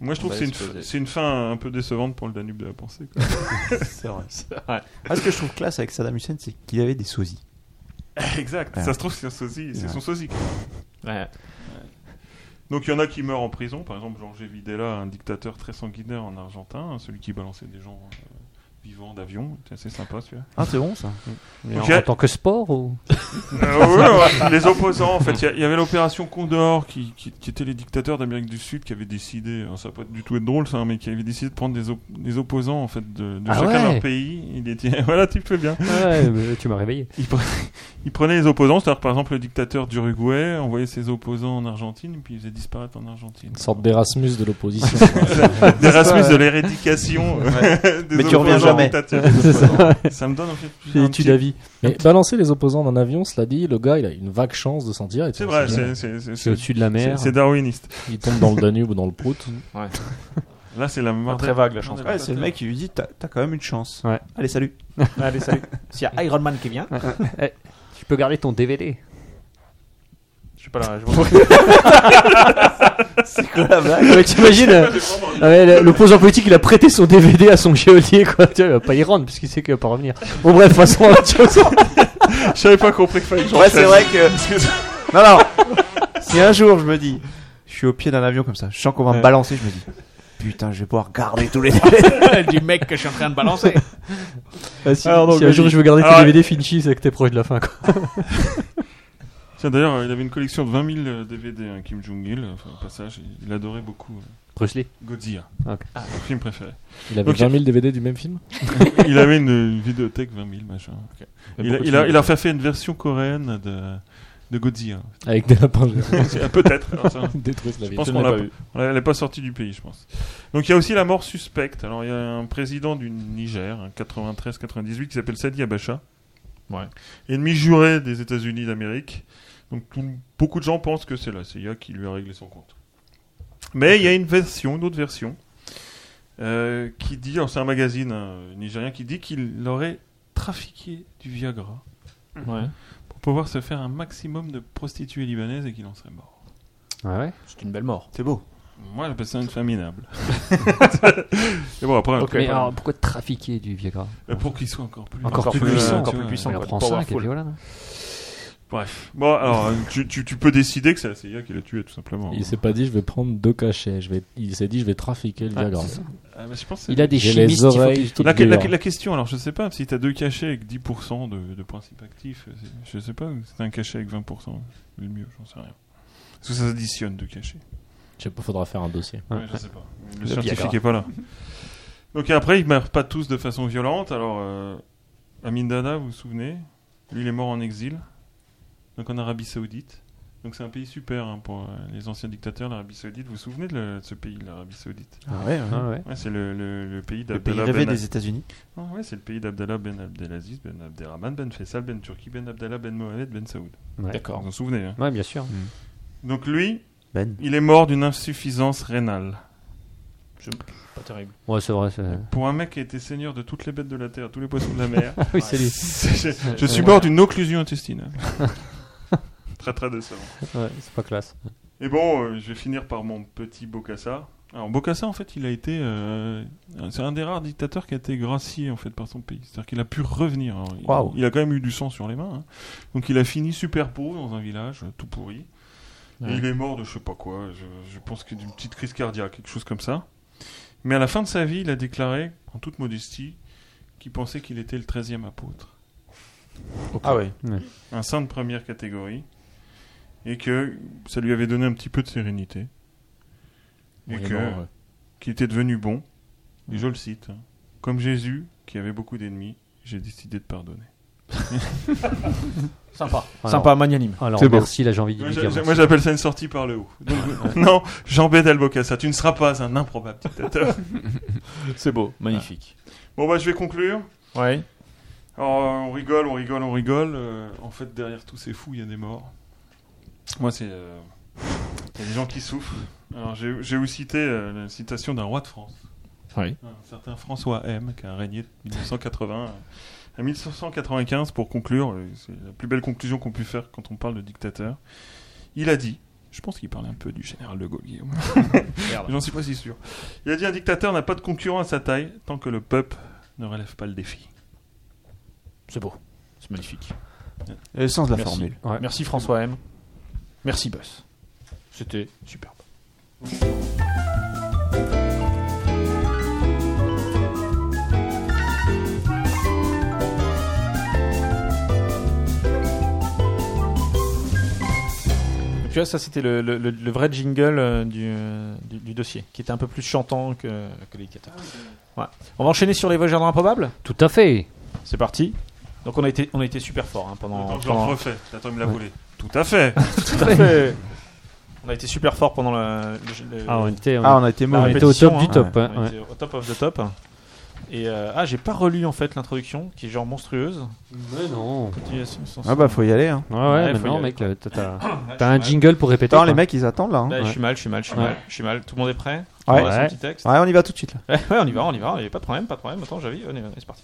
Speaker 8: Moi je trouve
Speaker 3: On
Speaker 8: que c'est
Speaker 3: va
Speaker 8: une,
Speaker 3: exploser.
Speaker 8: c'est une fin un peu décevante pour le Danube de la pensée. quoi.
Speaker 5: C'est vrai. Ah, ce que je trouve classe avec Saddam Hussein, c'est qu'il avait des sosies.
Speaker 8: Exact,
Speaker 5: Ouais.
Speaker 8: ça se trouve c'est un sosie, c'est
Speaker 5: Ouais.
Speaker 8: son sosie.
Speaker 3: Ouais.
Speaker 8: Donc il y en a qui meurent en prison, par exemple Jorge Videla, un dictateur très sanguinaire en Argentin, hein, celui qui balançait des gens euh, vivants d'avion, c'est assez sympa celui-là.
Speaker 5: Ah, c'est bon ça.
Speaker 8: Mais
Speaker 4: en,
Speaker 8: en-
Speaker 4: en tant que sport ou
Speaker 8: Euh, ouais, ouais, les opposants, en fait. Il y a- Il y, avait l'opération Condor qui, qui, qui était les dictateurs d'Amérique du Sud qui avaient décidé, alors ça va pas du tout être drôle ça, hein, mais qui avaient décidé de prendre des, op- des opposants en fait de, de
Speaker 4: Ah
Speaker 8: chacun
Speaker 4: ouais.
Speaker 8: leur pays. Il était, voilà, tu fais bien.
Speaker 4: Ouais, mais tu m'as réveillé.
Speaker 8: Ils, pre- ils prenaient les opposants, c'est-à-dire par exemple le dictateur d'Uruguay envoyait ses opposants en Argentine, puis il faisait disparaître en Argentine.
Speaker 7: Une sorte d'Erasmus de l'opposition.
Speaker 8: D'Erasmus de l'éradication euh, des
Speaker 5: Mais tu reviens
Speaker 8: opposants
Speaker 5: jamais.
Speaker 8: dictateurs.
Speaker 5: C'est
Speaker 7: ça.
Speaker 8: ça me donne en fait
Speaker 4: J'ai
Speaker 8: un
Speaker 4: étude
Speaker 8: petit-
Speaker 4: à vie.
Speaker 7: Mais balancer les opposants d'un avion, cela dit, le gars, il a une vague chance de s'en tirer.
Speaker 8: C'est vrai, c'est- c'est- c'est-
Speaker 4: C'est au-dessus de la mer.
Speaker 8: c'est- c'est darwiniste.
Speaker 7: Il tombe dans le Danube ou dans le Prout.
Speaker 3: Ouais.
Speaker 8: Là, c'est la mémoire
Speaker 3: Pas très vague, la chance.
Speaker 5: Ouais, c'est le mec qui lui dit bah, T'as t'as quand même une chance.
Speaker 4: Ouais.
Speaker 5: Allez, salut.
Speaker 3: Allez, salut. S'il y a Iron Man qui vient,
Speaker 4: Eh, tu peux garder ton DVD.
Speaker 3: je suis pas là. Je
Speaker 5: C'est quoi
Speaker 8: Ah, bah,
Speaker 5: la blague
Speaker 4: Ouais, T'imagines euh, ah ouais, le- L'opposant politique, il a prêté son DVD à son géolier, quoi. Tu vois, il va pas y rendre, parce qu'il sait qu'il va pas revenir. Bon, bref, passons à autre chose.
Speaker 8: J'avais pas compris qu'il fallait que
Speaker 5: Ouais, c'est
Speaker 8: j'enchaîne.
Speaker 5: vrai que. Non, non. Si un jour je me dis, je suis au pied d'un avion comme ça, je sens qu'on va me balancer, je me dis, putain, je vais pouvoir garder tous les.
Speaker 3: du mec que je suis en train de balancer.
Speaker 4: Ah, si
Speaker 3: Alors, donc,
Speaker 4: si un jour
Speaker 3: vas-y.
Speaker 4: je veux garder
Speaker 8: Alors,
Speaker 4: tes DVD, Finchy, c'est que t'es proche de la fin, quoi.
Speaker 8: Tiens, d'ailleurs, euh, il avait une collection de 20 000 euh, DVD, hein, Kim Jong-il, euh, enfin, au passage, il- il adorait beaucoup euh,
Speaker 4: Bruce Lee.
Speaker 8: Godzilla, Ah.
Speaker 4: Ok.
Speaker 8: son film préféré.
Speaker 7: Il avait
Speaker 8: Ok.
Speaker 7: 20 000 DVD du même film
Speaker 8: il avait une, euh, une vidéothèque 20 000, machin. Il, a,
Speaker 7: Pourquoi
Speaker 8: il,
Speaker 7: tu
Speaker 8: a, il a
Speaker 7: me dis ça
Speaker 8: fait fait une version coréenne de, de Godzilla.
Speaker 7: Avec des lapins.
Speaker 8: Euh, Peut-être, alors ça,
Speaker 7: Détruit la vie.
Speaker 8: pense
Speaker 7: Je
Speaker 8: qu'on
Speaker 7: l'ai
Speaker 8: l'a
Speaker 7: pas vu.
Speaker 8: on l'a- elle n'est pas sortie du pays, je pense. Donc il y a aussi la mort suspecte. Alors il y a un président du Niger, hein, 93-98, qui s'appelle Sadi Abacha,
Speaker 3: Ouais.
Speaker 8: ennemi juré des États-Unis d'Amérique. Donc tout- beaucoup de gens pensent que c'est la CIA qui lui a réglé son compte. Mais il y a une version, une autre version, euh, qui dit, alors c'est un magazine hein, nigérien qui dit qu'il aurait trafiqué du Viagra
Speaker 3: Ouais.
Speaker 8: pour pouvoir se faire un maximum de prostituées libanaises et qu'il en serait mort.
Speaker 4: Ouais, ouais.
Speaker 3: C'est une belle mort.
Speaker 5: C'est beau.
Speaker 8: Moi, j'appelle ça une faminable. Et bon, après,
Speaker 3: Ok.
Speaker 8: euh,
Speaker 4: Mais alors, pourquoi trafiquer du Viagra
Speaker 8: pour qu'il soit encore plus,
Speaker 4: Encore plus
Speaker 8: euh,
Speaker 4: puissant,
Speaker 8: tu
Speaker 3: encore
Speaker 8: vois.
Speaker 3: plus puissant.
Speaker 4: On
Speaker 3: quoi,
Speaker 4: prend
Speaker 3: pour
Speaker 4: 5
Speaker 3: avoir
Speaker 4: et
Speaker 3: full.
Speaker 4: puis voilà. non
Speaker 8: Bref. Bon, alors, euh, tu, tu, tu peux décider que c'est la CIA qui l'a tué, tout simplement.
Speaker 7: Il s'est pas dit, je vais prendre deux cachets. Je vais... Il s'est dit, je vais trafiquer le Viagra.
Speaker 8: Ah, mais je pense que c'est-
Speaker 4: Il a des
Speaker 7: J'ai
Speaker 4: chimistes
Speaker 7: les
Speaker 4: qui font
Speaker 7: oreilles
Speaker 4: qu'il-
Speaker 7: toutes
Speaker 8: la, que- la,
Speaker 7: dures.
Speaker 8: la question, alors, je sais pas, si t'as deux cachets avec 10% de, de principe actif, euh, c'est- je sais pas, ou c'est un cachet avec 20%, le mieux, j'en sais rien. Est-ce que ça s'additionne, deux cachets
Speaker 7: Je sais pas, faudra faire un dossier.
Speaker 8: Ouais,
Speaker 4: Ouais.
Speaker 8: je sais pas. Le,
Speaker 4: Le
Speaker 8: scientifique
Speaker 4: Viagra.
Speaker 8: est pas là. Donc après, ils meurent pas tous de façon violente. Alors, euh, Amin Dada, vous vous souvenez Lui, il est mort en exil, donc en Arabie Saoudite. Donc c'est un pays super hein, pour euh, les anciens dictateurs, l'Arabie Saoudite. Vous vous souvenez de, le- de ce pays, l'Arabie Saoudite
Speaker 5: Ah ouais, ouais.
Speaker 4: Ah ouais.
Speaker 8: Ouais, C'est le, le- le pays
Speaker 5: Le pays
Speaker 8: d'Abdallah
Speaker 5: rêvé
Speaker 8: ben...
Speaker 5: des États-Unis.
Speaker 8: Ah ouais, c'est le pays d'Abdallah ben Abdelaziz, ben Abderrahman, ben Faisal, ben Turki, ben Abdallah, ben Mohamed, ben Saoud. Vous
Speaker 7: D'accord.
Speaker 8: vous en souvenez hein
Speaker 4: Ouais, bien sûr.
Speaker 8: Donc lui,
Speaker 5: Ben.
Speaker 8: il est mort d'une insuffisance rénale.
Speaker 3: Pas terrible.
Speaker 4: Ouais, c'est vrai. c'est-
Speaker 8: Pour un mec qui a été seigneur de toutes les bêtes de la terre, tous les poissons de la mer,
Speaker 4: Ah Oui, c'est lui.
Speaker 8: je, je suis mort d'une occlusion intestinale. très très décevant.
Speaker 4: Ouais, c'est pas classe.
Speaker 8: Et bon, euh, je vais finir par mon petit Bokassa. Alors Bokassa, en fait, il a été, euh, c'est un des rares dictateurs qui a été gracié en fait par son pays. C'est-à-dire qu'il a pu revenir. Alors, il-
Speaker 5: Waouh.
Speaker 8: il, a quand même eu du sang sur les mains. hein. Donc il a fini super pauvre dans un village euh, tout pourri. Et
Speaker 3: Ouais.
Speaker 8: il est mort de je sais pas quoi. Je, je pense que d'une petite crise cardiaque, quelque chose comme ça. Mais à la fin de sa vie, il a déclaré, en toute modestie, qu'il pensait qu'il était le 13e apôtre
Speaker 5: Ah ouais.
Speaker 8: un saint de première catégorie, et que ça lui avait donné un petit peu de sérénité. et
Speaker 7: Moyen
Speaker 8: que,
Speaker 7: Orient, ouais.
Speaker 8: qui était devenu bon. Et je le cite, hein, comme Jésus, qui avait beaucoup d'ennemis, j'ai décidé de pardonner.
Speaker 7: Sympa.
Speaker 3: Sympa, magnanime.
Speaker 4: Alors,
Speaker 3: C'est beau.
Speaker 4: merci, là, j'ai envie de
Speaker 8: Moi,
Speaker 4: lui
Speaker 8: j'a-
Speaker 4: dire.
Speaker 8: j'a- moi, j'appelle ça une sortie par le haut. Donc, non, j'embête Albocassa, tu ne seras pas un improbable dictateur.
Speaker 3: C'est beau, magnifique.
Speaker 8: bon, bah, je vais conclure.
Speaker 3: Ouais.
Speaker 8: Alors, euh, on rigole, on rigole, on rigole. Euh, en fait, derrière tous ces fous, il y a des morts. Moi, c'est. euh, Il y a des gens qui souffrent. Alors, j'ai j'ai aussi cité euh, la citation d'un roi de France.
Speaker 3: Oui.
Speaker 8: Un certain François M, qui a régné de 1980 à 1595, pour conclure. euh, C'est la plus belle conclusion qu'on peut faire quand on parle de dictateur. Il a dit. Je pense qu'il parlait un peu du général de Gaulle, Guillaume. J'en suis pas si sûr. Il a dit un dictateur n'a pas de concurrent à sa taille tant que le peuple ne relève pas le défi.
Speaker 3: C'est beau. C'est magnifique.
Speaker 5: Et le sens de Euh, la
Speaker 3: Merci.
Speaker 5: formule.
Speaker 3: Ouais. Merci François M. Merci Boss. C'était superbe. Donc, Tu vois, ça c'était le, le- le- le vrai jingle euh, du, euh, du- du dossier, qui était un peu plus chantant que, que les dictateurs. Ouais. On va enchaîner sur les voyageurs improbables
Speaker 4: Tout à fait.
Speaker 3: C'est parti. Donc on a été, on a été super fort hein, pendant,
Speaker 8: Attends, je le
Speaker 3: pendant-
Speaker 8: refais. Attends, il me l'a volé. Tout à fait.
Speaker 3: Tout à fait. On a été super fort pendant la- le. le-
Speaker 4: Ah, on était,
Speaker 5: Ah, on a été
Speaker 3: la
Speaker 5: mauvais.
Speaker 4: on était au
Speaker 3: répétition,
Speaker 4: top du
Speaker 3: hein.
Speaker 4: top. ouais,
Speaker 3: On
Speaker 4: ouais.
Speaker 3: était au top of the top. Et euh, ah, j'ai pas relu en fait l'introduction qui est genre monstrueuse.
Speaker 4: Mais non.
Speaker 5: Ah bah faut y aller. Hein.
Speaker 4: Ouais,
Speaker 3: Ouais,
Speaker 4: ouais,
Speaker 3: faut
Speaker 4: mais
Speaker 3: y
Speaker 4: non,
Speaker 3: aller.
Speaker 4: mec, là, t'as- t'as
Speaker 3: Ah,
Speaker 4: t'as
Speaker 3: je
Speaker 4: un
Speaker 3: suis mal.
Speaker 4: jingle pour répéter.
Speaker 5: Attends,
Speaker 4: quoi.
Speaker 5: les mecs ils attendent là. hein.
Speaker 3: Là,
Speaker 5: Ouais.
Speaker 3: Je suis mal, je suis mal, je suis
Speaker 4: Ouais.
Speaker 3: mal. Je suis mal. Tout le monde est prêt
Speaker 5: Ouais.
Speaker 3: On voit son
Speaker 4: Ouais.
Speaker 3: petit texte.
Speaker 5: Ouais, on y va tout de suite là.
Speaker 3: Ouais, ouais, on y va, on y va, on y va, pas de problème, pas de problème. Attends, j'avais, on y va, c'est parti.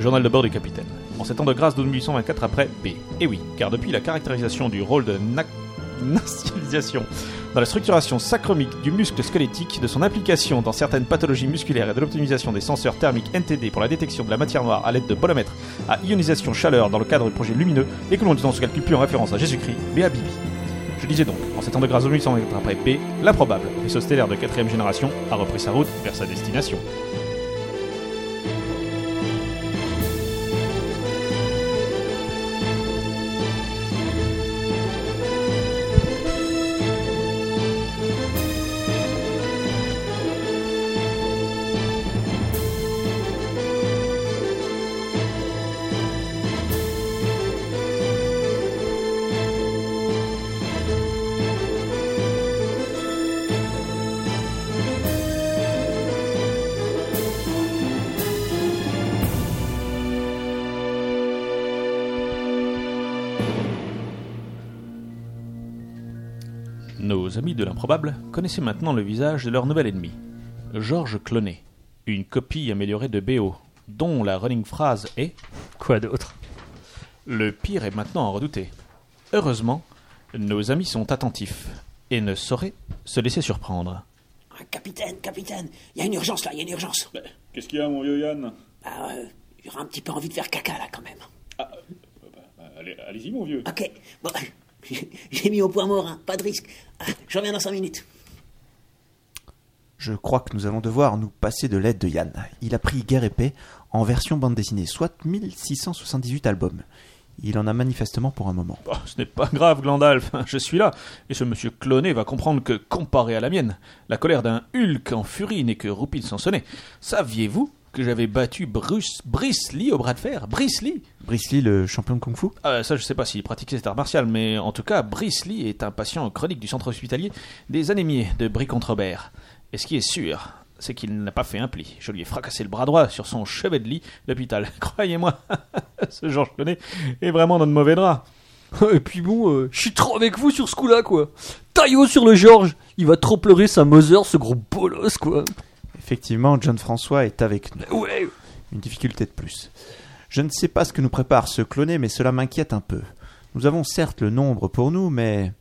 Speaker 3: Journal de bord du capitaine. En sept ans de grâce de 1824 après B. Et oui, car depuis la caractérisation du rôle de na- nationalisation dans la structuration sacromique du muscle squelettique, de son application dans certaines pathologies musculaires et de l'optimisation des senseurs thermiques NTD pour la détection de la matière noire à l'aide de bolomètres à ionisation chaleur dans le cadre du projet lumineux, et que l'on dit dans ce calcul plus en référence à Jésus-Christ, mais à Bibi. Je disais donc, en sept ans de grâce de 1824 après P, l'improbable vaisseau stellaire de quatrième génération a repris sa route vers sa destination. Nos amis de l'improbable connaissaient maintenant le visage de leur nouvel ennemi, Georges Clonet, une copie améliorée de BO, dont la running phrase est
Speaker 4: Quoi d'autre
Speaker 3: Le pire est maintenant à redouter. Heureusement, nos amis sont attentifs et ne sauraient se laisser surprendre.
Speaker 11: Ah, Capitaine, capitaine, il y a une urgence là, il y a une urgence.
Speaker 8: Qu'est-ce qu'il y a, mon vieux Yann
Speaker 11: Bah, euh, j'aurais un petit peu envie de faire caca là quand même.
Speaker 8: Euh, Allez-y, mon vieux.
Speaker 11: Ok, bon, j'ai mis au point mort, hein, pas de risque. Ah, Je reviens dans 5 minutes.
Speaker 5: Je crois que nous allons devoir nous passer de l'aide de Yann. Il a pris Guerre et Paix en version bande dessinée, soit 1678 albums. Il en a manifestement pour un moment.
Speaker 3: Bah, ce n'est pas grave, Glandalf, je suis là, et ce monsieur cloné va comprendre que, comparé à la mienne, la colère d'un Hulk en furie n'est que roupine sansonnée. Saviez-vous que j'avais battu Bruce, Brice Lee au bras de fer Brice Lee
Speaker 5: Brice Lee, le champion de Kung Fu
Speaker 3: Ah, Ça, je sais pas s'il pratiquait cet art martial, mais en tout cas, Brice Lee est un patient chronique du centre hospitalier des anémies de Bric-contre-Robert. Et ce qui est sûr, c'est qu'il n'a pas fait un pli. Je lui ai fracassé le bras droit sur son chevet de lit d'hôpital. Croyez-moi, ce Georges Clonet est vraiment dans de mauvais draps.
Speaker 4: Et puis bon, euh, je suis trop avec vous sur ce coup-là, quoi. Taillot sur le Georges, il va trop pleurer sa Mother, ce gros bolos, quoi.
Speaker 5: Effectivement, John François est avec nous.
Speaker 4: Ouais.
Speaker 5: Une difficulté de plus. Je ne sais pas ce que nous prépare ce cloné, mais cela m'inquiète un peu. Nous avons certes le nombre pour nous, mais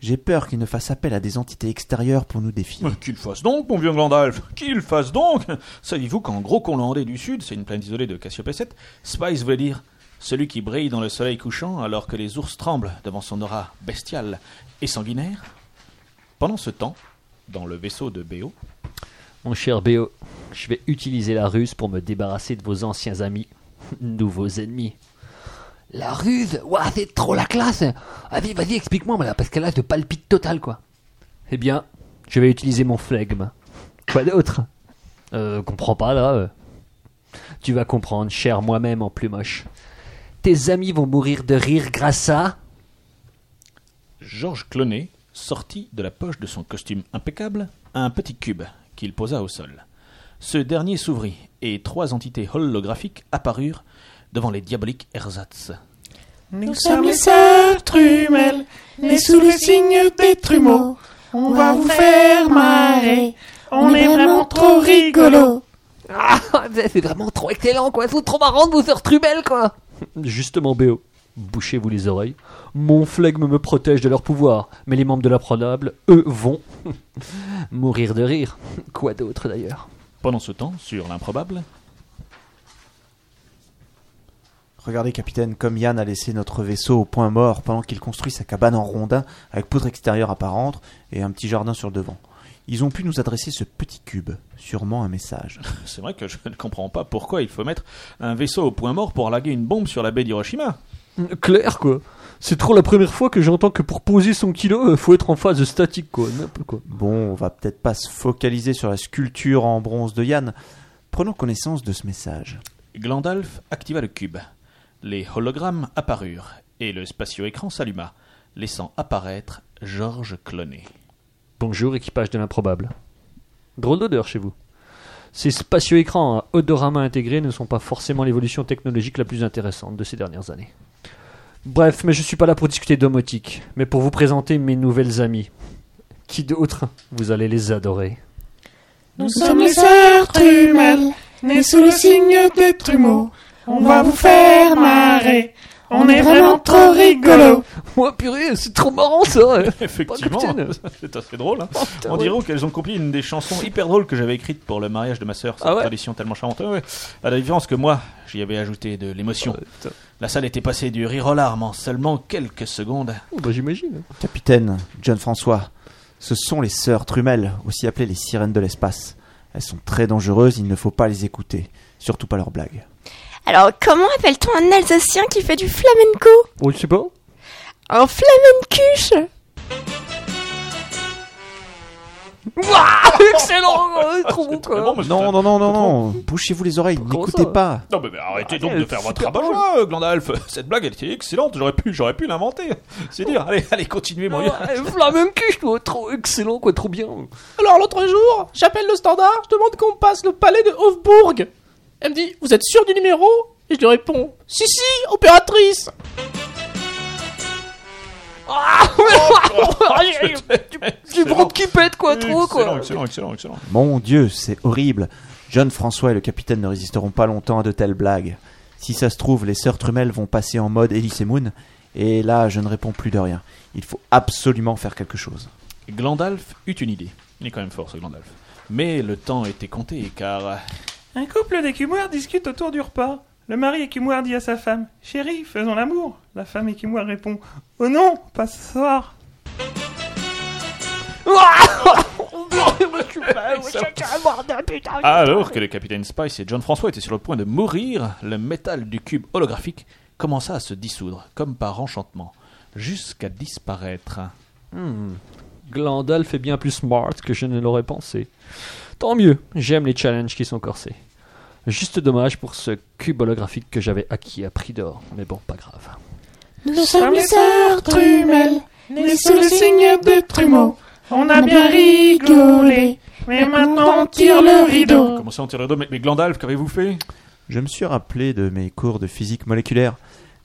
Speaker 5: j'ai peur qu'il ne fasse appel à des entités extérieures pour nous défier.
Speaker 3: Mais Qu'il fasse donc, mon vieux Glandalf, qu'il fasse donc Saviez-vous qu'en gros Colandais du Sud, c'est une plaine isolée de Cassiopée 7, Spice veut dire celui qui brille dans le soleil couchant alors que les ours tremblent devant son aura bestiale et sanguinaire Pendant ce temps, dans le vaisseau de Béo,
Speaker 4: Mon cher BO, je vais utiliser la ruse pour me débarrasser de vos anciens amis, nouveaux ennemis.
Speaker 12: La
Speaker 4: Ah,
Speaker 12: ruse Ouah, c'est trop la classe Vas-y, vas-y, explique-moi, moi, là, parce que là, je palpite total, quoi.
Speaker 4: Eh bien, je vais utiliser mon flegme. Quoi d'autre euh, Comprends pas là. euh. Tu vas comprendre, cher moi-même en plus moche. Tes amis vont mourir de rire grâce à.
Speaker 3: Georges Clonet sortit de la poche de son costume impeccable un petit cube qu'il posa au sol. Ce dernier s'ouvrit et trois entités holographiques apparurent devant les diaboliques ersatz.
Speaker 12: Nous sommes les sœurs Trumel, mais sous le signe des trumeaux. On va vous faire marrer, on est vraiment trop rigolo.
Speaker 4: Ah, c'est vraiment trop excellent quoi, c'est trop marrant de vous faire trubelle quoi Justement, BO, bouchez-vous les oreilles. Mon flegme me protège de leur pouvoir, mais les membres de la Prodable, eux, vont mourir de rire. Quoi d'autre d'ailleurs
Speaker 3: Pendant ce temps, sur l'improbable,
Speaker 5: Regardez, capitaine, comme Yann a laissé notre vaisseau au point mort pendant qu'il construit sa cabane en rondin avec poutre extérieure à part entre et un petit jardin sur le devant. Ils ont pu nous adresser ce petit cube, sûrement un message.
Speaker 3: c'est vrai que je ne comprends pas pourquoi il faut mettre un vaisseau au point mort pour larguer une bombe sur la baie d'Hiroshima.
Speaker 4: Claire quoi C'est trop la première fois que j'entends que pour poser son kilo, euh, faut être en phase statique quoi, n'importe quoi.
Speaker 5: Bon, on va peut-être pas se focaliser sur la sculpture en bronze de Yann. Prenons connaissance de ce message.
Speaker 3: Glandalf activa le cube. Les hologrammes apparurent et le spatio-écran s'alluma, laissant apparaître Georges Clonet.
Speaker 4: Bonjour équipage de l'improbable. Drôle d'odeur chez vous. Ces spacieux écrans à odorama intégré ne sont pas forcément l'évolution technologique la plus intéressante de ces dernières années. Bref, mais je suis pas là pour discuter domotique, mais pour vous présenter mes nouvelles amies. Qui d'autre Vous allez les adorer.
Speaker 12: Nous sommes les sœurs Trumel, mais sous le signe des trumeaux. On va vous faire marrer, on est vraiment trop rigolo.
Speaker 4: Moi purée, c'est trop marrant ça
Speaker 3: Effectivement,
Speaker 4: Oh, capitaine.
Speaker 3: c'est assez drôle. hein.
Speaker 4: putain,
Speaker 3: On
Speaker 4: Oh, ouais.
Speaker 3: dirait qu'elles ont copié une des chansons hyper drôles que j'avais écrites pour le mariage de ma sœur, cette
Speaker 4: Ah ouais
Speaker 3: tradition tellement charmante. Ouais, ouais. À la différence que moi, j'y avais ajouté de
Speaker 4: Oh,
Speaker 3: l'émotion. la salle était passée du rire aux larmes en seulement quelques secondes.
Speaker 4: Bah, j'imagine.
Speaker 5: Capitaine, John François, ce sont les sœurs Trumel, aussi appelées les sirènes de l'espace. Elles sont très dangereuses, il ne faut pas les écouter, surtout pas leurs blagues.
Speaker 6: Alors, Oh, comment appelle-t-on un Alsacien qui fait du flamenco
Speaker 4: Oh, je sais pas.
Speaker 6: Un flamencuche
Speaker 4: Ah, Excellent Trop
Speaker 3: Ah
Speaker 4: bon quoi
Speaker 5: Non, non, non, non, non, bouchez-vous les oreilles, n'écoutez
Speaker 3: ça
Speaker 5: pas.
Speaker 3: Non mais, mais arrêtez donc
Speaker 5: Allez,
Speaker 3: de faire votre
Speaker 5: super
Speaker 3: rabat joie, Glandalf. Cette blague, elle était excellente. J'aurais pu, j'aurais pu l'inventer. C'est dire. Allez, allez, continuez, mon gars.
Speaker 4: Oh, Flamme cuche, toi, trop excellent quoi, trop bien.
Speaker 13: Alors l'autre jour, j'appelle le standard, je demande qu'on me passe le palais de Hofburg. Elle me dit, vous êtes sûr du numéro Et je lui réponds, si si, opératrice
Speaker 4: Ah, Oh, Du ventre qui pète quoi, trop quoi.
Speaker 3: Excellent, excellent, excellent.
Speaker 5: Mon Dieu, c'est horrible. John François et le capitaine ne résisteront pas longtemps à de telles blagues. Si ça se trouve, les sœurs Trumel vont passer en mode Elise et Moon, et là, je ne réponds plus de rien. Il faut absolument faire quelque chose.
Speaker 3: Glandalf eut une idée. Il est quand même fort, ce Glandalf. Mais le temps était compté, car
Speaker 9: Un couple d'écumoires discute autour du repas. Le mari écumoire dit à sa femme Chérie, faisons l'amour. La femme écumoire répond Oh non, pas ce soir.
Speaker 4: Ah,
Speaker 3: alors que le capitaine Spice et John François étaient sur le point de mourir, le métal du cube holographique commença à se dissoudre, comme par enchantement, jusqu'à disparaître.
Speaker 4: Hmm. Glandalf est bien plus smart que je ne l'aurais pensé. Tant mieux, j'aime les challenges qui sont corsés. Juste dommage pour ce cube holographique que j'avais acquis à prix d'or, mais bon, pas grave.
Speaker 12: Nous sommes les sœurs Trumel, nées sous le signe des trumeaux. On a bien rigolé, mais maintenant on tire le rideau.
Speaker 3: Comment ça, on tire le rideau mais, mais Glandalf, qu'avez-vous fait
Speaker 5: Je me suis rappelé de mes cours de physique moléculaire.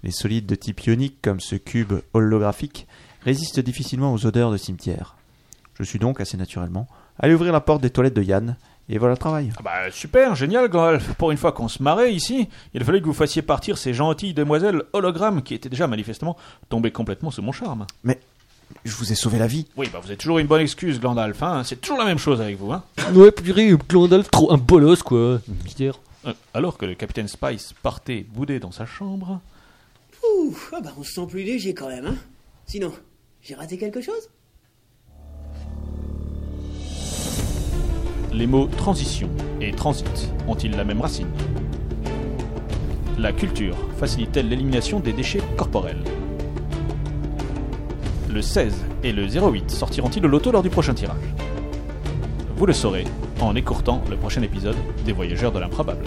Speaker 5: Les solides de type ionique, comme ce cube holographique, résistent difficilement aux odeurs de cimetière. Je suis donc, assez naturellement, allé ouvrir la porte des toilettes de Yann, et voilà le travail.
Speaker 3: Ah bah super, génial Glandalf. Pour une fois qu'on se marrait ici, il fallait que vous fassiez partir ces gentilles demoiselles hologrammes qui étaient déjà manifestement tombées complètement sous mon charme.
Speaker 5: Mais je vous ai sauvé la vie.
Speaker 3: Oui, bah vous êtes toujours une bonne excuse, Glandalf. hein. C'est toujours la même chose avec vous. Hein.
Speaker 4: Ouais, purée, Glandalf, trop un bolos quoi. Mystère.
Speaker 3: Euh, Alors que le capitaine Spice partait boudé dans sa chambre,
Speaker 14: Ouh, ah bah on se sent plus léger quand même, hein Sinon, j'ai raté quelque chose
Speaker 3: les mots transition et transit ont-ils la même racine La culture facilite-t-elle l'élimination des déchets corporels le 16 et le 08 sortiront-ils au loto lors du prochain tirage Vous le saurez en écourtant le prochain épisode des Voyageurs de l'improbable.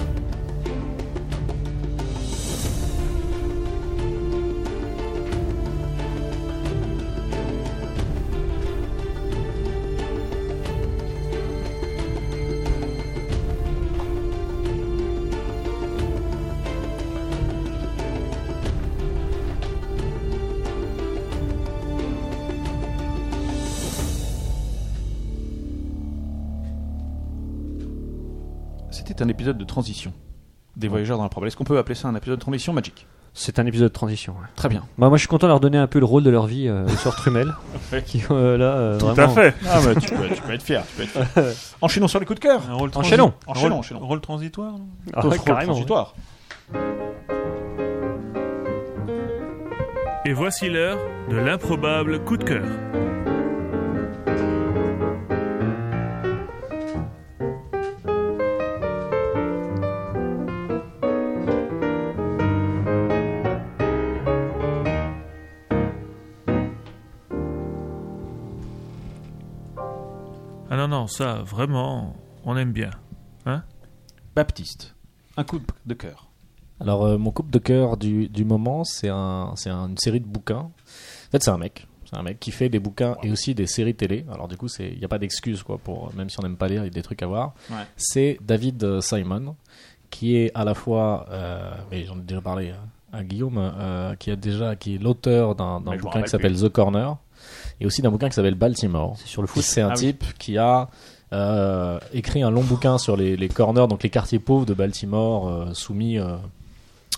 Speaker 3: C'était un épisode de transition des Voyageurs dans l'improbable. Est-ce qu'on peut appeler ça un épisode de transition magique
Speaker 4: C'est un épisode de transition. ouais.
Speaker 3: Très bien.
Speaker 4: Bah, moi, je suis content de leur donner un peu le rôle de leur vie euh, aux sœurs Trumel.
Speaker 3: Ouais.
Speaker 4: qui, euh, là, euh,
Speaker 3: Tout à
Speaker 4: vraiment-
Speaker 3: fait. Ah, bah, tu peux- tu peux être fier, tu peux être fier. Enchaînons sur les coups de cœur.
Speaker 8: Un rôle transi-
Speaker 3: Enchaînons.
Speaker 8: un
Speaker 3: Enchaînons,
Speaker 8: rôle-
Speaker 3: enchaînons.
Speaker 8: Rôle transitoire non
Speaker 3: Ah ouais, carrément, transitoire.
Speaker 15: Et voici l'heure de l'improbable coup de cœur. Ah non, non, ça, vraiment, on aime bien. Hein
Speaker 3: Baptiste, un coup de cœur.
Speaker 7: Alors, euh, mon couple de cœur du, du moment, c'est un, c'est un- une série de bouquins. En fait, c'est un mec. C'est un mec qui fait des bouquins et aussi des séries télé. Alors, du coup, il n'y a pas d'excuse, quoi, pour, même si on n'aime pas lire, il y a des trucs à voir.
Speaker 3: Ouais.
Speaker 7: C'est David euh, Simon, qui est à la fois, euh, mais j'en ai déjà parlé hein, à Guillaume, euh, qui, a déjà, qui est l'auteur d'un d'un
Speaker 3: Mais je m'en
Speaker 7: bouquin qui
Speaker 3: rappelle
Speaker 7: s'appelle The Corner et aussi d'un bouquin qui s'appelle Baltimore. C'est sur le foot. C'est un
Speaker 3: Ah oui.
Speaker 7: type qui a euh, écrit un long bouquin sur les, les corners, donc les quartiers pauvres de Baltimore, euh, soumis euh,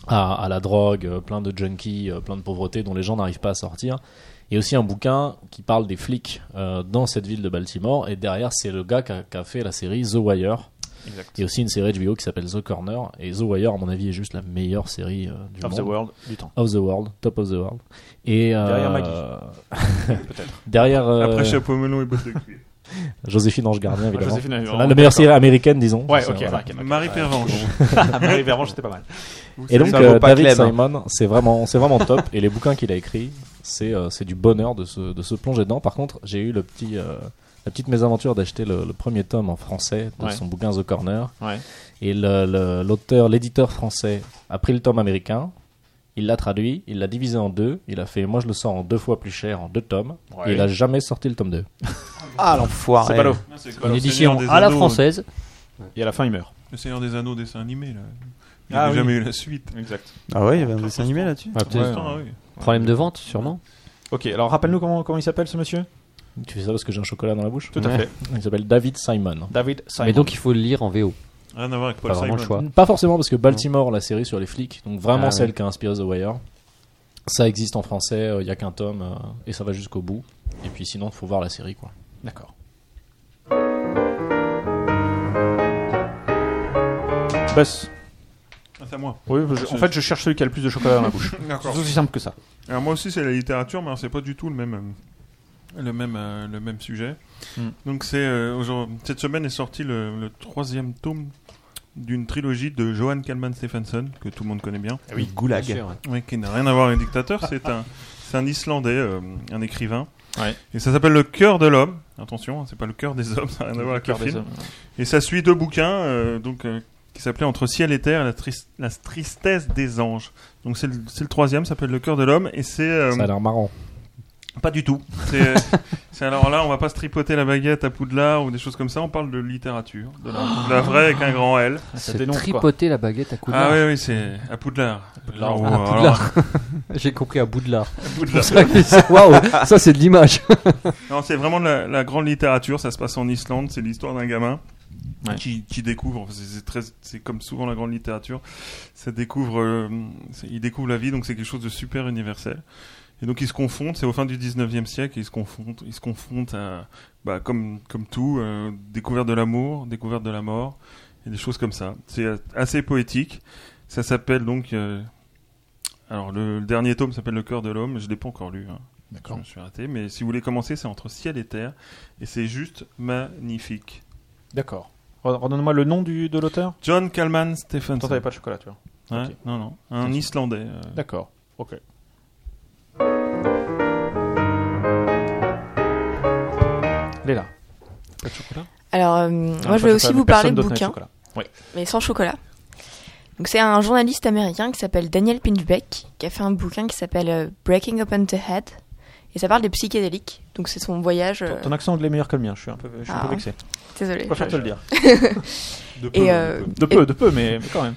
Speaker 7: à, à la drogue, euh, plein de junkies, euh, plein de pauvreté dont les gens n'arrivent pas à sortir. Et aussi un bouquin qui parle des flics euh, dans cette ville de Baltimore. Et derrière, c'est le gars qui a, qui a fait la série The Wire.
Speaker 3: Exact.
Speaker 7: Et aussi une série HBO qui s'appelle The Corner. Et The Wire, à mon avis, est juste la meilleure série euh, du
Speaker 3: Of
Speaker 7: monde.
Speaker 3: the world, du temps.
Speaker 7: Of the world, top of the world. Et, euh,
Speaker 3: Derrière Maggie.
Speaker 8: Peut-être.
Speaker 7: derrière. euh,
Speaker 8: Après Chapeau Melon et Bottes de Cuir.
Speaker 7: Joséphine Ange Gardien, évidemment.
Speaker 3: Ah, Joséphine Ange-
Speaker 7: C'est la- la meilleure série américaine, disons.
Speaker 3: Ouais,
Speaker 7: C'est-
Speaker 3: ok.
Speaker 7: voilà.
Speaker 3: ok, ok.
Speaker 8: Euh, Marie
Speaker 3: Ouais.
Speaker 8: Pervenche.
Speaker 3: Marie Pervenche, c'était pas mal.
Speaker 7: Et donc,
Speaker 5: Ça
Speaker 7: euh,
Speaker 5: vaut pas
Speaker 7: David
Speaker 5: Clem, hein.
Speaker 7: Simon, c'est vraiment, c'est vraiment top. Et les bouquins qu'il a écrits, c'est, euh, c'est du bonheur de se, de se plonger dedans. Par contre, j'ai eu le petit, euh, la petite mésaventure d'acheter le, le premier tome en français de
Speaker 3: Ouais.
Speaker 7: son bouquin The Corner.
Speaker 3: Ouais.
Speaker 7: Et le- le- l'auteur, l'éditeur français a pris le tome américain. Il l'a traduit, il l'a divisé en deux, il a fait, moi je le sors en deux fois plus cher, en deux tomes,
Speaker 3: Ouais.
Speaker 7: et il a jamais sorti le tome 2.
Speaker 5: Ah, l'enfoiré.
Speaker 7: C'est ballot.
Speaker 8: Ah, c'est
Speaker 7: Une
Speaker 8: pas le
Speaker 7: édition
Speaker 8: Seigneur des
Speaker 7: à la
Speaker 8: Anneaux. euh,
Speaker 7: française.
Speaker 3: Et à la fin, il meurt.
Speaker 8: Le Seigneur des Anneaux dessin animé, là. Il n'y
Speaker 3: Ah
Speaker 8: a
Speaker 3: oui.
Speaker 8: jamais eu la suite.
Speaker 3: Exact.
Speaker 5: Ah ouais, il y avait un dessin animé là-dessus
Speaker 4: Ah, peut-être.
Speaker 8: Ouais, ouais, ouais.
Speaker 4: Problème de vente, sûrement.
Speaker 3: Ok, alors rappelle-nous comment, comment il s'appelle ce monsieur
Speaker 7: Tu fais ça parce que j'ai un chocolat dans la bouche
Speaker 3: Tout à fait.
Speaker 7: Il s'appelle David Simon.
Speaker 3: David Simon.
Speaker 4: Mais donc, il faut le lire en VO.
Speaker 8: Rien à voir avec Paul
Speaker 4: Pas vraiment
Speaker 8: Simon.
Speaker 4: le choix.
Speaker 7: Pas forcément parce que Baltimore, la série sur les flics, donc vraiment
Speaker 4: Ah,
Speaker 7: celle
Speaker 4: ouais.
Speaker 7: qui a inspiré The Wire, ça existe en français, il n'y a qu'un tome euh, et ça va jusqu'au bout. Et puis sinon, faut voir la série quoi.
Speaker 3: D'accord. Buzz.
Speaker 8: Ah, c'est à moi.
Speaker 3: Oui, je- en fait, je cherche celui qui a le plus de chocolat dans la bouche.
Speaker 8: D'accord.
Speaker 3: C'est aussi simple que ça.
Speaker 8: Alors moi aussi c'est la littérature, mais alors c'est pas du tout le même, euh, le même, euh, le même sujet.
Speaker 4: Hmm.
Speaker 3: Mm.
Speaker 8: Donc c'est euh, aujourd'hui- cette semaine est sorti le, le troisième tome d'une trilogie de Johan Kalman Stephenson que tout le monde connaît bien.
Speaker 5: oui, Le goulag. bien sûr, ouais.
Speaker 8: Oui, qui n'a rien à voir avec dictateur. C'est un, c'est un Islandais, euh, un écrivain.
Speaker 3: Ouais.
Speaker 8: Et ça s'appelle Le cœur de l'homme. Attention, hein, c'est pas le cœur des hommes, ça n'a rien à voir
Speaker 3: Le
Speaker 8: avec
Speaker 3: cœur
Speaker 8: le
Speaker 3: des
Speaker 8: film.
Speaker 3: hommes,
Speaker 8: Et ça suit deux bouquins, euh, donc euh, qui s'appelaient Entre ciel et terre, la, tris- la tristesse des anges. Donc c'est le, c'est le troisième, ça s'appelle Le cœur de l'homme, et c'est euh,
Speaker 7: Ça a l'air marrant.
Speaker 8: pas du tout. C'est euh, c'est- alors là, on va pas se tripoter la baguette à Poudlard ou des choses comme ça. On parle de littérature, de la, de la vraie avec un grand L.
Speaker 4: Ah, ça C'est dénonce, quoi. tripoter la baguette à Poudlard.
Speaker 8: Ah oui, oui, c'est à Poudlard.
Speaker 4: Poudlard.
Speaker 8: Ou,
Speaker 4: Ah,
Speaker 8: alors,
Speaker 4: Poudlard. J'ai compris à Boudelard.
Speaker 8: Poudlard.
Speaker 4: Waouh, ça c'est de l'image.
Speaker 8: Non, c'est vraiment de la, la grande littérature. Ça se passe en Islande. C'est l'histoire d'un gamin
Speaker 3: Ouais.
Speaker 8: qui, qui découvre. c'est- C'est très, c'est comme souvent la grande littérature. Ça découvre. euh, c'est- il découvre la vie. Donc c'est quelque chose de super universel. Et donc ils se confondent. C'est au fin du 19e siècle. Ils se confondent. Ils se confrontent à, bah, comme comme tout, euh, découverte de l'amour, découverte de la mort, et des choses comme ça. C'est euh, assez poétique. Ça s'appelle donc. euh, alors le, le dernier tome s'appelle Le cœur de l'homme. Je l'ai pas encore lu. hein.
Speaker 3: D'accord.
Speaker 8: Je me suis raté, mais si vous voulez commencer, c'est entre ciel et terre, et c'est juste magnifique.
Speaker 3: D'accord. Re- Redonne-moi le nom du, de l'auteur.
Speaker 8: John Kalman Stephenson.
Speaker 3: Attends, t'avais pas de chocolat, tu vois.
Speaker 8: Ouais,
Speaker 3: Ok.
Speaker 8: Non, non, un Islandais. euh.
Speaker 3: D'accord. Ok. Léla. Pas de chocolat
Speaker 6: Alors, euh, moi,
Speaker 3: pas
Speaker 6: je voulais
Speaker 3: de
Speaker 6: aussi
Speaker 3: chocolat, personne
Speaker 6: vous parler de
Speaker 3: d'autre n'a de
Speaker 6: bouquin,
Speaker 3: chocolat. Ouais.
Speaker 6: mais sans chocolat. Donc, c'est un journaliste américain qui s'appelle Daniel Pinchbeck, qui a fait un bouquin qui s'appelle euh, Breaking Open the Head, et ça parle des psychédéliques. Donc, c'est son voyage. euh,
Speaker 3: Ton accent anglais est meilleur que le mien, je suis un peu, je suis un peu
Speaker 6: Ah.
Speaker 3: vexé.
Speaker 6: Désolée.
Speaker 3: Je préfère te le dire. De peu,
Speaker 6: Et, euh,
Speaker 3: de peu, de peu, mais, mais quand même.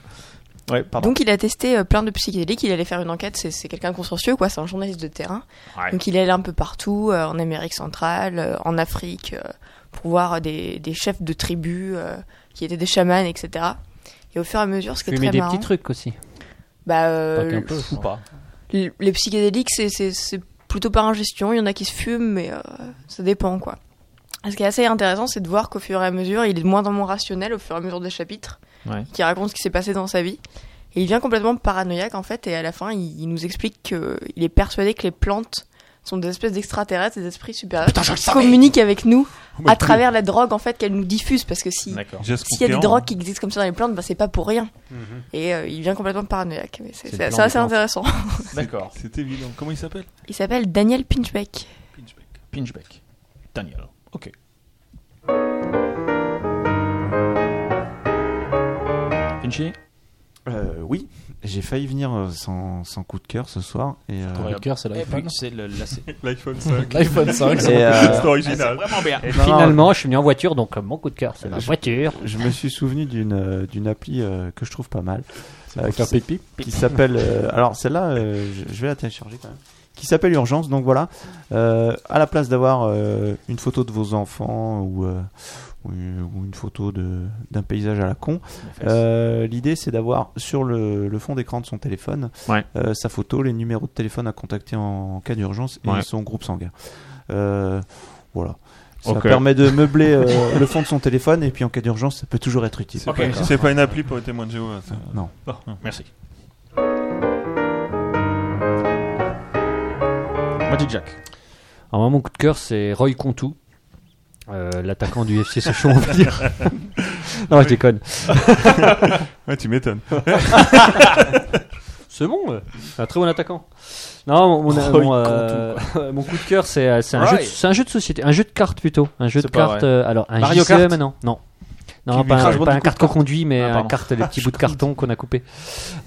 Speaker 3: Ouais, pardon.
Speaker 6: Donc il a testé euh, plein de psychédéliques, il allait faire une enquête, c'est, c'est quelqu'un de consciencieux quoi, c'est un journaliste de terrain.
Speaker 3: Ouais.
Speaker 6: Donc il allait un peu partout, euh, en Amérique centrale, euh, en Afrique, euh, pour voir des, des chefs de tribus euh, qui étaient des chamans, etc. Et au fur et à mesure, ce qui
Speaker 4: Tu
Speaker 6: est
Speaker 4: lui mets
Speaker 6: très
Speaker 4: des
Speaker 6: marrant...
Speaker 4: petits trucs aussi.
Speaker 6: Bah, euh,
Speaker 4: Pas qu'un
Speaker 6: le-
Speaker 4: peu,
Speaker 3: ou pas.
Speaker 6: le- les psychédéliques, c'est, c'est- c'est plutôt par ingestion. Il y en a qui se fument, mais euh, ça dépend, quoi. Ce qui est assez intéressant, c'est de voir qu'au fur et à mesure, il est de moins en moins rationnel au fur et à mesure des chapitres,
Speaker 3: Ouais.
Speaker 6: qui raconte ce qui s'est passé dans sa vie. Et il devient complètement paranoïaque, en fait, et à la fin, il, il nous explique qu'il est persuadé que les plantes sont des espèces d'extraterrestres, des esprits supérieurs
Speaker 12: je le
Speaker 6: qui
Speaker 12: savais
Speaker 6: communiquent avec nous
Speaker 12: Moi,
Speaker 6: à
Speaker 12: je-
Speaker 6: travers la drogue, en fait, qu'elles nous diffusent, parce que si,
Speaker 3: D'accord.
Speaker 6: s'il
Speaker 3: Geste
Speaker 6: y a des
Speaker 3: conquérant,
Speaker 6: drogues
Speaker 3: hein.
Speaker 6: qui existent comme ça dans les plantes, bah, c'est pas pour rien.
Speaker 8: Mhm.
Speaker 6: Et euh, il devient complètement paranoïaque. Mais c'est,
Speaker 8: C'est
Speaker 6: c'est-
Speaker 8: le plan des
Speaker 6: c'est assez
Speaker 8: plantes.
Speaker 6: intéressant.
Speaker 3: D'accord.
Speaker 8: C'est évident. Comment il s'appelle
Speaker 6: Il s'appelle Daniel Pinchbeck.
Speaker 3: Pinchbeck. Daniel. Ok. Pinchy
Speaker 5: Euh, oui, j'ai failli venir euh, sans, sans coup de cœur ce soir. Et, euh,
Speaker 7: Coup de cœur, c'est l'iPhone.
Speaker 3: Eh, C'est le- la- c'est-
Speaker 8: L'iPhone 5.
Speaker 7: L'iPhone 5,
Speaker 5: Et, euh,
Speaker 8: c'est original.
Speaker 3: vraiment bien.
Speaker 4: Et
Speaker 5: Non,
Speaker 4: finalement, je suis venu en voiture, donc euh, mon coup de cœur, c'est la voiture.
Speaker 5: Je me suis souvenu d'une euh, d'une appli euh, que je trouve pas mal. euh,
Speaker 7: pour faire
Speaker 5: qui s-
Speaker 7: pipi.
Speaker 5: Qui s'appelle. euh, alors celle-là, euh, je, je vais la télécharger quand même. Qui s'appelle Urgence. Donc voilà. Euh, à la place d'avoir euh, une photo de vos enfants ou, euh, ou une ou une photo de- d'un paysage à la con, euh, l'idée c'est d'avoir sur le, le fond d'écran de son téléphone
Speaker 3: Ouais.
Speaker 5: euh, sa photo, les numéros de téléphone à contacter en cas d'urgence et
Speaker 3: Ouais.
Speaker 5: son groupe sanguin. Euh, voilà. Ça
Speaker 3: Ok.
Speaker 5: permet de meubler euh, le fond de son téléphone et puis en cas d'urgence, ça peut toujours être utile. Euh,
Speaker 8: C'est pas- C'est pas une appli pour les témoins de Jéhovah. ça.
Speaker 5: Non.
Speaker 3: Bon, merci. Magic Jack.
Speaker 4: Alors, moi, mon coup de cœur, c'est Roy Contou, euh, l'attaquant du FC Sochaux, on va dire. non, je déconne.
Speaker 8: Ouais, tu m'étonnes.
Speaker 4: c'est bon, euh, un très bon attaquant. Non, mon, mon-
Speaker 3: Roy
Speaker 4: mon, euh, mon coup de cœur, c'est euh, c'est un, jeu de-
Speaker 3: Roy.
Speaker 4: c'est un jeu de société, un jeu de cartes plutôt. Un jeu de
Speaker 3: C'est pas
Speaker 4: cartes,
Speaker 3: vrai.
Speaker 4: euh, alors un
Speaker 3: Mario
Speaker 4: JCE
Speaker 3: Kart
Speaker 4: maintenant. Non.
Speaker 3: Qui
Speaker 4: Non,
Speaker 3: lui
Speaker 4: pas,
Speaker 3: crache
Speaker 4: un,
Speaker 3: dans
Speaker 4: pas
Speaker 3: des coups
Speaker 4: un
Speaker 3: de
Speaker 4: carte qu'on conduit, mais
Speaker 3: Ah,
Speaker 4: un
Speaker 3: pardon.
Speaker 4: carte, les petits bouts de carton qu'on a coupés.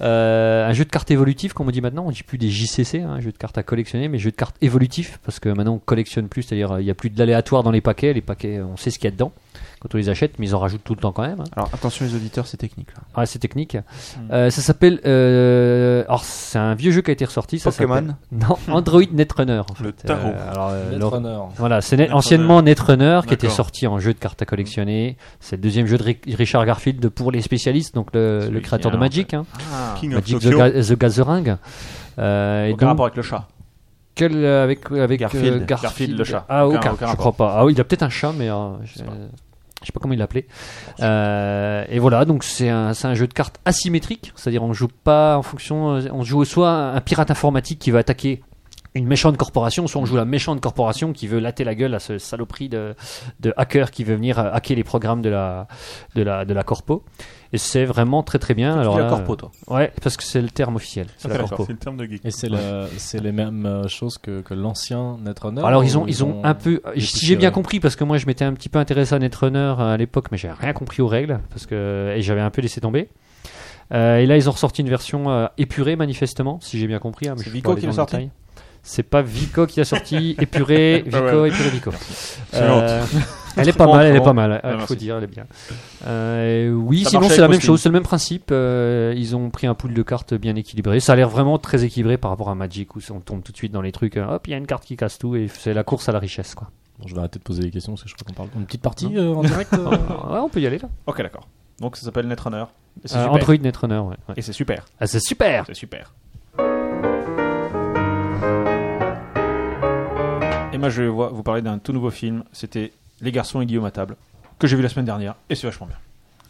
Speaker 4: Euh, un jeu de cartes évolutif, comme on dit maintenant. On dit plus des JCC, hein, jeu de cartes à collectionner, mais jeu de cartes évolutif, parce que maintenant on collectionne plus, c'est-à-dire euh, il n'y a plus de l'aléatoire dans les paquets. Les paquets, euh, on sait ce qu'il y a dedans quand on les achète, mais ils en rajoutent tout le temps quand même. hein.
Speaker 5: Alors attention les auditeurs, c'est technique. là.
Speaker 4: Ah, c'est technique. Euh, ça s'appelle. euh, alors, c'est un vieux jeu qui a été ressorti. ça
Speaker 5: Pokémon
Speaker 4: s'appelle- Non, Android Netrunner. En fait.
Speaker 8: Le tarot.
Speaker 4: alors, euh,
Speaker 7: Netrunner.
Speaker 4: le- Voilà, c'est Net-
Speaker 7: Netrunner.
Speaker 4: anciennement Netrunner qui était
Speaker 7: D'accord.
Speaker 4: sorti en jeu de cartes à collectionner. C'est le deuxième jeu de Ri- Richard Garfield pour les spécialistes, donc le, le
Speaker 3: Celui
Speaker 4: créateur
Speaker 3: qui
Speaker 4: de
Speaker 3: a
Speaker 4: Magic. hein.
Speaker 3: Ah.
Speaker 8: King of
Speaker 4: Magic the,
Speaker 8: Tokyo.
Speaker 4: Ga- the Gathering. Euh, et
Speaker 3: Aucun
Speaker 4: donc,
Speaker 3: rapport avec le chat.
Speaker 4: quel, euh, avec, avec euh,
Speaker 5: Garfield.
Speaker 4: Garfield.
Speaker 3: Garfield, le chat.
Speaker 4: Ah,
Speaker 3: Aucun-
Speaker 4: aucun,
Speaker 3: aucun
Speaker 4: je
Speaker 3: rapport.
Speaker 4: crois pas. Ah, oui, il a peut-être un chat, mais euh, je, je sais pas comment il l'appelait. Euh, et voilà, donc c'est un, c'est un jeu de cartes asymétrique, c'est-à-dire on joue pas en fonction, euh, on joue soit un pirate informatique qui va attaquer une méchante corporation, soit on joue la méchante corporation qui veut latter la gueule à ce saloperie de, de hacker qui veut venir euh, hacker les programmes de la, de la, de la corpo. Et c'est vraiment très très bien. Alors
Speaker 3: la
Speaker 4: là,
Speaker 3: corpo, toi.
Speaker 4: euh, Ouais, parce que c'est le terme officiel. C'est
Speaker 3: Ok,
Speaker 4: la
Speaker 3: d'accord.
Speaker 4: corpo.
Speaker 8: C'est le terme de geek.
Speaker 7: Et c'est le- c'est les mêmes euh, choses que, que l'ancien Netrunner
Speaker 4: Alors ils
Speaker 7: ou
Speaker 4: ont, ils ont un peu, si j'ai
Speaker 7: dépoussiéré
Speaker 4: bien
Speaker 3: euh,
Speaker 4: compris, parce que moi je m'étais un petit peu intéressé à Netrunner euh, à l'époque, mais j'ai rien compris aux règles parce que et j'avais un peu laissé tomber. Euh, et là ils ont ressorti une version euh, épurée manifestement, si j'ai bien compris. hein, mais
Speaker 3: C'est
Speaker 4: je peux
Speaker 3: Vico
Speaker 4: pas aller
Speaker 3: qui
Speaker 4: dans
Speaker 3: l'a
Speaker 4: le
Speaker 3: sorti
Speaker 4: détail. C'est pas Vico qui a sorti épurée,
Speaker 8: Pas
Speaker 4: Vico,
Speaker 8: mal.
Speaker 4: épurée Vico. Euh,
Speaker 8: Excellente.
Speaker 4: elle est pas
Speaker 3: Bon,
Speaker 4: mal, elle est
Speaker 3: bon.
Speaker 4: pas mal.
Speaker 3: Ah,
Speaker 4: Il
Speaker 3: merci.
Speaker 4: faut dire, elle est bien. Euh, oui,
Speaker 3: Ça
Speaker 4: sinon
Speaker 3: marche
Speaker 4: c'est la
Speaker 3: avec
Speaker 4: même
Speaker 3: Austin.
Speaker 4: chose, c'est le même principe. euh, ils ont pris un pool de cartes bien équilibré. Ça a l'air vraiment très équilibré par rapport à Magic où on tombe tout de suite dans les trucs. euh, Hop, il y a une carte qui casse tout et c'est la course à la richesse quoi.
Speaker 7: Bon, je vais arrêter de poser des questions parce que je crois qu'on parle d'une petite partie euh, en direct. euh.
Speaker 4: Ouais, on peut y aller là.
Speaker 3: Ok, d'accord. Donc ça s'appelle Netrunner. Et c'est
Speaker 4: Euh,
Speaker 3: super.
Speaker 4: Android Netrunner, ouais. ouais.
Speaker 3: Et c'est super.
Speaker 4: Ah, c'est super.
Speaker 3: C'est super. Et moi, je vais voir- vous parler d'un tout nouveau film. C'était Les garçons et Guillaume à table, que j'ai vu la semaine dernière, et c'est vachement bien.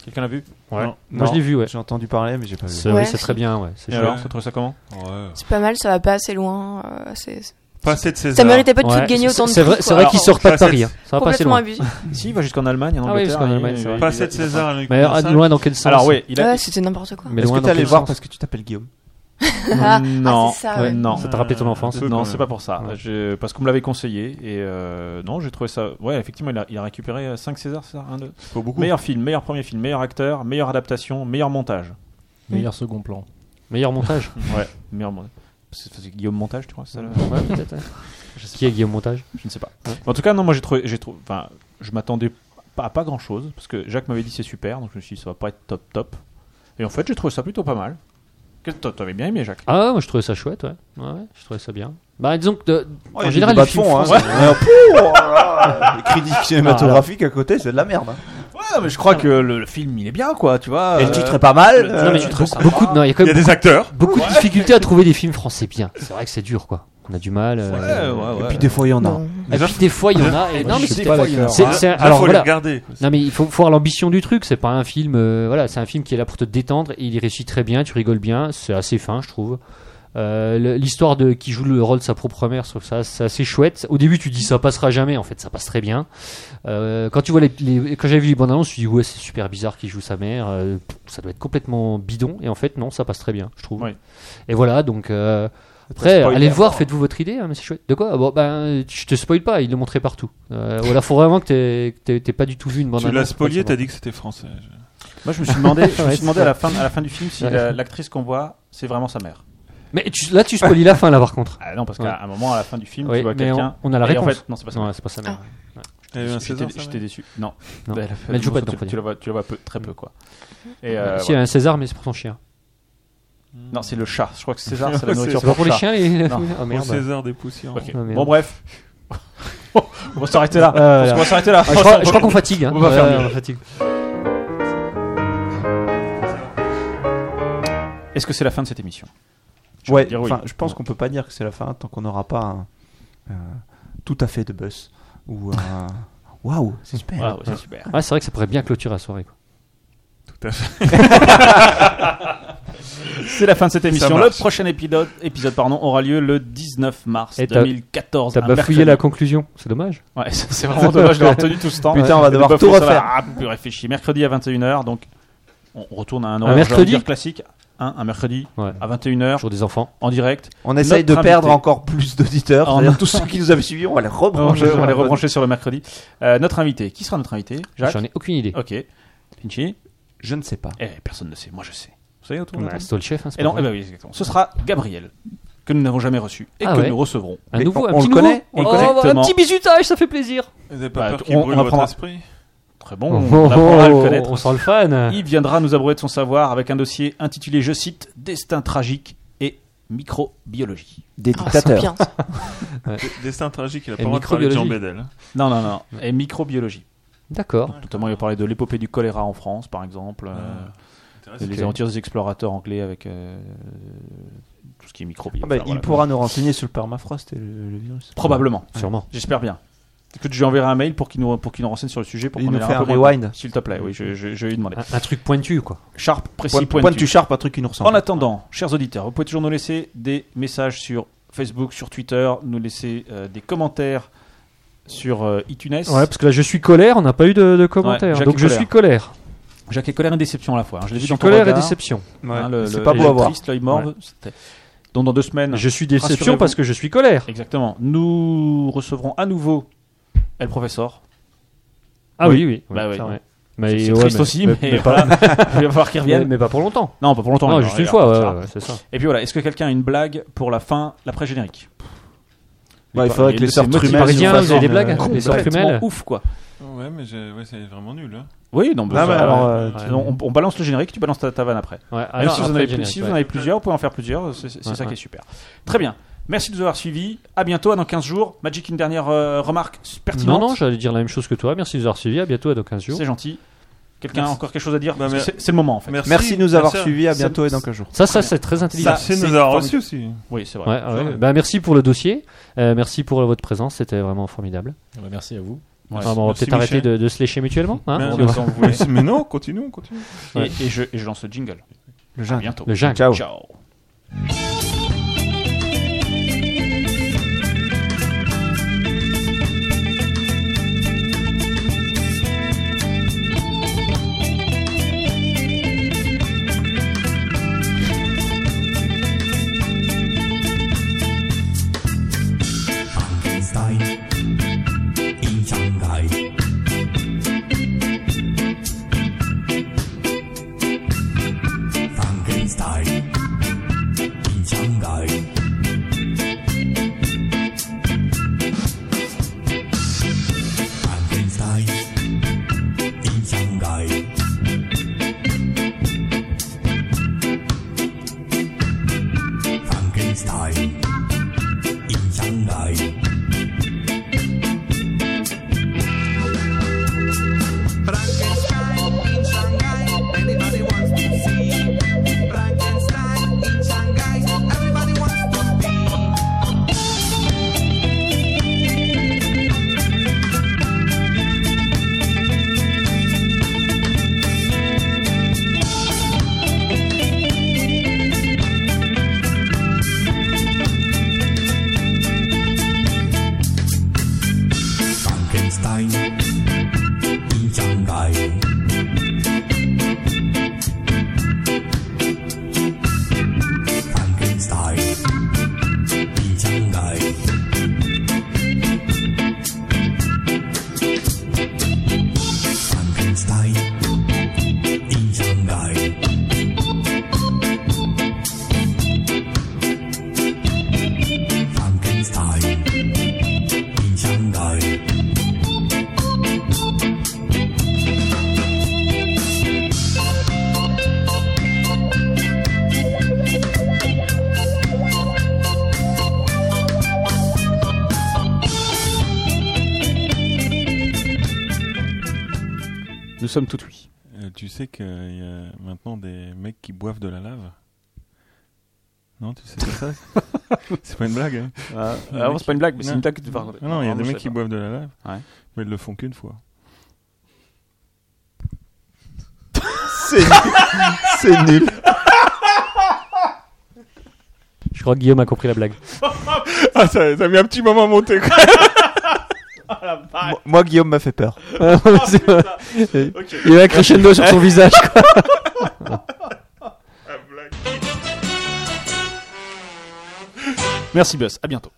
Speaker 3: Quelqu'un l'a vu
Speaker 5: Ouais.
Speaker 3: Non.
Speaker 4: Moi
Speaker 5: Non,
Speaker 4: je l'ai vu, ouais.
Speaker 5: J'ai entendu parler, mais j'ai pas vu.
Speaker 4: C'est
Speaker 6: Ouais.
Speaker 4: oui, c'est très bien, ouais. C'est
Speaker 3: Et
Speaker 4: chouette.
Speaker 3: alors, ça trouve ça comment
Speaker 6: C'est pas mal, ça va pas assez loin. euh, c'est-
Speaker 8: Pas assez de César.
Speaker 6: Ça méritait pas de
Speaker 4: Ouais,
Speaker 6: gagner
Speaker 4: c'est-
Speaker 6: autant de
Speaker 4: C'est vrai,
Speaker 6: prix,
Speaker 4: c'est
Speaker 6: quoi.
Speaker 4: vrai qu'il sort pas de
Speaker 8: Facette.
Speaker 4: Paris. hein. Ça va pas assez
Speaker 6: Complètement
Speaker 4: loin.
Speaker 6: abusé.
Speaker 3: Si, il va jusqu'en Allemagne, en
Speaker 4: Ah oui,
Speaker 3: Angleterre.
Speaker 4: jusqu'en
Speaker 3: et-
Speaker 4: Allemagne, c'est vrai.
Speaker 8: Pas assez de César. à
Speaker 4: Mais
Speaker 8: Nicolas
Speaker 4: euh,
Speaker 8: Sarkozy.
Speaker 4: loin dans quel sens
Speaker 3: Alors oui, il a,
Speaker 6: Ah, Ouais, c'était n'importe quoi.
Speaker 4: Mais
Speaker 5: Est-ce que
Speaker 4: loin
Speaker 5: t'es
Speaker 4: dans
Speaker 5: allé
Speaker 4: quel
Speaker 5: le voir
Speaker 4: sens
Speaker 5: parce que tu t'appelles Guillaume
Speaker 3: non,
Speaker 6: Ah, c'est ça, ouais.
Speaker 3: non.
Speaker 4: Ça t'a rappelé ton enfance
Speaker 3: Euh, Non,
Speaker 4: Ouais.
Speaker 3: c'est pas pour ça. Je- Parce qu'on me l'avait conseillé et euh, non, j'ai trouvé ça. Ouais, effectivement, il a, il a récupéré 5 Césars, c'est ça Un, deux. Meilleur film, meilleur premier film, meilleur acteur, meilleure adaptation, meilleur montage.
Speaker 7: Meilleur second plan.
Speaker 4: Meilleur montage
Speaker 3: Ouais, meilleur montage. C'est c'est Guillaume Montage, tu crois c'est ça, le-
Speaker 4: Ouais, peut-être, ouais.
Speaker 3: Je sais
Speaker 4: Qui est Guillaume Montage
Speaker 3: Je ne sais pas. En tout cas, non, moi j'ai trouvé, j'ai trouvé, enfin, je m'attendais pas à pas grand chose parce que Jacques m'avait dit c'est super, donc je me suis dit ça va pas être top top. Et en fait, j'ai trouvé ça plutôt pas mal. Qu'est-ce que toi, t'avais bien aimé, Jacques
Speaker 4: Ah, ouais, moi je trouvais ça chouette, ouais. Ouais, ouais, je trouvais ça bien. Bah, disons que de-
Speaker 5: il y a
Speaker 4: en
Speaker 5: des
Speaker 4: général,
Speaker 5: débats
Speaker 4: les
Speaker 5: de
Speaker 4: films
Speaker 5: fond, hein.
Speaker 4: français-
Speaker 5: Ouais, pouh, oh là là, les critiques cinématographiques à côté, c'est de la merde. hein.
Speaker 3: Ouais, Ah, mais je crois que le, le film il est bien, quoi, tu vois.
Speaker 5: Et le titre est pas mal,
Speaker 3: le-
Speaker 5: euh,
Speaker 3: le
Speaker 5: mais
Speaker 3: titre est
Speaker 4: beaucoup,
Speaker 3: sympa.
Speaker 4: beaucoup de- non, il y a quand même beaucoup- Beaucoup de
Speaker 3: Ouais.
Speaker 4: difficultés à trouver des films français bien. C'est vrai que c'est dur, quoi. On a du mal. euh,
Speaker 3: Ouais, ouais, ouais.
Speaker 5: Et puis des fois, il y en a.
Speaker 4: Non. Et puis des fois, il y en a. et
Speaker 5: Moi,
Speaker 4: non,
Speaker 5: je
Speaker 4: mais
Speaker 5: suis
Speaker 4: c'est
Speaker 5: pas
Speaker 4: c'est-
Speaker 5: d'accord.
Speaker 4: c'est-
Speaker 5: Là,
Speaker 4: c'est-
Speaker 5: là,
Speaker 4: alors
Speaker 5: faut les
Speaker 4: voilà.
Speaker 5: regarder,
Speaker 4: Non, mais il faut voir l'ambition du truc. C'est pas un film. euh, voilà, c'est un film qui est là pour te détendre. Il réussit très bien. Tu rigoles bien. C'est assez fin, je trouve. Euh, le- L'histoire de qui joue le rôle de sa propre mère, je trouve ça c'est assez chouette. Au début, tu dis ça passera jamais. En fait, ça passe très bien. Euh, quand tu vois les, les- quand j'avais vu les bandes annonces, je me suis dit ouais, c'est super bizarre qui joue sa mère. euh, pff, ça doit être complètement bidon. Et en fait, non, ça passe très bien, je trouve. Et voilà, donc euh, après,
Speaker 3: spoil
Speaker 4: allez le
Speaker 3: pas.
Speaker 4: voir, faites-vous votre idée, hein, mais c'est chouette. De quoi Ah Bon, ben, je te spoil pas, il le montrait partout. Euh, voilà, faut vraiment que t'aies- que t'aies t'aies pas du tout vu une bande
Speaker 8: Tu l'as
Speaker 4: annonce.
Speaker 8: spoilé, t'as dit que c'était français. Eh,
Speaker 3: Moi, je me suis demandé, je me
Speaker 4: Ouais,
Speaker 3: suis demandé
Speaker 4: c'est
Speaker 3: à, la
Speaker 4: ça.
Speaker 3: fin, à la fin du film si
Speaker 4: Ouais.
Speaker 3: la- l'actrice qu'on voit, c'est vraiment sa mère.
Speaker 4: Mais tu- là, tu spoilies la fin, là, par contre.
Speaker 3: Ah non, parce
Speaker 4: Ouais.
Speaker 3: qu'à un moment, à la fin du film,
Speaker 4: Oui,
Speaker 3: tu vois
Speaker 4: mais
Speaker 3: quelqu'un.
Speaker 4: On, on a la
Speaker 3: et en
Speaker 4: réponse.
Speaker 3: fait, non, c'est pas sa mère.
Speaker 4: Ouais, c'est pas sa mère. Ouais.
Speaker 8: Elle a eu un
Speaker 3: J'étais-
Speaker 8: César, sa
Speaker 3: J'étais
Speaker 8: mère
Speaker 3: déçu. Non.
Speaker 4: Non.
Speaker 3: Bah, elle a fait-
Speaker 4: Mais elle joue pas
Speaker 3: tu-
Speaker 4: dedans, faut
Speaker 3: Tu la vois, tu la vois peu- très peu, quoi. Et, euh,
Speaker 4: si,
Speaker 3: voilà.
Speaker 4: elle a un César, mais c'est pour son chien.
Speaker 3: Non, c'est le chat. Je crois que César, c'est la
Speaker 8: C'est-
Speaker 3: nourriture
Speaker 4: c'est pas pour les
Speaker 3: chat.
Speaker 4: chiens, les-
Speaker 3: Non.
Speaker 4: Ah, merde.
Speaker 8: Au César des poussières.
Speaker 3: Ok.
Speaker 4: Ah, merde.
Speaker 3: Bon, bref. on va s'arrêter là.
Speaker 4: Euh,
Speaker 3: on va s'arrêter là.
Speaker 4: Ah, je crois- je crois qu'on fatigue, hein.
Speaker 3: On va
Speaker 4: Ouais,
Speaker 3: faire
Speaker 4: ouais,
Speaker 3: mieux.
Speaker 4: on fatigue.
Speaker 3: Est-ce que c'est la fin de cette émission Je
Speaker 5: Ouais,
Speaker 3: veux dire oui.
Speaker 5: enfin, je pense qu'on peut pas dire que c'est la fin tant qu'on n'aura pas un, euh, tout à fait de buzz. Ou un. Waouh, c'est super.
Speaker 3: Waouh, c'est super.
Speaker 4: Ah, c'est vrai que ça pourrait bien clôturer la soirée. Quoi.
Speaker 8: Tout à
Speaker 3: fait. c'est la fin de cette
Speaker 4: Ça
Speaker 3: émission. Le
Speaker 4: marche.
Speaker 3: prochain épisode, épisode pardon, aura lieu le 19 mars
Speaker 4: Et t'as-
Speaker 3: 2014.
Speaker 4: T'as
Speaker 3: un
Speaker 4: bafouillé
Speaker 3: Ah, mercredi.
Speaker 4: la conclusion, c'est dommage.
Speaker 3: Ouais, c'est c'est vraiment dommage d'avoir tenu tout ce temps.
Speaker 5: Putain, on va
Speaker 3: Et de
Speaker 5: devoir
Speaker 3: pas
Speaker 5: tout
Speaker 3: faire ça,
Speaker 5: refaire.
Speaker 3: Ah, plus réfléchir. Mercredi à 21h, donc on on retourne à un horaire
Speaker 5: Un
Speaker 3: j'ai envie de
Speaker 5: mercredi
Speaker 3: dire classique. hein, un mercredi à 21h.
Speaker 4: Jour des enfants.
Speaker 3: En direct.
Speaker 5: On essaye de
Speaker 3: Notre
Speaker 5: perdre
Speaker 3: invité-
Speaker 5: encore plus d'auditeurs.
Speaker 3: Ah, on-
Speaker 5: C'est-à-dire tous ceux qui nous avaient suivis, on va les rebrancher.
Speaker 3: On va
Speaker 5: sur
Speaker 3: les
Speaker 5: la bonne-
Speaker 3: rebrancher sur le mercredi. Euh, notre invité, qui sera notre invité Jacques
Speaker 4: J'en ai aucune idée.
Speaker 3: Ok. Vinci
Speaker 5: Je ne sais pas.
Speaker 3: Eh, personne ne sait, moi je sais. Vous savez autour de la
Speaker 4: Bah,
Speaker 3: table
Speaker 4: c'est toi le chef, hein, c'est
Speaker 3: Eh
Speaker 4: pas
Speaker 3: non,
Speaker 4: vrai.
Speaker 3: eh ben oui, exactement. Ce sera Gabriel, que nous n'avons jamais reçu et
Speaker 4: Ah
Speaker 3: que
Speaker 4: ouais.
Speaker 3: nous recevrons.
Speaker 4: Un Mais nouveau, on- un
Speaker 3: on,
Speaker 4: on petit le
Speaker 3: le
Speaker 4: nouveau.
Speaker 3: connaît
Speaker 4: connaît Oh, un petit bisutage, ça fait plaisir.
Speaker 8: Vous avez pas
Speaker 3: Bah,
Speaker 8: peur
Speaker 3: t-
Speaker 8: qu'il
Speaker 3: on-
Speaker 8: brûle
Speaker 3: on
Speaker 8: votre
Speaker 3: apprendra.
Speaker 8: esprit
Speaker 3: Très bon,
Speaker 4: Oh,
Speaker 3: on apprendra à
Speaker 4: oh,
Speaker 3: le connaître.
Speaker 4: on sent le fan.
Speaker 3: Il viendra nous abreuver de son savoir avec un dossier intitulé, je cite, Destin tragique et microbiologie.
Speaker 5: Des
Speaker 8: Ah, dictateurs. c'est bien, ça.
Speaker 3: Ouais.
Speaker 8: Destin tragique, il a
Speaker 3: Et
Speaker 8: pas le droit de parler de Jean
Speaker 3: microbiologie.
Speaker 8: Bédel.
Speaker 3: Non, non, non. Et microbiologie.
Speaker 4: D'accord.
Speaker 3: Notamment, il a parlé de l'épopée du choléra en France, par exemple. euh,
Speaker 8: Ah, intéressant.
Speaker 3: et les
Speaker 8: Ok.
Speaker 3: aventures des explorateurs anglais avec euh, tout ce qui est microbiologie.
Speaker 5: Ah bah, il pourra nous renseigner sur le permafrost et le, le virus.
Speaker 3: Probablement.
Speaker 5: Ouais.
Speaker 3: J'espère bien. Écoute, je lui enverrai un mail pour qu'il nous, pour qu'il nous renseigne sur le sujet. Pour
Speaker 5: Il
Speaker 3: qu'on
Speaker 5: nous
Speaker 3: ait
Speaker 5: fait
Speaker 3: peu
Speaker 5: un
Speaker 3: moins de-
Speaker 5: rewind.
Speaker 3: S'il te plaît, oui, je, je- je vais lui demander.
Speaker 4: Un, truc pointu, quoi.
Speaker 3: Sharp, précis,
Speaker 5: Point-
Speaker 3: pointu.
Speaker 5: pointu, sharp, un truc qui nous ressemble.
Speaker 3: En attendant, chers auditeurs, vous pouvez toujours nous laisser des messages sur Facebook, sur Twitter, nous laisser euh, des commentaires sur euh, iTunes.
Speaker 4: Ouais, parce que là, je suis colère, on n'a pas eu de, de commentaires.
Speaker 3: Ouais, Jacques
Speaker 4: donc,
Speaker 3: est
Speaker 4: je suis colère.
Speaker 3: Jacques est colère et déception à la fois. hein. Je l'ai vu
Speaker 4: Je suis
Speaker 3: dans ton
Speaker 4: colère et
Speaker 3: regard.
Speaker 4: déception.
Speaker 3: Hein,
Speaker 4: Ouais.
Speaker 3: le-
Speaker 4: C'est
Speaker 3: le-
Speaker 4: pas beau à
Speaker 3: l'œil
Speaker 4: voir.
Speaker 3: triste, l'œil morve.
Speaker 4: Ouais.
Speaker 3: c'était- Dans, dans deux semaines.
Speaker 4: Je suis déception
Speaker 3: Rassurez-vous.
Speaker 4: parce que je suis colère.
Speaker 3: Exactement. Nous recevrons à nouveau El Professeur.
Speaker 4: Ah oui, oui.
Speaker 3: Bah
Speaker 4: Ouais, ça,
Speaker 3: bon.
Speaker 4: ouais.
Speaker 3: C'est-
Speaker 4: Mais
Speaker 3: c'est
Speaker 4: ouais,
Speaker 3: triste
Speaker 4: mais-
Speaker 3: aussi, mais,
Speaker 4: mais- mais
Speaker 3: voilà.
Speaker 4: pas-
Speaker 3: il va falloir qu'il revienne.
Speaker 4: Mais- mais pas pour longtemps.
Speaker 3: Non, pas pour longtemps.
Speaker 4: Non,
Speaker 3: il va-
Speaker 4: juste
Speaker 3: il
Speaker 4: une
Speaker 3: va
Speaker 4: fois,
Speaker 3: repartir.
Speaker 4: ouais, ouais, c'est ça.
Speaker 3: Et puis voilà, est-ce que quelqu'un a une blague pour la fin, l'après-générique
Speaker 5: Ouais, il faudrait que les sœurs Trumel nous fassent une-
Speaker 3: Les
Speaker 5: Complètement
Speaker 3: sœurs Trumel Ouf, quoi.
Speaker 8: Ouais, mais j'ai- ouais, c'est vraiment nul. Hein.
Speaker 3: Oui, non, mais
Speaker 5: Ah,
Speaker 3: ça,
Speaker 5: ouais, alors,
Speaker 3: ouais.
Speaker 5: euh,
Speaker 3: Ouais.
Speaker 5: tu-
Speaker 3: on, on balance le générique, tu balances ta, ta vanne après.
Speaker 4: Ouais,
Speaker 3: Même
Speaker 4: alors,
Speaker 3: si vous, en
Speaker 4: Ah
Speaker 3: avez,
Speaker 4: après le
Speaker 3: plus-
Speaker 4: générique,
Speaker 3: si vous
Speaker 4: ouais.
Speaker 3: en avez plusieurs, vous pouvez en faire plusieurs, c'est c'est
Speaker 4: Ouais,
Speaker 3: ça qui
Speaker 4: ouais.
Speaker 3: est super. Très bien, merci de nous avoir suivis, à bientôt, à dans 15 jours. Magic, une dernière euh, remarque
Speaker 4: Non,
Speaker 3: pertinente
Speaker 4: non, j'allais dire la même chose que toi. Merci de nous avoir suivis. À bientôt, à dans 15 jours.
Speaker 3: C'est gentil. Quelqu'un a
Speaker 4: Merci.
Speaker 3: encore quelque chose à dire
Speaker 4: Bah,
Speaker 3: Parce que
Speaker 4: mais-
Speaker 3: C'est c'est le moment en fait.
Speaker 4: Merci. Merci de nous avoir suivis, à bientôt et dans 15 jours. Ça, ça, c'est très intelligent.
Speaker 3: Ça,
Speaker 4: Merci de nous
Speaker 3: c'est
Speaker 4: avoir
Speaker 3: formidable.
Speaker 4: reçus aussi.
Speaker 3: Oui, c'est vrai.
Speaker 4: Ouais, ouais. Bah, merci pour le dossier. Euh, merci pour votre présence. C'était vraiment formidable.
Speaker 7: Ah bah, merci à vous.
Speaker 4: Enfin, bon, on va
Speaker 7: Merci,
Speaker 4: peut-être arrêter
Speaker 7: Michel.
Speaker 4: de, de se lécher mutuellement. hein.
Speaker 7: Merci,
Speaker 4: On va-
Speaker 7: on s'en voulait.
Speaker 8: Mais non, continuons, continuons.
Speaker 3: Et,
Speaker 4: Ouais.
Speaker 3: et je, et je lance le jingle.
Speaker 5: Le
Speaker 3: À
Speaker 5: jingle.
Speaker 3: bientôt.
Speaker 4: Le jingle.
Speaker 5: Ciao.
Speaker 3: Ciao.
Speaker 16: Shanghai, in Shanghai.
Speaker 11: Frankenstein in Shanghai, anybody wants to see. Frankenstein in Shanghai, everybody wants to be.
Speaker 16: Frankenstein in Shanghai. Frankenstein in Shanghai. Frankenstein in Shanghai. Frankenstein in Shanghai.
Speaker 3: Nous sommes tout oui.
Speaker 8: Euh, tu sais qu'il y a maintenant des mecs qui boivent de la lave Non, tu sais pas ça C'est pas une blague. Hein
Speaker 3: Ah,
Speaker 8: Il y a des
Speaker 3: ah non,
Speaker 8: mecs
Speaker 3: c'est pas une
Speaker 8: qui-
Speaker 3: blague, mais c'est
Speaker 8: Non.
Speaker 3: une blague que tu parles.
Speaker 8: Ah Non, il y a des
Speaker 3: Ah, moi,
Speaker 8: mecs
Speaker 3: je sais
Speaker 8: qui
Speaker 3: pas.
Speaker 8: boivent de la lave,
Speaker 3: Ouais.
Speaker 8: mais ils le font qu'une fois.
Speaker 5: C'est nul. C'est nul.
Speaker 4: Je crois que Guillaume a compris la blague.
Speaker 8: ah, ça, ça a mis un petit moment à monter. quoi.
Speaker 5: Oh Moi, moi, Guillaume m'a fait peur.
Speaker 4: Ah, mais c'est vrai.
Speaker 5: Ok.
Speaker 4: Il a un crescendo sur son visage. Quoi.
Speaker 3: Merci Buzz, à bientôt.